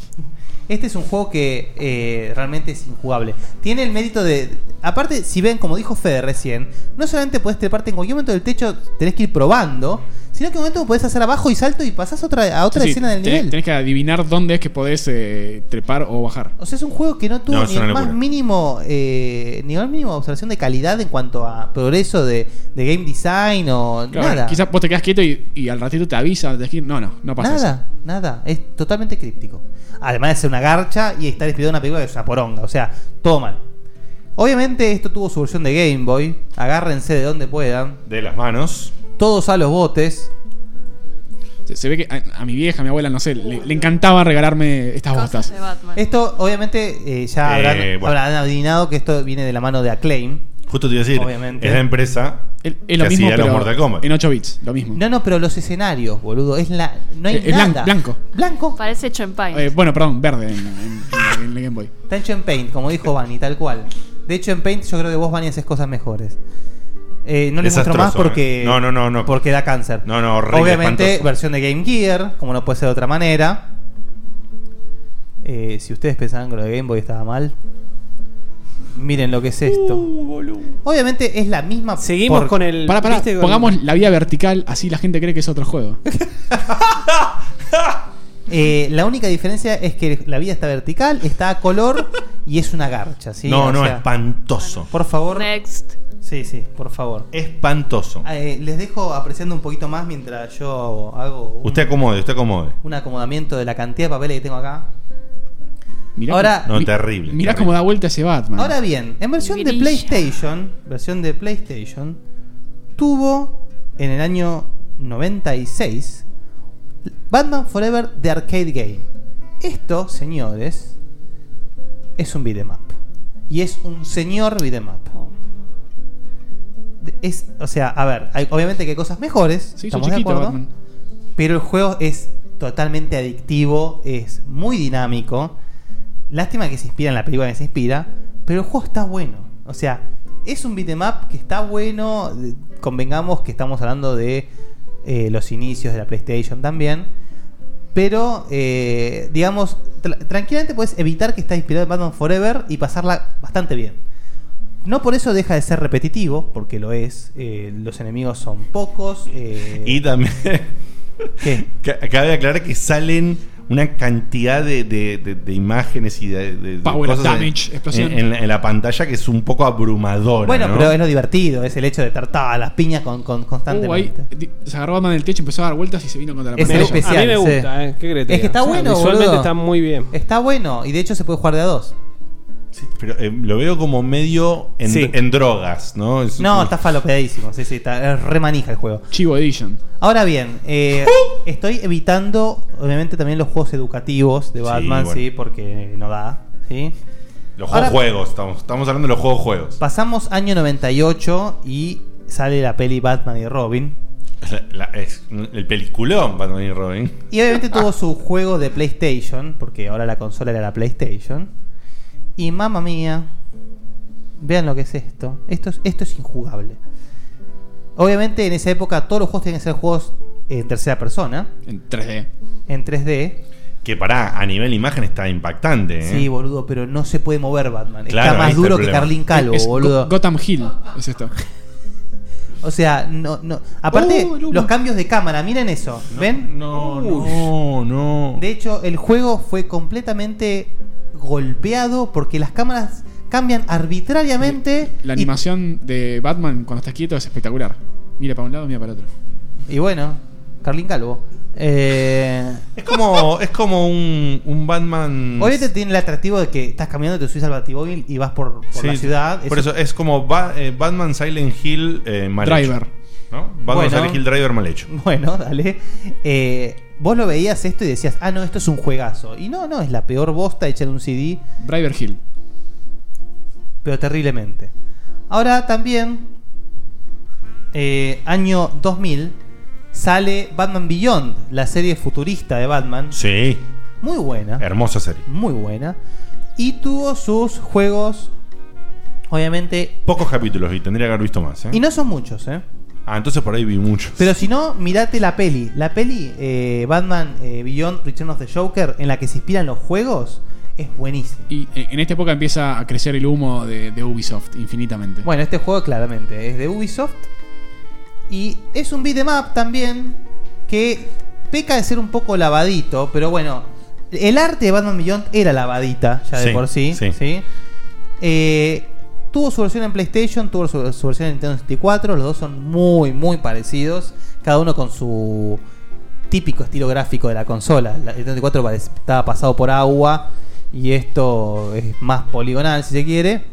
Speaker 4: Este es un juego que eh, realmente es injugable. Tiene el mérito de. Aparte, si ven, como dijo Fede recién, no solamente podés treparte en cualquier momento del techo, tenés que ir probando, sino que en un momento podés hacer abajo y salto y pasás otra, a otra
Speaker 5: Sí, sí,
Speaker 4: escena del
Speaker 5: tenés,
Speaker 4: nivel.
Speaker 5: Tenés que adivinar dónde es que podés eh, trepar o bajar.
Speaker 4: O sea, es un juego que no tuvo
Speaker 5: No, es
Speaker 4: ni
Speaker 5: una
Speaker 4: el más
Speaker 5: locura.
Speaker 4: mínimo eh, ni el mínimo observación de calidad en cuanto a progreso de, de game design o
Speaker 5: Claro,
Speaker 4: nada.
Speaker 5: Quizás vos te quedas quieto y, y al ratito te avisa. te decís, no, no, no pasa eso.
Speaker 4: Nada, nada. Es totalmente críptico. Además de ser una garcha y estar inspirado en una película que es una poronga. O sea, todo mal. Obviamente esto tuvo su versión de Game Boy. Agárrense de donde puedan.
Speaker 3: De las manos.
Speaker 4: Todos a los botes.
Speaker 5: Se, se ve que a, a mi vieja, a mi abuela, no sé, le, le encantaba regalarme estas bostas.
Speaker 4: Esto obviamente eh, ya
Speaker 5: Eh,
Speaker 4: habrán,
Speaker 5: bueno.
Speaker 4: habrán adivinado que esto viene de la mano de Acclaim.
Speaker 3: Justo te iba a decir.
Speaker 4: Obviamente.
Speaker 3: Es la empresa
Speaker 5: Es lo
Speaker 3: que
Speaker 5: mismo,
Speaker 3: hacía los
Speaker 5: pero
Speaker 3: Mortal Kombat.
Speaker 5: en 8 bits, lo mismo.
Speaker 4: No, no, pero los escenarios, boludo. Es la. No hay
Speaker 5: Eh, eh, blan-
Speaker 4: nada.
Speaker 5: blanco.
Speaker 4: Blanco.
Speaker 8: Parece hecho en Paint.
Speaker 5: Eh, bueno, perdón, verde en, en- en- en el Game Boy.
Speaker 4: Está hecho en Paint, como dijo Vani, tal cual. De hecho, en Paint yo creo que vos, Vani, haces cosas mejores. Eh, no les muestro
Speaker 3: Desastroso,
Speaker 4: más porque.
Speaker 3: ¿eh? No, no, no, no.
Speaker 4: Porque da cáncer.
Speaker 3: No, no, horrible,
Speaker 4: Obviamente,
Speaker 3: espantoso.
Speaker 4: versión de Game Gear, como no puede ser de otra manera. Eh, si ustedes pensaban que lo de Game Boy estaba mal, miren lo que es esto. Obviamente es la misma.
Speaker 15: Seguimos con el-
Speaker 5: Uh, Pará, pará,
Speaker 15: ¿viste? Con-
Speaker 5: pongamos la vía vertical, así la gente cree que es otro juego.
Speaker 4: Eh, la única diferencia es que la vida está vertical, está a color y es una garcha. ¿sí?
Speaker 3: no,
Speaker 4: O
Speaker 3: no,
Speaker 4: sea,
Speaker 3: espantoso.
Speaker 4: Por favor.
Speaker 8: Next.
Speaker 4: Sí, sí, por favor.
Speaker 3: Espantoso.
Speaker 4: Eh, les dejo apreciando un poquito más mientras yo hago un,
Speaker 3: Usted acomode, usted acomode.
Speaker 4: un acomodamiento de la cantidad de papeles que tengo acá.
Speaker 5: Mirá
Speaker 4: Ahora-
Speaker 5: cómo-
Speaker 3: No,
Speaker 5: mi-
Speaker 3: terrible,
Speaker 5: Mirá
Speaker 3: terrible.
Speaker 5: cómo da vuelta ese Batman.
Speaker 4: Ah, Ahora bien, en versión de PlayStation, versión de PlayStation, tuvo en el año 96 Batman Forever de Arcade Game. Esto, señores, es un beat'em up. Y es un señor beat'em up. De- Es, o sea, a ver, hay- obviamente que hay cosas mejores,
Speaker 5: Sí,
Speaker 4: estamos
Speaker 5: soy
Speaker 4: de
Speaker 5: chiquito,
Speaker 4: acuerdo.
Speaker 5: Batman.
Speaker 4: Pero el juego es totalmente adictivo, es muy dinámico. Lástima que se inspira en la película que se inspira, pero el juego está bueno. O sea, es un beat'em up que está bueno. de- Convengamos que estamos hablando de eh, los inicios de la PlayStation también. Pero, eh, digamos, tra- tranquilamente puedes evitar que está inspirado en Batman Forever y pasarla bastante bien. No por eso deja de ser repetitivo, porque lo es. eh, los enemigos son pocos. eh,
Speaker 3: Y también. Ca- Cabe aclarar que salen una cantidad de, de- de- de imágenes y de, de- de
Speaker 5: Power,
Speaker 3: en-
Speaker 5: damage, explosión.
Speaker 3: En, en la- en la pantalla que es un poco abrumadora.
Speaker 4: bueno,
Speaker 3: ¿no?
Speaker 4: pero es lo divertido, es el hecho de estar ta, a las piñas con, con-
Speaker 5: Uh, ahí
Speaker 4: constantemente.
Speaker 5: di- se agarró Batman del techo, empezó a dar vueltas y se vino contra la
Speaker 4: es el
Speaker 5: pantalla.
Speaker 4: especial. sí. Es que está bueno, boludo. Está bueno, y de hecho se puede jugar de a dos.
Speaker 3: Pero, eh, lo veo como medio en,
Speaker 4: Sí.
Speaker 3: en drogas, ¿no? Es-
Speaker 4: No, está falopeadísimo, sí, sí, está es re manija el juego.
Speaker 5: Chivo Edition. ¡Oh!
Speaker 4: Ahora bien, eh, estoy evitando, obviamente, también los juegos educativos de
Speaker 3: Sí,
Speaker 4: Batman, sí,
Speaker 3: bueno.
Speaker 4: porque no da, ¿sí?
Speaker 3: Los
Speaker 4: Ahora-
Speaker 3: juegos juegos, estamos, estamos hablando de los juegos juegos.
Speaker 4: Pasamos año 98 y sale la peli Batman y Robin.
Speaker 3: La- la- es el peliculón Batman y Robin.
Speaker 4: Y obviamente
Speaker 5: Ah.
Speaker 4: tuvo su juego de PlayStation, porque ahora la consola era la PlayStation. Y mamma mía, vean lo que es esto. Esto es, esto es injugable. Obviamente en esa época todos los juegos tenían que ser juegos en tercera persona,
Speaker 5: En 3D.
Speaker 4: en 3D.
Speaker 3: Que pará, a nivel imagen está impactante. ¿eh?
Speaker 4: Sí, boludo, pero no se puede mover Batman. Está
Speaker 3: Claro, ahí
Speaker 4: más
Speaker 3: está
Speaker 4: duro
Speaker 3: el
Speaker 4: que
Speaker 3: problema.
Speaker 4: Carlín Calvo,
Speaker 5: Es Go-
Speaker 4: boludo.
Speaker 5: Gotham Hill es esto.
Speaker 4: O sea, no, no. Aparte,
Speaker 5: Uh,
Speaker 4: los cambios de cámara, miren eso. ¿Ven?
Speaker 3: Oh, No, no, no.
Speaker 4: De hecho, el juego fue completamente golpeado porque las cámaras cambian arbitrariamente.
Speaker 5: La animación de Batman cuando está quieto es espectacular. Mira para un lado, mira para el otro.
Speaker 4: Y bueno, Carlín Calvo. Eh,
Speaker 3: Es como, es como un, un Batman.
Speaker 4: obviamente tiene el atractivo de que estás caminando, te subís al Batimóvil y vas por, por
Speaker 3: Sí,
Speaker 4: la ciudad.
Speaker 3: Por eso es como Ba- eh, Batman Silent Hill eh, mal
Speaker 4: Driver.
Speaker 3: hecho, ¿no? Batman
Speaker 4: Bueno.
Speaker 3: Silent Hill Driver mal hecho.
Speaker 4: Bueno, dale. Eh, vos lo veías esto y decías, ah, no, esto es un juegazo. Y no, no, es la peor bosta hecha en un CD.
Speaker 5: Driver Hill.
Speaker 4: Pero terriblemente. Ahora también, eh, año 2000, sale Batman Beyond, la serie futurista de Batman.
Speaker 3: Sí.
Speaker 4: Muy buena.
Speaker 3: Hermosa serie.
Speaker 4: Muy buena. Y tuvo sus juegos, obviamente.
Speaker 3: Pocos capítulos y tendría que haber visto más. ¿eh?
Speaker 4: Y no son muchos, ¿eh?
Speaker 3: Ah, entonces por ahí vi muchos.
Speaker 4: Pero si no, mirate la peli. La peli eh, Batman eh, Beyond Return of the Joker, en la que se inspiran los juegos, es buenísima.
Speaker 5: Y en en esta época empieza a crecer el humo de, de Ubisoft infinitamente.
Speaker 4: Bueno, este juego claramente es de Ubisoft. Y es un beat 'em up también que peca de ser un poco lavadito, pero bueno, el arte de Batman Beyond era lavadita ya de
Speaker 3: Sí,
Speaker 4: por sí.
Speaker 3: sí.
Speaker 4: ¿sí? Eh, tuvo su versión en PlayStation, tuvo su, su versión en Nintendo 64, los dos son muy, muy parecidos, cada uno con su típico estilo gráfico de la consola. La- El Nintendo 64 pare- estaba pasado por agua y esto es más poligonal si se quiere.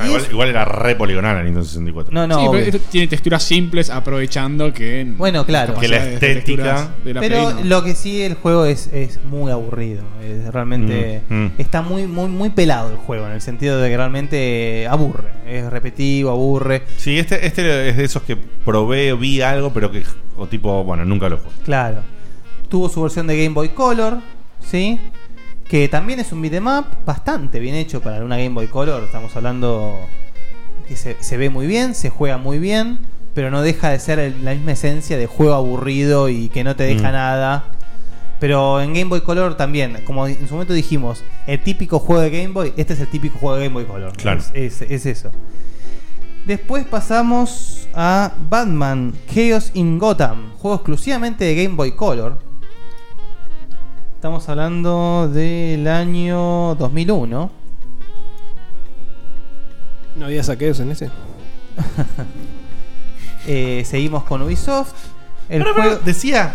Speaker 3: Ah, igual, igual era re poligonal el Nintendo 64.
Speaker 4: No, no,
Speaker 5: Sí, pero
Speaker 4: obvio.
Speaker 3: este-
Speaker 5: esto tiene texturas simples aprovechando que.
Speaker 4: Bueno, claro.
Speaker 5: las capacidades de texturas de la
Speaker 4: pero
Speaker 5: Play no.
Speaker 4: lo que sí, el juego es, es muy aburrido. Es realmente.
Speaker 5: Mm, mm.
Speaker 4: Está muy, muy, muy pelado el juego, en el sentido de que realmente eh, aburre. Es repetitivo, aburre.
Speaker 3: Sí, este, este es de esos que probé, vi algo, pero que. O tipo, bueno, nunca lo jugué.
Speaker 4: Claro. Tuvo su versión de Game Boy Color, ¿sí? Que también es un beatmap bastante bien hecho para una Game Boy Color. Estamos hablando que se, se ve muy bien, se juega muy bien, pero no deja de ser el- la misma esencia de juego aburrido y que no te deja
Speaker 15: Mm.
Speaker 4: nada. Pero en Game Boy Color también, como en su momento dijimos, el típico juego de Game Boy, este es el típico juego de Game Boy Color.
Speaker 3: Claro.
Speaker 4: Es, es- es eso. Después pasamos a Batman Chaos in Gotham, juego exclusivamente de Game Boy Color. Estamos hablando del año 2001.
Speaker 15: ¿No había saqueos en ese?
Speaker 4: Eh, seguimos con Ubisoft. El juego
Speaker 3: decía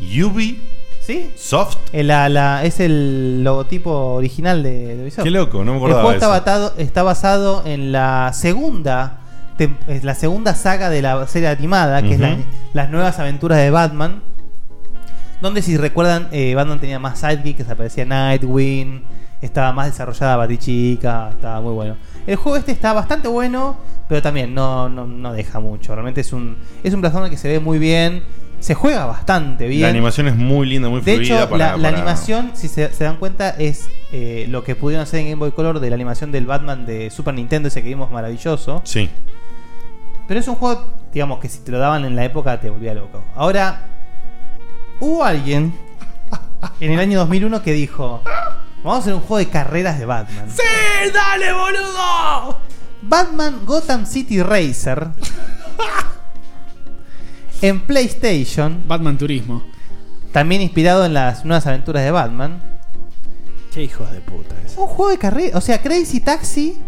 Speaker 3: Ubi.
Speaker 4: ¿Sí?
Speaker 3: Soft.
Speaker 4: El ala- es el logotipo original de, de Ubisoft.
Speaker 3: Qué loco, no me acordaba
Speaker 4: El juego
Speaker 3: de
Speaker 4: está,
Speaker 3: eso.
Speaker 4: batado- está basado en la segunda tem- es la segunda saga de la serie animada, que es la-
Speaker 3: Ujú.
Speaker 4: las nuevas aventuras de Batman. Donde si recuerdan, eh, Batman tenía más sidekicks, aparecía Nightwing, estaba más desarrollada Batichica, estaba muy bueno. El juego este está bastante bueno, pero también no, no, no deja mucho. Realmente es un, es un plataforma que se ve muy bien, se juega bastante bien.
Speaker 3: La animación es muy linda, muy
Speaker 4: De
Speaker 3: fluida.
Speaker 4: hecho,
Speaker 3: para-
Speaker 4: la, la
Speaker 3: para-
Speaker 4: animación, si se, se dan cuenta, es eh, lo que pudieron hacer en Game Boy Color de la animación del Batman de Super Nintendo, ese que vimos maravilloso.
Speaker 3: Sí.
Speaker 4: Pero es un juego, digamos, que si te lo daban en la época te volvía loco. Ahora, hubo alguien en el año 2001 que dijo, vamos a hacer un juego de carreras de Batman.
Speaker 10: ¡Sí! ¡Dale, boludo!
Speaker 4: Batman Gotham City Racer. en PlayStation.
Speaker 5: Batman Turismo.
Speaker 4: También inspirado en las nuevas aventuras de Batman.
Speaker 15: Qué hijos de puta es.
Speaker 4: Un juego de carrera. O sea, Crazy Taxi.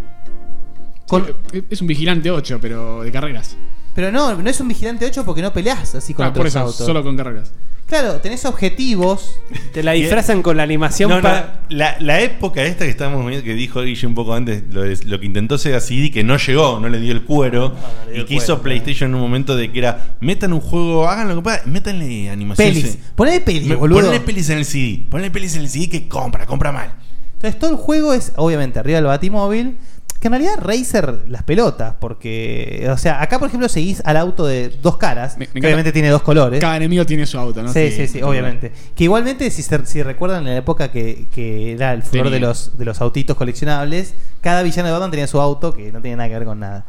Speaker 5: Sí, es un vigilante 8, pero de carreras.
Speaker 4: Pero no, no es un Vigilante 8 porque no peleas así con
Speaker 5: Ah, por
Speaker 4: otros
Speaker 5: eso,
Speaker 4: autos.
Speaker 5: solo con carreras.
Speaker 4: Claro, tenés objetivos.
Speaker 15: Te la disfrazan con la animación
Speaker 3: No, no,
Speaker 15: para.
Speaker 3: la, la época esta que estábamos viendo, que dijo Guille un poco antes, lo, de- lo que intentó Sega CD, que no llegó, no le dio el cuero,
Speaker 4: Ah,
Speaker 3: y que hizo PlayStation en un momento de que era, metan un juego, hagan lo que puedan, métanle animación.
Speaker 4: Pelis.
Speaker 3: Sí.
Speaker 4: Ponle pelis,
Speaker 3: Me-
Speaker 4: boludo.
Speaker 3: Ponle pelis en el CD, ponle pelis en el CD que compra, compra mal.
Speaker 4: Entonces todo el juego es, obviamente, arriba del batimóvil. Que en realidad Racer las pelotas, porque. O sea, acá por ejemplo seguís al auto de dos caras. que
Speaker 5: encanta-
Speaker 4: obviamente tiene dos colores.
Speaker 5: Cada enemigo tiene su auto, ¿no?
Speaker 4: Sí, sí, sí, obviamente. Que igualmente, si, se- si recuerdan la época que, que era el furor
Speaker 5: Tenía.
Speaker 4: de los, de los autitos coleccionables, cada villano de Batman tenía su auto que no tenía nada que ver con nada.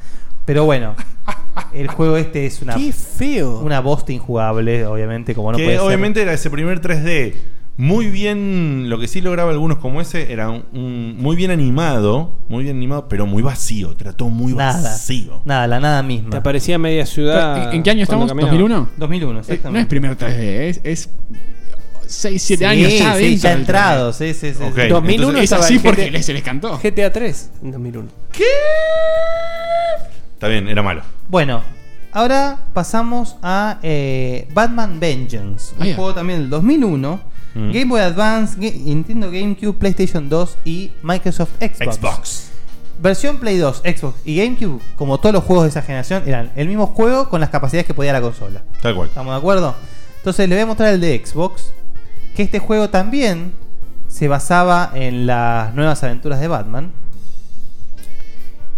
Speaker 4: Pero bueno, el juego este es una.
Speaker 3: Qué
Speaker 4: feo! Una bosta injugable, obviamente, como no
Speaker 3: que
Speaker 4: puede ser.
Speaker 3: obviamente era ese primer 3D. Muy bien, lo que sí lograba algunos como ese, era un, un- muy bien animado, muy bien animado, pero muy vacío, trató muy
Speaker 4: Nada.
Speaker 3: vacío.
Speaker 4: Nada, la nada misma.
Speaker 15: Te aparecía media ciudad.
Speaker 5: ¿En- en qué año
Speaker 15: cuando
Speaker 5: estamos?
Speaker 15: caminaba.
Speaker 5: ¿2001?
Speaker 4: 2001,
Speaker 5: Eh, no es primer 3D, es, es 6, 7
Speaker 15: Sí,
Speaker 5: años ya
Speaker 15: sí,
Speaker 5: dentro
Speaker 15: ya
Speaker 5: del
Speaker 15: entrado,
Speaker 5: 3D.
Speaker 15: sí, sí, sí, sí. Ok, 2001 entonces-
Speaker 5: es
Speaker 15: estaba
Speaker 5: así
Speaker 15: el
Speaker 5: porque
Speaker 15: GT.
Speaker 5: le- se les cantó.
Speaker 15: GTA 3 en 2001.
Speaker 3: Está bien, era malo.
Speaker 4: Bueno, ahora pasamos a eh, Batman Vengeance. Un
Speaker 3: Ah, ya.
Speaker 4: juego también del 2001.
Speaker 3: Mm.
Speaker 4: Game Boy Advance, Ga- Nintendo GameCube, PlayStation 2 y Microsoft Xbox.
Speaker 3: Xbox.
Speaker 4: Versión Play 2, Xbox y GameCube, como todos los juegos de esa generación, eran el mismo juego con las capacidades que podía la consola.
Speaker 3: Tal cual.
Speaker 4: ¿Estamos de acuerdo? Entonces les voy a mostrar el de Xbox, que este juego también se basaba en las nuevas aventuras de Batman.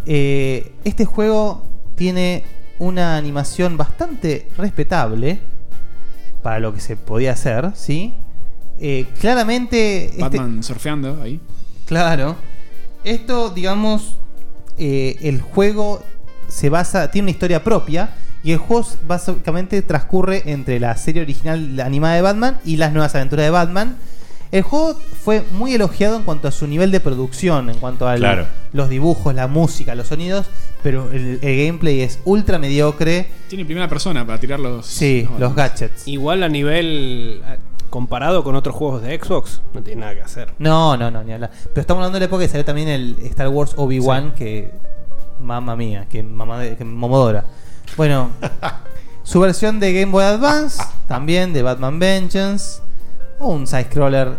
Speaker 4: Eh, este juego tiene una animación bastante respetable para lo que se podía hacer, ¿sí? Eh, claramente... este-
Speaker 5: Batman surfeando ahí.
Speaker 4: Claro. Esto, digamos, eh, el juego se basa, tiene una historia propia y el juego básicamente transcurre entre la serie original la animada de Batman y las nuevas aventuras de Batman. El juego fue muy elogiado en cuanto a su nivel de producción, en cuanto a
Speaker 3: Claro.
Speaker 4: los dibujos, la música, los sonidos, pero el, el gameplay es ultra mediocre.
Speaker 5: Tiene primera persona para tirar los.
Speaker 4: Sí, los gadgets.
Speaker 15: Igual a nivel. eh, Comparado con otros juegos de Xbox, no tiene nada que hacer.
Speaker 4: No, no, no, ni hablar. Pero estamos hablando de la época que salió también el Star Wars Obi-Wan, que. Mamma mía, que, mamá de- que momodora. Bueno, su versión de Game Boy Advance, también de Batman Vengeance, o un side-scroller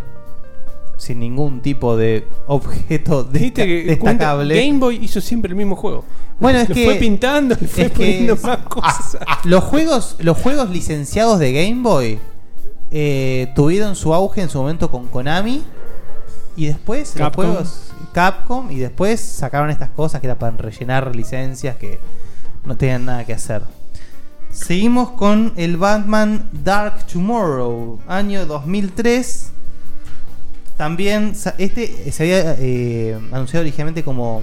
Speaker 4: sin ningún tipo de objeto
Speaker 15: Viste
Speaker 4: desca-
Speaker 15: que
Speaker 4: destacable.
Speaker 15: cuenta- Game Boy hizo siempre el mismo juego.
Speaker 4: Bueno, es
Speaker 15: Lo
Speaker 4: que-
Speaker 15: fue pintando, le fue
Speaker 4: es que-
Speaker 15: poniendo más cosas.
Speaker 5: Ah,
Speaker 4: Los juegos, los juegos licenciados de Game Boy eh, tuvieron su auge en su momento con Konami y después
Speaker 5: Capcom.
Speaker 4: los juegos Capcom y después sacaron estas cosas que era para rellenar licencias que no tenían nada que hacer. Seguimos con el Batman Dark Tomorrow, año 2003. También sa- este se había eh, anunciado originalmente como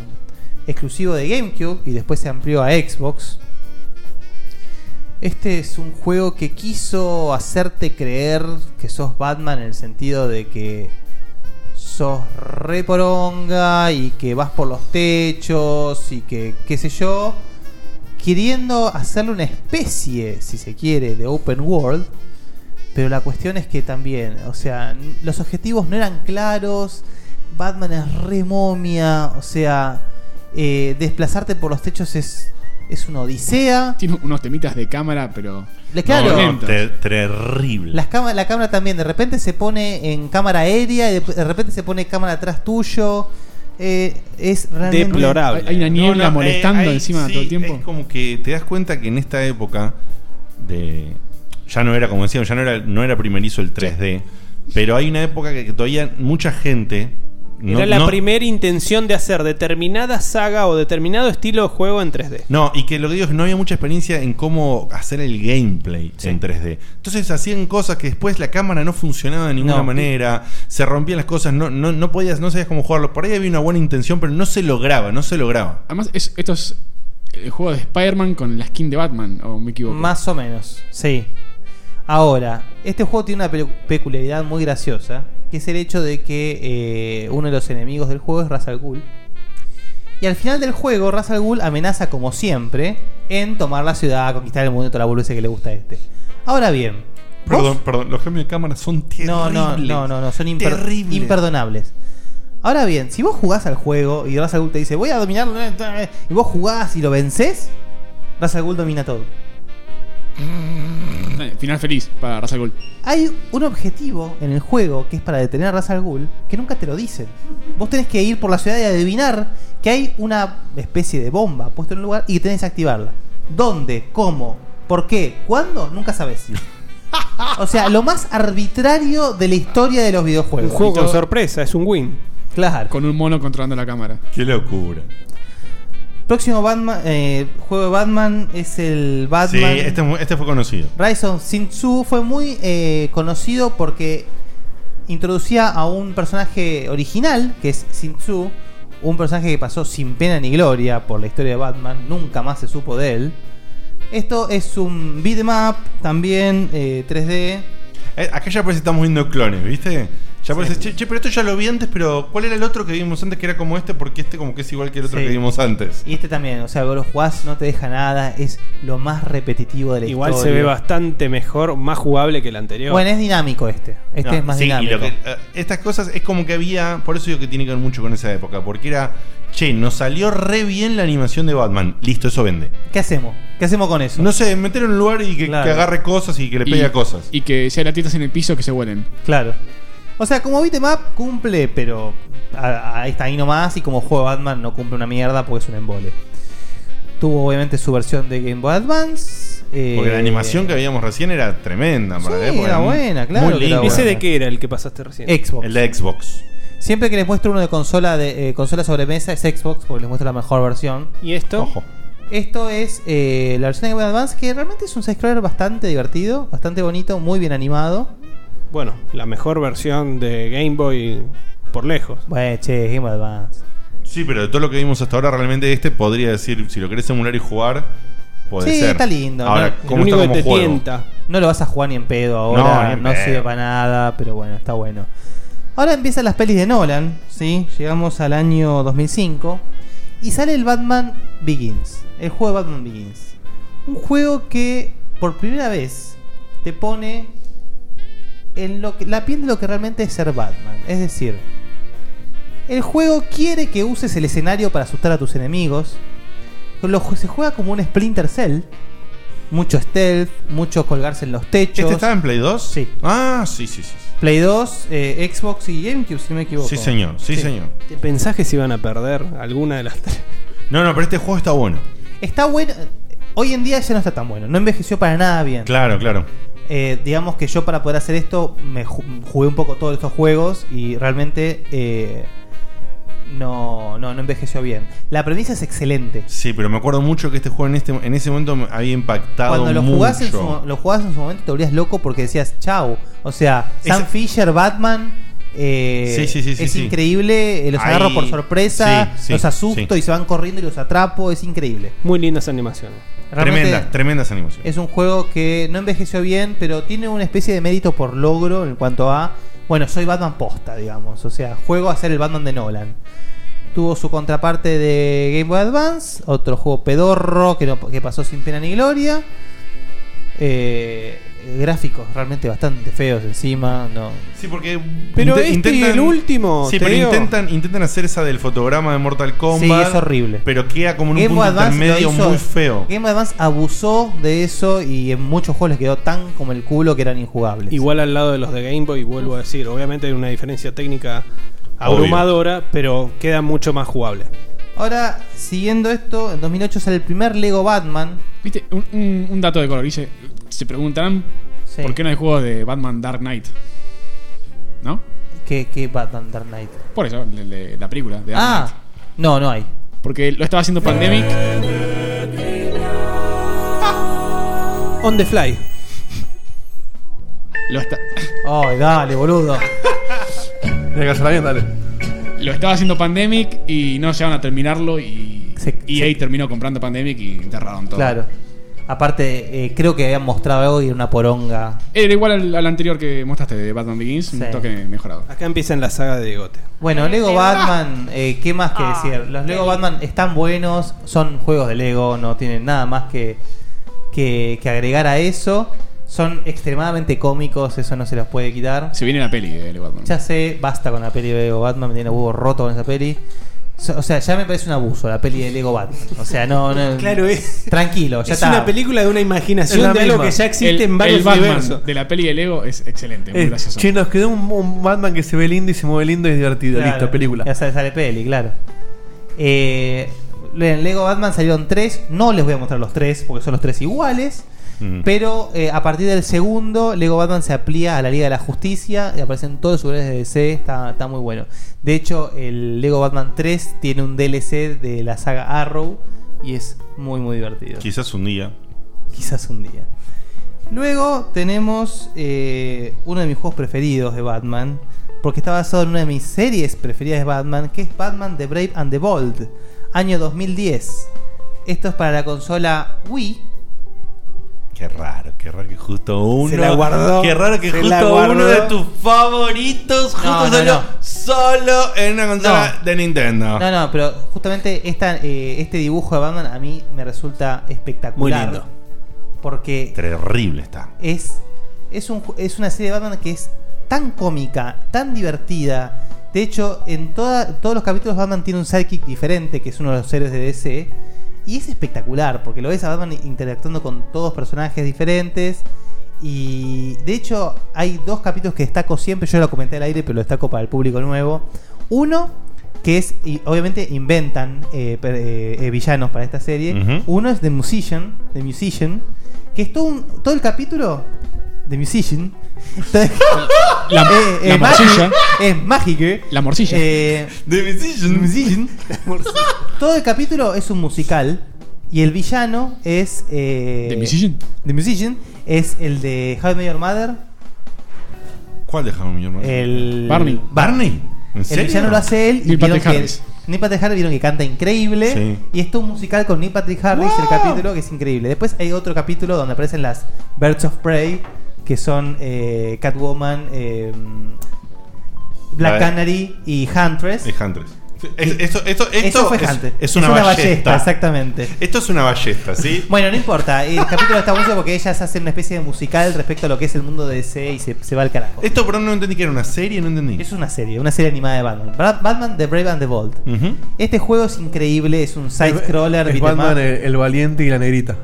Speaker 4: exclusivo de GameCube y después se amplió a Xbox. Este es un juego que quiso hacerte creer que sos Batman en el sentido de que sos re poronga y que vas por los techos y que qué sé yo, queriendo hacerle una especie, si se quiere, de open world. Pero la cuestión es que también, o sea, n- los objetivos no eran claros, Batman es re momia, o sea, eh, desplazarte por los techos es, es una odisea.
Speaker 5: Tiene unos temitas de cámara, pero.
Speaker 4: Le- claro.
Speaker 5: violentos.
Speaker 3: te- terrible.
Speaker 4: Las cámara- la cámara también, de repente se pone en cámara aérea, y de, de repente se pone cámara atrás tuyo. eh, es realmente
Speaker 5: Hay, hay una niebla
Speaker 3: No, no,
Speaker 5: molestando
Speaker 3: eh, ahí
Speaker 5: encima
Speaker 3: sí,
Speaker 5: todo el tiempo.
Speaker 3: Es como que te das cuenta que en esta época de ya no era como decíamos, ya no era no era primerizo el 3D, pero hay una época que, que todavía mucha gente no,
Speaker 15: Era la
Speaker 3: no-
Speaker 15: primera intención de hacer determinada saga o determinado estilo de juego en 3D.
Speaker 3: No, y que lo que digo es que no había mucha experiencia en cómo hacer el gameplay en 3D. Entonces hacían cosas que después la cámara no funcionaba de ninguna
Speaker 2: No.
Speaker 3: manera, se rompían las cosas, no, no, no podías, no sabías cómo jugarlo. Por ahí había una buena intención, pero no se lograba, no se lograba.
Speaker 5: Además, es- esto es el juego de Spider-Man con la skin de Batman, o me equivoco.
Speaker 4: Más o menos, sí. Ahora, este juego tiene una pe- peculiaridad muy graciosa, que es el hecho de que eh, uno de los enemigos del juego es Ra's al Ghul. Y al final del juego, Ra's al Ghul amenaza, como siempre, en tomar la ciudad, conquistar el mundo y toda la boludez que le gusta a este. Ahora bien.
Speaker 3: Perdón, perdón, los cambios de cámara son
Speaker 4: No, no,
Speaker 3: terribles.
Speaker 4: no, no, no, son imper-
Speaker 3: Terribles.
Speaker 4: imperdonables. Ahora bien, si vos jugás al juego y Ra's al Ghul te dice, voy a dominarlo, eh, eh", y vos jugás y lo vencés, Ra's al Ghul domina todo.
Speaker 5: Eh, Final feliz para Ra's al Ghul.
Speaker 4: Hay un objetivo en el juego que es para detener a Ra's al Ghul que nunca te lo dicen. Vos tenés que ir por la ciudad y adivinar que hay una especie de bomba puesta en un lugar y tenés que activarla. ¿Dónde? ¿Cómo? ¿Por qué? ¿Cuándo? Nunca sabés. O sea, lo más arbitrario de la historia de los videojuegos.
Speaker 15: Un juego con
Speaker 4: sorpresa, es un win. Claro.
Speaker 5: Con un mono controlando la cámara.
Speaker 3: Qué locura.
Speaker 4: Próximo Batman, eh, juego de Batman es el
Speaker 3: Sí,
Speaker 4: Batman.
Speaker 3: este, mu- este fue conocido.
Speaker 4: Rise of Sin Tzu fue muy eh, conocido porque introducía a un personaje original, que es Sin Tzu, un personaje que pasó sin pena ni gloria por la historia de Batman, nunca más se supo de él. Esto es un beat'em up, también eh, 3D.
Speaker 3: Eh, acá ya parece que estamos viendo clones, ¿viste? Ya parece, che, che, pero esto ya lo vi antes, pero ¿cuál era el otro que vimos antes que era como este? Porque este como que es igual que el otro
Speaker 4: Sí.
Speaker 3: que vimos antes.
Speaker 4: Y este también, o sea, vos lo jugás, no te deja nada, es lo más repetitivo de la
Speaker 15: Igual
Speaker 4: historia.
Speaker 15: se ve bastante mejor, más jugable que el anterior.
Speaker 4: Bueno, es dinámico este. Este
Speaker 3: No,
Speaker 4: es más
Speaker 3: Ah, sí, y lo
Speaker 4: dinámico.
Speaker 3: que- eh, estas cosas es como que había, por eso digo que tiene que ver mucho con esa época, porque era, che, nos salió re bien la animación de Batman, listo, eso vende.
Speaker 4: ¿Qué hacemos? ¿Qué hacemos con eso?
Speaker 3: No sé, meter en un lugar y que, que agarre cosas y que le
Speaker 5: Y-
Speaker 3: pegue a cosas.
Speaker 5: Y que si hay latitas en el piso que se huelen.
Speaker 4: Claro. O sea, como beatmap cumple, pero a- a- está ahí nomás. Y como juego de Batman no cumple una mierda porque es un embole. Tuvo obviamente su versión de Game Boy Advance. eh,
Speaker 3: Porque la animación que habíamos recién era tremenda, para la
Speaker 4: Sí,
Speaker 3: época,
Speaker 4: era
Speaker 3: muy-
Speaker 4: buena, claro
Speaker 3: muy
Speaker 4: que era
Speaker 3: linda.
Speaker 4: buena. ¿Ese de
Speaker 15: ¿Qué era el que pasaste recién?
Speaker 4: Xbox.
Speaker 3: El de Xbox.
Speaker 4: Siempre que les muestro uno de consola de eh, consola sobre mesa es Xbox porque les muestro la mejor versión.
Speaker 15: ¿Y esto?
Speaker 3: Ojo.
Speaker 4: Esto es eh, la versión de Game Boy Advance que realmente es un side-scroller bastante divertido, bastante bonito, muy bien animado.
Speaker 15: Bueno, la mejor versión de Game Boy por lejos.
Speaker 4: Bueno, che, Game Boy Advance.
Speaker 3: Sí, pero de todo lo que vimos hasta ahora, realmente este podría decir, si lo querés emular y jugar, puede
Speaker 4: sí,
Speaker 3: ser.
Speaker 4: está lindo.
Speaker 3: Ahora,
Speaker 4: ¿no?
Speaker 3: ¿cómo está como juego?
Speaker 4: No lo vas a jugar ni en pedo
Speaker 3: No,
Speaker 4: ahora.
Speaker 3: ni en
Speaker 4: No,
Speaker 3: pedo.
Speaker 4: sirve para nada, pero bueno, está bueno. Ahora empiezan las pelis de Nolan, ¿sí? Llegamos al año 2005 y sale el Batman Begins, el juego de Batman Begins. Un juego que por primera vez te pone en lo que, la piel de lo que realmente es ser Batman. Es decir, el juego quiere que uses el escenario para asustar a tus enemigos. Lo- se juega como un Splinter Cell. Mucho stealth, mucho colgarse en los techos.
Speaker 3: ¿Este estaba en Play 2?
Speaker 4: Sí.
Speaker 3: Ah, sí, sí, sí.
Speaker 4: Play 2, eh, Xbox y GameCube, si no me equivoco.
Speaker 3: Sí, señor, sí, señor.
Speaker 15: ¿Te pensás que se iban a perder alguna de las tres?
Speaker 3: No, no, pero este juego está bueno.
Speaker 4: Está bueno. Hoy en día ya no está tan bueno. No envejeció para nada bien.
Speaker 3: Claro, claro.
Speaker 4: Eh, digamos que yo para poder hacer esto me ju- jugué un poco todos estos juegos y realmente eh, no, no, no envejeció bien. La premisa es excelente.
Speaker 3: Sí, pero me acuerdo mucho que este juego en, este, en ese momento me había impactado
Speaker 4: Cuando lo
Speaker 3: mucho.
Speaker 4: jugás, en su, lo jugabas en su momento te volvías loco porque decías, chau. O sea, Sam
Speaker 3: Esa-
Speaker 4: Fisher, Batman, eh,
Speaker 3: e- Sí, sí, sí, sí,
Speaker 4: es
Speaker 3: sí.
Speaker 4: increíble, eh, los
Speaker 3: Ahí-
Speaker 4: agarro por sorpresa,
Speaker 3: sí, sí,
Speaker 4: los asusto
Speaker 3: sí.
Speaker 4: y se van corriendo y los atrapo, es increíble.
Speaker 15: Muy lindas animaciones.
Speaker 4: Realmente-
Speaker 3: Tremendas, tremendas animaciones.
Speaker 4: Es un juego que no envejeció bien, pero tiene una especie de mérito por logro en cuanto a, bueno, soy Batman posta, digamos. O sea, juego a ser el Batman de Nolan. Tuvo su contraparte de Game Boy Advance, otro juego pedorro que, no, que pasó sin pena ni gloria. Eh, gráficos realmente bastante feos encima. No.
Speaker 3: Sí, porque.
Speaker 4: Pero
Speaker 3: Inte-
Speaker 4: este y el último,
Speaker 3: Sí,
Speaker 4: te
Speaker 3: pero
Speaker 4: digo.
Speaker 3: intentan, intentan hacer esa del fotograma de Mortal Kombat.
Speaker 4: Sí, es horrible.
Speaker 3: Pero queda como en un
Speaker 4: Game Boy
Speaker 3: punto
Speaker 4: Advance lo
Speaker 3: intermedio
Speaker 4: hizo-
Speaker 3: muy feo.
Speaker 4: Game Boy Advance abusó de eso y en muchos juegos les quedó tan como el culo que eran injugables.
Speaker 15: Igual al lado de los de Game Boy, vuelvo a decir, obviamente hay una diferencia técnica abrumadora, pero queda mucho más jugable.
Speaker 4: Ahora, siguiendo esto, en 2008 sale el primer Lego Batman.
Speaker 5: Viste, un, un- un dato de color. Dice, se preguntarán por qué no hay juegos de Batman Dark Knight. ¿No?
Speaker 4: ¿Qué, qué Batman Dark Knight?
Speaker 5: Por eso, el de- la película de Dark
Speaker 4: Ah,
Speaker 5: Knight.
Speaker 4: no, no hay.
Speaker 5: Porque lo estaba haciendo Pandemic.
Speaker 15: Ah, On the fly.
Speaker 5: Lo está...
Speaker 4: Ay, dale, boludo.
Speaker 6: dale.
Speaker 5: Lo estaba haciendo Pandemic y no llegaron a terminarlo y EA terminó comprando Pandemic y enterraron todo.
Speaker 4: Claro. Aparte, eh, creo que habían mostrado algo y era una poronga.
Speaker 5: Era igual al, al anterior que mostraste de Batman Begins, un toque mejorado.
Speaker 15: Acá empiezan la saga de Gote.
Speaker 5: Eh,
Speaker 4: Bueno, Lego Batman,
Speaker 5: ah.
Speaker 4: eh, ¿qué más que decir? Los Lego Batman están buenos, son juegos de Lego, no tienen nada más que, que, que agregar a eso. Son extremadamente cómicos, eso no se los puede quitar.
Speaker 5: Se viene la peli de Lego Batman.
Speaker 4: Ya sé, basta con la peli de Lego Batman, me tiene el huevo roto con esa peli. So- O sea, ya me parece un abuso la peli de Lego Batman. O sea, no, no.
Speaker 7: Claro, es-
Speaker 4: Tranquilo, ya
Speaker 7: es
Speaker 4: está.
Speaker 7: una película de una
Speaker 4: Es
Speaker 7: imaginación
Speaker 4: la
Speaker 7: de algo
Speaker 4: misma.
Speaker 7: que ya existe
Speaker 5: el,
Speaker 7: en varios
Speaker 5: el Batman
Speaker 7: universos.
Speaker 5: de la peli de Lego es excelente, muy
Speaker 6: Eh,
Speaker 5: gracioso.
Speaker 6: che, nos quedó un, un Batman que se ve lindo y se mueve lindo y es divertido.
Speaker 4: Claro,
Speaker 6: Listo, película.
Speaker 4: Ya sale, sale peli, claro. Eh, en Lego Batman salieron tres. No les voy a mostrar los tres porque son los tres iguales.
Speaker 3: Mm.
Speaker 4: Pero eh, a partir del segundo, Lego Batman se aplía a la Liga de la Justicia y aparecen todos los superhéroes de DC. Está, está muy bueno. De hecho, el Lego Batman 3 tiene un DLC de la saga Arrow y es muy, muy divertido.
Speaker 3: Quizás un día.
Speaker 4: Quizás un día. Luego tenemos eh, uno de mis juegos preferidos de Batman, porque está basado en una de mis series preferidas de Batman, que es Batman The Brave and the Bold, año 2010. Esto es para la consola Wii.
Speaker 3: Qué raro, qué raro que justo uno.
Speaker 4: Se la guardó.
Speaker 3: Qué raro que
Speaker 4: Se la
Speaker 3: justo
Speaker 4: guardó.
Speaker 3: uno de tus favoritos justo
Speaker 4: No, no,
Speaker 3: salió
Speaker 4: no.
Speaker 3: solo en una consola de Nintendo.
Speaker 4: No, no, pero justamente esta, eh, este dibujo de Batman a mí me resulta espectacular.
Speaker 3: Muy lindo.
Speaker 4: Porque
Speaker 3: Terrible está.
Speaker 4: es, es, un ju- es una serie de Batman que es tan cómica, tan divertida. De hecho, en toda- todos los capítulos Batman tiene un sidekick diferente, que es uno de los héroes de DC. Y es espectacular, porque lo ves a Batman interactuando con todos personajes diferentes. Y de hecho, hay dos capítulos que destaco siempre. Yo lo comenté al aire, pero lo destaco para el público nuevo. Uno, que es, y obviamente inventan eh, per- eh, eh, villanos para esta serie.
Speaker 3: Ujú.
Speaker 4: Uno es The Musician, The Musician, que es todo, un- todo el capítulo de Musician.
Speaker 5: La- la morcilla.
Speaker 4: eh, Es mágico.
Speaker 5: La morcilla.
Speaker 4: Eh,
Speaker 3: The Musician.
Speaker 4: todo el capítulo es un musical. Y el villano es. eh,
Speaker 5: The Musician.
Speaker 4: The Musician es el de How I Met Your Mother.
Speaker 3: ¿Cuál dejamos mi hermano?
Speaker 4: El.
Speaker 3: Barney. ¿Barney? ¿En
Speaker 4: El
Speaker 3: serio?
Speaker 4: villano lo hace él.
Speaker 3: Neil
Speaker 4: vieron
Speaker 3: Patrick
Speaker 4: que-
Speaker 3: Harris.
Speaker 4: Neil Patrick Harris vieron que canta increíble.
Speaker 3: Sí.
Speaker 4: Y es todo un musical con Neil Patrick Harris, el capítulo que es increíble. Después hay otro capítulo donde aparecen las Birds of Prey, que son eh, Catwoman, eh, Black
Speaker 3: La-
Speaker 4: Canary y Huntress.
Speaker 3: Es Huntress. Es- esto, esto, esto
Speaker 4: Eso fue
Speaker 3: es,
Speaker 4: Hunter.
Speaker 3: es una, ballesta.
Speaker 4: exactamente.
Speaker 3: Esto es una ballesta, ¿sí?
Speaker 4: Bueno, no importa. El capítulo está bueno porque ellas hacen una especie de musical respecto a lo que es el mundo de DC y se, se va al carajo.
Speaker 3: Esto, pero no entendí que era una serie, no entendí.
Speaker 4: Es una serie, una serie animada de Batman. Bra- Batman The Brave and the Bold.
Speaker 3: Ujú.
Speaker 4: Este juego es increíble, es un side-scroller.
Speaker 6: Es
Speaker 4: beat 'em up.
Speaker 6: Batman, el, el valiente y la negrita.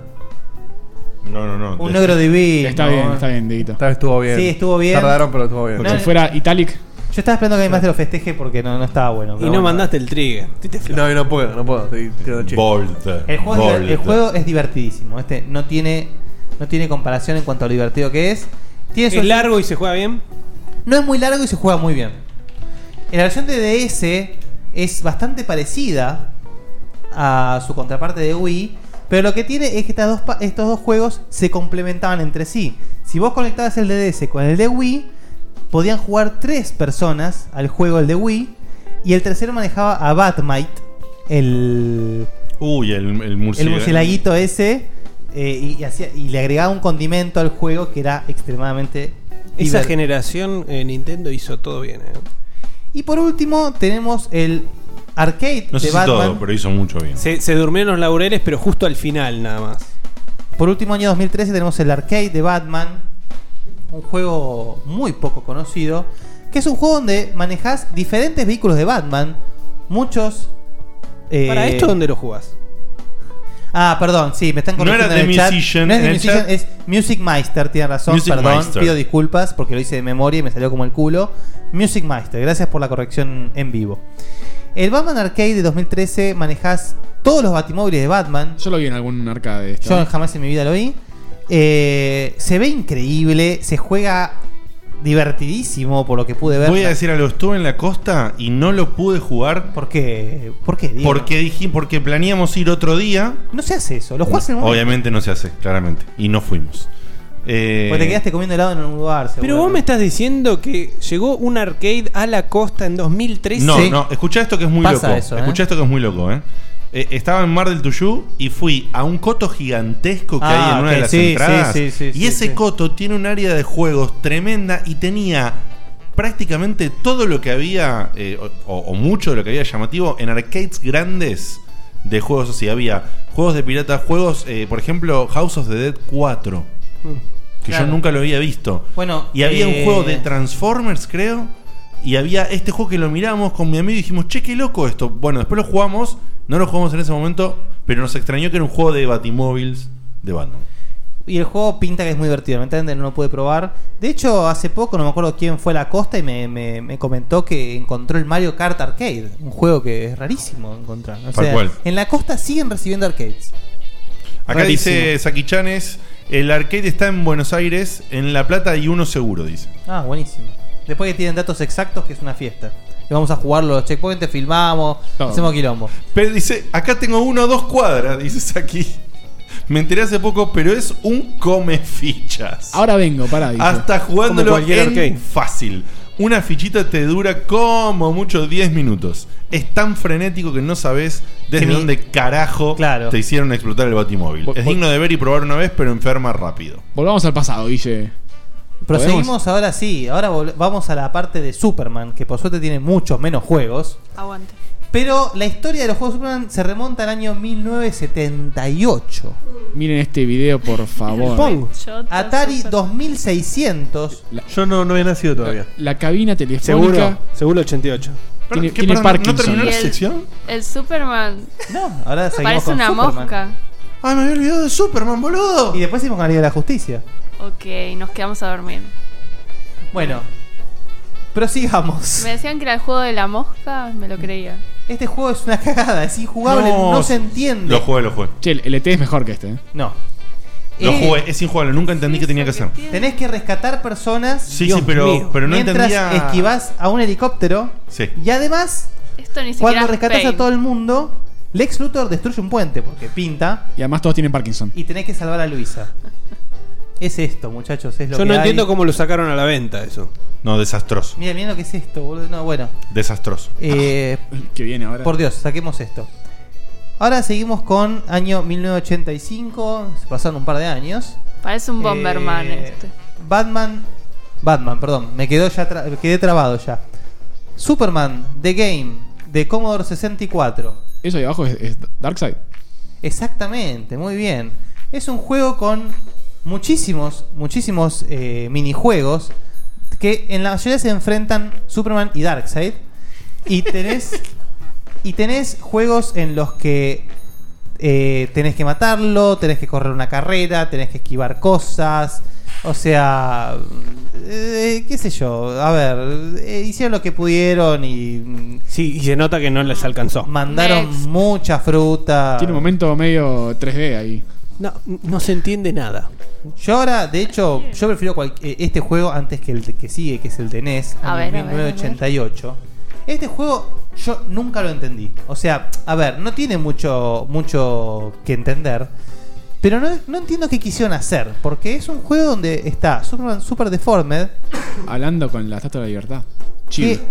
Speaker 3: No, no, no.
Speaker 4: Un negro divino.
Speaker 5: Está bien, está bien, Dieguito.
Speaker 6: estuvo bien.
Speaker 4: Sí, estuvo bien.
Speaker 6: Tardaron, pero estuvo bien.
Speaker 4: No,
Speaker 5: Si
Speaker 4: no,
Speaker 5: fuera Italic,
Speaker 4: Yo estaba esperando que alguien más te lo festeje porque no, no estaba bueno. pero bueno.
Speaker 6: el trigger. No, y no puedo, no puedo. estoy tirando chistes.
Speaker 4: El juego, es, el juego es divertidísimo. Este no tiene, no tiene comparación en cuanto a lo divertido que es. Tiene
Speaker 15: ¿Es
Speaker 4: sus-
Speaker 15: largo y se juega bien?
Speaker 4: No es muy largo y se juega muy bien. En la versión de DS es bastante parecida a su contraparte de Wii, pero lo que tiene es que estas dos pa- estos dos juegos se complementaban entre sí. Si vos conectabas el de DS con el de Wii, podían jugar tres personas al juego el de Wii, y el tercero manejaba a Batmite, el,
Speaker 3: Uy, el, el
Speaker 4: el
Speaker 3: murciélago.
Speaker 4: murcielaguito ese, eh, y, y hacía- y le agregaba un condimento al juego que era extremadamente...
Speaker 15: Esa
Speaker 4: divertido.
Speaker 15: generación eh, Nintendo hizo todo bien. eh.
Speaker 4: Y por último tenemos el arcade
Speaker 3: No
Speaker 4: de
Speaker 3: sé si
Speaker 4: Batman.
Speaker 3: todo, pero hizo mucho bien.
Speaker 15: Se, se durmieron los laureles, pero justo al final nada más.
Speaker 4: Por último año 2013 tenemos el arcade de Batman, un juego muy poco conocido, que es un juego donde manejas diferentes vehículos de Batman, muchos... eh,
Speaker 15: ¿Para esto dónde lo jugás?
Speaker 4: Ah, perdón, sí, me están
Speaker 15: No
Speaker 4: corrigiendo
Speaker 15: era
Speaker 4: en
Speaker 15: The
Speaker 4: el chat.
Speaker 15: Musician,
Speaker 4: No es The
Speaker 15: en el
Speaker 4: Musician,
Speaker 15: chat.
Speaker 4: es Music Meister, tiene razón,
Speaker 15: Music
Speaker 4: perdón,
Speaker 15: Meister.
Speaker 4: pido disculpas porque lo hice de memoria y me salió como el culo. Music Meister, gracias por la corrección en vivo. El Batman Arcade de 2013 manejas todos los Batimóviles de Batman.
Speaker 5: Yo lo vi en algún arcade. esto.
Speaker 4: Yo jamás en mi vida lo vi. Eh, se ve increíble, se juega divertidísimo por lo que pude ver.
Speaker 3: Voy a decir algo, estuve en la costa y no lo pude jugar.
Speaker 4: ¿Por qué? eh, ¿Por qué? Diego?
Speaker 3: Porque, dije, porque planeamos ir otro día.
Speaker 4: No se hace eso, lo jugás en un momento.
Speaker 3: Obviamente no se hace, claramente. Y no fuimos. Eh,
Speaker 4: Porque te quedaste comiendo helado en un lugar.
Speaker 15: Pero vos me estás diciendo que llegó un arcade a la costa en 2013.
Speaker 3: No, no, escucha esto que es muy
Speaker 15: Pasa
Speaker 3: loco.
Speaker 15: eso, ¿eh?
Speaker 3: Escucha esto que es muy loco, ¿eh? eh, estaba en Mar del Tuyú y fui a un coto gigantesco que
Speaker 4: Ah,
Speaker 3: hay en una
Speaker 4: ok,
Speaker 3: de las
Speaker 4: sí,
Speaker 3: entradas.
Speaker 4: sí, sí, sí,
Speaker 3: y
Speaker 4: sí,
Speaker 3: ese
Speaker 4: sí.
Speaker 3: coto tiene un área de juegos tremenda y tenía prácticamente todo lo que había, eh, o, o mucho de lo que había llamativo, en arcades grandes de juegos así. Había juegos de piratas, juegos, eh, por ejemplo, House of the Dead 4, que
Speaker 4: Claro.
Speaker 3: yo nunca lo había visto.
Speaker 4: Bueno,
Speaker 3: y había
Speaker 4: eh,
Speaker 3: un juego de Transformers, creo. Y había este juego que lo miramos con mi amigo y dijimos, che, qué loco esto. Bueno, después lo jugamos, no lo jugamos en ese momento, pero nos extrañó que era un juego de Batimóviles de Batman.
Speaker 4: Y el juego pinta que es muy divertido, lamentablemente no lo pude probar. De hecho, hace poco, no me acuerdo quién fue a la costa y me, me- me comentó que encontró el Mario Kart Arcade, un juego que es rarísimo de encontrar. O
Speaker 3: Tal
Speaker 4: sea,
Speaker 3: cual.
Speaker 4: en la costa siguen recibiendo arcades.
Speaker 3: Acá dice Saki Chanes, el arcade está en Buenos Aires, en La Plata y uno seguro, dice.
Speaker 4: Ah, buenísimo. Después que tienen datos exactos, que es una fiesta. Y vamos a jugar los checkpoints, filmamos,
Speaker 3: Todo.
Speaker 4: hacemos quilombo.
Speaker 3: Pero dice, acá tengo uno o dos cuadras, dice Saki. Me enteré hace poco, pero es un come fichas.
Speaker 5: Ahora vengo, pará. Ah, dice.
Speaker 3: Hasta
Speaker 5: Como
Speaker 3: jugándolo
Speaker 5: cualquier
Speaker 3: en
Speaker 5: arcade.
Speaker 3: fácil. Una fichita te dura como mucho 10 minutos. Es tan frenético que no sabes desde
Speaker 4: Que mi-
Speaker 3: dónde carajo te hicieron explotar el batimóvil. es
Speaker 5: vo-
Speaker 3: digno de ver y probar una vez, pero enferma rápido.
Speaker 5: Volvamos al pasado, Guille.
Speaker 4: Proseguimos
Speaker 5: ¿Podemos?
Speaker 4: ahora sí, ahora vol- vamos a la parte de Superman, que por suerte tiene muchos menos juegos.
Speaker 8: Aguante.
Speaker 4: Pero la historia de los juegos de Superman se remonta al año 1978.
Speaker 5: Miren este video, por favor.
Speaker 4: Pong. Atari 2600.
Speaker 5: Yo no, no he nacido todavía. La, cabina telefónica.
Speaker 4: Seguro,
Speaker 5: seguro 88. Tiene, tiene
Speaker 4: perdón,
Speaker 5: Parkinson.
Speaker 4: ¿no terminó
Speaker 8: Y el, el Superman.
Speaker 4: No, ahora seguimos
Speaker 8: Parece
Speaker 4: con
Speaker 8: una
Speaker 4: Superman.
Speaker 8: mosca.
Speaker 3: Ay, me había olvidado de Superman, boludo.
Speaker 4: Y después hicimos con la Liga de la Justicia.
Speaker 8: Ok, nos quedamos a dormir.
Speaker 4: Bueno, prosigamos.
Speaker 8: Me decían que era el juego de la mosca, me lo creía.
Speaker 4: Este juego es una cagada, es injugable, no,
Speaker 5: No,
Speaker 4: se entiende.
Speaker 3: Lo jugué, lo jugué.
Speaker 5: Che, el ET es mejor que este. ¿eh?
Speaker 4: No.
Speaker 3: Lo
Speaker 4: Eh,
Speaker 3: jugué, es injugable, nunca entendí qué tenía que hacer.
Speaker 4: Tenés que rescatar personas.
Speaker 3: Sí, sí, pero- pero no
Speaker 4: mientras
Speaker 3: entendía-
Speaker 4: esquivás a un helicóptero.
Speaker 3: Sí.
Speaker 4: Y además,
Speaker 8: Esto ni siquiera
Speaker 4: cuando
Speaker 8: es
Speaker 4: rescatás
Speaker 8: Pain.
Speaker 4: a todo el mundo, Lex Luthor destruye un puente porque pinta.
Speaker 5: Y además todos tienen Parkinson.
Speaker 4: y tenés que salvar a Luisa. Es esto, muchachos, es lo
Speaker 15: Yo
Speaker 4: que
Speaker 15: no
Speaker 4: hay.
Speaker 15: entiendo cómo lo sacaron a la venta eso.
Speaker 3: No, desastroso.
Speaker 4: Mira, mira lo que es esto, boludo. No, bueno.
Speaker 3: Desastroso.
Speaker 4: Eh,
Speaker 5: que viene ahora.
Speaker 4: Por Dios, saquemos esto. Ahora seguimos con año 1985, se pasaron un par de años.
Speaker 8: Parece un Bomberman
Speaker 4: Eh,
Speaker 8: este.
Speaker 4: Batman, Batman, perdón, me quedó ya tra- me quedé trabado ya. Superman The Game de Commodore 64.
Speaker 5: Eso de abajo es, Darkseid.
Speaker 4: Exactamente, muy bien. Es un juego con muchísimos, muchísimos eh, minijuegos que en la mayoría se enfrentan Superman y Darkseid. Y tenés, y tenés juegos en los que eh, tenés que matarlo, tenés que correr una carrera, tenés que esquivar cosas. O sea, eh, qué sé yo, a ver, eh, hicieron lo que pudieron y... mm,
Speaker 15: Sí, y se nota que no les alcanzó.
Speaker 4: Mandaron mucha fruta.
Speaker 5: Tiene un momento medio 3D ahí.
Speaker 4: No, no se entiende nada. Yo ahora, de hecho, yo prefiero cual- eh, este juego antes que el de- que sigue, que es el de E NES,
Speaker 8: A ver, a
Speaker 4: año
Speaker 8: ver, a ver.
Speaker 4: 1988. Este juego yo nunca lo entendí. O sea, a ver, no tiene mucho, mucho que entender. Pero no, no entiendo qué quisieron hacer. Porque es un juego donde está Superman Super Deformed.
Speaker 5: Hablando con la Estatua de la Libertad. Chill.
Speaker 4: Que,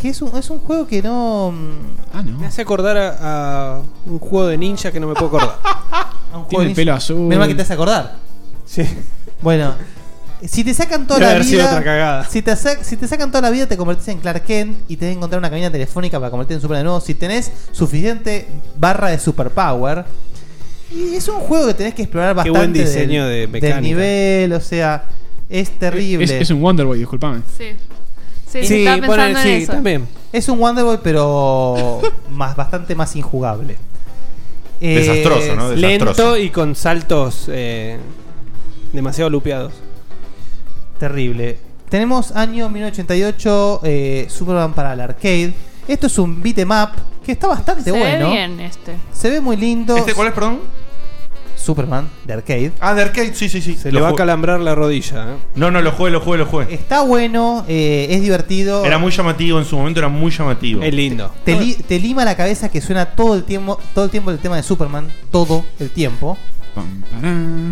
Speaker 4: que es, un, es un juego que no.
Speaker 5: Ah, no.
Speaker 15: Me hace acordar a, a un juego de ninja que no me puedo acordar.
Speaker 5: Tiene el pelo azul.
Speaker 4: Menos mal que te vas a acordar. Sí. Bueno, si te sacan toda
Speaker 15: Debe
Speaker 4: la
Speaker 15: haber
Speaker 4: vida.
Speaker 15: sido otra cagada.
Speaker 4: Si te, sa- si te sacan toda la vida, te convertís en Clark Kent y tenés que encontrar una cabina telefónica para convertirte en Superman de nuevo. Si tenés suficiente barra de superpower. Y es un juego que tenés que explorar
Speaker 15: Qué
Speaker 4: bastante.
Speaker 15: buen diseño de
Speaker 4: del,
Speaker 15: mecánica.
Speaker 4: del nivel, o sea, es terrible.
Speaker 5: Es, es un Wonderboy, disculpame.
Speaker 8: Sí. Sí, sí, estaba pensando en eso.
Speaker 4: Es un Wonderboy, pero más, bastante más injugable. Eh,
Speaker 15: Desastroso, ¿no? Desastroso. Lento y con saltos eh, demasiado lupeados.
Speaker 4: Terrible. Tenemos año 1988, eh, Superman para el arcade. Esto es un beat em up que está bastante
Speaker 8: Se
Speaker 4: bueno.
Speaker 8: ve bien este.
Speaker 4: Se ve muy lindo.
Speaker 8: ¿Este cuál
Speaker 3: es, perdón?
Speaker 4: Superman de arcade.
Speaker 3: Ah, de arcade, sí, sí, sí.
Speaker 15: Se le va a calambrar la rodilla. ¿eh?
Speaker 3: No, no, lo jugué, lo jugué, lo jugué.
Speaker 4: Está bueno, eh, es divertido.
Speaker 3: Era muy llamativo, en su momento era muy llamativo.
Speaker 15: Es lindo.
Speaker 4: te, li- te lima la cabeza que suena todo el tiempo, todo el tiempo el tema de Superman, todo el tiempo.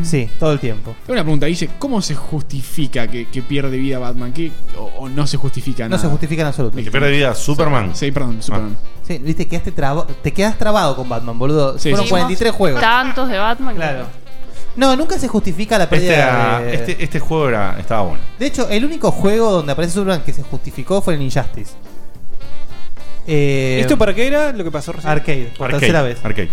Speaker 4: Sí, todo el tiempo.
Speaker 5: Tengo una pregunta, Guille, ¿cómo se justifica que, que pierde vida Batman? ¿Qué- o, o no se justifica
Speaker 4: No
Speaker 5: nada?
Speaker 4: se justifica en absoluto. Ah.
Speaker 5: Que pierde vida
Speaker 3: Superman.
Speaker 5: Sí, perdón, Superman.
Speaker 4: Sí, viste, quedaste traba- te quedas trabado con Batman, boludo.
Speaker 5: Sí,
Speaker 4: Fueron
Speaker 5: sí.
Speaker 4: 43 juegos.
Speaker 8: Tantos de Batman.
Speaker 4: Claro. No, nunca se justifica la
Speaker 3: Este,
Speaker 4: pérdida
Speaker 3: era-
Speaker 4: de...
Speaker 3: este, este juego era, estaba bueno.
Speaker 4: De hecho, el único juego donde aparece Superman que se justificó fue en Injustice. Eh,
Speaker 15: ¿Esto para qué era lo que pasó recién?
Speaker 4: Arcade, por Arcade, tercera vez.
Speaker 3: Arcade.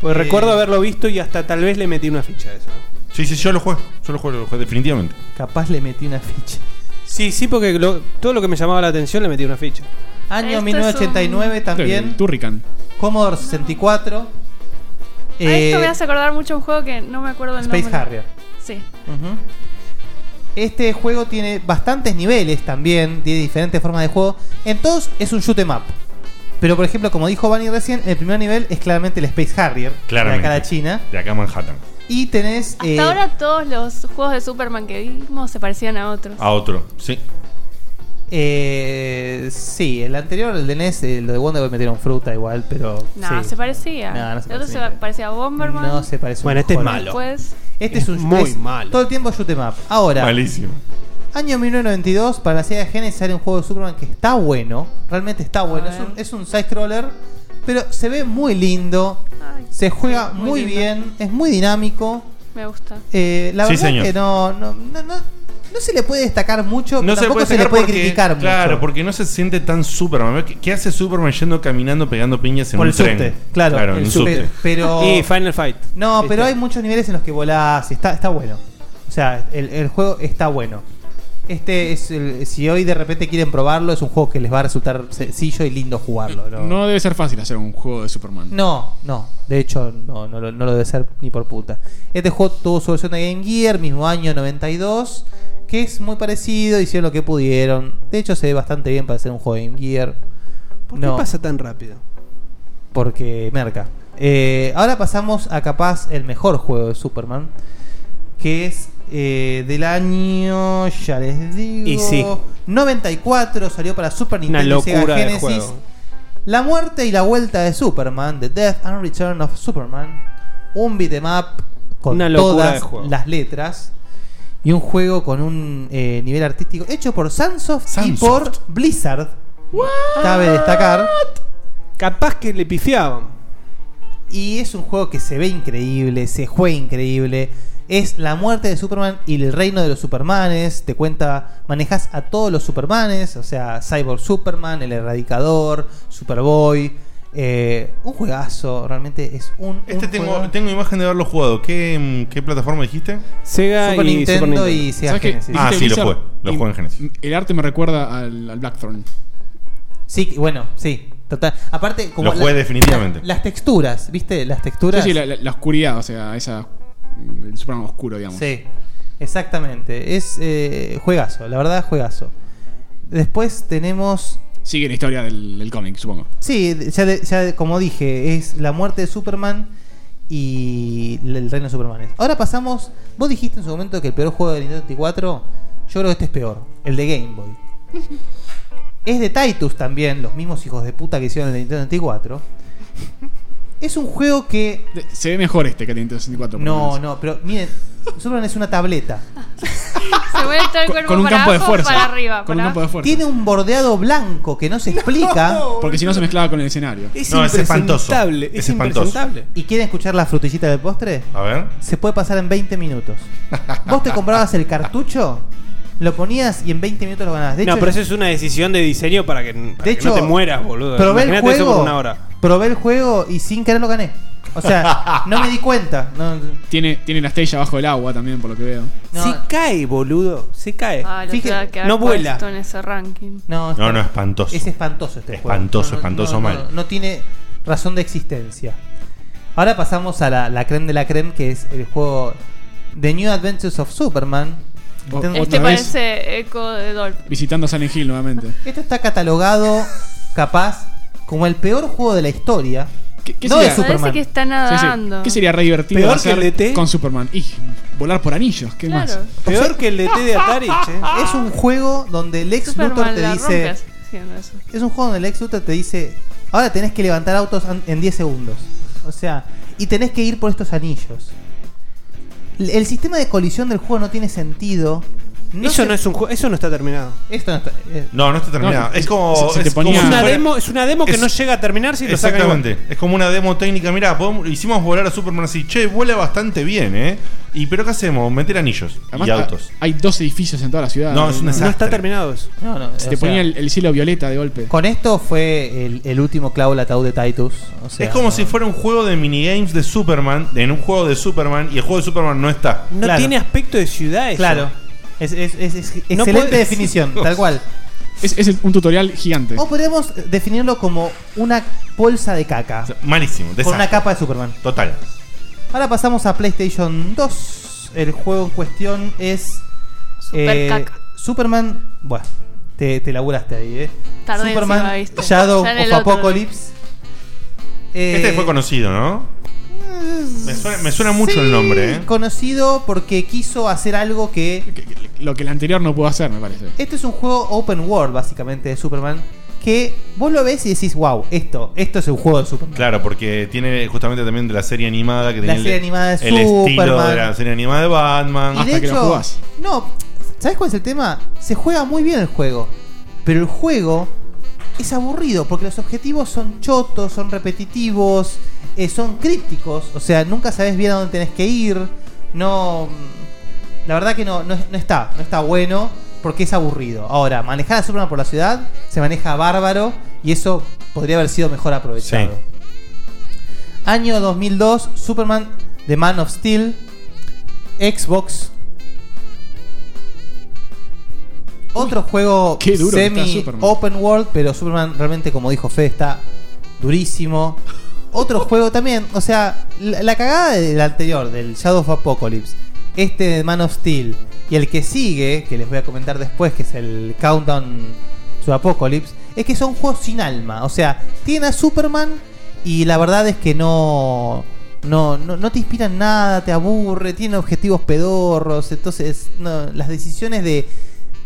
Speaker 15: Pues
Speaker 4: Eh,
Speaker 15: recuerdo haberlo visto y hasta tal vez le metí una ficha a eso.
Speaker 3: Sí, sí, yo lo juego. Yo lo juego, lo juego definitivamente.
Speaker 4: Capaz le metí una ficha.
Speaker 15: Sí, sí, porque lo- todo lo que me llamaba la atención le metí una ficha.
Speaker 4: Año 1989 también.
Speaker 5: Turrican.
Speaker 4: Commodore 64.
Speaker 8: A esto
Speaker 4: Eh,
Speaker 8: me hace acordar mucho un juego que no me acuerdo el
Speaker 4: Space
Speaker 8: nombre.
Speaker 4: Harrier.
Speaker 8: Sí.
Speaker 4: Ujú. Este juego tiene bastantes niveles también, tiene diferentes formas de juego. En todos es un shoot em up. Pero por ejemplo, como dijo Bunny recién, el primer nivel es claramente el Space Harrier,
Speaker 3: Claramente.
Speaker 4: de acá a la China.
Speaker 3: De acá a Manhattan.
Speaker 4: Y tenés
Speaker 8: Hasta
Speaker 4: eh,
Speaker 8: ahora todos los juegos de Superman que vimos se parecían a otros.
Speaker 3: A otro, sí.
Speaker 4: Eh, sí, el anterior, el de NES, eh, lo de Wonder Boy metieron fruta igual, pero.
Speaker 8: No,
Speaker 4: sí.
Speaker 8: se parecía.
Speaker 4: No, no se
Speaker 8: el otro se
Speaker 4: parecía.
Speaker 8: parecía a Bomberman. Pues,
Speaker 4: No se parece.
Speaker 15: Bueno, este es
Speaker 4: jolo.
Speaker 15: malo.
Speaker 8: Después,
Speaker 4: Este es un
Speaker 15: Muy
Speaker 4: es
Speaker 15: malo.
Speaker 4: Todo el tiempo shoot em up. Ahora,
Speaker 3: Malísimo.
Speaker 4: año 1992, para la Sega Genesis sale un juego de Superman que está bueno. Realmente está bueno. Es un, es un side-scroller, pero se ve muy lindo. se juega
Speaker 8: muy
Speaker 4: muy,
Speaker 8: lindo.
Speaker 4: bien. Es muy dinámico.
Speaker 8: me gusta.
Speaker 4: Eh, la
Speaker 3: Sí,
Speaker 4: verdad
Speaker 3: señor.
Speaker 4: que no, no, no, no- no se le puede destacar mucho, pero tampoco se le
Speaker 3: sacar
Speaker 4: puede
Speaker 3: porque-
Speaker 4: criticar mucho.
Speaker 3: Claro, porque no se siente tan Superman. ¿Qué, qué hace Superman yendo caminando pegando piñas en
Speaker 4: Por
Speaker 3: un
Speaker 4: el
Speaker 3: tren?
Speaker 4: subte, claro.
Speaker 3: en
Speaker 4: El
Speaker 3: un
Speaker 4: subte.
Speaker 3: subte.
Speaker 4: Pero-
Speaker 15: Y Final Fight.
Speaker 4: No, pero
Speaker 15: Este.
Speaker 4: hay muchos niveles en los que volás. y Está, está bueno. O sea, el, el juego está bueno. Este es el- si hoy de repente quieren probarlo, es un juego que les va a resultar sencillo y lindo jugarlo. No,
Speaker 5: No debe ser fácil hacer un juego de Superman.
Speaker 4: no, no. de hecho no, no, lo, no lo debe ser ni por puta. Este juego tuvo su versión de Game Gear, mismo año 92, que es muy parecido, hicieron lo que pudieron. De hecho se ve bastante bien para ser un juego de Game Gear.
Speaker 15: ¿Por qué pasa tan rápido?
Speaker 4: Porque merca. Eh, ahora pasamos a capaz el mejor juego de Superman. Que es eh, del año, ya les digo,
Speaker 15: Y sí.
Speaker 4: 94. Salió para Super
Speaker 15: Una
Speaker 4: Nintendo y Sega
Speaker 15: locura de
Speaker 4: Genesis.
Speaker 15: juego.
Speaker 4: La muerte y la vuelta de Superman, The Death and Return of Superman. Un beat 'em up con
Speaker 15: Una locura de
Speaker 4: todas
Speaker 15: juego.
Speaker 4: las letras. Y un juego con un eh, nivel artístico hecho por Sunsoft, y por Blizzard. Cabe destacar.
Speaker 15: Capaz que le pifiaban.
Speaker 4: Y es un juego que se ve increíble, se juega increíble. Es la muerte de Superman y el reino de los Supermanes. Te cuenta, manejas a todos los Supermanes, o sea, Cyborg Superman, el Erradicador, Superboy. eh, un juegazo, realmente es un.
Speaker 3: Este
Speaker 4: un
Speaker 3: tengo,
Speaker 4: juego.
Speaker 3: tengo imagen de haberlo jugado. ¿Qué, mm, qué plataforma dijiste?
Speaker 15: Sega
Speaker 4: Super Ah, y Nintendo Super Nintendo. y Sega
Speaker 5: ¿Sabes qué?
Speaker 4: Genesis.
Speaker 3: Ah,
Speaker 5: Dijiste
Speaker 3: sí, lo
Speaker 5: Blizzard
Speaker 3: jugué. Lo
Speaker 5: y
Speaker 3: jugué en Genesis.
Speaker 5: El arte me recuerda al, al Blackthorn.
Speaker 4: Sí, que- bueno, sí, total. Aparte, como.
Speaker 5: Lo jugué definitivamente.
Speaker 4: Las texturas, ¿viste? Las texturas.
Speaker 5: Sí, sí, la, la- la oscuridad, o sea, esa. El Superman oscuro, digamos.
Speaker 4: Sí, exactamente. Es eh, juegazo, la verdad, juegazo. Después tenemos.
Speaker 5: Sigue la historia del, del cómic, supongo.
Speaker 4: Sí, de- ya, de- ya de- como dije, es la muerte de Superman y l- el reino de Superman. Ahora pasamos. Vos dijiste en su momento que el peor juego de Nintendo 64, yo creo que este es peor, el de Game Boy. Es de Titus también, los mismos hijos de puta que hicieron el de Nintendo 64. Es un juego que.
Speaker 5: Se ve mejor este que el de Nintendo 64. por lo
Speaker 4: No,
Speaker 5: menos.
Speaker 4: no, pero miren, Superman es una tableta.
Speaker 8: Se mueve todo el cuerpo
Speaker 5: con un
Speaker 8: para
Speaker 5: campo de
Speaker 8: abajo,
Speaker 5: fuerza.
Speaker 8: para arriba.
Speaker 5: Con un
Speaker 8: para
Speaker 5: campo de fuerza.
Speaker 4: Tiene un bordeado blanco que no se explica.
Speaker 5: Porque si no se mezclaba con el escenario.
Speaker 4: ¿Y quieren escuchar la frutillita del postre?
Speaker 3: A ver.
Speaker 4: Se puede pasar en 20 minutos. Vos te comprabas el cartucho, lo ponías y en 20 minutos lo ganabas. De
Speaker 15: no,
Speaker 4: hecho,
Speaker 15: pero eso es una decisión de diseño para que, para que
Speaker 4: hecho,
Speaker 15: no te mueras, boludo.
Speaker 4: probé el
Speaker 15: Imagínate
Speaker 4: juego,
Speaker 15: eso por una hora.
Speaker 4: probé el juego y sin querer lo gané. O sea, no me di cuenta. No,
Speaker 5: Tiene, tiene la estrella bajo el agua también, por lo que veo.
Speaker 15: Se cae, boludo. Se cae.
Speaker 8: Ah, lo
Speaker 15: Fíjate,
Speaker 8: tuve que haber
Speaker 15: no vuela.
Speaker 8: puesto en ese ranking.
Speaker 4: No,
Speaker 3: No, no, espantoso.
Speaker 4: Es espantoso este juego. No,
Speaker 3: Espantoso,
Speaker 4: no,
Speaker 3: espantoso
Speaker 4: no,
Speaker 3: mal.
Speaker 4: No, no tiene razón de existencia. Ahora pasamos a la, la creme de la creme, que es el juego The New Adventures of Superman. Nintendo-
Speaker 8: Este parece eco de Dolph.
Speaker 5: Visitando Silent Hill nuevamente.
Speaker 4: Esto Este está catalogado, capaz, como el peor juego de la historia.
Speaker 5: qué
Speaker 4: no de
Speaker 5: sería?
Speaker 4: Superman.
Speaker 8: Parece que está nadando.
Speaker 5: ¿Qué sería re divertido
Speaker 4: Peor
Speaker 5: hacer
Speaker 4: que el E DT?
Speaker 5: con Superman? Y volar por anillos, ¿qué
Speaker 4: Claro.
Speaker 5: más?
Speaker 4: Peor que el DT de Atari,
Speaker 15: che.
Speaker 4: Es un juego donde Lex
Speaker 8: Superman
Speaker 4: Luthor te
Speaker 8: la
Speaker 4: dice.
Speaker 8: rompe haciendo eso.
Speaker 4: Es un juego donde Lex Luthor te dice, ahora tenés que levantar autos an- en 10 segundos. O sea, y tenés que ir por estos anillos. L- El sistema de colisión del juego no tiene sentido.
Speaker 7: Eso no
Speaker 4: es un juego, eso no está terminado. Esto no está. eh.
Speaker 3: No, no está terminado. es como. es como
Speaker 7: es,
Speaker 3: si
Speaker 7: una
Speaker 3: fuera-
Speaker 7: demo, es una demo que
Speaker 3: es-
Speaker 7: no llega a terminar si lo sacan igual.
Speaker 3: Exactamente. Es como una demo técnica. Mirá, podemos- hicimos volar a Superman así. Che, vuela bastante bien, ¿eh? ¿Y pero qué hacemos? Meter anillos
Speaker 5: Además,
Speaker 3: y autos.
Speaker 5: Hay dos edificios en toda la ciudad.
Speaker 3: No, es un desastre. No está
Speaker 7: terminado eso.
Speaker 4: No, no,
Speaker 5: Se te
Speaker 4: o
Speaker 5: ponía
Speaker 4: sea-
Speaker 5: el, el cielo violeta de golpe.
Speaker 4: Con esto fue el, el último clavo al ataúd de Titus. O sea,
Speaker 3: es como
Speaker 4: no-
Speaker 3: si fuera un juego de minigames de Superman, en un juego de Superman, y el juego de Superman no está.
Speaker 7: No tiene aspecto de ciudad eso.
Speaker 4: Claro. Es, es- es- es-
Speaker 7: No
Speaker 4: excelente
Speaker 7: puede-
Speaker 4: definición, tal cual.
Speaker 5: Es, es un tutorial gigante.
Speaker 4: O podemos definirlo como una bolsa de caca.
Speaker 3: Malísimo.
Speaker 4: Con una
Speaker 3: desastre.
Speaker 4: capa de Superman.
Speaker 3: Total.
Speaker 4: Ahora pasamos a PlayStation 2. El juego en cuestión es. eh,
Speaker 8: caca.
Speaker 4: Superman. Bueno, te, te laburaste ahí, ¿eh?
Speaker 8: Tardé encima,
Speaker 4: Superman
Speaker 8: ¿viste?
Speaker 4: Shadow
Speaker 8: Ya en
Speaker 4: of
Speaker 8: el otro.
Speaker 4: Apocalypse. Eh,
Speaker 3: Este fue conocido, ¿no? Me suena, me suena mucho el nombre, ¿eh?
Speaker 4: Conocido porque quiso hacer algo que.
Speaker 5: Lo que el anterior no pudo hacer, me parece.
Speaker 4: Este es un juego open world, básicamente, de Superman. Que vos lo ves y decís, wow, esto, esto es un juego de Superman.
Speaker 3: Claro, porque tiene justamente también de la serie animada que
Speaker 4: La
Speaker 3: tenía el-
Speaker 4: serie animada de
Speaker 3: el estilo
Speaker 4: Superman.
Speaker 3: de la serie animada de Batman.
Speaker 4: Y de hecho, no, ¿sabes cuál es el tema? Se juega muy bien el juego, pero el juego es aburrido porque los objetivos son chotos, son repetitivos, eh, son crípticos, o sea, nunca sabes bien a dónde tenés que ir, no... La verdad que no, no, no está, no está bueno porque es aburrido. Ahora, manejar a Superman por la ciudad se maneja bárbaro y eso podría haber sido mejor aprovechado. Año 2002, Superman, The Man of Steel, Xbox. Otro juego
Speaker 5: qué duro que está
Speaker 4: semi
Speaker 5: Superman.
Speaker 4: open world, pero Superman realmente, como dijo Fede, está durísimo. Otro juego también, o sea, la, la cagada del anterior, del Shadow of Apocalypse, este de Man of Steel y el que sigue, que les voy a comentar después, que es el Countdown to Apocalypse, es que son juegos sin alma. O sea, tienen a Superman y la verdad es que no. No, no, no te inspiran nada, te aburre, tienen objetivos pedorros, entonces no, las decisiones de,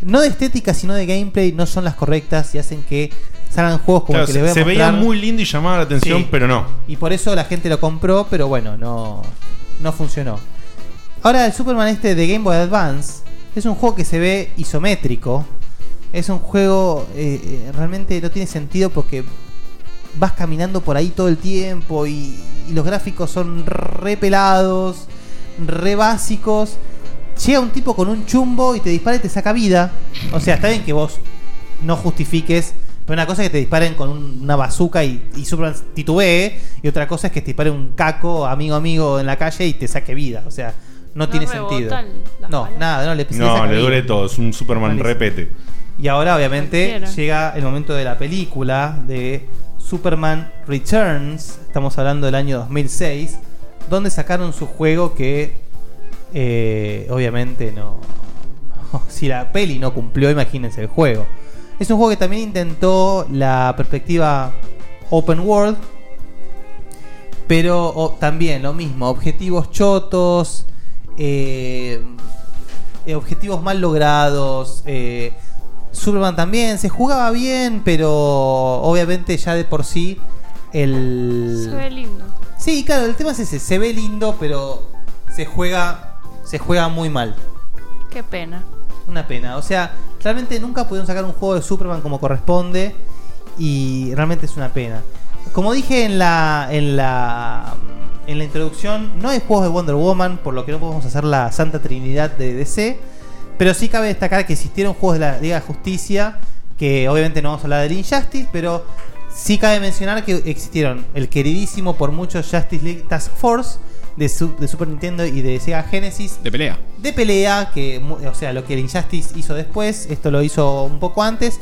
Speaker 4: no de estética, sino de gameplay, no son las correctas y hacen que salgan juegos como
Speaker 3: Claro,
Speaker 4: el que les voy a
Speaker 3: se veía
Speaker 4: mostrar.
Speaker 3: muy lindo y llamaba la atención,
Speaker 4: Sí.
Speaker 3: pero no.
Speaker 4: Y por eso la gente lo compró, pero bueno, no, no funcionó. Ahora el Superman este de Game Boy Advance es un juego que se ve isométrico. Es un juego eh, eh, realmente no tiene sentido porque vas caminando por ahí todo el tiempo y, y los gráficos son re pelados, re básicos. Llega un tipo con un chumbo y te dispara y te saca vida. O sea, está bien que vos no justifiques, pero una cosa es que te disparen con un- una bazooka y, y Superman titubee, y otra cosa es que te dispare un caco amigo amigo en la calle y te saque vida. O sea, no, tiene sentido. No, nada, no le le
Speaker 3: No,
Speaker 4: saca
Speaker 3: le
Speaker 4: vida.
Speaker 3: duele todo. Es un Superman
Speaker 4: pues, Malísimo.
Speaker 3: repete.
Speaker 4: Y ahora obviamente
Speaker 8: Cualquiera.
Speaker 4: llega el momento de la película de Superman Returns, estamos hablando del año 2006, donde sacaron su juego que eh, obviamente no... Si la peli no cumplió, imagínense el juego. Es un juego que también intentó la perspectiva open world, pero o- también lo mismo, objetivos chotos, eh, eh, objetivos mal logrados. eh, Superman también se jugaba bien, pero obviamente ya de por sí el...
Speaker 8: Se ve lindo.
Speaker 4: Sí, claro, el tema es ese, se ve lindo, pero se juega, se juega muy mal.
Speaker 8: Qué pena.
Speaker 4: Una pena. O sea, realmente nunca pudieron sacar un juego de Superman como corresponde. Y realmente es una pena. Como dije en la. en la. en la introducción, no hay juegos de Wonder Woman, por lo que no podemos hacer la Santa Trinidad de DC. Pero sí cabe destacar que existieron juegos de la Liga de Justicia. Que obviamente no vamos a hablar del Injustice, pero sí cabe mencionar que existieron el queridísimo por muchos Justice League Task Force de, su- de Super Nintendo y de Sega Genesis
Speaker 5: De pelea.
Speaker 4: de pelea, que, mu- o sea, lo que el Injustice hizo después, esto lo hizo un poco antes,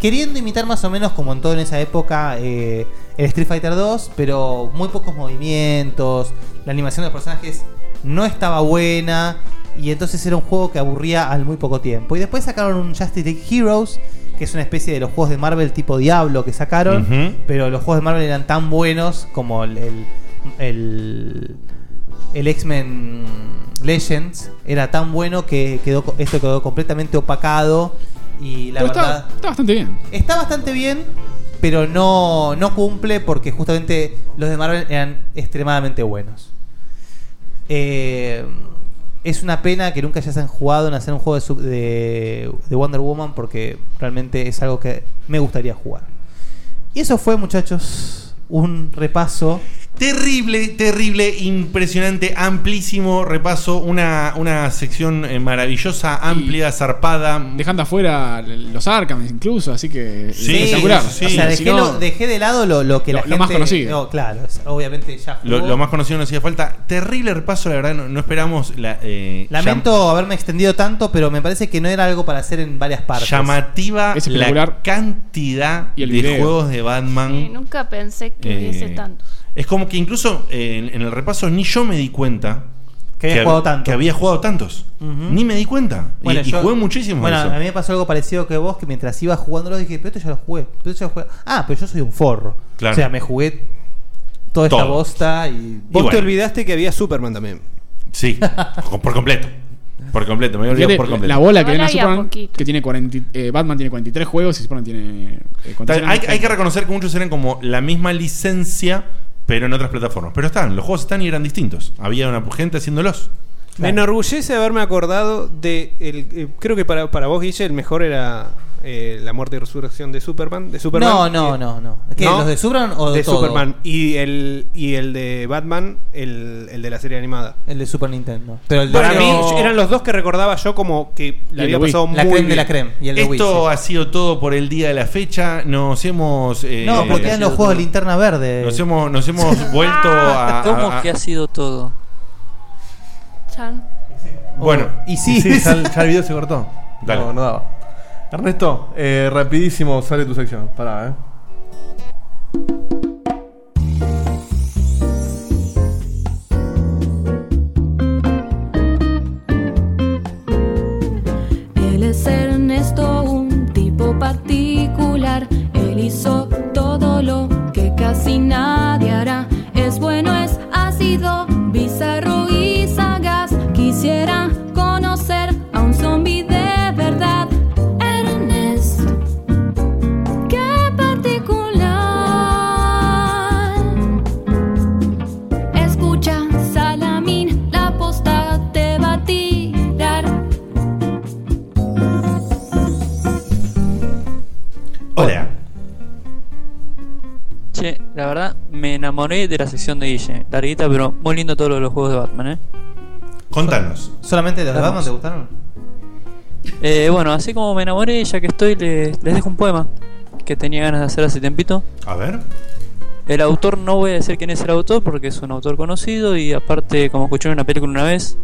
Speaker 4: queriendo imitar más o menos como en todo en esa época eh, el Street Fighter 2, pero muy pocos movimientos, la animación de los personajes no estaba buena, y entonces era un juego que aburría al muy poco tiempo. Y después sacaron un Justice League Heroes, que es una especie de los juegos de Marvel tipo Diablo que sacaron,
Speaker 3: Ujú.
Speaker 4: pero los juegos de Marvel eran tan buenos como el- el- el el X-Men Legends era tan bueno que quedó, esto quedó completamente opacado y la
Speaker 5: Pero está-
Speaker 4: verdad
Speaker 5: está bastante bien.
Speaker 4: está bastante bien, pero no, no cumple porque justamente los de Marvel eran extremadamente buenos. Eh, es una pena que nunca se hayan jugado en hacer un juego de, sub- de- de Wonder Woman porque realmente es algo que me gustaría jugar. Y eso fue, muchachos, un repaso.
Speaker 3: Terrible, terrible, impresionante, amplísimo repaso, una, una sección eh, maravillosa, amplia, zarpada.
Speaker 5: Dejando afuera los Arkham incluso, así que espectacular.
Speaker 4: o sea, dejé,
Speaker 5: Si no-
Speaker 4: lo- dejé de lado lo, lo que la
Speaker 5: Lo-
Speaker 4: gente.
Speaker 5: lo más conocido.
Speaker 4: no, claro, es- obviamente ya jugó.
Speaker 3: Lo, lo más conocido no hacía falta. Terrible repaso, la verdad, no, no esperamos la... eh,
Speaker 4: Lamento haberme extendido tanto, pero me parece que no era algo para hacer en varias partes.
Speaker 3: Llamativa Es espectacular. la cantidad
Speaker 4: y
Speaker 3: de juegos de Batman.
Speaker 8: Sí, nunca pensé que
Speaker 3: Eh,
Speaker 8: hubiese tanto.
Speaker 3: Es como que incluso eh, en, en el repaso ni yo me di cuenta
Speaker 4: Que había
Speaker 3: hab-
Speaker 4: jugado tanto.
Speaker 3: que había jugado tantos. Ni me di cuenta. Y- y, jugué muchísimo.
Speaker 4: ¿Mm? Bueno, eh.
Speaker 3: eso.
Speaker 4: a mí me pasó algo parecido que vos, que mientras ibas jugándolo dije, pero esto ya lo jugué, pero esto ya lo jugué. Ah, pero yo soy un forro.
Speaker 3: Claro.
Speaker 4: O sea, me jugué toda esta
Speaker 3: Todo.
Speaker 4: bosta y.
Speaker 3: Vos te olvidás-
Speaker 15: Olvidaste que había Superman también.
Speaker 3: Sí, por completo. Por completo, me había olvidado
Speaker 5: Fíjate,
Speaker 3: por completo.
Speaker 5: la bola
Speaker 8: Igual
Speaker 5: que ven a
Speaker 8: había
Speaker 5: Superman,
Speaker 8: poquito.
Speaker 5: que tiene 40, eh, Batman tiene 43 juegos y Superman tiene... eh,
Speaker 3: Está
Speaker 5: 43
Speaker 3: bien, Hay, hay que reconocer que muchos eran como la misma licencia, pero en otras plataformas. Pero están, los juegos están y eran distintos. Había una gente haciéndolos.
Speaker 15: Me enorgullece haberme acordado de. El, eh, creo que para, para vos, Guille, el mejor era eh, la muerte y resurrección de Superman. De Superman
Speaker 4: No, no,
Speaker 15: Eh,
Speaker 4: no, no. ¿Qué, los de Superman o de todo?
Speaker 15: Superman. Y el, y el de Batman, el, el de la serie animada.
Speaker 4: El de Super Nintendo. Pero el de-
Speaker 15: para
Speaker 4: Pero-
Speaker 15: mí eran los dos que recordaba yo como que
Speaker 4: Y el
Speaker 15: la había
Speaker 4: de Wii.
Speaker 15: pasado
Speaker 4: La
Speaker 15: muy
Speaker 4: creme
Speaker 15: bien.
Speaker 4: de la creme. Y el de
Speaker 3: Esto
Speaker 4: Wii, sí.
Speaker 3: ha sido todo por el día de la fecha. Nos hemos. eh,
Speaker 4: no, porque eran los juegos de linterna verde.
Speaker 3: Nos hemos, nos hemos vuelto a.
Speaker 12: Ah, ¿Cómo
Speaker 3: a- a-
Speaker 12: que ha sido todo?
Speaker 8: Chan.
Speaker 3: Bueno,
Speaker 4: y
Speaker 6: Oh, sí, ya, el, ya el video se cortó.
Speaker 3: Dale.
Speaker 6: No, no daba. Ernesto, eh, rapidísimo sale tu sección. Pará, eh.
Speaker 1: Él es Ernesto, un tipo particular. Él hizo todo lo que casi nadie hará. Es bueno, es ácido, bizarro y sagaz. Quisiera conocer a un zombi de verdad. Ernesto, qué particular. Escucha, Salamín, la posta te va a tirar.
Speaker 3: Hola.
Speaker 12: Che, la verdad me enamoré de la sección de Guille. Larguita, pero muy lindo todo lo de los juegos de Batman, ¿eh?
Speaker 3: Contanos.
Speaker 4: ¿Solamente los de
Speaker 12: Hermoso.
Speaker 4: Batman te gustaron?
Speaker 12: Eh, bueno, así como me enamoré, ya que estoy, le- les, dejo un poema que tenía ganas de hacer hace tiempito.
Speaker 3: A ver.
Speaker 12: El autor, no voy a decir quién es el autor porque es un autor conocido y aparte, como escuché en una película una vez,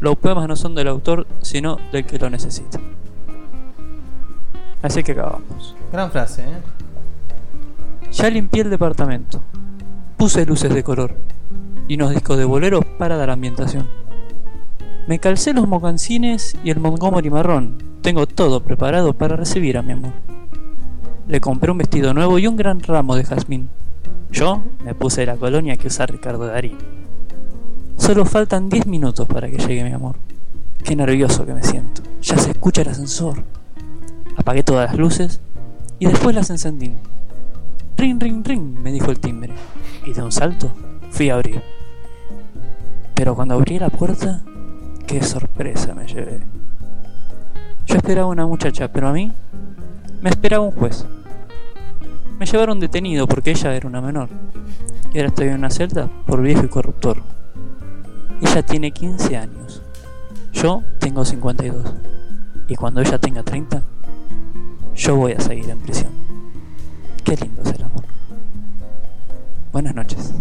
Speaker 12: los poemas no son del autor, sino del que lo necesita. Así que acabamos.
Speaker 4: Gran frase, ¿eh?
Speaker 12: Ya limpié el departamento. Puse luces de color y unos discos de boleros para dar ambientación. Me calcé los mocancines y el Montgomery marrón. Tengo todo preparado para recibir a mi amor. Le compré un vestido nuevo y un gran ramo de jazmín. Yo me puse la colonia que usa Ricardo Darín. Solo faltan 10 minutos para que llegue mi amor. Qué nervioso que me siento. Ya se escucha el ascensor. Apagué todas las luces y después las encendí. Ring, ring, ring, me dijo el timbre. Y de un salto fui a abrir. Pero cuando abrí la puerta, qué sorpresa me llevé. Yo esperaba una muchacha, pero a mí me esperaba un juez. Me llevaron detenido porque ella era una menor. Y ahora estoy en una celda por viejo y corruptor. Ella tiene 15 años. Yo tengo 52. Y cuando ella tenga 30, yo voy a seguir en prisión. Qué lindo es el amor. Buenas noches.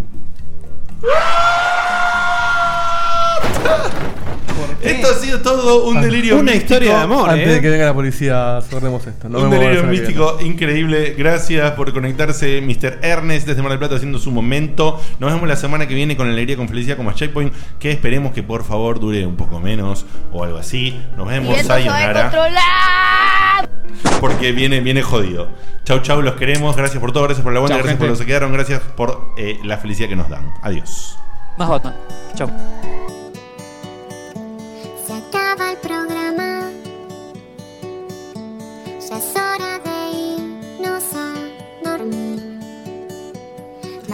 Speaker 3: Esto ha sido todo un delirio
Speaker 6: Una
Speaker 3: místico.
Speaker 6: historia de amor. eh. Antes de que venga la policía, cerremos esto. Nos
Speaker 3: un
Speaker 6: vemos la
Speaker 3: delirio
Speaker 6: semana que viene.
Speaker 3: místico increíble. Gracias por conectarse, Mr. Ernest, desde Mar del Plata, haciendo su momento. Nos vemos la semana que viene con alegría, con felicidad, con más checkpoint. Que esperemos que por favor dure un poco menos o algo así. Nos vemos, sayonara, porque viene, viene jodido. Chau, chau, los queremos. Gracias por todo, gracias por la buena,
Speaker 12: Chau,
Speaker 3: gracias por
Speaker 12: gente.
Speaker 3: los que se quedaron, gracias por eh, la felicidad que nos dan. Adiós.
Speaker 12: Más Batman. Chao.
Speaker 18: Se acaba el programa. Ya es hora de irnos a dormir.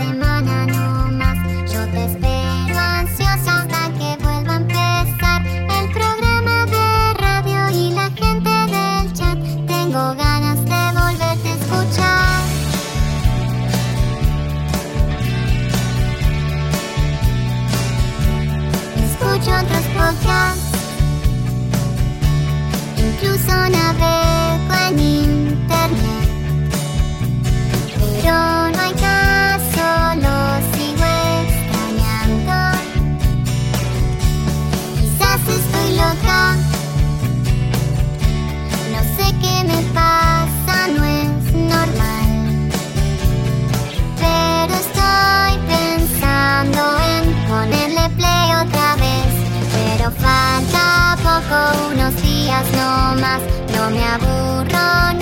Speaker 18: semana no más. Yo te espero ansiosa hasta que vuelva a empezar el programa de radio y la gente del chat. Tengo ganas de volverte a escuchar. Escucho otros podcasts, incluso navego en internet. Pero no hay caso, lo sigo extrañando. Quizás estoy loca, no sé qué me pasa, no es normal. Pero estoy pensando en ponerle play otra vez. Pero falta poco, unos días no más, no me aburro.